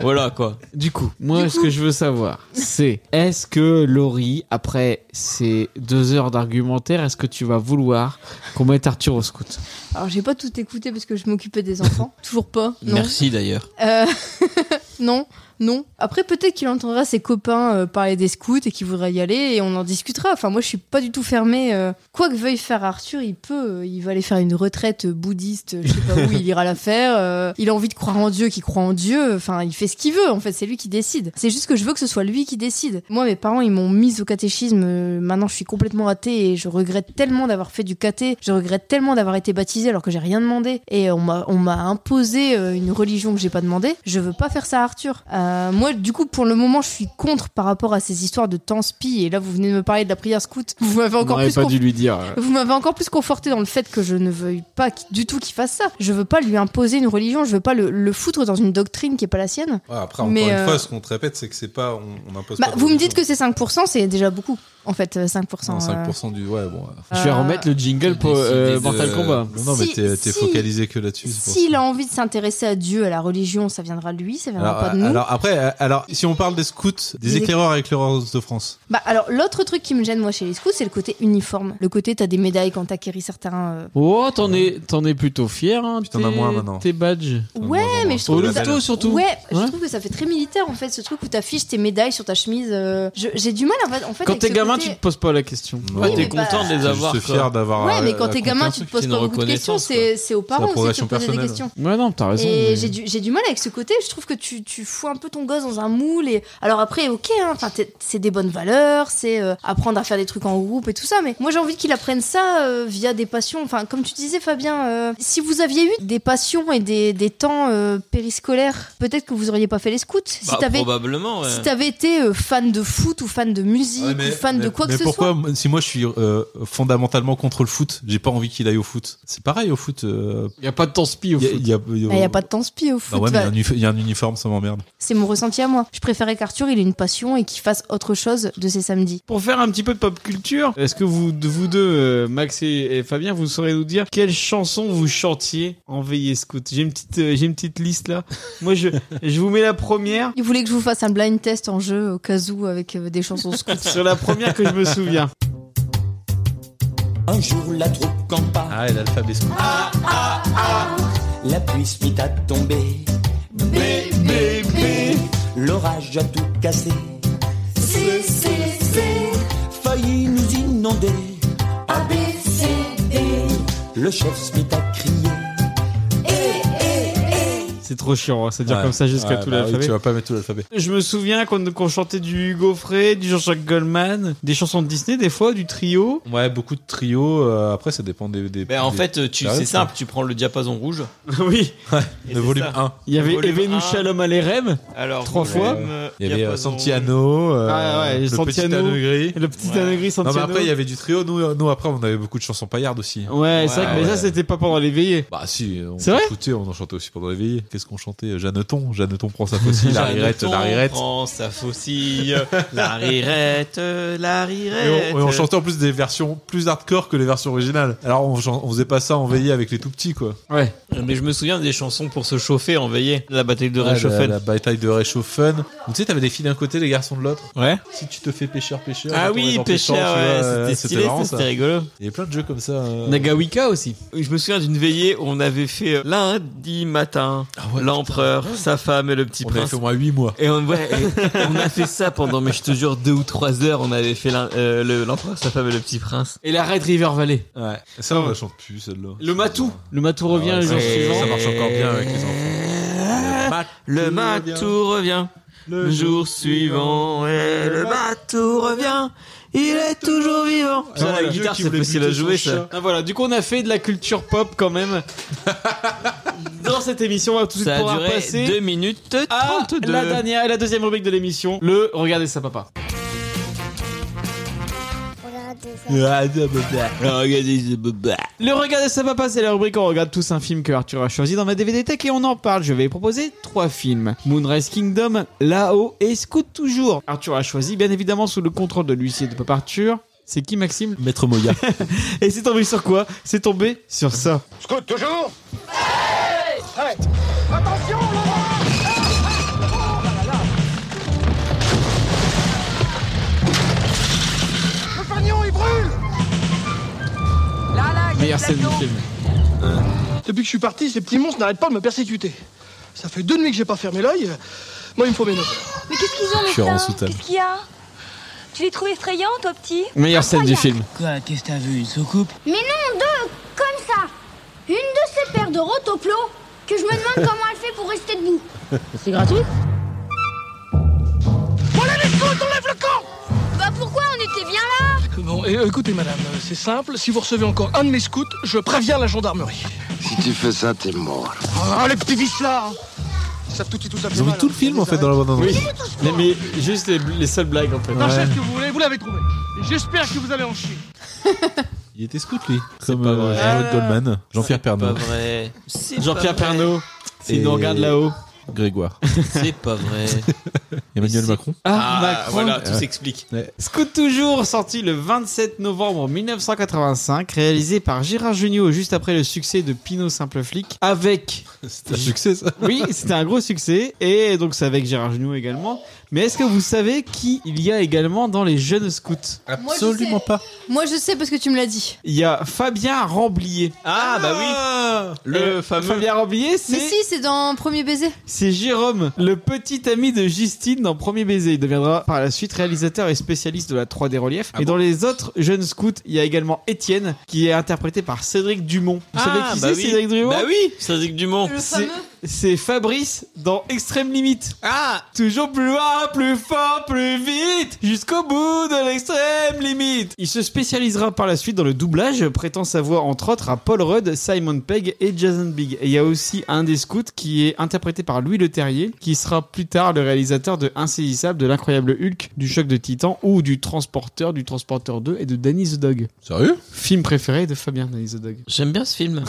Speaker 15: Voilà quoi.
Speaker 2: Du coup, Moi,
Speaker 15: Du
Speaker 2: ce
Speaker 15: coup-
Speaker 2: que je veux savoir, c'est est-ce que Laurie, après ces deux heures d'argumentaire, est-ce que tu vas vouloir qu'on mette Arthur au scout
Speaker 4: Alors, j'ai pas
Speaker 3: (laughs)
Speaker 4: tout écouté parce que je m'occupais des enfants. Toujours pas. Non.
Speaker 15: Merci d'ailleurs.
Speaker 4: Euh, (laughs) non. non. Après, peut-être qu'il entendra ses copains euh, parler des scouts et qu'il voudra y aller et on en discutera. Enfin, moi, je suis pas du tout fermée. euh, quoi que veuille faire Arthur, il peut. euh, Il va aller faire une retraite euh, bouddhiste, euh, je sais pas où, il ira la faire. euh, il a envie de croire en Dieu, qu'il croit en Dieu. Enfin, il fait ce qu'il veut, en fait. C'est lui qui décide. C'est juste que je veux que ce soit lui qui décide. Moi, mes parents, ils m'ont mise au catéchisme. Euh, Maintenant, je suis complètement athée et je regrette tellement d'avoir fait du caté. Je regrette tellement d'avoir été baptisée alors que j'ai rien demandé. Et on m'a on m'a imposé euh, une religion que j'ai pas demandé. Je veux pas faire ça à Arthur. Euh, moi, du coup, pour le moment, je suis contre par rapport à ces histoires de temps spi. Et là, vous venez de me parler de la prière scout. Vous m'avez
Speaker 2: On
Speaker 4: encore
Speaker 2: n'aurait
Speaker 4: plus
Speaker 2: pas
Speaker 4: conf-
Speaker 2: dû lui dire. euh,
Speaker 4: vous m'avez encore plus conforté dans le fait que je ne veuille pas qu- du tout qu'il fasse ça. Je veux pas lui imposer une religion, je veux pas le, le foutre dans une doctrine qui est pas la sienne.
Speaker 3: Ouais, après, encore
Speaker 4: Mais,
Speaker 3: une
Speaker 4: euh,
Speaker 3: fois, ce qu'on te répète, c'est que c'est pas. On, on impose
Speaker 4: Bah,
Speaker 3: pas de
Speaker 4: vous me
Speaker 3: religion.
Speaker 4: dites que c'est 5%, c'est déjà beaucoup. En fait, euh, 5%.
Speaker 3: Non,
Speaker 4: euh,
Speaker 3: 5% du. Ouais, bon.
Speaker 4: Je vais Euh, remettre
Speaker 2: le jingle pour, euh,
Speaker 3: Décide,
Speaker 2: Mortal Kombat.
Speaker 3: Non, non, mais
Speaker 4: Si-
Speaker 3: t'es t'es
Speaker 4: si-
Speaker 3: focalisé que là-dessus. c'est pour ça.
Speaker 4: euh. S'il a envie de s'intéresser à Dieu, à la religion, ça viendra de lui, ça viendra
Speaker 3: Alors,
Speaker 4: pas de nous.
Speaker 3: alors, après, euh, alors si on parle des scouts, des
Speaker 4: Des-
Speaker 3: éclaireurs avec le Rose de France.
Speaker 4: Bah alors l'autre truc qui me gêne moi chez les scouts, c'est le côté uniforme. Le côté t'as des médailles quand t'acquéris certains. euh,
Speaker 2: Oh, t'en es, t'en es plutôt fier, hein.
Speaker 3: t'en as
Speaker 2: tes-
Speaker 3: moins maintenant.
Speaker 2: Tes badges.
Speaker 4: Ouais, mais je
Speaker 2: Au
Speaker 4: trouve que
Speaker 2: louveteau,
Speaker 4: ça...
Speaker 2: surtout.
Speaker 4: Ouais, je
Speaker 2: Ouais.
Speaker 4: trouve que ça fait très militaire en fait, ce truc où t'affiches tes médailles sur ta chemise. euh, je- J'ai du mal en fait. En fait
Speaker 2: Quand
Speaker 4: avec
Speaker 2: t'es
Speaker 4: ce
Speaker 2: gamin,
Speaker 4: côté-
Speaker 2: tu te poses pas la question.
Speaker 4: Oui,
Speaker 2: Ouais, t'es
Speaker 4: mais bah-
Speaker 2: content de les
Speaker 4: T'es
Speaker 2: avoir.
Speaker 3: juste fier d'avoir, euh,
Speaker 4: Ouais, mais quand t'es gamin, tu te poses pas beaucoup de questions. C'est c'est aux parents aussi qui te posent des questions.
Speaker 2: Ouais, non, t'as raison.
Speaker 4: Et
Speaker 2: mais-
Speaker 4: j'ai du, j'ai du mal avec ce côté. Je trouve que tu, tu fous un peu ton gosse dans un moule. Et... Alors après, ok, hein, enfin, t'es- c'est des bonnes valeurs, c'est euh, apprendre à faire des trucs en groupe et tout ça. Mais moi, j'ai envie qu'il apprenne ça euh, via des passions. Enfin, comme tu disais, Fabien, euh, si vous aviez eu des passions et des, des temps euh, périscolaires, peut-être que vous auriez pas fait les scouts. Si
Speaker 3: Bah,
Speaker 4: t'avais
Speaker 3: probablement, ouais.
Speaker 4: si t'avais été euh, fan de foot ou fan de musique
Speaker 3: Ouais,
Speaker 4: ou fan de quoi
Speaker 3: mais
Speaker 4: que ce
Speaker 3: pourquoi,
Speaker 4: soit.
Speaker 3: moi, si moi je suis euh, fondamentalement contre le foot, j'ai pas envie qu'il aille au foot. C'est pareil au foot. Il
Speaker 2: y a pas de temps spi au
Speaker 3: foot. Il y a,
Speaker 4: Il n'y bah, Ah, a pas de temps spi au foot.
Speaker 3: Ah ouais, mais
Speaker 4: va.
Speaker 3: il y a un uni- il y, a un uniforme, ça m'emmerde.
Speaker 4: C'est mon ressenti à moi. Je préférais qu'Arthur il ait une passion et qu'il fasse autre chose de ses samedis.
Speaker 2: Pour faire un petit peu de pop culture, est-ce que vous, vous deux, euh, Max et, et Fabien, vous saurez nous dire quelle chanson vous chantiez en veillée scout J'ai une petite, euh, j'ai une petite liste là. Moi, je, je vous mets la première.
Speaker 4: Il voulait que je vous fasse un blind test en jeu au cas où avec euh, des chansons scouts.
Speaker 2: (laughs) Sur la première que je me souviens.
Speaker 5: Un jour la troupe campa. ah,
Speaker 3: Ah, et l'alphabet scout.
Speaker 5: La pluie se mit à tomber. Bé, bé, bé. L'orage a tout cassé. C'est, c'est, c'est. Failli nous inonder. A, B, C, D. Le chef se mit à crier.
Speaker 2: C'est trop chiant, hein, ça dure
Speaker 3: Ouais.
Speaker 2: comme ça jusqu'à
Speaker 3: Ouais,
Speaker 2: tout
Speaker 3: bah oui,
Speaker 2: l'alphabet.
Speaker 3: tu vas pas mettre tout l'alphabet.
Speaker 2: Je me souviens qu'on qu'on chantait du Hugo Frey, du Jean-Jacques Goldman, des chansons de Disney des fois, du trio.
Speaker 3: Ouais, beaucoup de trios. euh, après, ça dépend des. des
Speaker 15: Ben, en
Speaker 3: des-
Speaker 2: euh,
Speaker 15: fait, tu,
Speaker 3: Ah ouais,
Speaker 15: c'est
Speaker 3: ça.
Speaker 15: simple, tu prends le diapason rouge.
Speaker 2: (laughs) oui.
Speaker 3: Le volume 1.
Speaker 2: Il y avait Evenu Shalom
Speaker 15: Shalom
Speaker 2: à l'RM.
Speaker 15: Alors,
Speaker 2: Trois fois.
Speaker 3: Il y avait euh, Santiano, euh,
Speaker 2: Ah ouais,
Speaker 3: le
Speaker 2: Santiano,
Speaker 3: petit anneau gris.
Speaker 2: le petit anneau gris,
Speaker 3: Non, mais
Speaker 2: Santiano.
Speaker 3: après, il y avait du trio. Nous, euh, nous, après, on avait beaucoup de chansons paillardes aussi.
Speaker 2: Ouais, c'est vrai que mais ça c'était pas pendant les veillées.
Speaker 3: Bah si, on
Speaker 2: C'est vrai
Speaker 3: s'en foutait, on en chantait aussi pendant les veillées. Qu'est-ce qu'on chantait Jeanneton, Jeanneton prend sa faucille, la rirette, la rirette.
Speaker 15: Prends sa faucille, la rirette, la
Speaker 3: Et
Speaker 15: rirette.
Speaker 3: on, et on chantait en plus des versions plus hardcore que les versions originales. Alors on, chan- on faisait pas ça en veillée avec les tout petits quoi.
Speaker 2: Ouais.
Speaker 15: Mais je me souviens des chansons pour se chauffer en veillée. La bataille de
Speaker 3: Ouais, la,
Speaker 15: Réchauffen.
Speaker 3: la bataille de Réchauffen. Tu sais, t'avais des filles d'un côté, les garçons de l'autre.
Speaker 15: Ouais.
Speaker 3: Si tu te fais pêcheur, pêcheur.
Speaker 15: Hein Ah
Speaker 3: tu tombes
Speaker 15: oui,
Speaker 3: dans
Speaker 15: pêcheur,
Speaker 3: pêcheur, tu
Speaker 15: ouais,
Speaker 3: vois,
Speaker 15: c'était
Speaker 3: ouais,
Speaker 15: stylé, ça,
Speaker 3: marrant, ça.
Speaker 15: c'était rigolo.
Speaker 3: Il y avait plein de jeux comme ça. euh.
Speaker 2: Nagawika aussi.
Speaker 15: Je me souviens d'une veillée où on avait fait euh, lundi matin l'empereur, sa femme et le petit
Speaker 3: Ah On
Speaker 15: prince.
Speaker 3: avait fait au moins 8 mois.
Speaker 15: Et on, ouais, et on a fait ça pendant, mais je te jure, deux ou trois heures. On avait fait l'un- euh, le- l'empereur, sa femme et le petit prince.
Speaker 2: Et la Red River Valley.
Speaker 3: Ouais. Ça, on la chante plus celle-là.
Speaker 2: Le matou. Le matou revient le
Speaker 15: Ah
Speaker 2: jour
Speaker 15: Ouais,
Speaker 2: suivant. Ah,
Speaker 15: ça marche encore bien avec les Eh
Speaker 3: enfants.
Speaker 2: Bah,
Speaker 15: Le matou revient. Le jour suivant, et
Speaker 2: Ah,
Speaker 15: le bateau ben, revient, il est toujours vivant.
Speaker 2: Ah,
Speaker 15: Ça,
Speaker 2: voilà,
Speaker 15: la guitare,
Speaker 2: qui
Speaker 15: c'est
Speaker 2: voulait
Speaker 15: facile à
Speaker 2: buter son
Speaker 15: jouer,
Speaker 2: chat.
Speaker 15: ça.
Speaker 2: Ah, voilà, du coup, on a fait de la culture pop quand même. (laughs) Dans cette émission, on va tout de suite
Speaker 15: Ça a
Speaker 2: pouvoir
Speaker 15: duré
Speaker 2: passer.
Speaker 15: 2 minutes
Speaker 2: à
Speaker 15: 32.
Speaker 2: La dernière, la deuxième rubrique de l'émission, le Regardez ça, papa.
Speaker 15: Ah,
Speaker 2: Le Regardez ça, papa, c'est la rubrique où on regarde tous un film que Arthur a choisi dans ma DVD Tech et on en parle. Je vais proposer trois films Moonrise Kingdom, Là-haut et Scout toujours. Arthur a choisi, bien évidemment, sous le contrôle de l'huissier de Papa Arthur. C'est qui, Maxime
Speaker 3: Maître Moya.
Speaker 2: (laughs) et c'est tombé sur quoi C'est tombé sur ça.
Speaker 5: Scout toujours Attention Le pognon il brûle Là là,
Speaker 2: Meilleure scène du film.
Speaker 23: Depuis que je suis parti, ces petits monstres n'arrêtent pas de me persécuter. Ça fait deux nuits que j'ai pas fermé l'œil. Moi, il me faut mes notes.
Speaker 24: Mais qu'est-ce qu'ils ont,
Speaker 3: Je suis
Speaker 24: Martin
Speaker 3: en soutane.
Speaker 24: Qu'est-ce qu'il y a Tu les trouves effrayants, toi, petit
Speaker 2: Meilleure scène du film.
Speaker 25: Quoi, qu'est-ce que t'as vu Une soucoupe
Speaker 23: Mais non, deux, comme ça. Une de ces paires de rotoplots que je me demande (laughs) comment elle fait pour rester debout.
Speaker 19: C'est gratuit
Speaker 23: Enlève les coudes, enlève le camp Bah pourquoi on était bien là
Speaker 5: Bon, et, euh, écoutez, madame, euh, c'est simple. Si vous recevez encore un de mes scouts, je préviens la gendarmerie.
Speaker 26: Si tu fais ça, t'es mort.
Speaker 5: Ah, les petits vices là hein. Ils savent tout de suite où ça
Speaker 3: Ils ont mis tout le film en fait dans la bande annonce.
Speaker 2: Oui. Mais, mais juste les, les seules blagues en fait.
Speaker 5: La chef que vous voulez, vous l'avez trouvé. Et J'espère que vous allez en chier.
Speaker 3: Il était scout lui, comme euh, Jean-Claude Goldman, Jean-Pierre Pernaut.
Speaker 15: Ah, vrai.
Speaker 2: C'est Jean-Pierre pas vrai. Pernaut, s'il nous regarde là-haut.
Speaker 3: Grégoire.
Speaker 15: C'est pas vrai.
Speaker 3: (laughs) Emmanuel Macron.
Speaker 2: Ah, Macron.
Speaker 15: voilà, tout
Speaker 2: Ouais.
Speaker 15: s'explique.
Speaker 2: Scout Toujours, sorti le 27 novembre 1985, réalisé par Gérard Jugnot juste après le succès de Pinot Simple Flic, avec...
Speaker 3: C'était un succès ça
Speaker 2: Oui, c'était un gros succès, et donc c'est avec Gérard Jugnot également. Mais est-ce que vous savez qui il y a également dans les jeunes scouts
Speaker 4: Absolument
Speaker 3: pas.
Speaker 4: Moi, je sais parce que tu me l'as dit.
Speaker 2: Il y a Fabien Ramblier.
Speaker 15: Ah, bah
Speaker 2: oui
Speaker 15: Le fameux-
Speaker 2: Fabien Ramblier, c'est...
Speaker 4: Mais si, c'est dans Premier baiser.
Speaker 2: C'est Jérôme, le petit ami de Justine dans Premier Baiser. Il deviendra par la suite réalisateur et spécialiste de la 3D relief.
Speaker 15: Ah
Speaker 2: et dans les autres jeunes scouts, il y a également Étienne, qui est interprété par Cédric Dumont. Vous
Speaker 15: Ah,
Speaker 2: savez qui
Speaker 15: bah
Speaker 2: c'est,
Speaker 15: oui.
Speaker 2: Cédric Dumont
Speaker 15: Bah oui, Cédric Dumont.
Speaker 2: C'est- C'est Fabrice dans Extrême Limite. Ah Toujours plus loin, plus fort, plus vite, jusqu'au bout de l'extrême limite. Il se spécialisera par la suite dans le doublage, prêtant sa voix entre autres à Paul Rudd, Simon Pegg et Jason Big. Et il y a aussi un des scouts qui est interprété par Louis Leterrier, qui sera plus tard le réalisateur de Insaisissable, de l'incroyable Hulk, du choc de Titan ou du Transporteur, du Transporteur 2 et de Danny the Dog.
Speaker 3: Sérieux
Speaker 2: Film préféré de Fabien Danny the Dog.
Speaker 15: J'aime bien ce
Speaker 2: (laughs)
Speaker 15: film.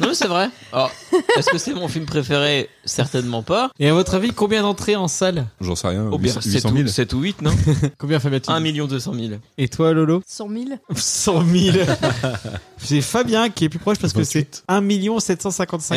Speaker 15: non, mais c'est vrai. Alors, est-ce que c'est mon film préféré Certainement pas.
Speaker 2: Et à votre avis, combien d'entrées en salle
Speaker 3: J'en sais rien.
Speaker 15: Au pire,
Speaker 3: 800
Speaker 15: sept
Speaker 3: 000.
Speaker 15: ou- sept ou 8, non
Speaker 2: (laughs) Combien Fabien
Speaker 15: 1 200 000.
Speaker 2: Et toi, Lolo (laughs)
Speaker 4: 100 000.
Speaker 2: 100
Speaker 15: (laughs)
Speaker 2: 000 C'est Fabien qui est plus proche parce que c'est 1 755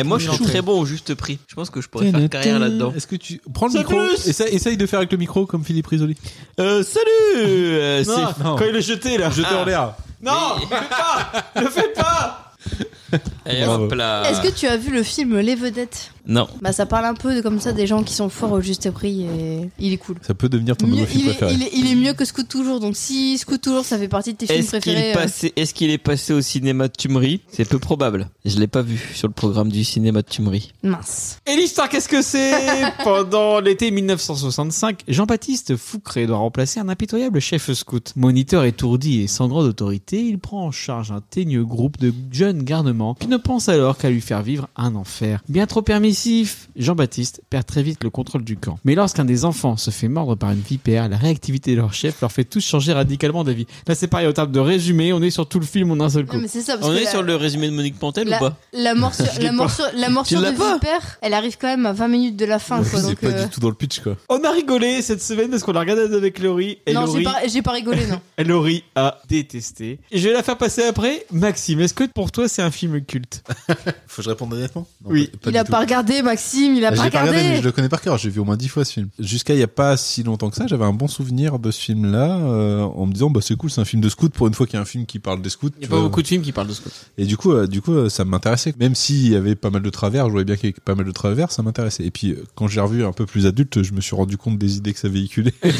Speaker 15: Et
Speaker 2: 000.
Speaker 15: moi, je suis très bon au juste prix. Je pense que je pourrais faire carrière là-dedans.
Speaker 3: Est-ce que tu prends le micro essaye, essaye de faire avec le micro comme Philippe Risoli.
Speaker 15: Euh, salut euh,
Speaker 2: Non,
Speaker 15: c'est-
Speaker 2: quand il est jeté là. Ah.
Speaker 3: Jeté
Speaker 15: Ah.
Speaker 3: en l'air.
Speaker 2: Non, ne fais pas Ne fais pas
Speaker 15: (laughs) Et
Speaker 3: Bravo.
Speaker 15: hop là.
Speaker 4: Ah. Est-ce que tu as vu le film Les Vedettes
Speaker 15: Non.
Speaker 4: Bah, ça parle un peu de comme ça des gens qui sont forts au juste prix et il est cool.
Speaker 3: Ça peut devenir ton nouveau
Speaker 4: Mieux-
Speaker 3: film
Speaker 4: il, est,
Speaker 3: préféré.
Speaker 4: il est- il est mieux que Scoot Toujours, donc si Scoot Toujours ça fait partie de tes films
Speaker 15: Est-ce qu'il
Speaker 4: préférés. euh,
Speaker 15: passait- est-ce qu'il est passé au cinéma de Tumery C'est peu probable. Je l'ai pas vu sur le programme du cinéma de Tumery.
Speaker 4: Mince.
Speaker 2: Et l'histoire, qu'est-ce que c'est
Speaker 4: (laughs)
Speaker 2: Pendant l'été 1965, Jean-Baptiste Foucré doit remplacer un impitoyable chef scout. Moniteur étourdi et sans grande autorité, il prend en charge un teigneux groupe de jeunes garnements qui ne pensent alors qu'à lui faire vivre un enfer. Bien trop permissif, Jean-Baptiste perd très vite le contrôle du camp. Mais lorsqu'un des enfants se fait mordre par une vipère, la réactivité de leur chef leur fait tous changer radicalement d'avis. Là, c'est pareil, au terme de résumé, on est sur tout le film en un seul coup.
Speaker 4: Non, mais c'est ça, parce
Speaker 15: On
Speaker 4: que
Speaker 15: est
Speaker 4: la-
Speaker 15: sur le résumé de Monique Pantel
Speaker 4: la,
Speaker 15: ou pas
Speaker 4: la
Speaker 2: (laughs)
Speaker 4: morsure,
Speaker 15: (laughs) Je l'ai
Speaker 4: la
Speaker 15: pas.
Speaker 4: morsure, la
Speaker 15: Tu
Speaker 4: morsure de
Speaker 15: l'as pas
Speaker 4: Vipère, elle arrive quand même à 20 minutes de la fin. Quoi,
Speaker 3: C'est
Speaker 4: donc,
Speaker 3: pas
Speaker 4: euh,
Speaker 3: du tout dans le pitch quoi.
Speaker 2: On a rigolé cette semaine parce qu'on l'a regardé avec Laurie. Et
Speaker 4: Non, j'ai
Speaker 2: Laurie...
Speaker 4: pas, j'ai pas rigolé,
Speaker 3: (laughs)
Speaker 2: (laughs)
Speaker 4: non.
Speaker 2: Laurie a détesté. Je vais la faire passer après. Maxime, est-ce que pour toi c'est un film culte
Speaker 3: (laughs) Faut que je réponde honnêtement
Speaker 2: Oui.
Speaker 4: il a pas regardé, Maxime, il a
Speaker 3: Bah, Je
Speaker 4: pas
Speaker 3: l'ai Ah, pas
Speaker 4: regardé.
Speaker 3: regardé, mais je le connais par cœur. J'ai vu au moins dix fois ce film. Jusqu'à il y a pas si longtemps que ça, j'avais un bon souvenir de ce film-là, euh, en me disant bah c'est cool, c'est un film de scout pour une fois qu'il y a un film qui parle des scouts.
Speaker 2: Il n'y a pas beaucoup de films qui parlent de Scott.
Speaker 3: Et du coup, euh, du coup, euh, ça m'intéressait. Même s'il y avait pas mal de travers, je voyais bien qu'il y avait pas mal de travers, ça m'intéressait. Et puis, euh, quand je l'ai revu un peu plus adulte, je me suis rendu compte des idées que ça
Speaker 2: (laughs)
Speaker 3: véhiculait et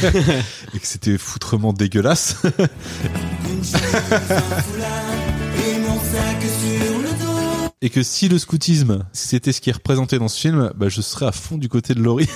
Speaker 3: que c'était foutrement dégueulasse.
Speaker 5: Et mon sac sur le dos.
Speaker 3: et que si le scoutisme c'était ce qui est représenté dans ce film, bah, je serais à fond du côté de Laurie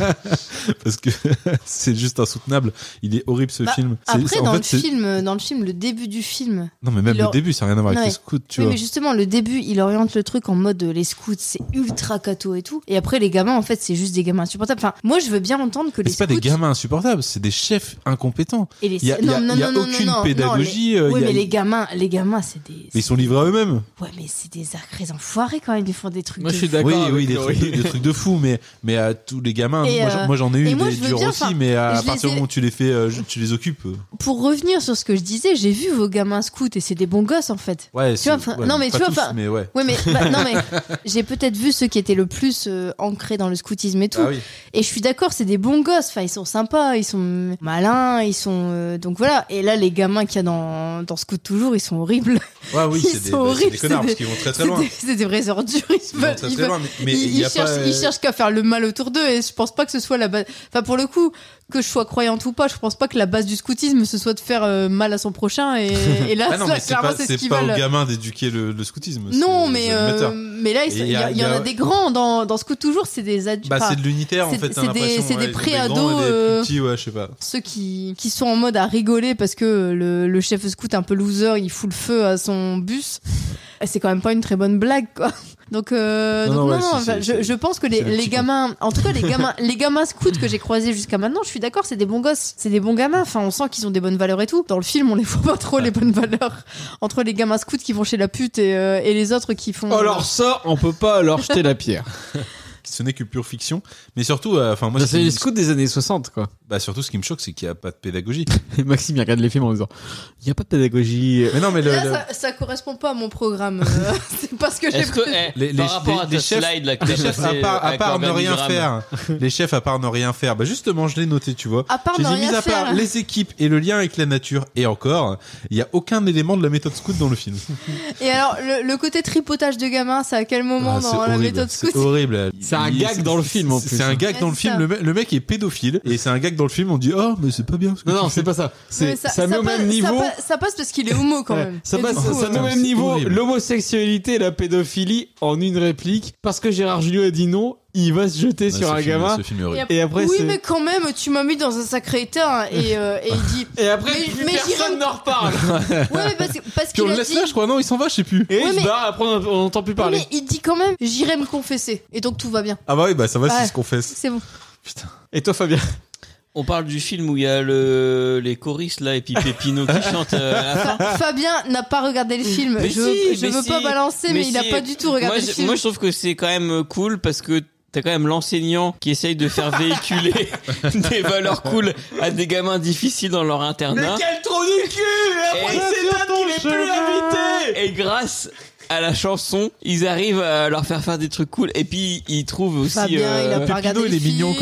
Speaker 3: (laughs) parce que (laughs) c'est juste insoutenable. Il est horrible ce
Speaker 4: Bah,
Speaker 3: film. C'est-
Speaker 4: Après,
Speaker 3: en
Speaker 4: dans
Speaker 3: fait,
Speaker 4: le
Speaker 3: c'est-
Speaker 4: film, dans le film, le début du film.
Speaker 3: Non, mais même
Speaker 4: il
Speaker 3: le
Speaker 4: or-
Speaker 3: début, ça n'a rien à voir avec
Speaker 4: Ouais.
Speaker 3: les scouts, tu
Speaker 4: Oui,
Speaker 3: vois.
Speaker 4: mais justement, le début, il oriente le truc en mode euh, les scouts, c'est ultra cato et tout. Et après, les gamins, en fait, c'est juste des gamins insupportables. Enfin, moi, je veux bien entendre que
Speaker 3: Mais
Speaker 4: les
Speaker 3: C'est pas
Speaker 4: scouts.
Speaker 3: des gamins insupportables, c'est des chefs incompétents.
Speaker 4: et les...
Speaker 3: Il y a, il y a-
Speaker 4: non, non,
Speaker 3: il y a
Speaker 4: non, non, non,
Speaker 3: aucune
Speaker 4: non, non,
Speaker 3: pédagogie.
Speaker 4: les-
Speaker 3: euh,
Speaker 4: Oui,
Speaker 3: il y a-
Speaker 4: mais les gamins, les gamins, c'est des.
Speaker 3: mais ils sont livrés à eux-mêmes.
Speaker 4: Ouais, mais c'est des sacrés enfoirés quand même. Ils font des trucs. de fou.
Speaker 3: Oui, oui, des trucs, de,
Speaker 4: (laughs)
Speaker 3: des trucs de fou, mais mais à tous les gamins,
Speaker 4: Et,
Speaker 3: moi, j'en-
Speaker 4: euh,
Speaker 3: moi j'en ai
Speaker 4: et
Speaker 3: eu
Speaker 4: moi,
Speaker 3: des
Speaker 4: je veux
Speaker 3: durs
Speaker 4: bien,
Speaker 3: aussi,
Speaker 4: enfin,
Speaker 3: mais euh, à
Speaker 4: je les
Speaker 3: partir du
Speaker 4: ai-
Speaker 3: moment où tu les fais, euh, je- tu les occupes. euh.
Speaker 4: Pour revenir sur ce que je disais, j'ai vu vos gamins scouts et c'est des bons gosses en fait.
Speaker 3: Ouais,
Speaker 4: tu
Speaker 3: c'est-
Speaker 4: vois, enfin,
Speaker 3: ouais,
Speaker 4: non mais
Speaker 3: pas
Speaker 4: tu vois,
Speaker 3: tous,
Speaker 4: enfin,
Speaker 3: mais ouais.
Speaker 4: mais bah,
Speaker 3: (laughs)
Speaker 4: non mais j'ai peut-être vu ceux qui étaient le plus euh, ancrés dans le scoutisme et tout.
Speaker 3: Ah oui.
Speaker 4: Et je suis d'accord, c'est des bons gosses. Enfin, ils sont sympas, ils sont malins, ils sont euh, donc voilà. Et là, les gamins qu'il y a dans dans scout toujours, ils sont horribles.
Speaker 3: Ouais, oui,
Speaker 4: (laughs) Ils
Speaker 3: c'est
Speaker 4: sont
Speaker 3: des, bah, c'est des
Speaker 4: horribles,
Speaker 3: connards
Speaker 4: c'est
Speaker 3: parce
Speaker 4: des-
Speaker 3: qu'ils vont très très loin.
Speaker 4: C'est des vrais ordures. Ils,
Speaker 3: Ils vont
Speaker 4: veulent-
Speaker 3: très,
Speaker 4: ils
Speaker 3: très
Speaker 4: veulent-
Speaker 3: loin, mais- mais
Speaker 4: ils-
Speaker 3: il
Speaker 4: ils
Speaker 3: y a
Speaker 4: cherchent,
Speaker 3: pas, euh,
Speaker 4: ils cherchent qu'à faire le mal autour d'eux et je pense pas que ce soit la base. Enfin, pour le coup, que je sois croyante ou pas, je pense pas que la base du scoutisme ce soit de faire euh, mal à son prochain et, et là,
Speaker 3: (laughs) Ah non,
Speaker 4: ça,
Speaker 3: mais c'est
Speaker 4: clairement,
Speaker 3: pas,
Speaker 4: c'est ce
Speaker 3: c'est
Speaker 4: qu'ils
Speaker 3: pas
Speaker 4: veulent.
Speaker 3: aux gamins d'éduquer le, le scoutisme.
Speaker 4: Non,
Speaker 3: c'est aux
Speaker 4: mais,
Speaker 3: animateurs.
Speaker 4: euh, mais là, il
Speaker 3: Et
Speaker 4: il y, a- il y en a des grands dans, dans Scout toujours, c'est des adultes.
Speaker 3: Bah,
Speaker 4: enfin,
Speaker 3: c'est de l'unitaire en
Speaker 4: c'est-
Speaker 3: fait. hein, t'as
Speaker 4: C'est des,
Speaker 3: l'impression,
Speaker 4: c'est
Speaker 3: ouais,
Speaker 4: des
Speaker 3: des
Speaker 4: pré-ados.
Speaker 3: grands et des plus
Speaker 4: euh,
Speaker 3: petits, ouais, je sais pas.
Speaker 4: ceux qui, qui sont en mode à rigoler parce que le, le chef scout un peu loser, il fout le feu à son bus. eh, C'est quand même pas une très bonne blague, quoi. Donc, euh,
Speaker 8: Non,
Speaker 4: donc,
Speaker 8: non,
Speaker 4: non,
Speaker 8: ouais,
Speaker 4: non,
Speaker 8: si,
Speaker 4: enfin,
Speaker 8: c'est-
Speaker 4: je,
Speaker 8: c'est-
Speaker 4: je pense que les,
Speaker 8: c'est le
Speaker 4: les
Speaker 8: petit con.
Speaker 4: gamins, en tout cas
Speaker 8: (laughs)
Speaker 4: les gamins, les gamins scouts que j'ai croisés jusqu'à maintenant, je suis d'accord, c'est des bons gosses, c'est des bons gamins. Enfin, on sent qu'ils ont des bonnes valeurs et tout. Dans le film, on les voit pas trop les bonnes valeurs entre les gamins scouts qui vont chez la pute et, euh, et les autres qui
Speaker 8: Oh,
Speaker 4: font.
Speaker 2: Oh,
Speaker 4: Euh,
Speaker 2: Alors ça, on peut pas leur jeter la pierre.
Speaker 3: (laughs) Ce n'est que pure fiction. Mais surtout, euh, enfin, moi,
Speaker 2: Bah,
Speaker 3: ce
Speaker 2: c'est
Speaker 3: qui-
Speaker 2: les scouts des années 60, quoi.
Speaker 3: Bah, surtout, ce qui me choque, c'est qu'il n'y a pas de
Speaker 2: (laughs)
Speaker 3: pédagogie.
Speaker 2: Maxime, il regarde les films en disant Il n'y a pas de pédagogie.
Speaker 3: Mais non, mais
Speaker 4: Là, ça, ça correspond pas à mon programme. euh, (laughs) c'est parce que j'ai.
Speaker 27: Est-ce que-
Speaker 4: prévu.
Speaker 27: eh, par rapport à ta slide, là, que
Speaker 3: les
Speaker 27: t'as
Speaker 3: chefs, à
Speaker 27: passé
Speaker 3: part, à
Speaker 27: avec
Speaker 3: part ne
Speaker 27: l'organigramme.
Speaker 3: rien faire, les chefs à part ne rien faire, bah justement, je l'ai noté, tu vois.
Speaker 4: À part
Speaker 3: J'ai
Speaker 4: ne
Speaker 3: dit,
Speaker 4: rien
Speaker 3: mis à part
Speaker 4: faire.
Speaker 3: les équipes et le lien avec la nature, et encore, il n'y a aucun élément de la méthode scout dans le film.
Speaker 4: Et alors, le, le côté tripotage de gamin, c'est à quel moment
Speaker 3: Ah, c'est
Speaker 4: dans la
Speaker 3: horrible,
Speaker 4: méthode
Speaker 3: c'est
Speaker 4: scout
Speaker 3: horrible.
Speaker 2: C'est un
Speaker 3: Il-
Speaker 2: gag dans le film, en
Speaker 3: c'est-
Speaker 2: plus.
Speaker 3: C'est un gag
Speaker 4: Ouais,
Speaker 3: dans le
Speaker 4: c'est
Speaker 3: film.
Speaker 4: ça.
Speaker 3: Le, me- le mec est pédophile et c'est un gag dans le film. On dit oh mais c'est pas bien. non non c'est
Speaker 2: pas ça.
Speaker 4: Mais passe- Ça passe, ça passe parce qu'il est homo quand même.
Speaker 2: Ça
Speaker 4: Et
Speaker 2: passe
Speaker 4: du coup,
Speaker 2: ça
Speaker 4: euh,
Speaker 2: met au même niveau l'homosexualité et la pédophilie en une réplique parce que Gérard Jugnot a dit non, il va se jeter sur
Speaker 3: ce
Speaker 2: un
Speaker 3: film-
Speaker 2: gamin.
Speaker 3: ce film est
Speaker 4: Et,
Speaker 2: Et après
Speaker 4: oui,
Speaker 2: c'est-
Speaker 4: mais quand même, tu m'as mis dans un sacré état hein, et, euh, et il dit.
Speaker 2: Et après,
Speaker 4: mais,
Speaker 2: plus
Speaker 4: mais
Speaker 2: personne
Speaker 4: j'irai-
Speaker 2: n'en (laughs) reparle.
Speaker 4: Ouais, mais parce, que- parce
Speaker 3: Puis
Speaker 4: qu'il
Speaker 3: on le
Speaker 4: a
Speaker 3: laisse
Speaker 4: dit.
Speaker 3: là, je crois. Non, il s'en va, je sais plus.
Speaker 2: Et
Speaker 4: Ouais,
Speaker 2: il se
Speaker 4: mais-
Speaker 2: barre, après on on n'entend plus parler.
Speaker 4: mais il dit quand même, j'irai me confesser. Et donc tout va bien.
Speaker 3: Ah bah oui, bah ça va
Speaker 4: Ouais.
Speaker 3: si se confesse.
Speaker 4: C'est bon.
Speaker 2: Et toi, Fabien
Speaker 27: On parle du film où il y a le... les choristes là et puis Pépino
Speaker 2: (laughs)
Speaker 27: qui chante euh, à la fin.
Speaker 4: Fa- Fabien n'a pas regardé le film.
Speaker 27: Mais
Speaker 4: je
Speaker 27: si,
Speaker 4: je
Speaker 27: mais
Speaker 4: veux
Speaker 27: si,
Speaker 4: pas balancer, mais, il n'a
Speaker 27: si.
Speaker 4: pas du tout
Speaker 27: moi,
Speaker 4: regardé le
Speaker 27: je-
Speaker 4: film.
Speaker 27: Moi, je trouve que c'est quand même cool parce que t'as quand même l'enseignant qui essaye de faire
Speaker 2: (laughs)
Speaker 27: véhiculer des valeurs cool à des gamins difficiles dans leur internat.
Speaker 2: trou du cul Et
Speaker 27: après,
Speaker 2: c'est là qu'il est plus invité
Speaker 27: Et grâce à la chanson, ils arrivent à leur faire faire des trucs cool. Et puis, ils trouvent aussi... euh,
Speaker 4: Fabien, il a pas regardé le film.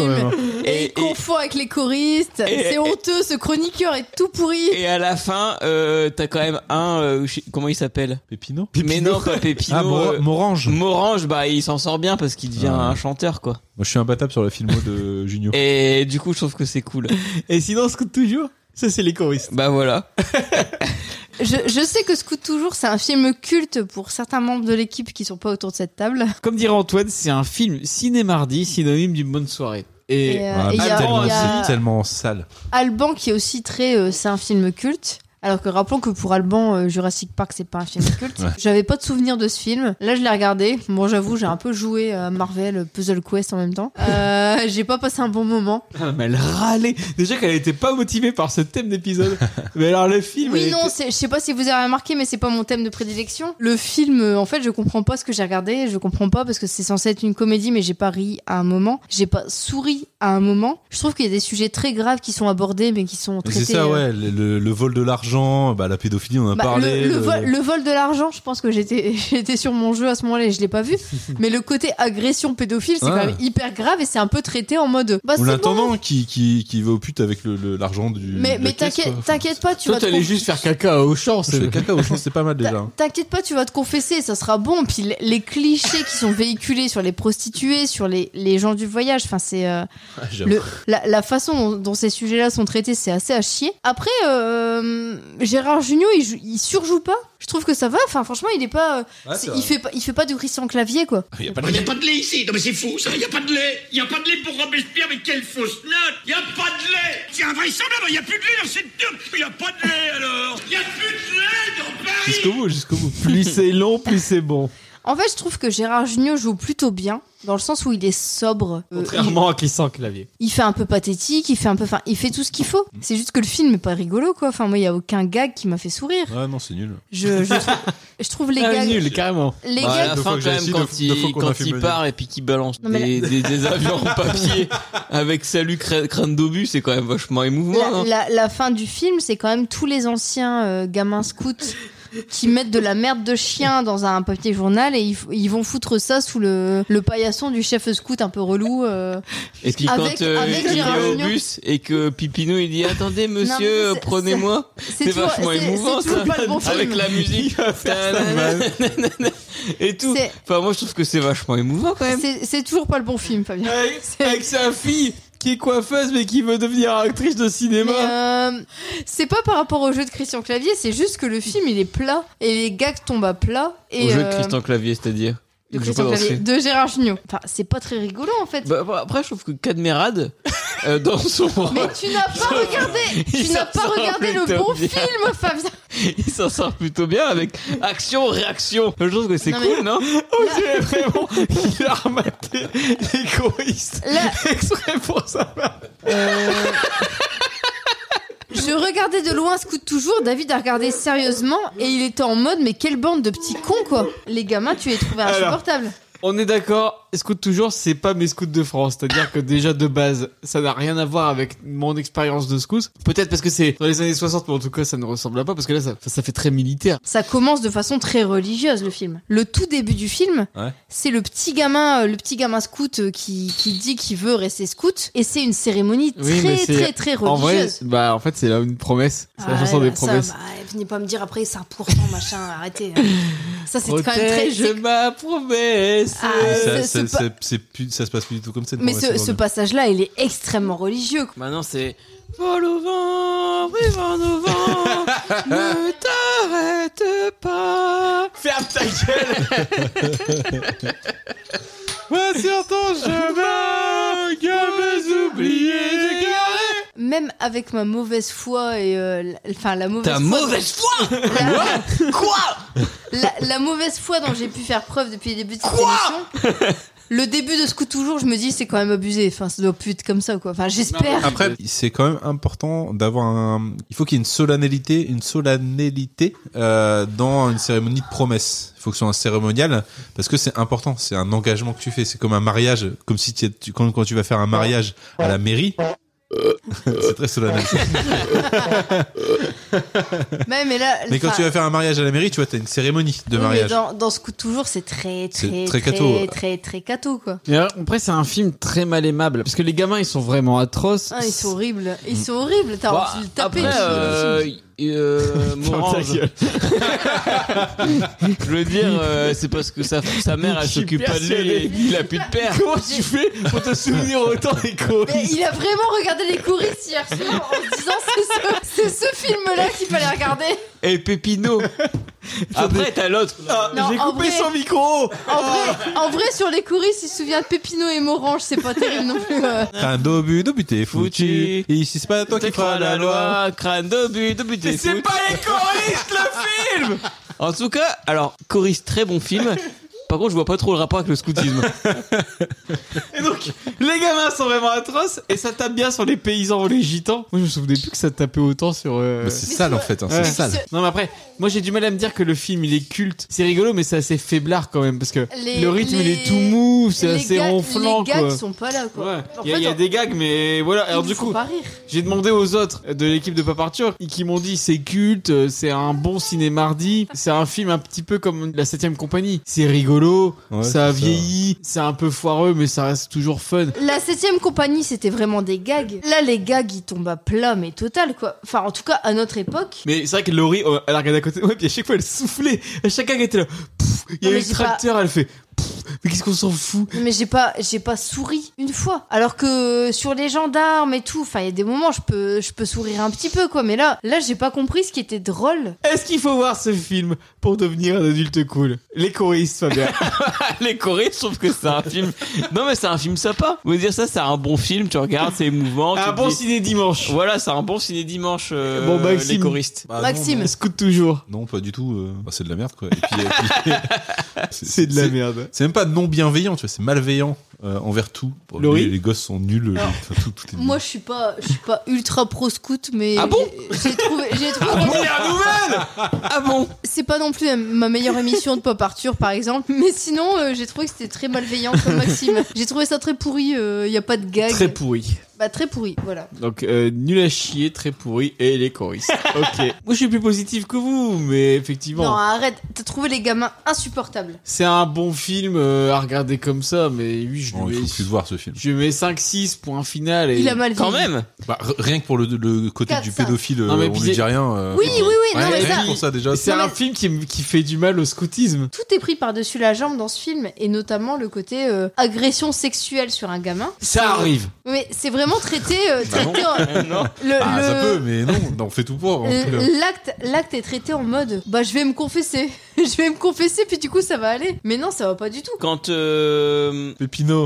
Speaker 4: Et, il confond avec les choristes. C'est honteux, ce chroniqueur est tout pourri.
Speaker 27: Et à la fin, euh, t'as quand même un... euh, je sais- comment il s'appelle
Speaker 3: Pépino
Speaker 27: Mais non, pas Pépino.
Speaker 3: Ah, Mor-
Speaker 27: euh,
Speaker 3: Morange.
Speaker 27: Morange, bah, il s'en sort bien parce qu'il devient
Speaker 3: Ah.
Speaker 27: un chanteur, quoi.
Speaker 3: Moi, je suis euh, imbattable sur le film de Junio.
Speaker 27: Et du coup, je trouve que c'est cool.
Speaker 2: Et sinon, scout toujours Ça, c'est les choristes.
Speaker 27: Bah voilà.
Speaker 4: Je, je sais que Scoot Toujours, c'est un film culte pour certains membres de l'équipe qui sont pas autour de cette table.
Speaker 2: Comme dirait Antoine, c'est un film ciné-mardi, synonyme d'une bonne soirée. Et,
Speaker 4: Et, euh, Ah, et y a-
Speaker 3: tellement,
Speaker 4: y a-
Speaker 3: c'est tellement sale.
Speaker 4: Alban, qui est aussi très. euh, c'est un film culte. Alors que rappelons que pour Alban, euh, Jurassic Park, c'est pas un film culte.
Speaker 3: Ouais.
Speaker 4: J'avais pas de souvenir de ce film. Là, je l'ai regardé. Bon, j'avoue, j'ai un peu joué à Marvel euh, Puzzle Quest en même temps. Euh, j'ai pas passé un bon moment.
Speaker 2: Ah, mais elle râlait. Déjà qu'elle était pas motivée par ce
Speaker 3: (laughs)
Speaker 2: thème d'épisode. mais alors le film.
Speaker 4: Oui,
Speaker 2: elle
Speaker 4: non,
Speaker 2: était-
Speaker 4: c'est- je sais pas si vous avez remarqué, mais c'est pas mon thème de prédilection. Le film, euh, en fait, je comprends pas ce que j'ai regardé, je comprends pas parce que c'est censé être une comédie, mais j'ai pas ri à un moment, j'ai pas souri à un moment. Je trouve qu'il y a des sujets très graves qui sont abordés, mais qui sont
Speaker 3: Mais C'est
Speaker 4: traités.
Speaker 3: ça,
Speaker 4: euh,
Speaker 3: ouais. Le, le- le vol de l'argent, bah, la pédophilie, on en a
Speaker 4: bah,
Speaker 3: parlé.
Speaker 4: le, le vol, le vol de l'argent, je pense que j'étais (laughs) j'étais sur mon jeu à ce moment-là et je l'ai pas
Speaker 3: (laughs)
Speaker 4: vu. mais le côté agression pédophile, c'est
Speaker 3: Ouais.
Speaker 4: quand même hyper grave et c'est un peu traité en mode. Bah,
Speaker 3: Ou
Speaker 4: c'est bon.
Speaker 3: l'intendant qui, qui, qui va aux putes avec le- le- l'argent du.
Speaker 4: Mais,
Speaker 3: de la
Speaker 4: mais
Speaker 3: caisse,
Speaker 4: t'inquiète
Speaker 3: quoi.
Speaker 4: t'inquiète pas, tu vas te
Speaker 2: juste faire caca au champ.
Speaker 3: Le caca au champ, c'est pas mal déjà. hein.
Speaker 4: T'inquiète pas, tu vas te confesser, ça sera bon. Puis les- les clichés qui sont véhiculés sur les prostituées, sur les, les gens du voyage, enfin c'est euh,
Speaker 27: Ah,
Speaker 3: j'avoue.
Speaker 4: le- la, la façon dont, dont ces sujets-là sont traités, c'est assez à chier. Après, euh, Gérard Jugnot, il, jou- il surjoue pas. Je trouve que ça va. Enfin, franchement, il est pas, euh,
Speaker 3: Ouais, c'est
Speaker 4: c'est-
Speaker 3: vrai.
Speaker 4: il fait pas, il fait pas de Christian Clavier quoi.
Speaker 3: Il y
Speaker 5: Il
Speaker 3: a
Speaker 5: n'y a pas de lait ici, non mais c'est fou ça, il n'y a pas de lait Il n'y a pas de lait pour Robespierre, mais quelle fausse note Il n'y a pas de lait C'est invraisemblable, il n'y a plus de lait dans cette tube Il n'y a pas de lait alors Il n'y a plus de lait dans Paris
Speaker 2: Jusqu'au bout, jusqu'au bout. Plus c'est long, plus c'est bon.
Speaker 4: En fait, je trouve que Gérard Jugnot joue plutôt bien dans le sens où il est sobre. Euh, il-
Speaker 2: Contrairement à Christian Clavier.
Speaker 4: il fait un peu pathétique, il fait un peu, enfin, il fait tout ce qu'il faut.
Speaker 3: Mm.
Speaker 4: C'est juste que le film est pas rigolo, quoi. Enfin, moi, il y a aucun gag qui m'a fait sourire.
Speaker 3: Ouais, non, c'est nul.
Speaker 4: Je,
Speaker 27: (laughs)
Speaker 4: je, trouve, je trouve les
Speaker 2: Ah,
Speaker 4: gags.
Speaker 2: nul, carrément.
Speaker 4: Les
Speaker 27: Bah, à
Speaker 4: gags.
Speaker 27: la
Speaker 3: Deux fois
Speaker 27: fin, quand
Speaker 3: que j'ai
Speaker 27: même,
Speaker 3: essayé,
Speaker 27: quand
Speaker 3: deux- deux fois
Speaker 27: il,
Speaker 3: qu'on
Speaker 27: quand
Speaker 3: a fait
Speaker 27: il
Speaker 3: mener.
Speaker 27: part et puis qu'il balance
Speaker 4: Non, mais
Speaker 27: des,
Speaker 4: (laughs) la-
Speaker 27: des- des avions en papier avec salut crâ- crâne d'obus, c'est quand même vachement émouvant.
Speaker 4: La,
Speaker 27: hein.
Speaker 4: la- la fin du film, c'est quand même tous les anciens euh, gamins scouts qui mettent de la merde de chien dans un papier journal et ils, f- ils vont foutre ça sous le, le paillasson du chef scout un peu relou. euh.
Speaker 27: Et puis
Speaker 4: Avec-
Speaker 27: quand euh,
Speaker 4: avec
Speaker 27: il est
Speaker 4: Gérard
Speaker 27: au
Speaker 4: Jugnot.
Speaker 27: bus et que Pipinou il dit attendez
Speaker 4: Non, mais c'est-
Speaker 27: monsieur euh,
Speaker 4: c'est-
Speaker 27: prenez-moi,
Speaker 4: c'est
Speaker 27: c'est
Speaker 4: toujours-
Speaker 27: vachement
Speaker 4: c'est-
Speaker 27: émouvant
Speaker 4: c'est toujours
Speaker 27: ça
Speaker 4: pas le bon film.
Speaker 27: avec la musique.
Speaker 2: Il va faire ça,
Speaker 27: Tanana.
Speaker 2: man.
Speaker 27: et tout.
Speaker 4: C'est-
Speaker 27: Enfin, moi, je trouve que c'est vachement émouvant quand même.
Speaker 4: C'est c'est toujours pas le bon film, Fabien.
Speaker 2: Avec sa fille qui est coiffeuse mais qui veut devenir actrice de cinéma.
Speaker 4: Mais, euh, c'est pas par rapport au jeu de Christian Clavier, c'est juste que le film il est plat et les gags tombent à plat. Et
Speaker 27: Au jeu de
Speaker 4: euh,
Speaker 27: Christian Clavier, c'est-à-dire.
Speaker 4: de
Speaker 27: Il joue
Speaker 4: Christian
Speaker 27: pas dans ce
Speaker 4: Clavier,
Speaker 27: film.
Speaker 4: de Gérard Jugnot. Enfin, c'est pas très rigolo en fait.
Speaker 27: Bah, bah, après, je trouve que Cadmerade,
Speaker 2: (laughs)
Speaker 27: euh, dans son.
Speaker 4: Mais tu n'as pas regardé, tu
Speaker 27: Il
Speaker 4: n'as
Speaker 27: s'en
Speaker 4: pas
Speaker 27: sort
Speaker 4: regardé le
Speaker 27: plutôt
Speaker 4: bon
Speaker 27: bien.
Speaker 4: film,
Speaker 2: (laughs)
Speaker 4: Fabien.
Speaker 27: il s'en sort plutôt bien avec action, réaction. Je trouve que c'est
Speaker 4: Non,
Speaker 27: cool,
Speaker 4: mais-
Speaker 27: non
Speaker 2: (laughs)
Speaker 4: Oh, j'ai
Speaker 27: vraiment qu'il a rematé les choristes exprès pour ça. Euh,
Speaker 4: Je regardais de loin Scoot toujours, David a regardé sérieusement et il était en mode mais quelle bande de petits cons quoi. Les gamins, tu les trouvais
Speaker 2: Alors.
Speaker 4: insupportables.
Speaker 2: On est d'accord, Scout toujours, c'est pas mes scouts de France. C'est-à-dire que déjà de base, ça n'a rien à voir avec mon expérience de scout. Peut-être parce que c'est dans les années 60, mais en tout cas, ça ne ressemble à pas parce que là, ça, ça fait très militaire.
Speaker 4: Ça commence de façon très religieuse le film. Le tout début du film,
Speaker 2: Ouais.
Speaker 4: c'est le petit gamin, euh, le petit gamin scout euh, qui, qui dit qu'il veut rester scout et c'est une cérémonie très très très religieuse.
Speaker 2: En vrai, bah, en fait, c'est là une promesse. C'est la chanson
Speaker 4: Ouais,
Speaker 2: des
Speaker 4: ça,
Speaker 2: promesses.
Speaker 4: bah, venez pas me dire après 5% machin, arrêtez. hein. Ça c'est quand même très
Speaker 2: Protège ma promesse.
Speaker 4: Ah,
Speaker 3: ça,
Speaker 4: c'est-
Speaker 3: ça-
Speaker 4: c'est
Speaker 3: ça-
Speaker 4: pas-
Speaker 3: c'est plus- ça se passe plus du tout comme ça.
Speaker 4: Mais ce, ce passage-là, il est extrêmement religieux.
Speaker 27: Bah non, c'est. Vol au vent, rive en au vent, (laughs)
Speaker 3: Eh,
Speaker 27: ne t'arrête pas.
Speaker 2: Ferme
Speaker 27: (laughs)
Speaker 2: ta gueule Ouais, sur ton
Speaker 3: eh,
Speaker 2: chemin, que mes oubliés
Speaker 4: Même avec ma mauvaise foi et euh, la- enfin la mauvaise
Speaker 27: Ta
Speaker 4: foi
Speaker 27: mauvaise foi Quoi Quoi
Speaker 4: (laughs) la, la mauvaise foi dont j'ai pu faire preuve depuis le début de cette émission. Le début de ce coup toujours, je me dis c'est quand même abusé. Enfin, ça doit plus être comme ça quoi. Enfin, j'espère.
Speaker 3: Après, (laughs) c'est quand même important d'avoir un. Il faut qu'il y ait une solennité, une solennité euh, dans une cérémonie de promesse. Il faut que ce soit un cérémonial parce que c'est important. C'est un engagement que tu fais. C'est comme un mariage, comme si tu, tu- quand, quand tu vas faire un mariage à la mairie. (laughs) c'est très (laughs) solennel.
Speaker 4: Mais, mais là,
Speaker 3: Mais quand
Speaker 4: enfin,
Speaker 3: tu vas faire un mariage à la mairie, tu vois, t'as une cérémonie de
Speaker 4: oui, mais
Speaker 3: mariage.
Speaker 4: dans, dans ce coup toujours, c'est très
Speaker 3: C'est
Speaker 4: très
Speaker 3: très
Speaker 4: très
Speaker 3: catho.
Speaker 4: très très, catho quoi.
Speaker 2: Et alors, après, c'est un film très mal aimable parce que les gamins ils sont vraiment atroces.
Speaker 4: Ah, ils sont horribles. Ils sont horribles. T'as
Speaker 27: Bah,
Speaker 4: envie de le taper.
Speaker 27: après,
Speaker 4: tu vois.
Speaker 27: euh,
Speaker 2: (laughs)
Speaker 27: euh, Morange. (laughs) Je veux dire, euh, c'est parce que sa, sa mère, elle
Speaker 2: Je suis
Speaker 27: s'occupe pas de lui,
Speaker 2: persuadé.
Speaker 27: et il a plus de père.
Speaker 2: (laughs) Comment tu fais pour te souvenir autant des choristes
Speaker 4: Mais il a vraiment regardé les choristes hier soir en se disant c'est ce, c'est ce film-là qu'il fallait regarder.
Speaker 2: Eh,
Speaker 27: Et Pépino. Après, t'as l'autre.
Speaker 2: Ah,
Speaker 4: Non, Ah, j'ai en coupé vrai- son
Speaker 2: micro.
Speaker 4: En vrai, en vrai, sur les choristes, il se souvient de Pépino et Morange, c'est pas terrible non plus. euh.
Speaker 3: T'as un dobu, dobu, t'es foutu. Et ici, c'est pas toi qui feras la loi.
Speaker 27: Ah, crâne de but, de but.
Speaker 3: Mais c'est
Speaker 27: pas les choristes, le film En tout cas, alors, choriste, très bon film. Par contre, je vois pas trop le rapport avec le scoutisme.
Speaker 2: (laughs) Et donc, les gamins sont vraiment atroces et ça tape bien sur les paysans ou les gitans. Moi, je me souvenais plus que ça tapait autant sur. euh,
Speaker 3: Mais c'est Mais sale, tu en vois- fait, hein, c'est sale.
Speaker 2: Non, mais après, moi j'ai du mal à me dire que le film il est culte. C'est rigolo, mais c'est assez faiblard quand même parce que
Speaker 4: Les-
Speaker 2: le rythme il
Speaker 4: les-
Speaker 2: est tout mou, c'est
Speaker 4: les
Speaker 2: assez
Speaker 4: gags-
Speaker 2: ronflant
Speaker 4: Les gags
Speaker 2: quoi.
Speaker 4: sont pas là quoi. En
Speaker 2: Il y a,
Speaker 4: fait,
Speaker 2: il y a
Speaker 4: on-
Speaker 2: des gags, mais voilà. Alors
Speaker 4: ils
Speaker 2: du
Speaker 4: font
Speaker 2: coup,
Speaker 4: pas rire.
Speaker 2: j'ai demandé aux autres de l'équipe de Paparture qui m'ont dit c'est culte, euh, c'est un bon ciné mardi, c'est un film un petit peu comme La Septième Compagnie. C'est rigolo,
Speaker 3: Ouais, c'est
Speaker 2: ça
Speaker 3: ça.
Speaker 2: a vieilli, c'est un peu foireux, mais ça reste toujours fun.
Speaker 4: La septième compagnie, c'était vraiment des gags. Là, les gags, ils tombent à plat, mais total quoi. Enfin, en tout cas, à notre époque.
Speaker 2: Mais c'est vrai que Laurie, euh, elle a regardé à côté de moi, puis à chaque fois elle soufflait. À chaque gag, elle était là. Pouf, il y
Speaker 4: Non,
Speaker 2: a eu
Speaker 4: mais
Speaker 2: le
Speaker 4: j'ai pas-
Speaker 2: tracteur, elle fait. Pouf, mais qu'est-ce qu'on s'en fout
Speaker 4: Mais j'ai pas, j'ai pas souri une fois. Alors que sur les gendarmes et tout, enfin, il y a des moments, je peux, je peux sourire un petit peu quoi. Mais là, là, j'ai pas compris ce qui était drôle.
Speaker 2: Est-ce qu'il faut voir ce film pour devenir un adulte cool Les choristes, Fabien.
Speaker 27: (laughs) les choristes, je trouve que c'est un film. Non, mais c'est un film sympa. Vous voulez dire ça, c'est un bon film, tu regardes, c'est émouvant.
Speaker 2: Un bon ciné dimanche.
Speaker 27: Voilà, c'est un bon ciné dimanche, euh,
Speaker 2: Bon, Maxime.
Speaker 27: les choristes.
Speaker 3: Bah, non, Maxime. non.
Speaker 2: Scoot toujours.
Speaker 3: Non, pas du tout. euh, bah, c'est de la merde, quoi. Et puis, et
Speaker 2: (laughs)
Speaker 3: puis-
Speaker 2: C'est de la merde.
Speaker 3: C'est même pas non bienveillant, tu vois. C'est malveillant euh, envers tout. Pour lui,
Speaker 2: Laurie
Speaker 3: les gosses sont nuls. euh, enfin, tout, tout est nul.
Speaker 4: Moi, je suis pas, je suis pas ultra pro scout, mais
Speaker 3: Ah bon
Speaker 4: j'ai j'ai trouvé, j'ai trouvé.
Speaker 27: Ah bon
Speaker 4: C'est pas non plus ma meilleure émission de Pop Arthur, par exemple, mais sinon, euh, j'ai trouvé que c'était très malveillant comme Maxime. J'ai trouvé ça très pourri. Il y a pas de gag.
Speaker 2: Très pourri.
Speaker 4: Bah, très pourri, voilà.
Speaker 2: Donc euh, nul à chier, très pourri et les choristes. (laughs) ok. Moi je suis plus positif que vous, mais effectivement.
Speaker 4: Non, arrête, t'as trouvé les gamins insupportables.
Speaker 2: C'est un bon film euh, à regarder comme ça, mais oui, je lui
Speaker 3: Bon, il
Speaker 2: mets.
Speaker 3: faut plus le voir ce film.
Speaker 2: Je lui mets 5-6, point final. Et...
Speaker 4: Il a mal
Speaker 2: Quand
Speaker 4: vieilli.
Speaker 2: même
Speaker 3: Bah, r- rien que pour le, le côté
Speaker 4: Quatre,
Speaker 3: du
Speaker 4: cinq.
Speaker 3: pédophile,
Speaker 2: Non, mais
Speaker 3: euh, on
Speaker 2: puis
Speaker 3: lui
Speaker 2: c'est-
Speaker 3: dit rien. euh,
Speaker 4: Oui,
Speaker 3: c'est-
Speaker 4: oui, oui, non,
Speaker 3: rien
Speaker 4: mais
Speaker 3: rien
Speaker 4: ça-
Speaker 3: que pour ça déjà.
Speaker 2: C'est
Speaker 4: Non,
Speaker 2: un
Speaker 4: mais-
Speaker 2: film qui, qui fait du mal au scoutisme.
Speaker 4: Tout est pris par-dessus la jambe dans ce film, et notamment le côté euh, agression sexuelle sur un gamin.
Speaker 2: Ça arrive.
Speaker 4: Mais c'est vraiment traité, euh,
Speaker 3: Bah non.
Speaker 4: traité en- Le-
Speaker 3: (laughs) Ah, ça
Speaker 4: le-
Speaker 3: peut, mais non, non, on fait tout pour. on fait le-
Speaker 4: L'acte, l'acte est traité en mode bah je vais me confesser, (laughs) je vais me confesser puis du coup ça va aller. Mais non ça va pas du tout.
Speaker 27: Quand euh,
Speaker 17: Pépino.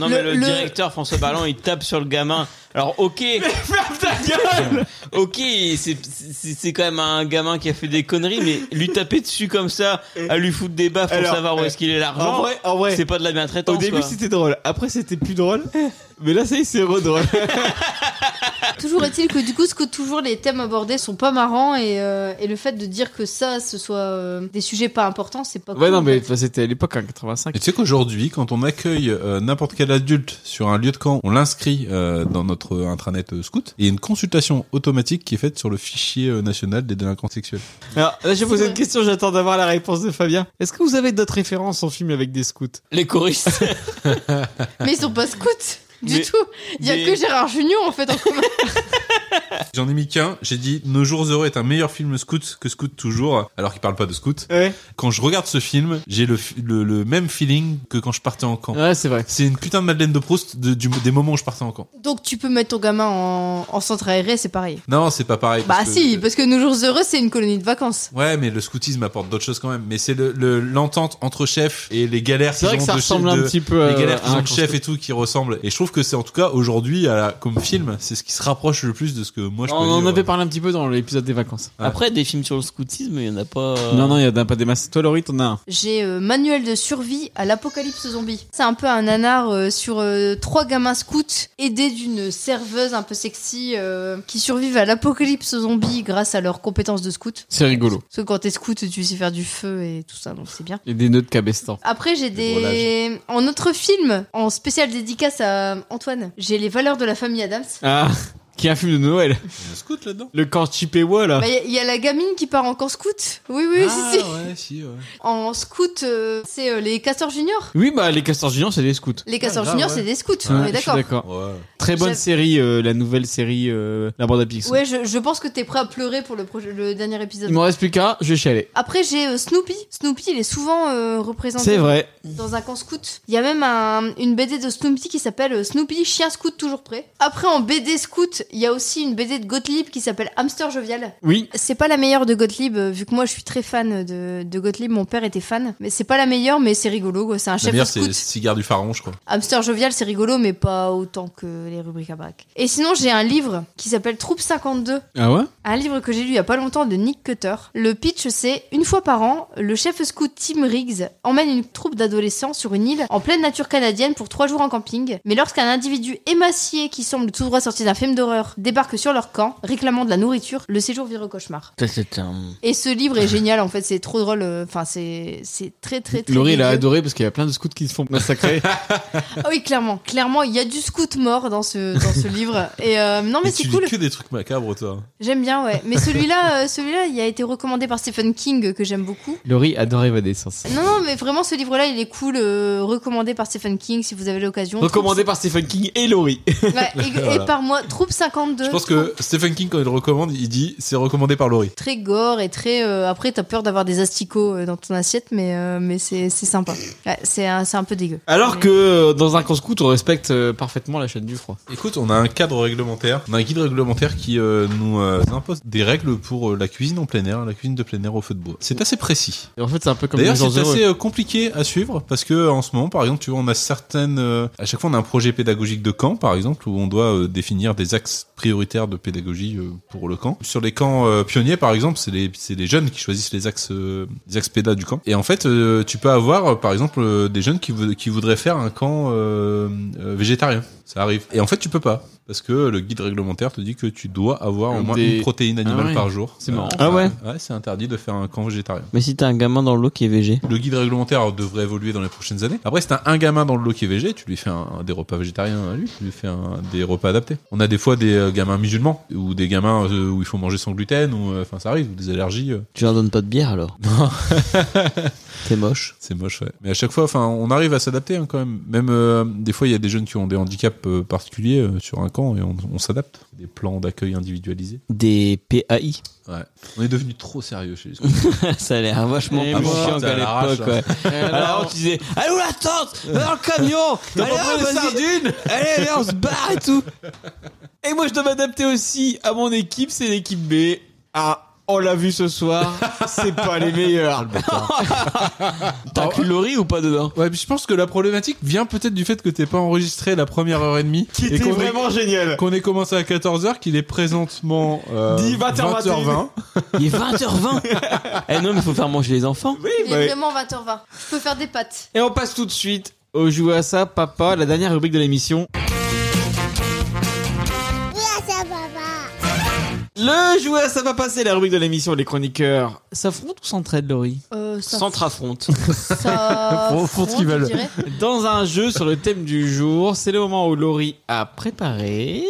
Speaker 27: non mais
Speaker 4: Le-
Speaker 27: le,
Speaker 4: le-
Speaker 27: directeur François Balland il tape sur le gamin. Alors ok. Ok, c'est- c'est c'est quand même un gamin qui a fait des conneries, mais lui taper dessus comme ça, à lui foutre des baffes pour
Speaker 2: Alors,
Speaker 27: savoir où
Speaker 2: euh,
Speaker 27: est-ce qu'il est l'argent.
Speaker 2: en vrai- en vrai,
Speaker 27: c'est pas de la maltraitance.
Speaker 2: Au début
Speaker 27: quoi.
Speaker 2: c'était drôle, après c'était plus drôle, mais là ça y est,
Speaker 27: (laughs)
Speaker 2: c'est redrôle.
Speaker 3: Ah.
Speaker 4: Toujours est-il que du coup ce que toujours les thèmes abordés sont pas marrants et, euh, et le fait de dire que ça ce soit euh, des sujets pas importants c'est pas.
Speaker 2: ouais
Speaker 4: cool.
Speaker 2: non mais enfin, c'était à l'époque hein, en 85.
Speaker 3: Et tu sais qu'aujourd'hui, quand on accueille euh, n'importe quel adulte sur un lieu de camp, on l'inscrit euh, dans notre intranet euh, scout, et il y a une consultation automatique qui est faite sur le fichier euh, national des délinquants sexuels.
Speaker 2: Alors là j'ai posé une question, j'attends d'avoir la réponse de Fabien. Est-ce que vous avez d'autres références en film avec des scouts
Speaker 27: Les choristes.
Speaker 2: (laughs)
Speaker 4: Mais ils sont pas scouts du
Speaker 3: Mais-
Speaker 4: tout. Il y a
Speaker 3: mais-
Speaker 4: que Gérard Junior en fait en commun.
Speaker 3: J'en ai mis qu'un, j'ai dit Nos jours heureux est un meilleur film scout que Scout toujours, alors qu'il parle pas de scout. Quand je regarde ce film, j'ai le, fi- le, le même feeling que quand je partais en camp.
Speaker 2: Ouais, c'est vrai.
Speaker 3: C'est une putain de Madeleine de Proust de- du- des moments où je partais en camp.
Speaker 4: Donc tu peux mettre ton gamin en, en centre aéré c'est pareil.
Speaker 3: Non, c'est pas pareil.
Speaker 4: Bah
Speaker 3: parce que-
Speaker 4: si parce que nos jours heureux c'est une colonie de vacances.
Speaker 3: Ouais, mais le scoutisme apporte d'autres choses quand même. Mais c'est le- le- l'entente entre chefs et les galères qu'ils
Speaker 2: C'est vrai
Speaker 3: ont
Speaker 2: que ça
Speaker 3: de
Speaker 2: ressemble
Speaker 3: chef-
Speaker 2: un
Speaker 3: de-
Speaker 2: petit peu à-
Speaker 3: les galères qu'ils
Speaker 2: à
Speaker 3: ont
Speaker 2: un
Speaker 3: de chef
Speaker 2: construit.
Speaker 3: et tout qui ressemblent. Et je trouve que c'est en tout cas aujourd'hui, à la- comme film, c'est ce qui se rapproche le plus de ce que moi je
Speaker 2: On
Speaker 3: peux euh,
Speaker 2: en
Speaker 3: vivre.
Speaker 2: avait parlé un petit peu dans l'épisode des vacances.
Speaker 27: Après des films sur le scoutisme, il y en a pas. euh,
Speaker 2: Non non, il y en a pas des masses. Toi Laurie, t'en as un.
Speaker 4: J'ai euh, Manuel de survie à l'apocalypse zombie. C'est un peu un nanar euh, sur euh, trois gamins scouts aidés d'une serveuse un peu sexy euh, qui survivent à l'apocalypse zombie grâce à leurs compétences de scout.
Speaker 2: C'est rigolo.
Speaker 4: Parce que quand t'es scout, tu sais faire du feu et tout ça, donc c'est bien.
Speaker 2: Et des nœuds de cabestan.
Speaker 4: Après, j'ai des. En autre film, en spécial dédicace à Antoine, j'ai Les valeurs de la famille Adams.
Speaker 2: Ah, (laughs) qui est un film de Noël.
Speaker 3: Il y a un scout là-dedans.
Speaker 2: Le camp Chippewa là.
Speaker 4: Bah, Il y, a la gamine qui part en camp scout. Oui,
Speaker 2: Ah,
Speaker 4: oui, si, si.
Speaker 3: ouais, si, ouais.
Speaker 4: En scout, euh, c'est euh, les castors juniors.
Speaker 2: Oui, bah les castors juniors, c'est des scouts.
Speaker 4: Les castors juniors, c'est des scouts.
Speaker 2: Ouais,
Speaker 4: on est
Speaker 2: je suis
Speaker 4: d'accord.
Speaker 2: Très bonne
Speaker 4: J'av-
Speaker 2: série, euh, la nouvelle série, euh, la bande à Picsou.
Speaker 4: Ouais, je, je pense que t'es prêt à pleurer pour le, proje- le dernier épisode.
Speaker 2: Il m'en reste plus qu'un, je vais chialer.
Speaker 4: Après, j'ai euh, Snoopy. Snoopy, il est souvent euh, représenté
Speaker 2: C'est vrai.
Speaker 4: dans un camp scout. Il y a même un- une BD de Snoopy qui s'appelle euh, Snoopy, chien scout toujours prêt. Après, en BD scout, il y a aussi une BD de Gottlieb qui s'appelle Hamster jovial.
Speaker 2: Oui.
Speaker 4: C'est pas la meilleure de Gottlieb, euh, vu que moi je suis très fan de, de Gottlieb, mon père était fan. Mais c'est pas la meilleure, mais c'est rigolo, quoi. C'est un
Speaker 2: Bah,
Speaker 3: La
Speaker 4: chef de
Speaker 3: meilleure,
Speaker 4: scout.
Speaker 3: c'est Cigare du Pharaon, je crois.
Speaker 4: Hamster jovial, c'est rigolo, mais pas autant que les rubriques à bac. Et sinon, j'ai un livre qui s'appelle Troupe 52.
Speaker 2: Ah ouais
Speaker 4: Un livre que j'ai lu il y a pas longtemps de Nick Cutter. Le pitch, c'est une fois par an, le chef scout Tim Riggs emmène une troupe d'adolescents sur une île en pleine nature canadienne pour trois jours en camping. Mais lorsqu'un individu émacié qui semble tout droit sorti d'un film d'horreur débarque sur leur camp, réclamant de la nourriture, le séjour vire au cauchemar.
Speaker 27: Ça, c'est un-
Speaker 4: Et ce livre est génial en fait, c'est trop drôle. euh, Enfin, c'est c'est très très très.
Speaker 2: Laurie, il a
Speaker 4: dégueu.
Speaker 2: adoré parce qu'il y a plein de scouts qui se font massacrer.
Speaker 4: Ah oui, clairement, clairement, il y a du scout mort dans ce dans ce livre. Et euh, (laughs) non mais
Speaker 3: Mais
Speaker 4: c'est
Speaker 3: tu
Speaker 4: cool.
Speaker 3: lis que des trucs macabres, toi.
Speaker 4: J'aime bien, ouais. Mais celui-là, euh, celui-là, il a été recommandé par Stephen King que j'aime beaucoup.
Speaker 2: Laurie adore Evanescence.
Speaker 4: Non, non, mais vraiment, ce livre-là, il est cool, euh, recommandé par Stephen King si vous avez l'occasion.
Speaker 2: Recommandé par Stephen King et Laurie.
Speaker 4: Troupe- Ouais,
Speaker 3: (laughs)
Speaker 2: (laughs)
Speaker 4: et, et
Speaker 3: Voilà.
Speaker 4: par moi, Troupe 52.
Speaker 3: Je pense que Stephen King, quand il le recommande, il dit c'est recommandé par Laurie.
Speaker 4: Très gore et très. euh, après, t'as peur d'avoir des asticots euh, dans ton assiette, mais, euh, mais c'est c'est sympa. Ouais, c'est un, c'est un peu dégueu.
Speaker 2: Alors que euh, dans un camp scout, on respecte euh, parfaitement la chaîne du froid.
Speaker 3: Écoute, on a un cadre réglementaire, on a un guide réglementaire qui euh, nous euh, impose des règles pour euh, la cuisine en plein air, la cuisine de plein air au feu de bois. C'est assez précis.
Speaker 2: Et en fait, c'est un peu comme
Speaker 3: D'ailleurs,
Speaker 2: les gens
Speaker 3: c'est
Speaker 2: heureux.
Speaker 3: assez euh, compliqué à suivre parce que euh, en ce moment, par exemple, tu vois, on a certaines. euh, à chaque fois, on a un projet pédagogique de camp, par exemple, où on doit euh, définir des axes prioritaires de pédagogie euh, pour le camp. Sur les camps euh, pionniers, par exemple, c'est les c'est les jeunes qui choisissent les axes euh, les axes pédas du camp. Et en fait, euh, tu peux avoir, euh, par exemple, euh, des jeunes qui vou- qui voudraient faire un camp euh, euh, végétarien. Ça arrive. Et en fait, tu peux pas. parce que le guide réglementaire te dit que tu dois avoir au
Speaker 15: Comme
Speaker 3: moins
Speaker 15: des-
Speaker 3: une protéine animale
Speaker 15: Ah ouais.
Speaker 3: par jour.
Speaker 15: C'est marrant.
Speaker 3: Ah
Speaker 15: Ah
Speaker 3: ouais
Speaker 15: ouais.
Speaker 3: Ouais, c'est interdit de faire un camp végétarien.
Speaker 15: Mais si t'as un gamin dans l'eau qui est végé.
Speaker 3: Le guide réglementaire devrait évoluer dans les prochaines années. Après, si t'as un gamin dans le lot qui est végé, tu lui fais un, un- des repas végétariens à lui, tu lui fais un- des repas adaptés. On a des fois des euh, gamins musulmans, ou des gamins euh, où il faut manger sans gluten, ou euh, enfin ça arrive, ou des allergies. euh.
Speaker 15: Tu leur donnes pas de bière alors
Speaker 3: Non.
Speaker 15: C'est moche.
Speaker 3: (laughs) C'est moche, ouais. Mais à chaque fois, enfin, on arrive à s'adapter hein, quand même. Même euh, des fois, il y a des jeunes qui ont des handicaps euh, particuliers euh, sur un camp et on, on s'adapte. Des plans d'accueil individualisés.
Speaker 15: Des PAI.
Speaker 3: Ouais. On est devenu trop
Speaker 15: (laughs)
Speaker 3: sérieux chez les
Speaker 15: ça a l'air vachement
Speaker 3: Et
Speaker 2: Eh
Speaker 15: plus
Speaker 3: moi,
Speaker 15: chiant
Speaker 3: t'es à
Speaker 15: qu'à
Speaker 3: l'arrache,
Speaker 15: l'époque. ouais.
Speaker 3: là.
Speaker 15: Alors,
Speaker 3: Alors,
Speaker 15: tu disais Allez où la tente Va dans le
Speaker 3: (laughs)
Speaker 15: camion
Speaker 2: T'as
Speaker 15: Allez,
Speaker 2: pas pris
Speaker 15: hop,
Speaker 2: les
Speaker 15: vas-y.
Speaker 2: sardines
Speaker 15: Allez, allez, on se barre et tout
Speaker 2: Et moi, je dois m'adapter aussi à mon équipe, c'est l'équipe B. Ah, on l'a vu ce soir, c'est pas les meilleurs.
Speaker 15: T'as cru Laurie ou pas dedans
Speaker 3: Bah, Ouais, mais je pense que la problématique vient peut-être du fait que t'es pas enregistré la première heure et demie.
Speaker 2: Qui
Speaker 3: Et
Speaker 2: était
Speaker 3: qu'on est-
Speaker 2: vraiment génial.
Speaker 3: Qu'on ait commencé à 14h, qu'il est présentement euh,
Speaker 2: Dit
Speaker 3: 20h20.
Speaker 2: 20h21.
Speaker 15: (laughs) Il est 20h20 Eh non, mais faut faire manger les enfants.
Speaker 2: Oui,
Speaker 4: Il est vraiment 20h20. Je peux faire des pâtes.
Speaker 2: Et on passe tout de suite au Jouer à ça, papa, la dernière rubrique de l'émission. Le Jouer à ça, papa, c'est la rubrique de l'émission. Les chroniqueurs s'affrontent ou s'entraident, Laurie
Speaker 4: Euh, ça-
Speaker 2: S'entre-affrontent.
Speaker 15: (laughs)
Speaker 4: Ça- Faut- faut ce qu'ils veulent. je dirais.
Speaker 2: Dans un jeu sur le thème du jour, c'est le moment où Laurie a préparé.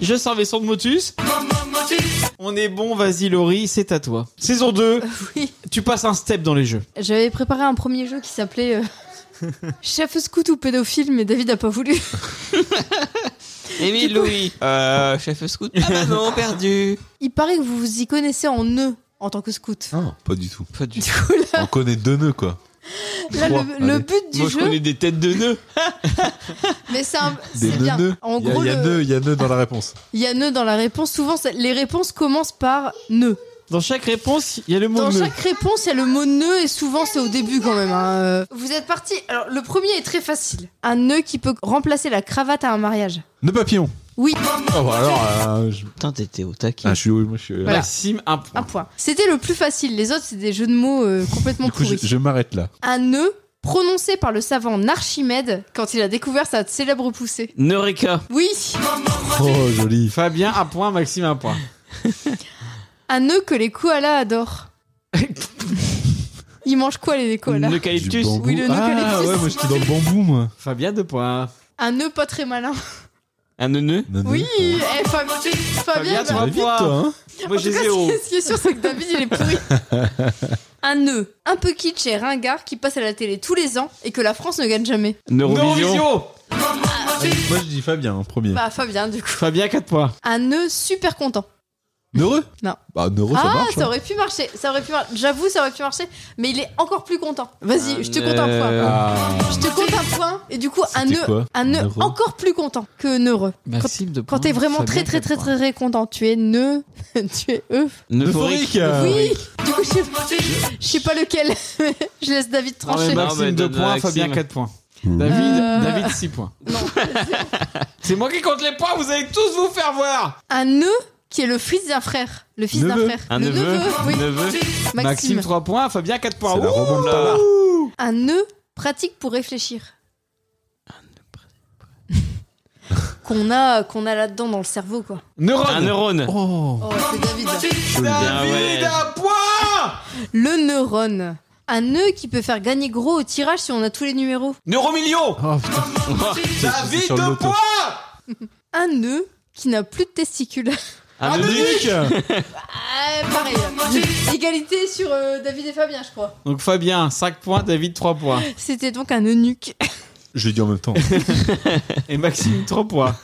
Speaker 2: Je sors mes sons de Motus. On est bon, vas-y Laurie, c'est à toi.
Speaker 4: (laughs)
Speaker 2: Saison 2, tu passes un step dans les jeux.
Speaker 4: J'avais préparé un premier jeu qui s'appelait euh, Chef scout ou pédophile, mais David n'a pas voulu.
Speaker 15: Émile Louis, euh, chef scout. Ah bah non, perdu.
Speaker 4: (laughs) Il paraît que vous vous y connaissez en nœud en tant que scout.
Speaker 3: Pas du tout.
Speaker 15: Pas du
Speaker 4: tout.
Speaker 3: On connaît deux nœuds, quoi.
Speaker 4: Là,
Speaker 3: Trois.
Speaker 4: le- le
Speaker 3: Allez.
Speaker 4: but du Moi, je jeu- connais
Speaker 2: des têtes de nœuds.
Speaker 4: (laughs) Mais c'est un-
Speaker 3: Des
Speaker 4: c'est
Speaker 3: deux
Speaker 4: bien.
Speaker 3: nœuds.
Speaker 4: En
Speaker 3: Il y a-
Speaker 4: gros,
Speaker 3: il y a
Speaker 4: le-
Speaker 3: nœuds- il y a nœuds dans la réponse.
Speaker 4: il y a nœud dans la réponse. Souvent, ça- les réponses commencent par nœud.
Speaker 2: Dans chaque réponse, il y a le mot
Speaker 4: Dans
Speaker 2: nœud.
Speaker 4: chaque réponse, il y a le mot nœud et souvent c'est au début quand même. hein. Euh, Vous êtes parti. Alors le premier est très facile. Un nœud qui peut remplacer la cravate à un mariage.
Speaker 3: Nœud papillon.
Speaker 4: Oui.
Speaker 3: Ah bah alors. euh, je-
Speaker 15: Putain, t'étais au taquet.
Speaker 3: Ah, je suis. Moi, je suis
Speaker 4: Voilà.
Speaker 2: Maxime, un point.
Speaker 4: Un point. C'était le plus facile. Les autres, c'est des jeux de mots euh, complètement
Speaker 3: Du coup, je,
Speaker 4: pourris.
Speaker 3: je m'arrête là.
Speaker 4: Un nœud prononcé par le savant Archimède quand il a découvert sa célèbre poussée.
Speaker 15: Neureka.
Speaker 4: Oui.
Speaker 3: Oh, joli.
Speaker 2: Fabien, un point, Maxime, un point.
Speaker 4: Un nœud que les koalas
Speaker 3: (laughs)
Speaker 4: adorent. Ils mangent quoi les koalas
Speaker 2: Eucalyptus.
Speaker 4: bambou. Ah. Oui, le nœud
Speaker 3: Ah
Speaker 4: eucalyptus.
Speaker 3: ouais, moi j'étais dans le bambou, moi.
Speaker 2: Fabien, deux points.
Speaker 4: Un nœud pas très malin.
Speaker 15: Un nœud
Speaker 4: Oui. eh, Fab- Fabien.
Speaker 2: Fabien, trois
Speaker 4: bah-
Speaker 2: points.
Speaker 3: hein.
Speaker 4: En
Speaker 2: Moi,
Speaker 4: tout
Speaker 2: j'ai
Speaker 4: cas,
Speaker 2: zéro.
Speaker 4: ce qui est- Ce qui est sûr, c'est que David, il est pourri. Un nœud, un peu kitsch et ringard qui passe à la télé tous les ans et que la France ne gagne jamais.
Speaker 2: Neurovision.
Speaker 3: Moi je dis Fabien en premier. Ah,
Speaker 4: Bah, Fabien, du coup.
Speaker 2: Fabien, 4 points.
Speaker 4: Un nœud super content.
Speaker 3: (laughs) Neureux
Speaker 4: Non.
Speaker 3: Bah, neureux, ça
Speaker 4: ah,
Speaker 3: marche.
Speaker 4: ça aurait pu marcher. Ça aurait pu mar- J'avoue, ça aurait pu marcher. Mais il est encore plus content. Vas-y, je te compte un
Speaker 2: Euh,
Speaker 4: point.
Speaker 2: Ah.
Speaker 3: Ah.
Speaker 4: Je te compte un point. hein. Et du coup, un
Speaker 3: C'était
Speaker 4: nœud,
Speaker 3: quoi
Speaker 4: un nœud
Speaker 3: Neureux
Speaker 4: encore plus content que neureux.
Speaker 2: Maxime, de
Speaker 4: Quand t'es vraiment très très très très très content, tu es nœud, (laughs) tu es œuf.
Speaker 15: Neuphorique.
Speaker 4: Oui. Du coup, je sais pas, je sais pas lequel. (laughs) je laisse David
Speaker 2: Ah ouais,
Speaker 4: trancher.
Speaker 2: Maxime, 2 points. Fabien, 4 points.
Speaker 3: Hmm.
Speaker 2: David,
Speaker 4: Euh.
Speaker 2: David 6
Speaker 4: (laughs)
Speaker 2: points. C'est moi qui compte les points, vous allez tous vous faire voir.
Speaker 4: Un nœud qui est le fils d'un frère. Le fils d'un frère.
Speaker 2: Un
Speaker 4: le
Speaker 2: neveu.
Speaker 4: oui. Maxime.
Speaker 2: Maxime, 3 points. Fabien, 4 points. Ouh là.
Speaker 4: Un nœud pratique pour réfléchir. (laughs) qu'on a qu'on a là-dedans dans le cerveau quoi.
Speaker 2: Neurone.
Speaker 15: Un neurone.
Speaker 4: Oh, c'est David.
Speaker 15: Ah ouais.
Speaker 4: Le neurone. Un nœud qui peut faire gagner gros au tirage si on a tous les numéros.
Speaker 2: Neuromillion.
Speaker 3: Oh putain.
Speaker 2: David, 2 points.
Speaker 4: Un nœud qui n'a plus de testicules.
Speaker 15: Un nœud
Speaker 2: nuque.
Speaker 4: Ah, pareil. Égalité sur euh, David et Fabien, je crois.
Speaker 2: (laughs) Donc Fabien, 5 points. David, 3 points.
Speaker 4: C'était donc un eunuque.
Speaker 3: Je l'ai dit en même temps.
Speaker 2: (laughs) Et Maxime, 3 points.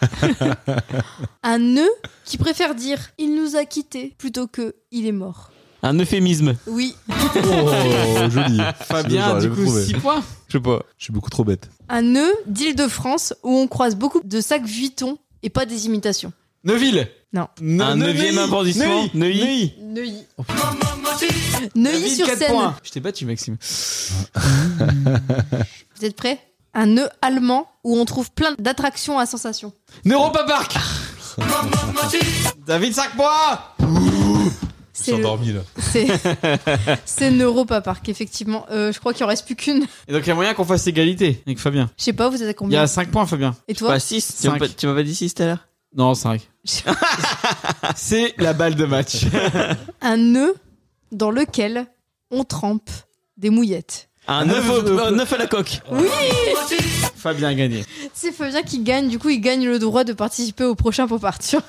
Speaker 4: Un nœud qui préfère dire il nous a quittés plutôt que il est mort.
Speaker 15: (laughs) Un euphémisme.
Speaker 4: Oui.
Speaker 3: Oh, joli.
Speaker 2: Fabien,
Speaker 3: Sinon, j'aurais
Speaker 2: du
Speaker 3: le
Speaker 2: coup,
Speaker 3: trouvé.
Speaker 2: six points.
Speaker 3: Je sais pas. Je suis beaucoup trop bête.
Speaker 4: Un nœud d'Île-de-France où on croise beaucoup de sacs Vuitton et pas des imitations.
Speaker 2: Neuville.
Speaker 4: Non.
Speaker 15: Un neuvième arrondissement. Neuilly.
Speaker 4: Neuilly.
Speaker 2: David,
Speaker 4: Neuilly sur
Speaker 2: quatre
Speaker 4: Seine.
Speaker 2: points. Je t'ai battu, Maxime. (laughs)
Speaker 4: Vous êtes prêts Un nœud allemand où on trouve plein d'attractions à sensations.
Speaker 2: Neuropa Park. David, 5 points.
Speaker 4: C'est le- C'est c'est Neuropa Park, effectivement. Euh, je crois qu'il en reste plus qu'une.
Speaker 2: (laughs) Et donc il y a moyen qu'on fasse égalité avec Fabien.
Speaker 4: Je sais pas, vous êtes à
Speaker 2: Il y
Speaker 4: combien
Speaker 2: a 5 points, Fabien.
Speaker 4: Et toi Bah,
Speaker 2: six.
Speaker 4: Tu m'as pas-
Speaker 2: m'as pas dit 6 tout à l'heure Non, 5.
Speaker 4: (laughs)
Speaker 2: C'est la balle de match.
Speaker 4: Un nœud dans lequel on trempe des mouillettes.
Speaker 2: (laughs) Un
Speaker 27: œuf
Speaker 2: au-
Speaker 27: un œuf à la coque.
Speaker 4: Oui
Speaker 2: Fabien a gagné.
Speaker 4: C'est Fabien qui gagne, du coup il gagne le droit de participer au prochain Pop Arthur.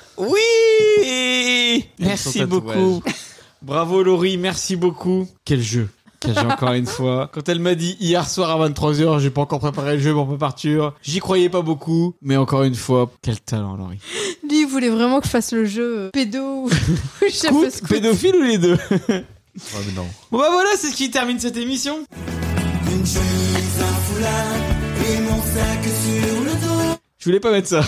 Speaker 2: Oui Merci
Speaker 27: Son
Speaker 2: beaucoup. Bravo Laurie, merci beaucoup. Quel jeu Quel jeu encore une fois. (laughs) Quand elle m'a dit hier soir à 23h, j'ai pas encore préparé le jeu, mon peu Arthur. J'y croyais pas beaucoup, mais encore une fois, quel talent Laurie.
Speaker 4: Lui il voulait vraiment que je fasse le jeu euh, pédo ou (laughs) ou chef de scout.
Speaker 2: Pédophile ou les deux
Speaker 3: Ah, mais non.
Speaker 2: Bon bah voilà, c'est ce qui termine cette émission.
Speaker 5: Une chemise, un foulard et mon sac sur le dos.
Speaker 2: Je voulais pas (laughs) mettre ça.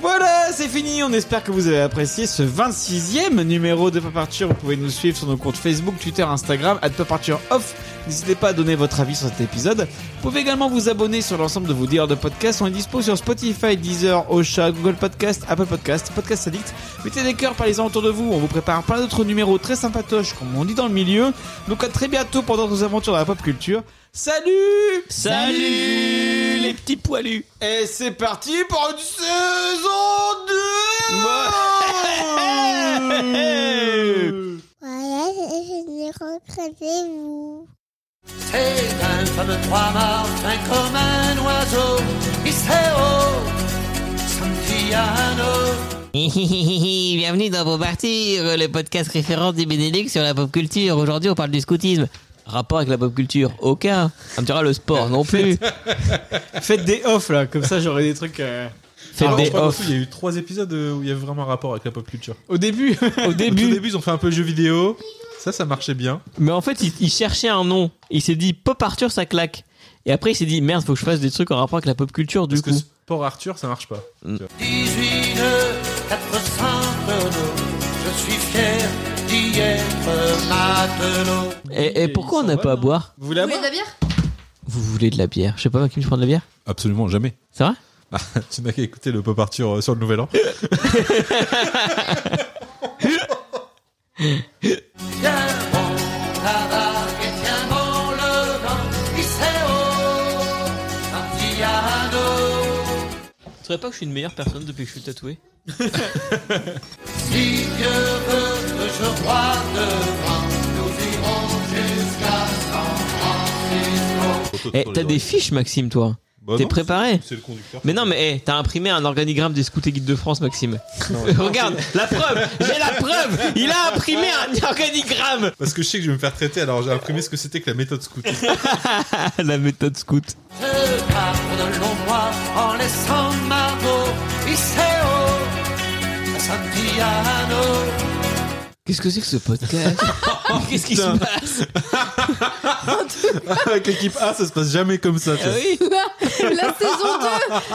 Speaker 2: Voilà, c'est fini. On espère que vous avez apprécié ce 26e numéro de Pop Arthur. Vous pouvez nous suivre sur nos comptes Facebook, Twitter, Instagram, at Pop Arthur Off. N'hésitez pas à donner votre avis sur cet épisode. Vous pouvez également vous abonner sur l'ensemble de vos dealers de podcasts. On est dispo sur Spotify, Deezer, Ocha, Google Podcast, Apple Podcast, Podcast Addict. Mettez des cœurs par les uns autour de vous. On vous prépare plein d'autres numéros très sympatoches, comme on dit dans le milieu. Donc à très bientôt pendant nos aventures dans la pop culture. Salut Salut les petits poilus Et c'est parti pour une saison 2
Speaker 27: (laughs)
Speaker 23: Voilà, je vous.
Speaker 5: C'est un fameux trois morts, fin comme un oiseau. Iseo, Santillano.
Speaker 25: Bienvenue dans Bon Partir, le podcast référent des Benelux sur la pop culture. Aujourd'hui, on parle du scoutisme. Rapport avec la pop culture Aucun. Ça me dira le sport non
Speaker 3: (laughs)
Speaker 25: plus.
Speaker 2: Faites des off là, comme ça j'aurai des trucs.
Speaker 25: Faites
Speaker 3: Alors,
Speaker 25: des
Speaker 3: euh, Ah, je crois qu'en
Speaker 25: off.
Speaker 3: tout, Il y a eu trois épisodes euh, où il y avait vraiment un rapport avec la pop culture.
Speaker 2: Au début,
Speaker 3: (laughs) au début, ils ont fait un peu jeu vidéo. Ça, ça marchait bien.
Speaker 27: Mais en fait, il, il cherchait un nom. Il s'est dit Pop Arthur, ça claque. Et après, il s'est dit merde, faut que je fasse des trucs en rapport avec la pop culture du coup.
Speaker 3: Port Arthur, ça marche pas.
Speaker 15: Mm.
Speaker 5: 18, 400 tonneaux. Je suis fier d'y être matelot.
Speaker 27: Et, et pourquoi on n'a pas à boire
Speaker 2: Vous voulez
Speaker 4: Vous voulez de la bière
Speaker 27: Vous voulez de la bière Je sais pas, Maxime, je prends de la bière
Speaker 3: Absolument jamais.
Speaker 27: C'est vrai
Speaker 3: Ah, (laughs) tu n'as qu'à écouter le Pop Arthur euh, sur le Nouvel An.
Speaker 5: Tiens bon la vague et tiens bon le vent. Iseo, Santillano.
Speaker 27: Tu saurais pas que je suis une meilleure personne depuis que je suis tatoué
Speaker 5: Si Dieu veut que je croie devant, nous irons jusqu'à San Francisco.
Speaker 27: Eh, t'as des fiches, Maxime, toi
Speaker 3: Bah
Speaker 27: T'es
Speaker 3: non,
Speaker 27: préparé
Speaker 3: c'est- c'est le conducteur.
Speaker 27: Mais non, mais eh, t'as imprimé un organigramme des scouts et guides de France, Maxime. (laughs) Regarde, la
Speaker 3: (laughs)
Speaker 27: preuve J'ai la preuve Il a imprimé un organigramme
Speaker 3: Parce que je sais que je vais me faire traiter, alors j'ai imprimé ce que c'était que la
Speaker 27: (laughs)
Speaker 3: méthode scout. (laughs)
Speaker 27: la méthode scout.
Speaker 5: Je pars de l'ombre en laissant Margot, Iseo, Santiano.
Speaker 27: Qu'est-ce que c'est que ce podcast Qu'est-ce qui se passe
Speaker 3: Avec l'équipe A, ça se passe jamais comme ça.
Speaker 15: Ah
Speaker 27: Ah
Speaker 3: tu vois.
Speaker 4: Là, (laughs) la saison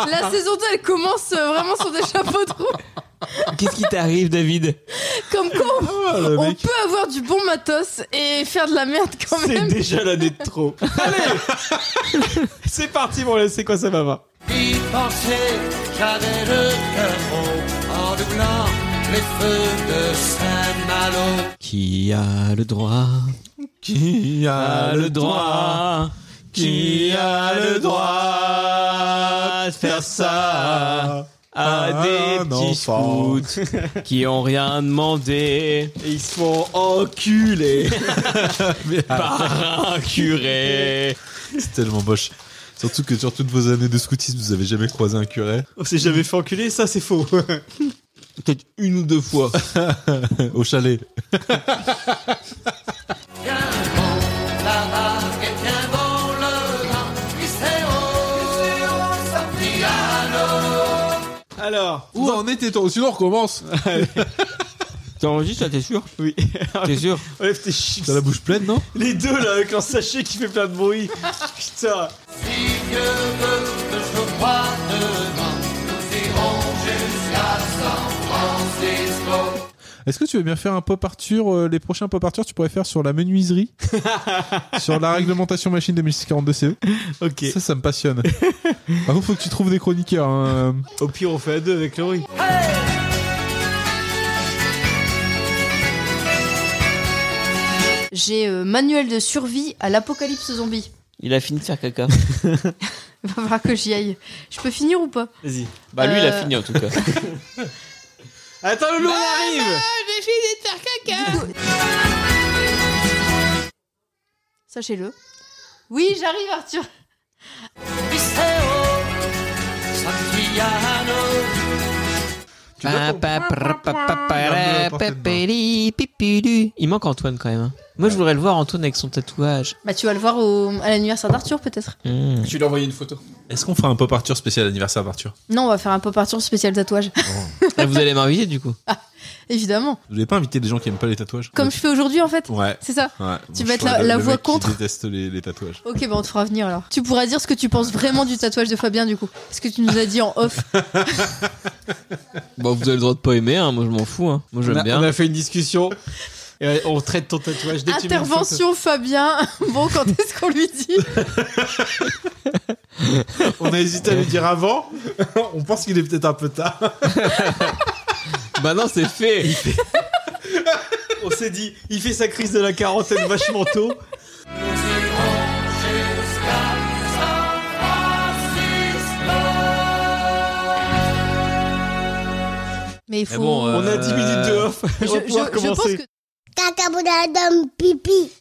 Speaker 4: 2, la saison 2 elle commence euh, vraiment sur des chapeaux de roue.
Speaker 27: Qu'est-ce qui t'arrive, David
Speaker 4: Comme quoi on,
Speaker 27: le
Speaker 4: on
Speaker 27: mec.
Speaker 4: peut avoir du bon matos et faire de la merde quand
Speaker 2: C'est
Speaker 4: même.
Speaker 2: déjà l'année de
Speaker 4: (laughs)
Speaker 2: trop. Allez C'est parti pour laisser quoi ça va
Speaker 5: D'y penser, j'avais le cœur gros en doublant les feux de Saint-Malo.
Speaker 27: Qui a le droit
Speaker 3: Qui
Speaker 27: a Ah, le droit Qui a le droit de faire ça
Speaker 2: Ah,
Speaker 27: à des petits scouts qui ont rien demandé
Speaker 2: Et ils se font enculer
Speaker 27: (laughs) par un curé.
Speaker 3: C'est tellement moche. Surtout que sur toutes vos années de scoutisme, vous avez jamais croisé un curé.
Speaker 2: On s'est jamais fait enculer, ça c'est
Speaker 27: (laughs)
Speaker 2: faux.
Speaker 3: Peut-être une ou deux
Speaker 2: (laughs)
Speaker 3: fois. Au chalet.
Speaker 5: La vague est bien bon le vent, Iseo, Santiano.
Speaker 2: Alors,
Speaker 3: où en était-on Sinon,
Speaker 27: (laughs)
Speaker 3: on recommence.
Speaker 27: T'enregistres là, t'es sûr
Speaker 2: Oui.
Speaker 27: T'es sûr
Speaker 2: (laughs) Enlève tes chips.
Speaker 3: T'as la bouche pleine, non
Speaker 2: Les deux là, avec leur sachet qui fait plein de bruit. Putain.
Speaker 5: Si Dieu veut que je croie devant, nous irons jusqu'à San Francisco.
Speaker 3: Est-ce que tu veux bien faire un pop Arthur euh, Les prochains pop Arthur, tu pourrais faire sur la
Speaker 17: (laughs)
Speaker 3: menuiserie, sur la réglementation machine 2642 CE.
Speaker 2: Ok.
Speaker 3: E. Ça, ça me passionne. Par contre, faut que tu trouves des chroniqueurs. hein.
Speaker 2: Au pire, on fait à deux avec Laurie.
Speaker 4: J'ai euh, manuel de survie à l'apocalypse zombie. (laughs)
Speaker 15: Il a fini de faire
Speaker 2: (laughs)
Speaker 15: caca.
Speaker 4: Il va falloir que j'y aille. Je peux finir ou pas
Speaker 15: Vas-y. Bah lui, il a
Speaker 4: Euh.
Speaker 15: fini en (laughs) tout
Speaker 4: (laughs)
Speaker 15: cas.
Speaker 2: Attends, le loup arrive
Speaker 4: Ah, bah, j'ai fini de faire caca Sachez-le. Oui, j'arrive, Arthur.
Speaker 15: Il manque Antoine quand même. hein. Moi, je voudrais le voir Antoine avec son tatouage.
Speaker 4: Bah, tu vas le voir au- à l'anniversaire d'Arthur, peut-être.
Speaker 2: Tu lui as envoyé une photo.
Speaker 3: Hmm. Est-ce qu'on fera un pop Arthur spécial anniversaire d'Arthur
Speaker 4: Non, on va faire un pop Arthur spécial tatouage.
Speaker 3: Oh.
Speaker 4: Ah,
Speaker 15: Vous allez m'inviter du coup.
Speaker 4: (laughs) Évidemment.
Speaker 3: Vous n'avez pas invité des gens qui aiment pas les tatouages
Speaker 4: Comme je fais aujourd'hui, en fait.
Speaker 3: Ouais.
Speaker 4: C'est ça.
Speaker 3: Ouais.
Speaker 4: Tu vas
Speaker 3: Bon, je
Speaker 4: être
Speaker 3: crois
Speaker 4: la,
Speaker 3: le-
Speaker 4: la
Speaker 3: le
Speaker 4: voix
Speaker 3: mec qui
Speaker 4: contre.
Speaker 3: déteste les, les tatouages.
Speaker 4: Ok, bah on te fera venir alors. Tu pourras dire ce que tu penses vraiment du tatouage de Fabien du coup. Ce que tu nous as dit en
Speaker 3: (laughs)
Speaker 4: off.
Speaker 15: Bon, Bah, vous avez le droit de pas aimer. hein. Moi, je m'en fous. hein. Moi,
Speaker 2: On
Speaker 15: j'aime
Speaker 2: a,
Speaker 15: bien.
Speaker 2: on a fait une discussion. (laughs) Et on traite ton tatouage dès que tu mets une photo.
Speaker 4: Intervention Fabien. (laughs) Bon, quand est-ce qu'on lui dit
Speaker 17: (laughs) On a hésité à le dire avant. (laughs) On pense qu'il est peut-être un peu tard.
Speaker 15: bah non, c'est fait.
Speaker 2: (laughs) On s'est dit, il fait sa crise de la quarantaine vachement tôt.
Speaker 15: Eh
Speaker 4: Mais il
Speaker 3: Eh
Speaker 4: faut.
Speaker 3: euh,
Speaker 15: euh,
Speaker 2: On a 10 minutes de off.
Speaker 4: Je,
Speaker 2: on va
Speaker 4: je-
Speaker 2: pouvoir
Speaker 4: je pense
Speaker 2: commencer.
Speaker 4: que
Speaker 23: Caca, boudin, dame, pipi.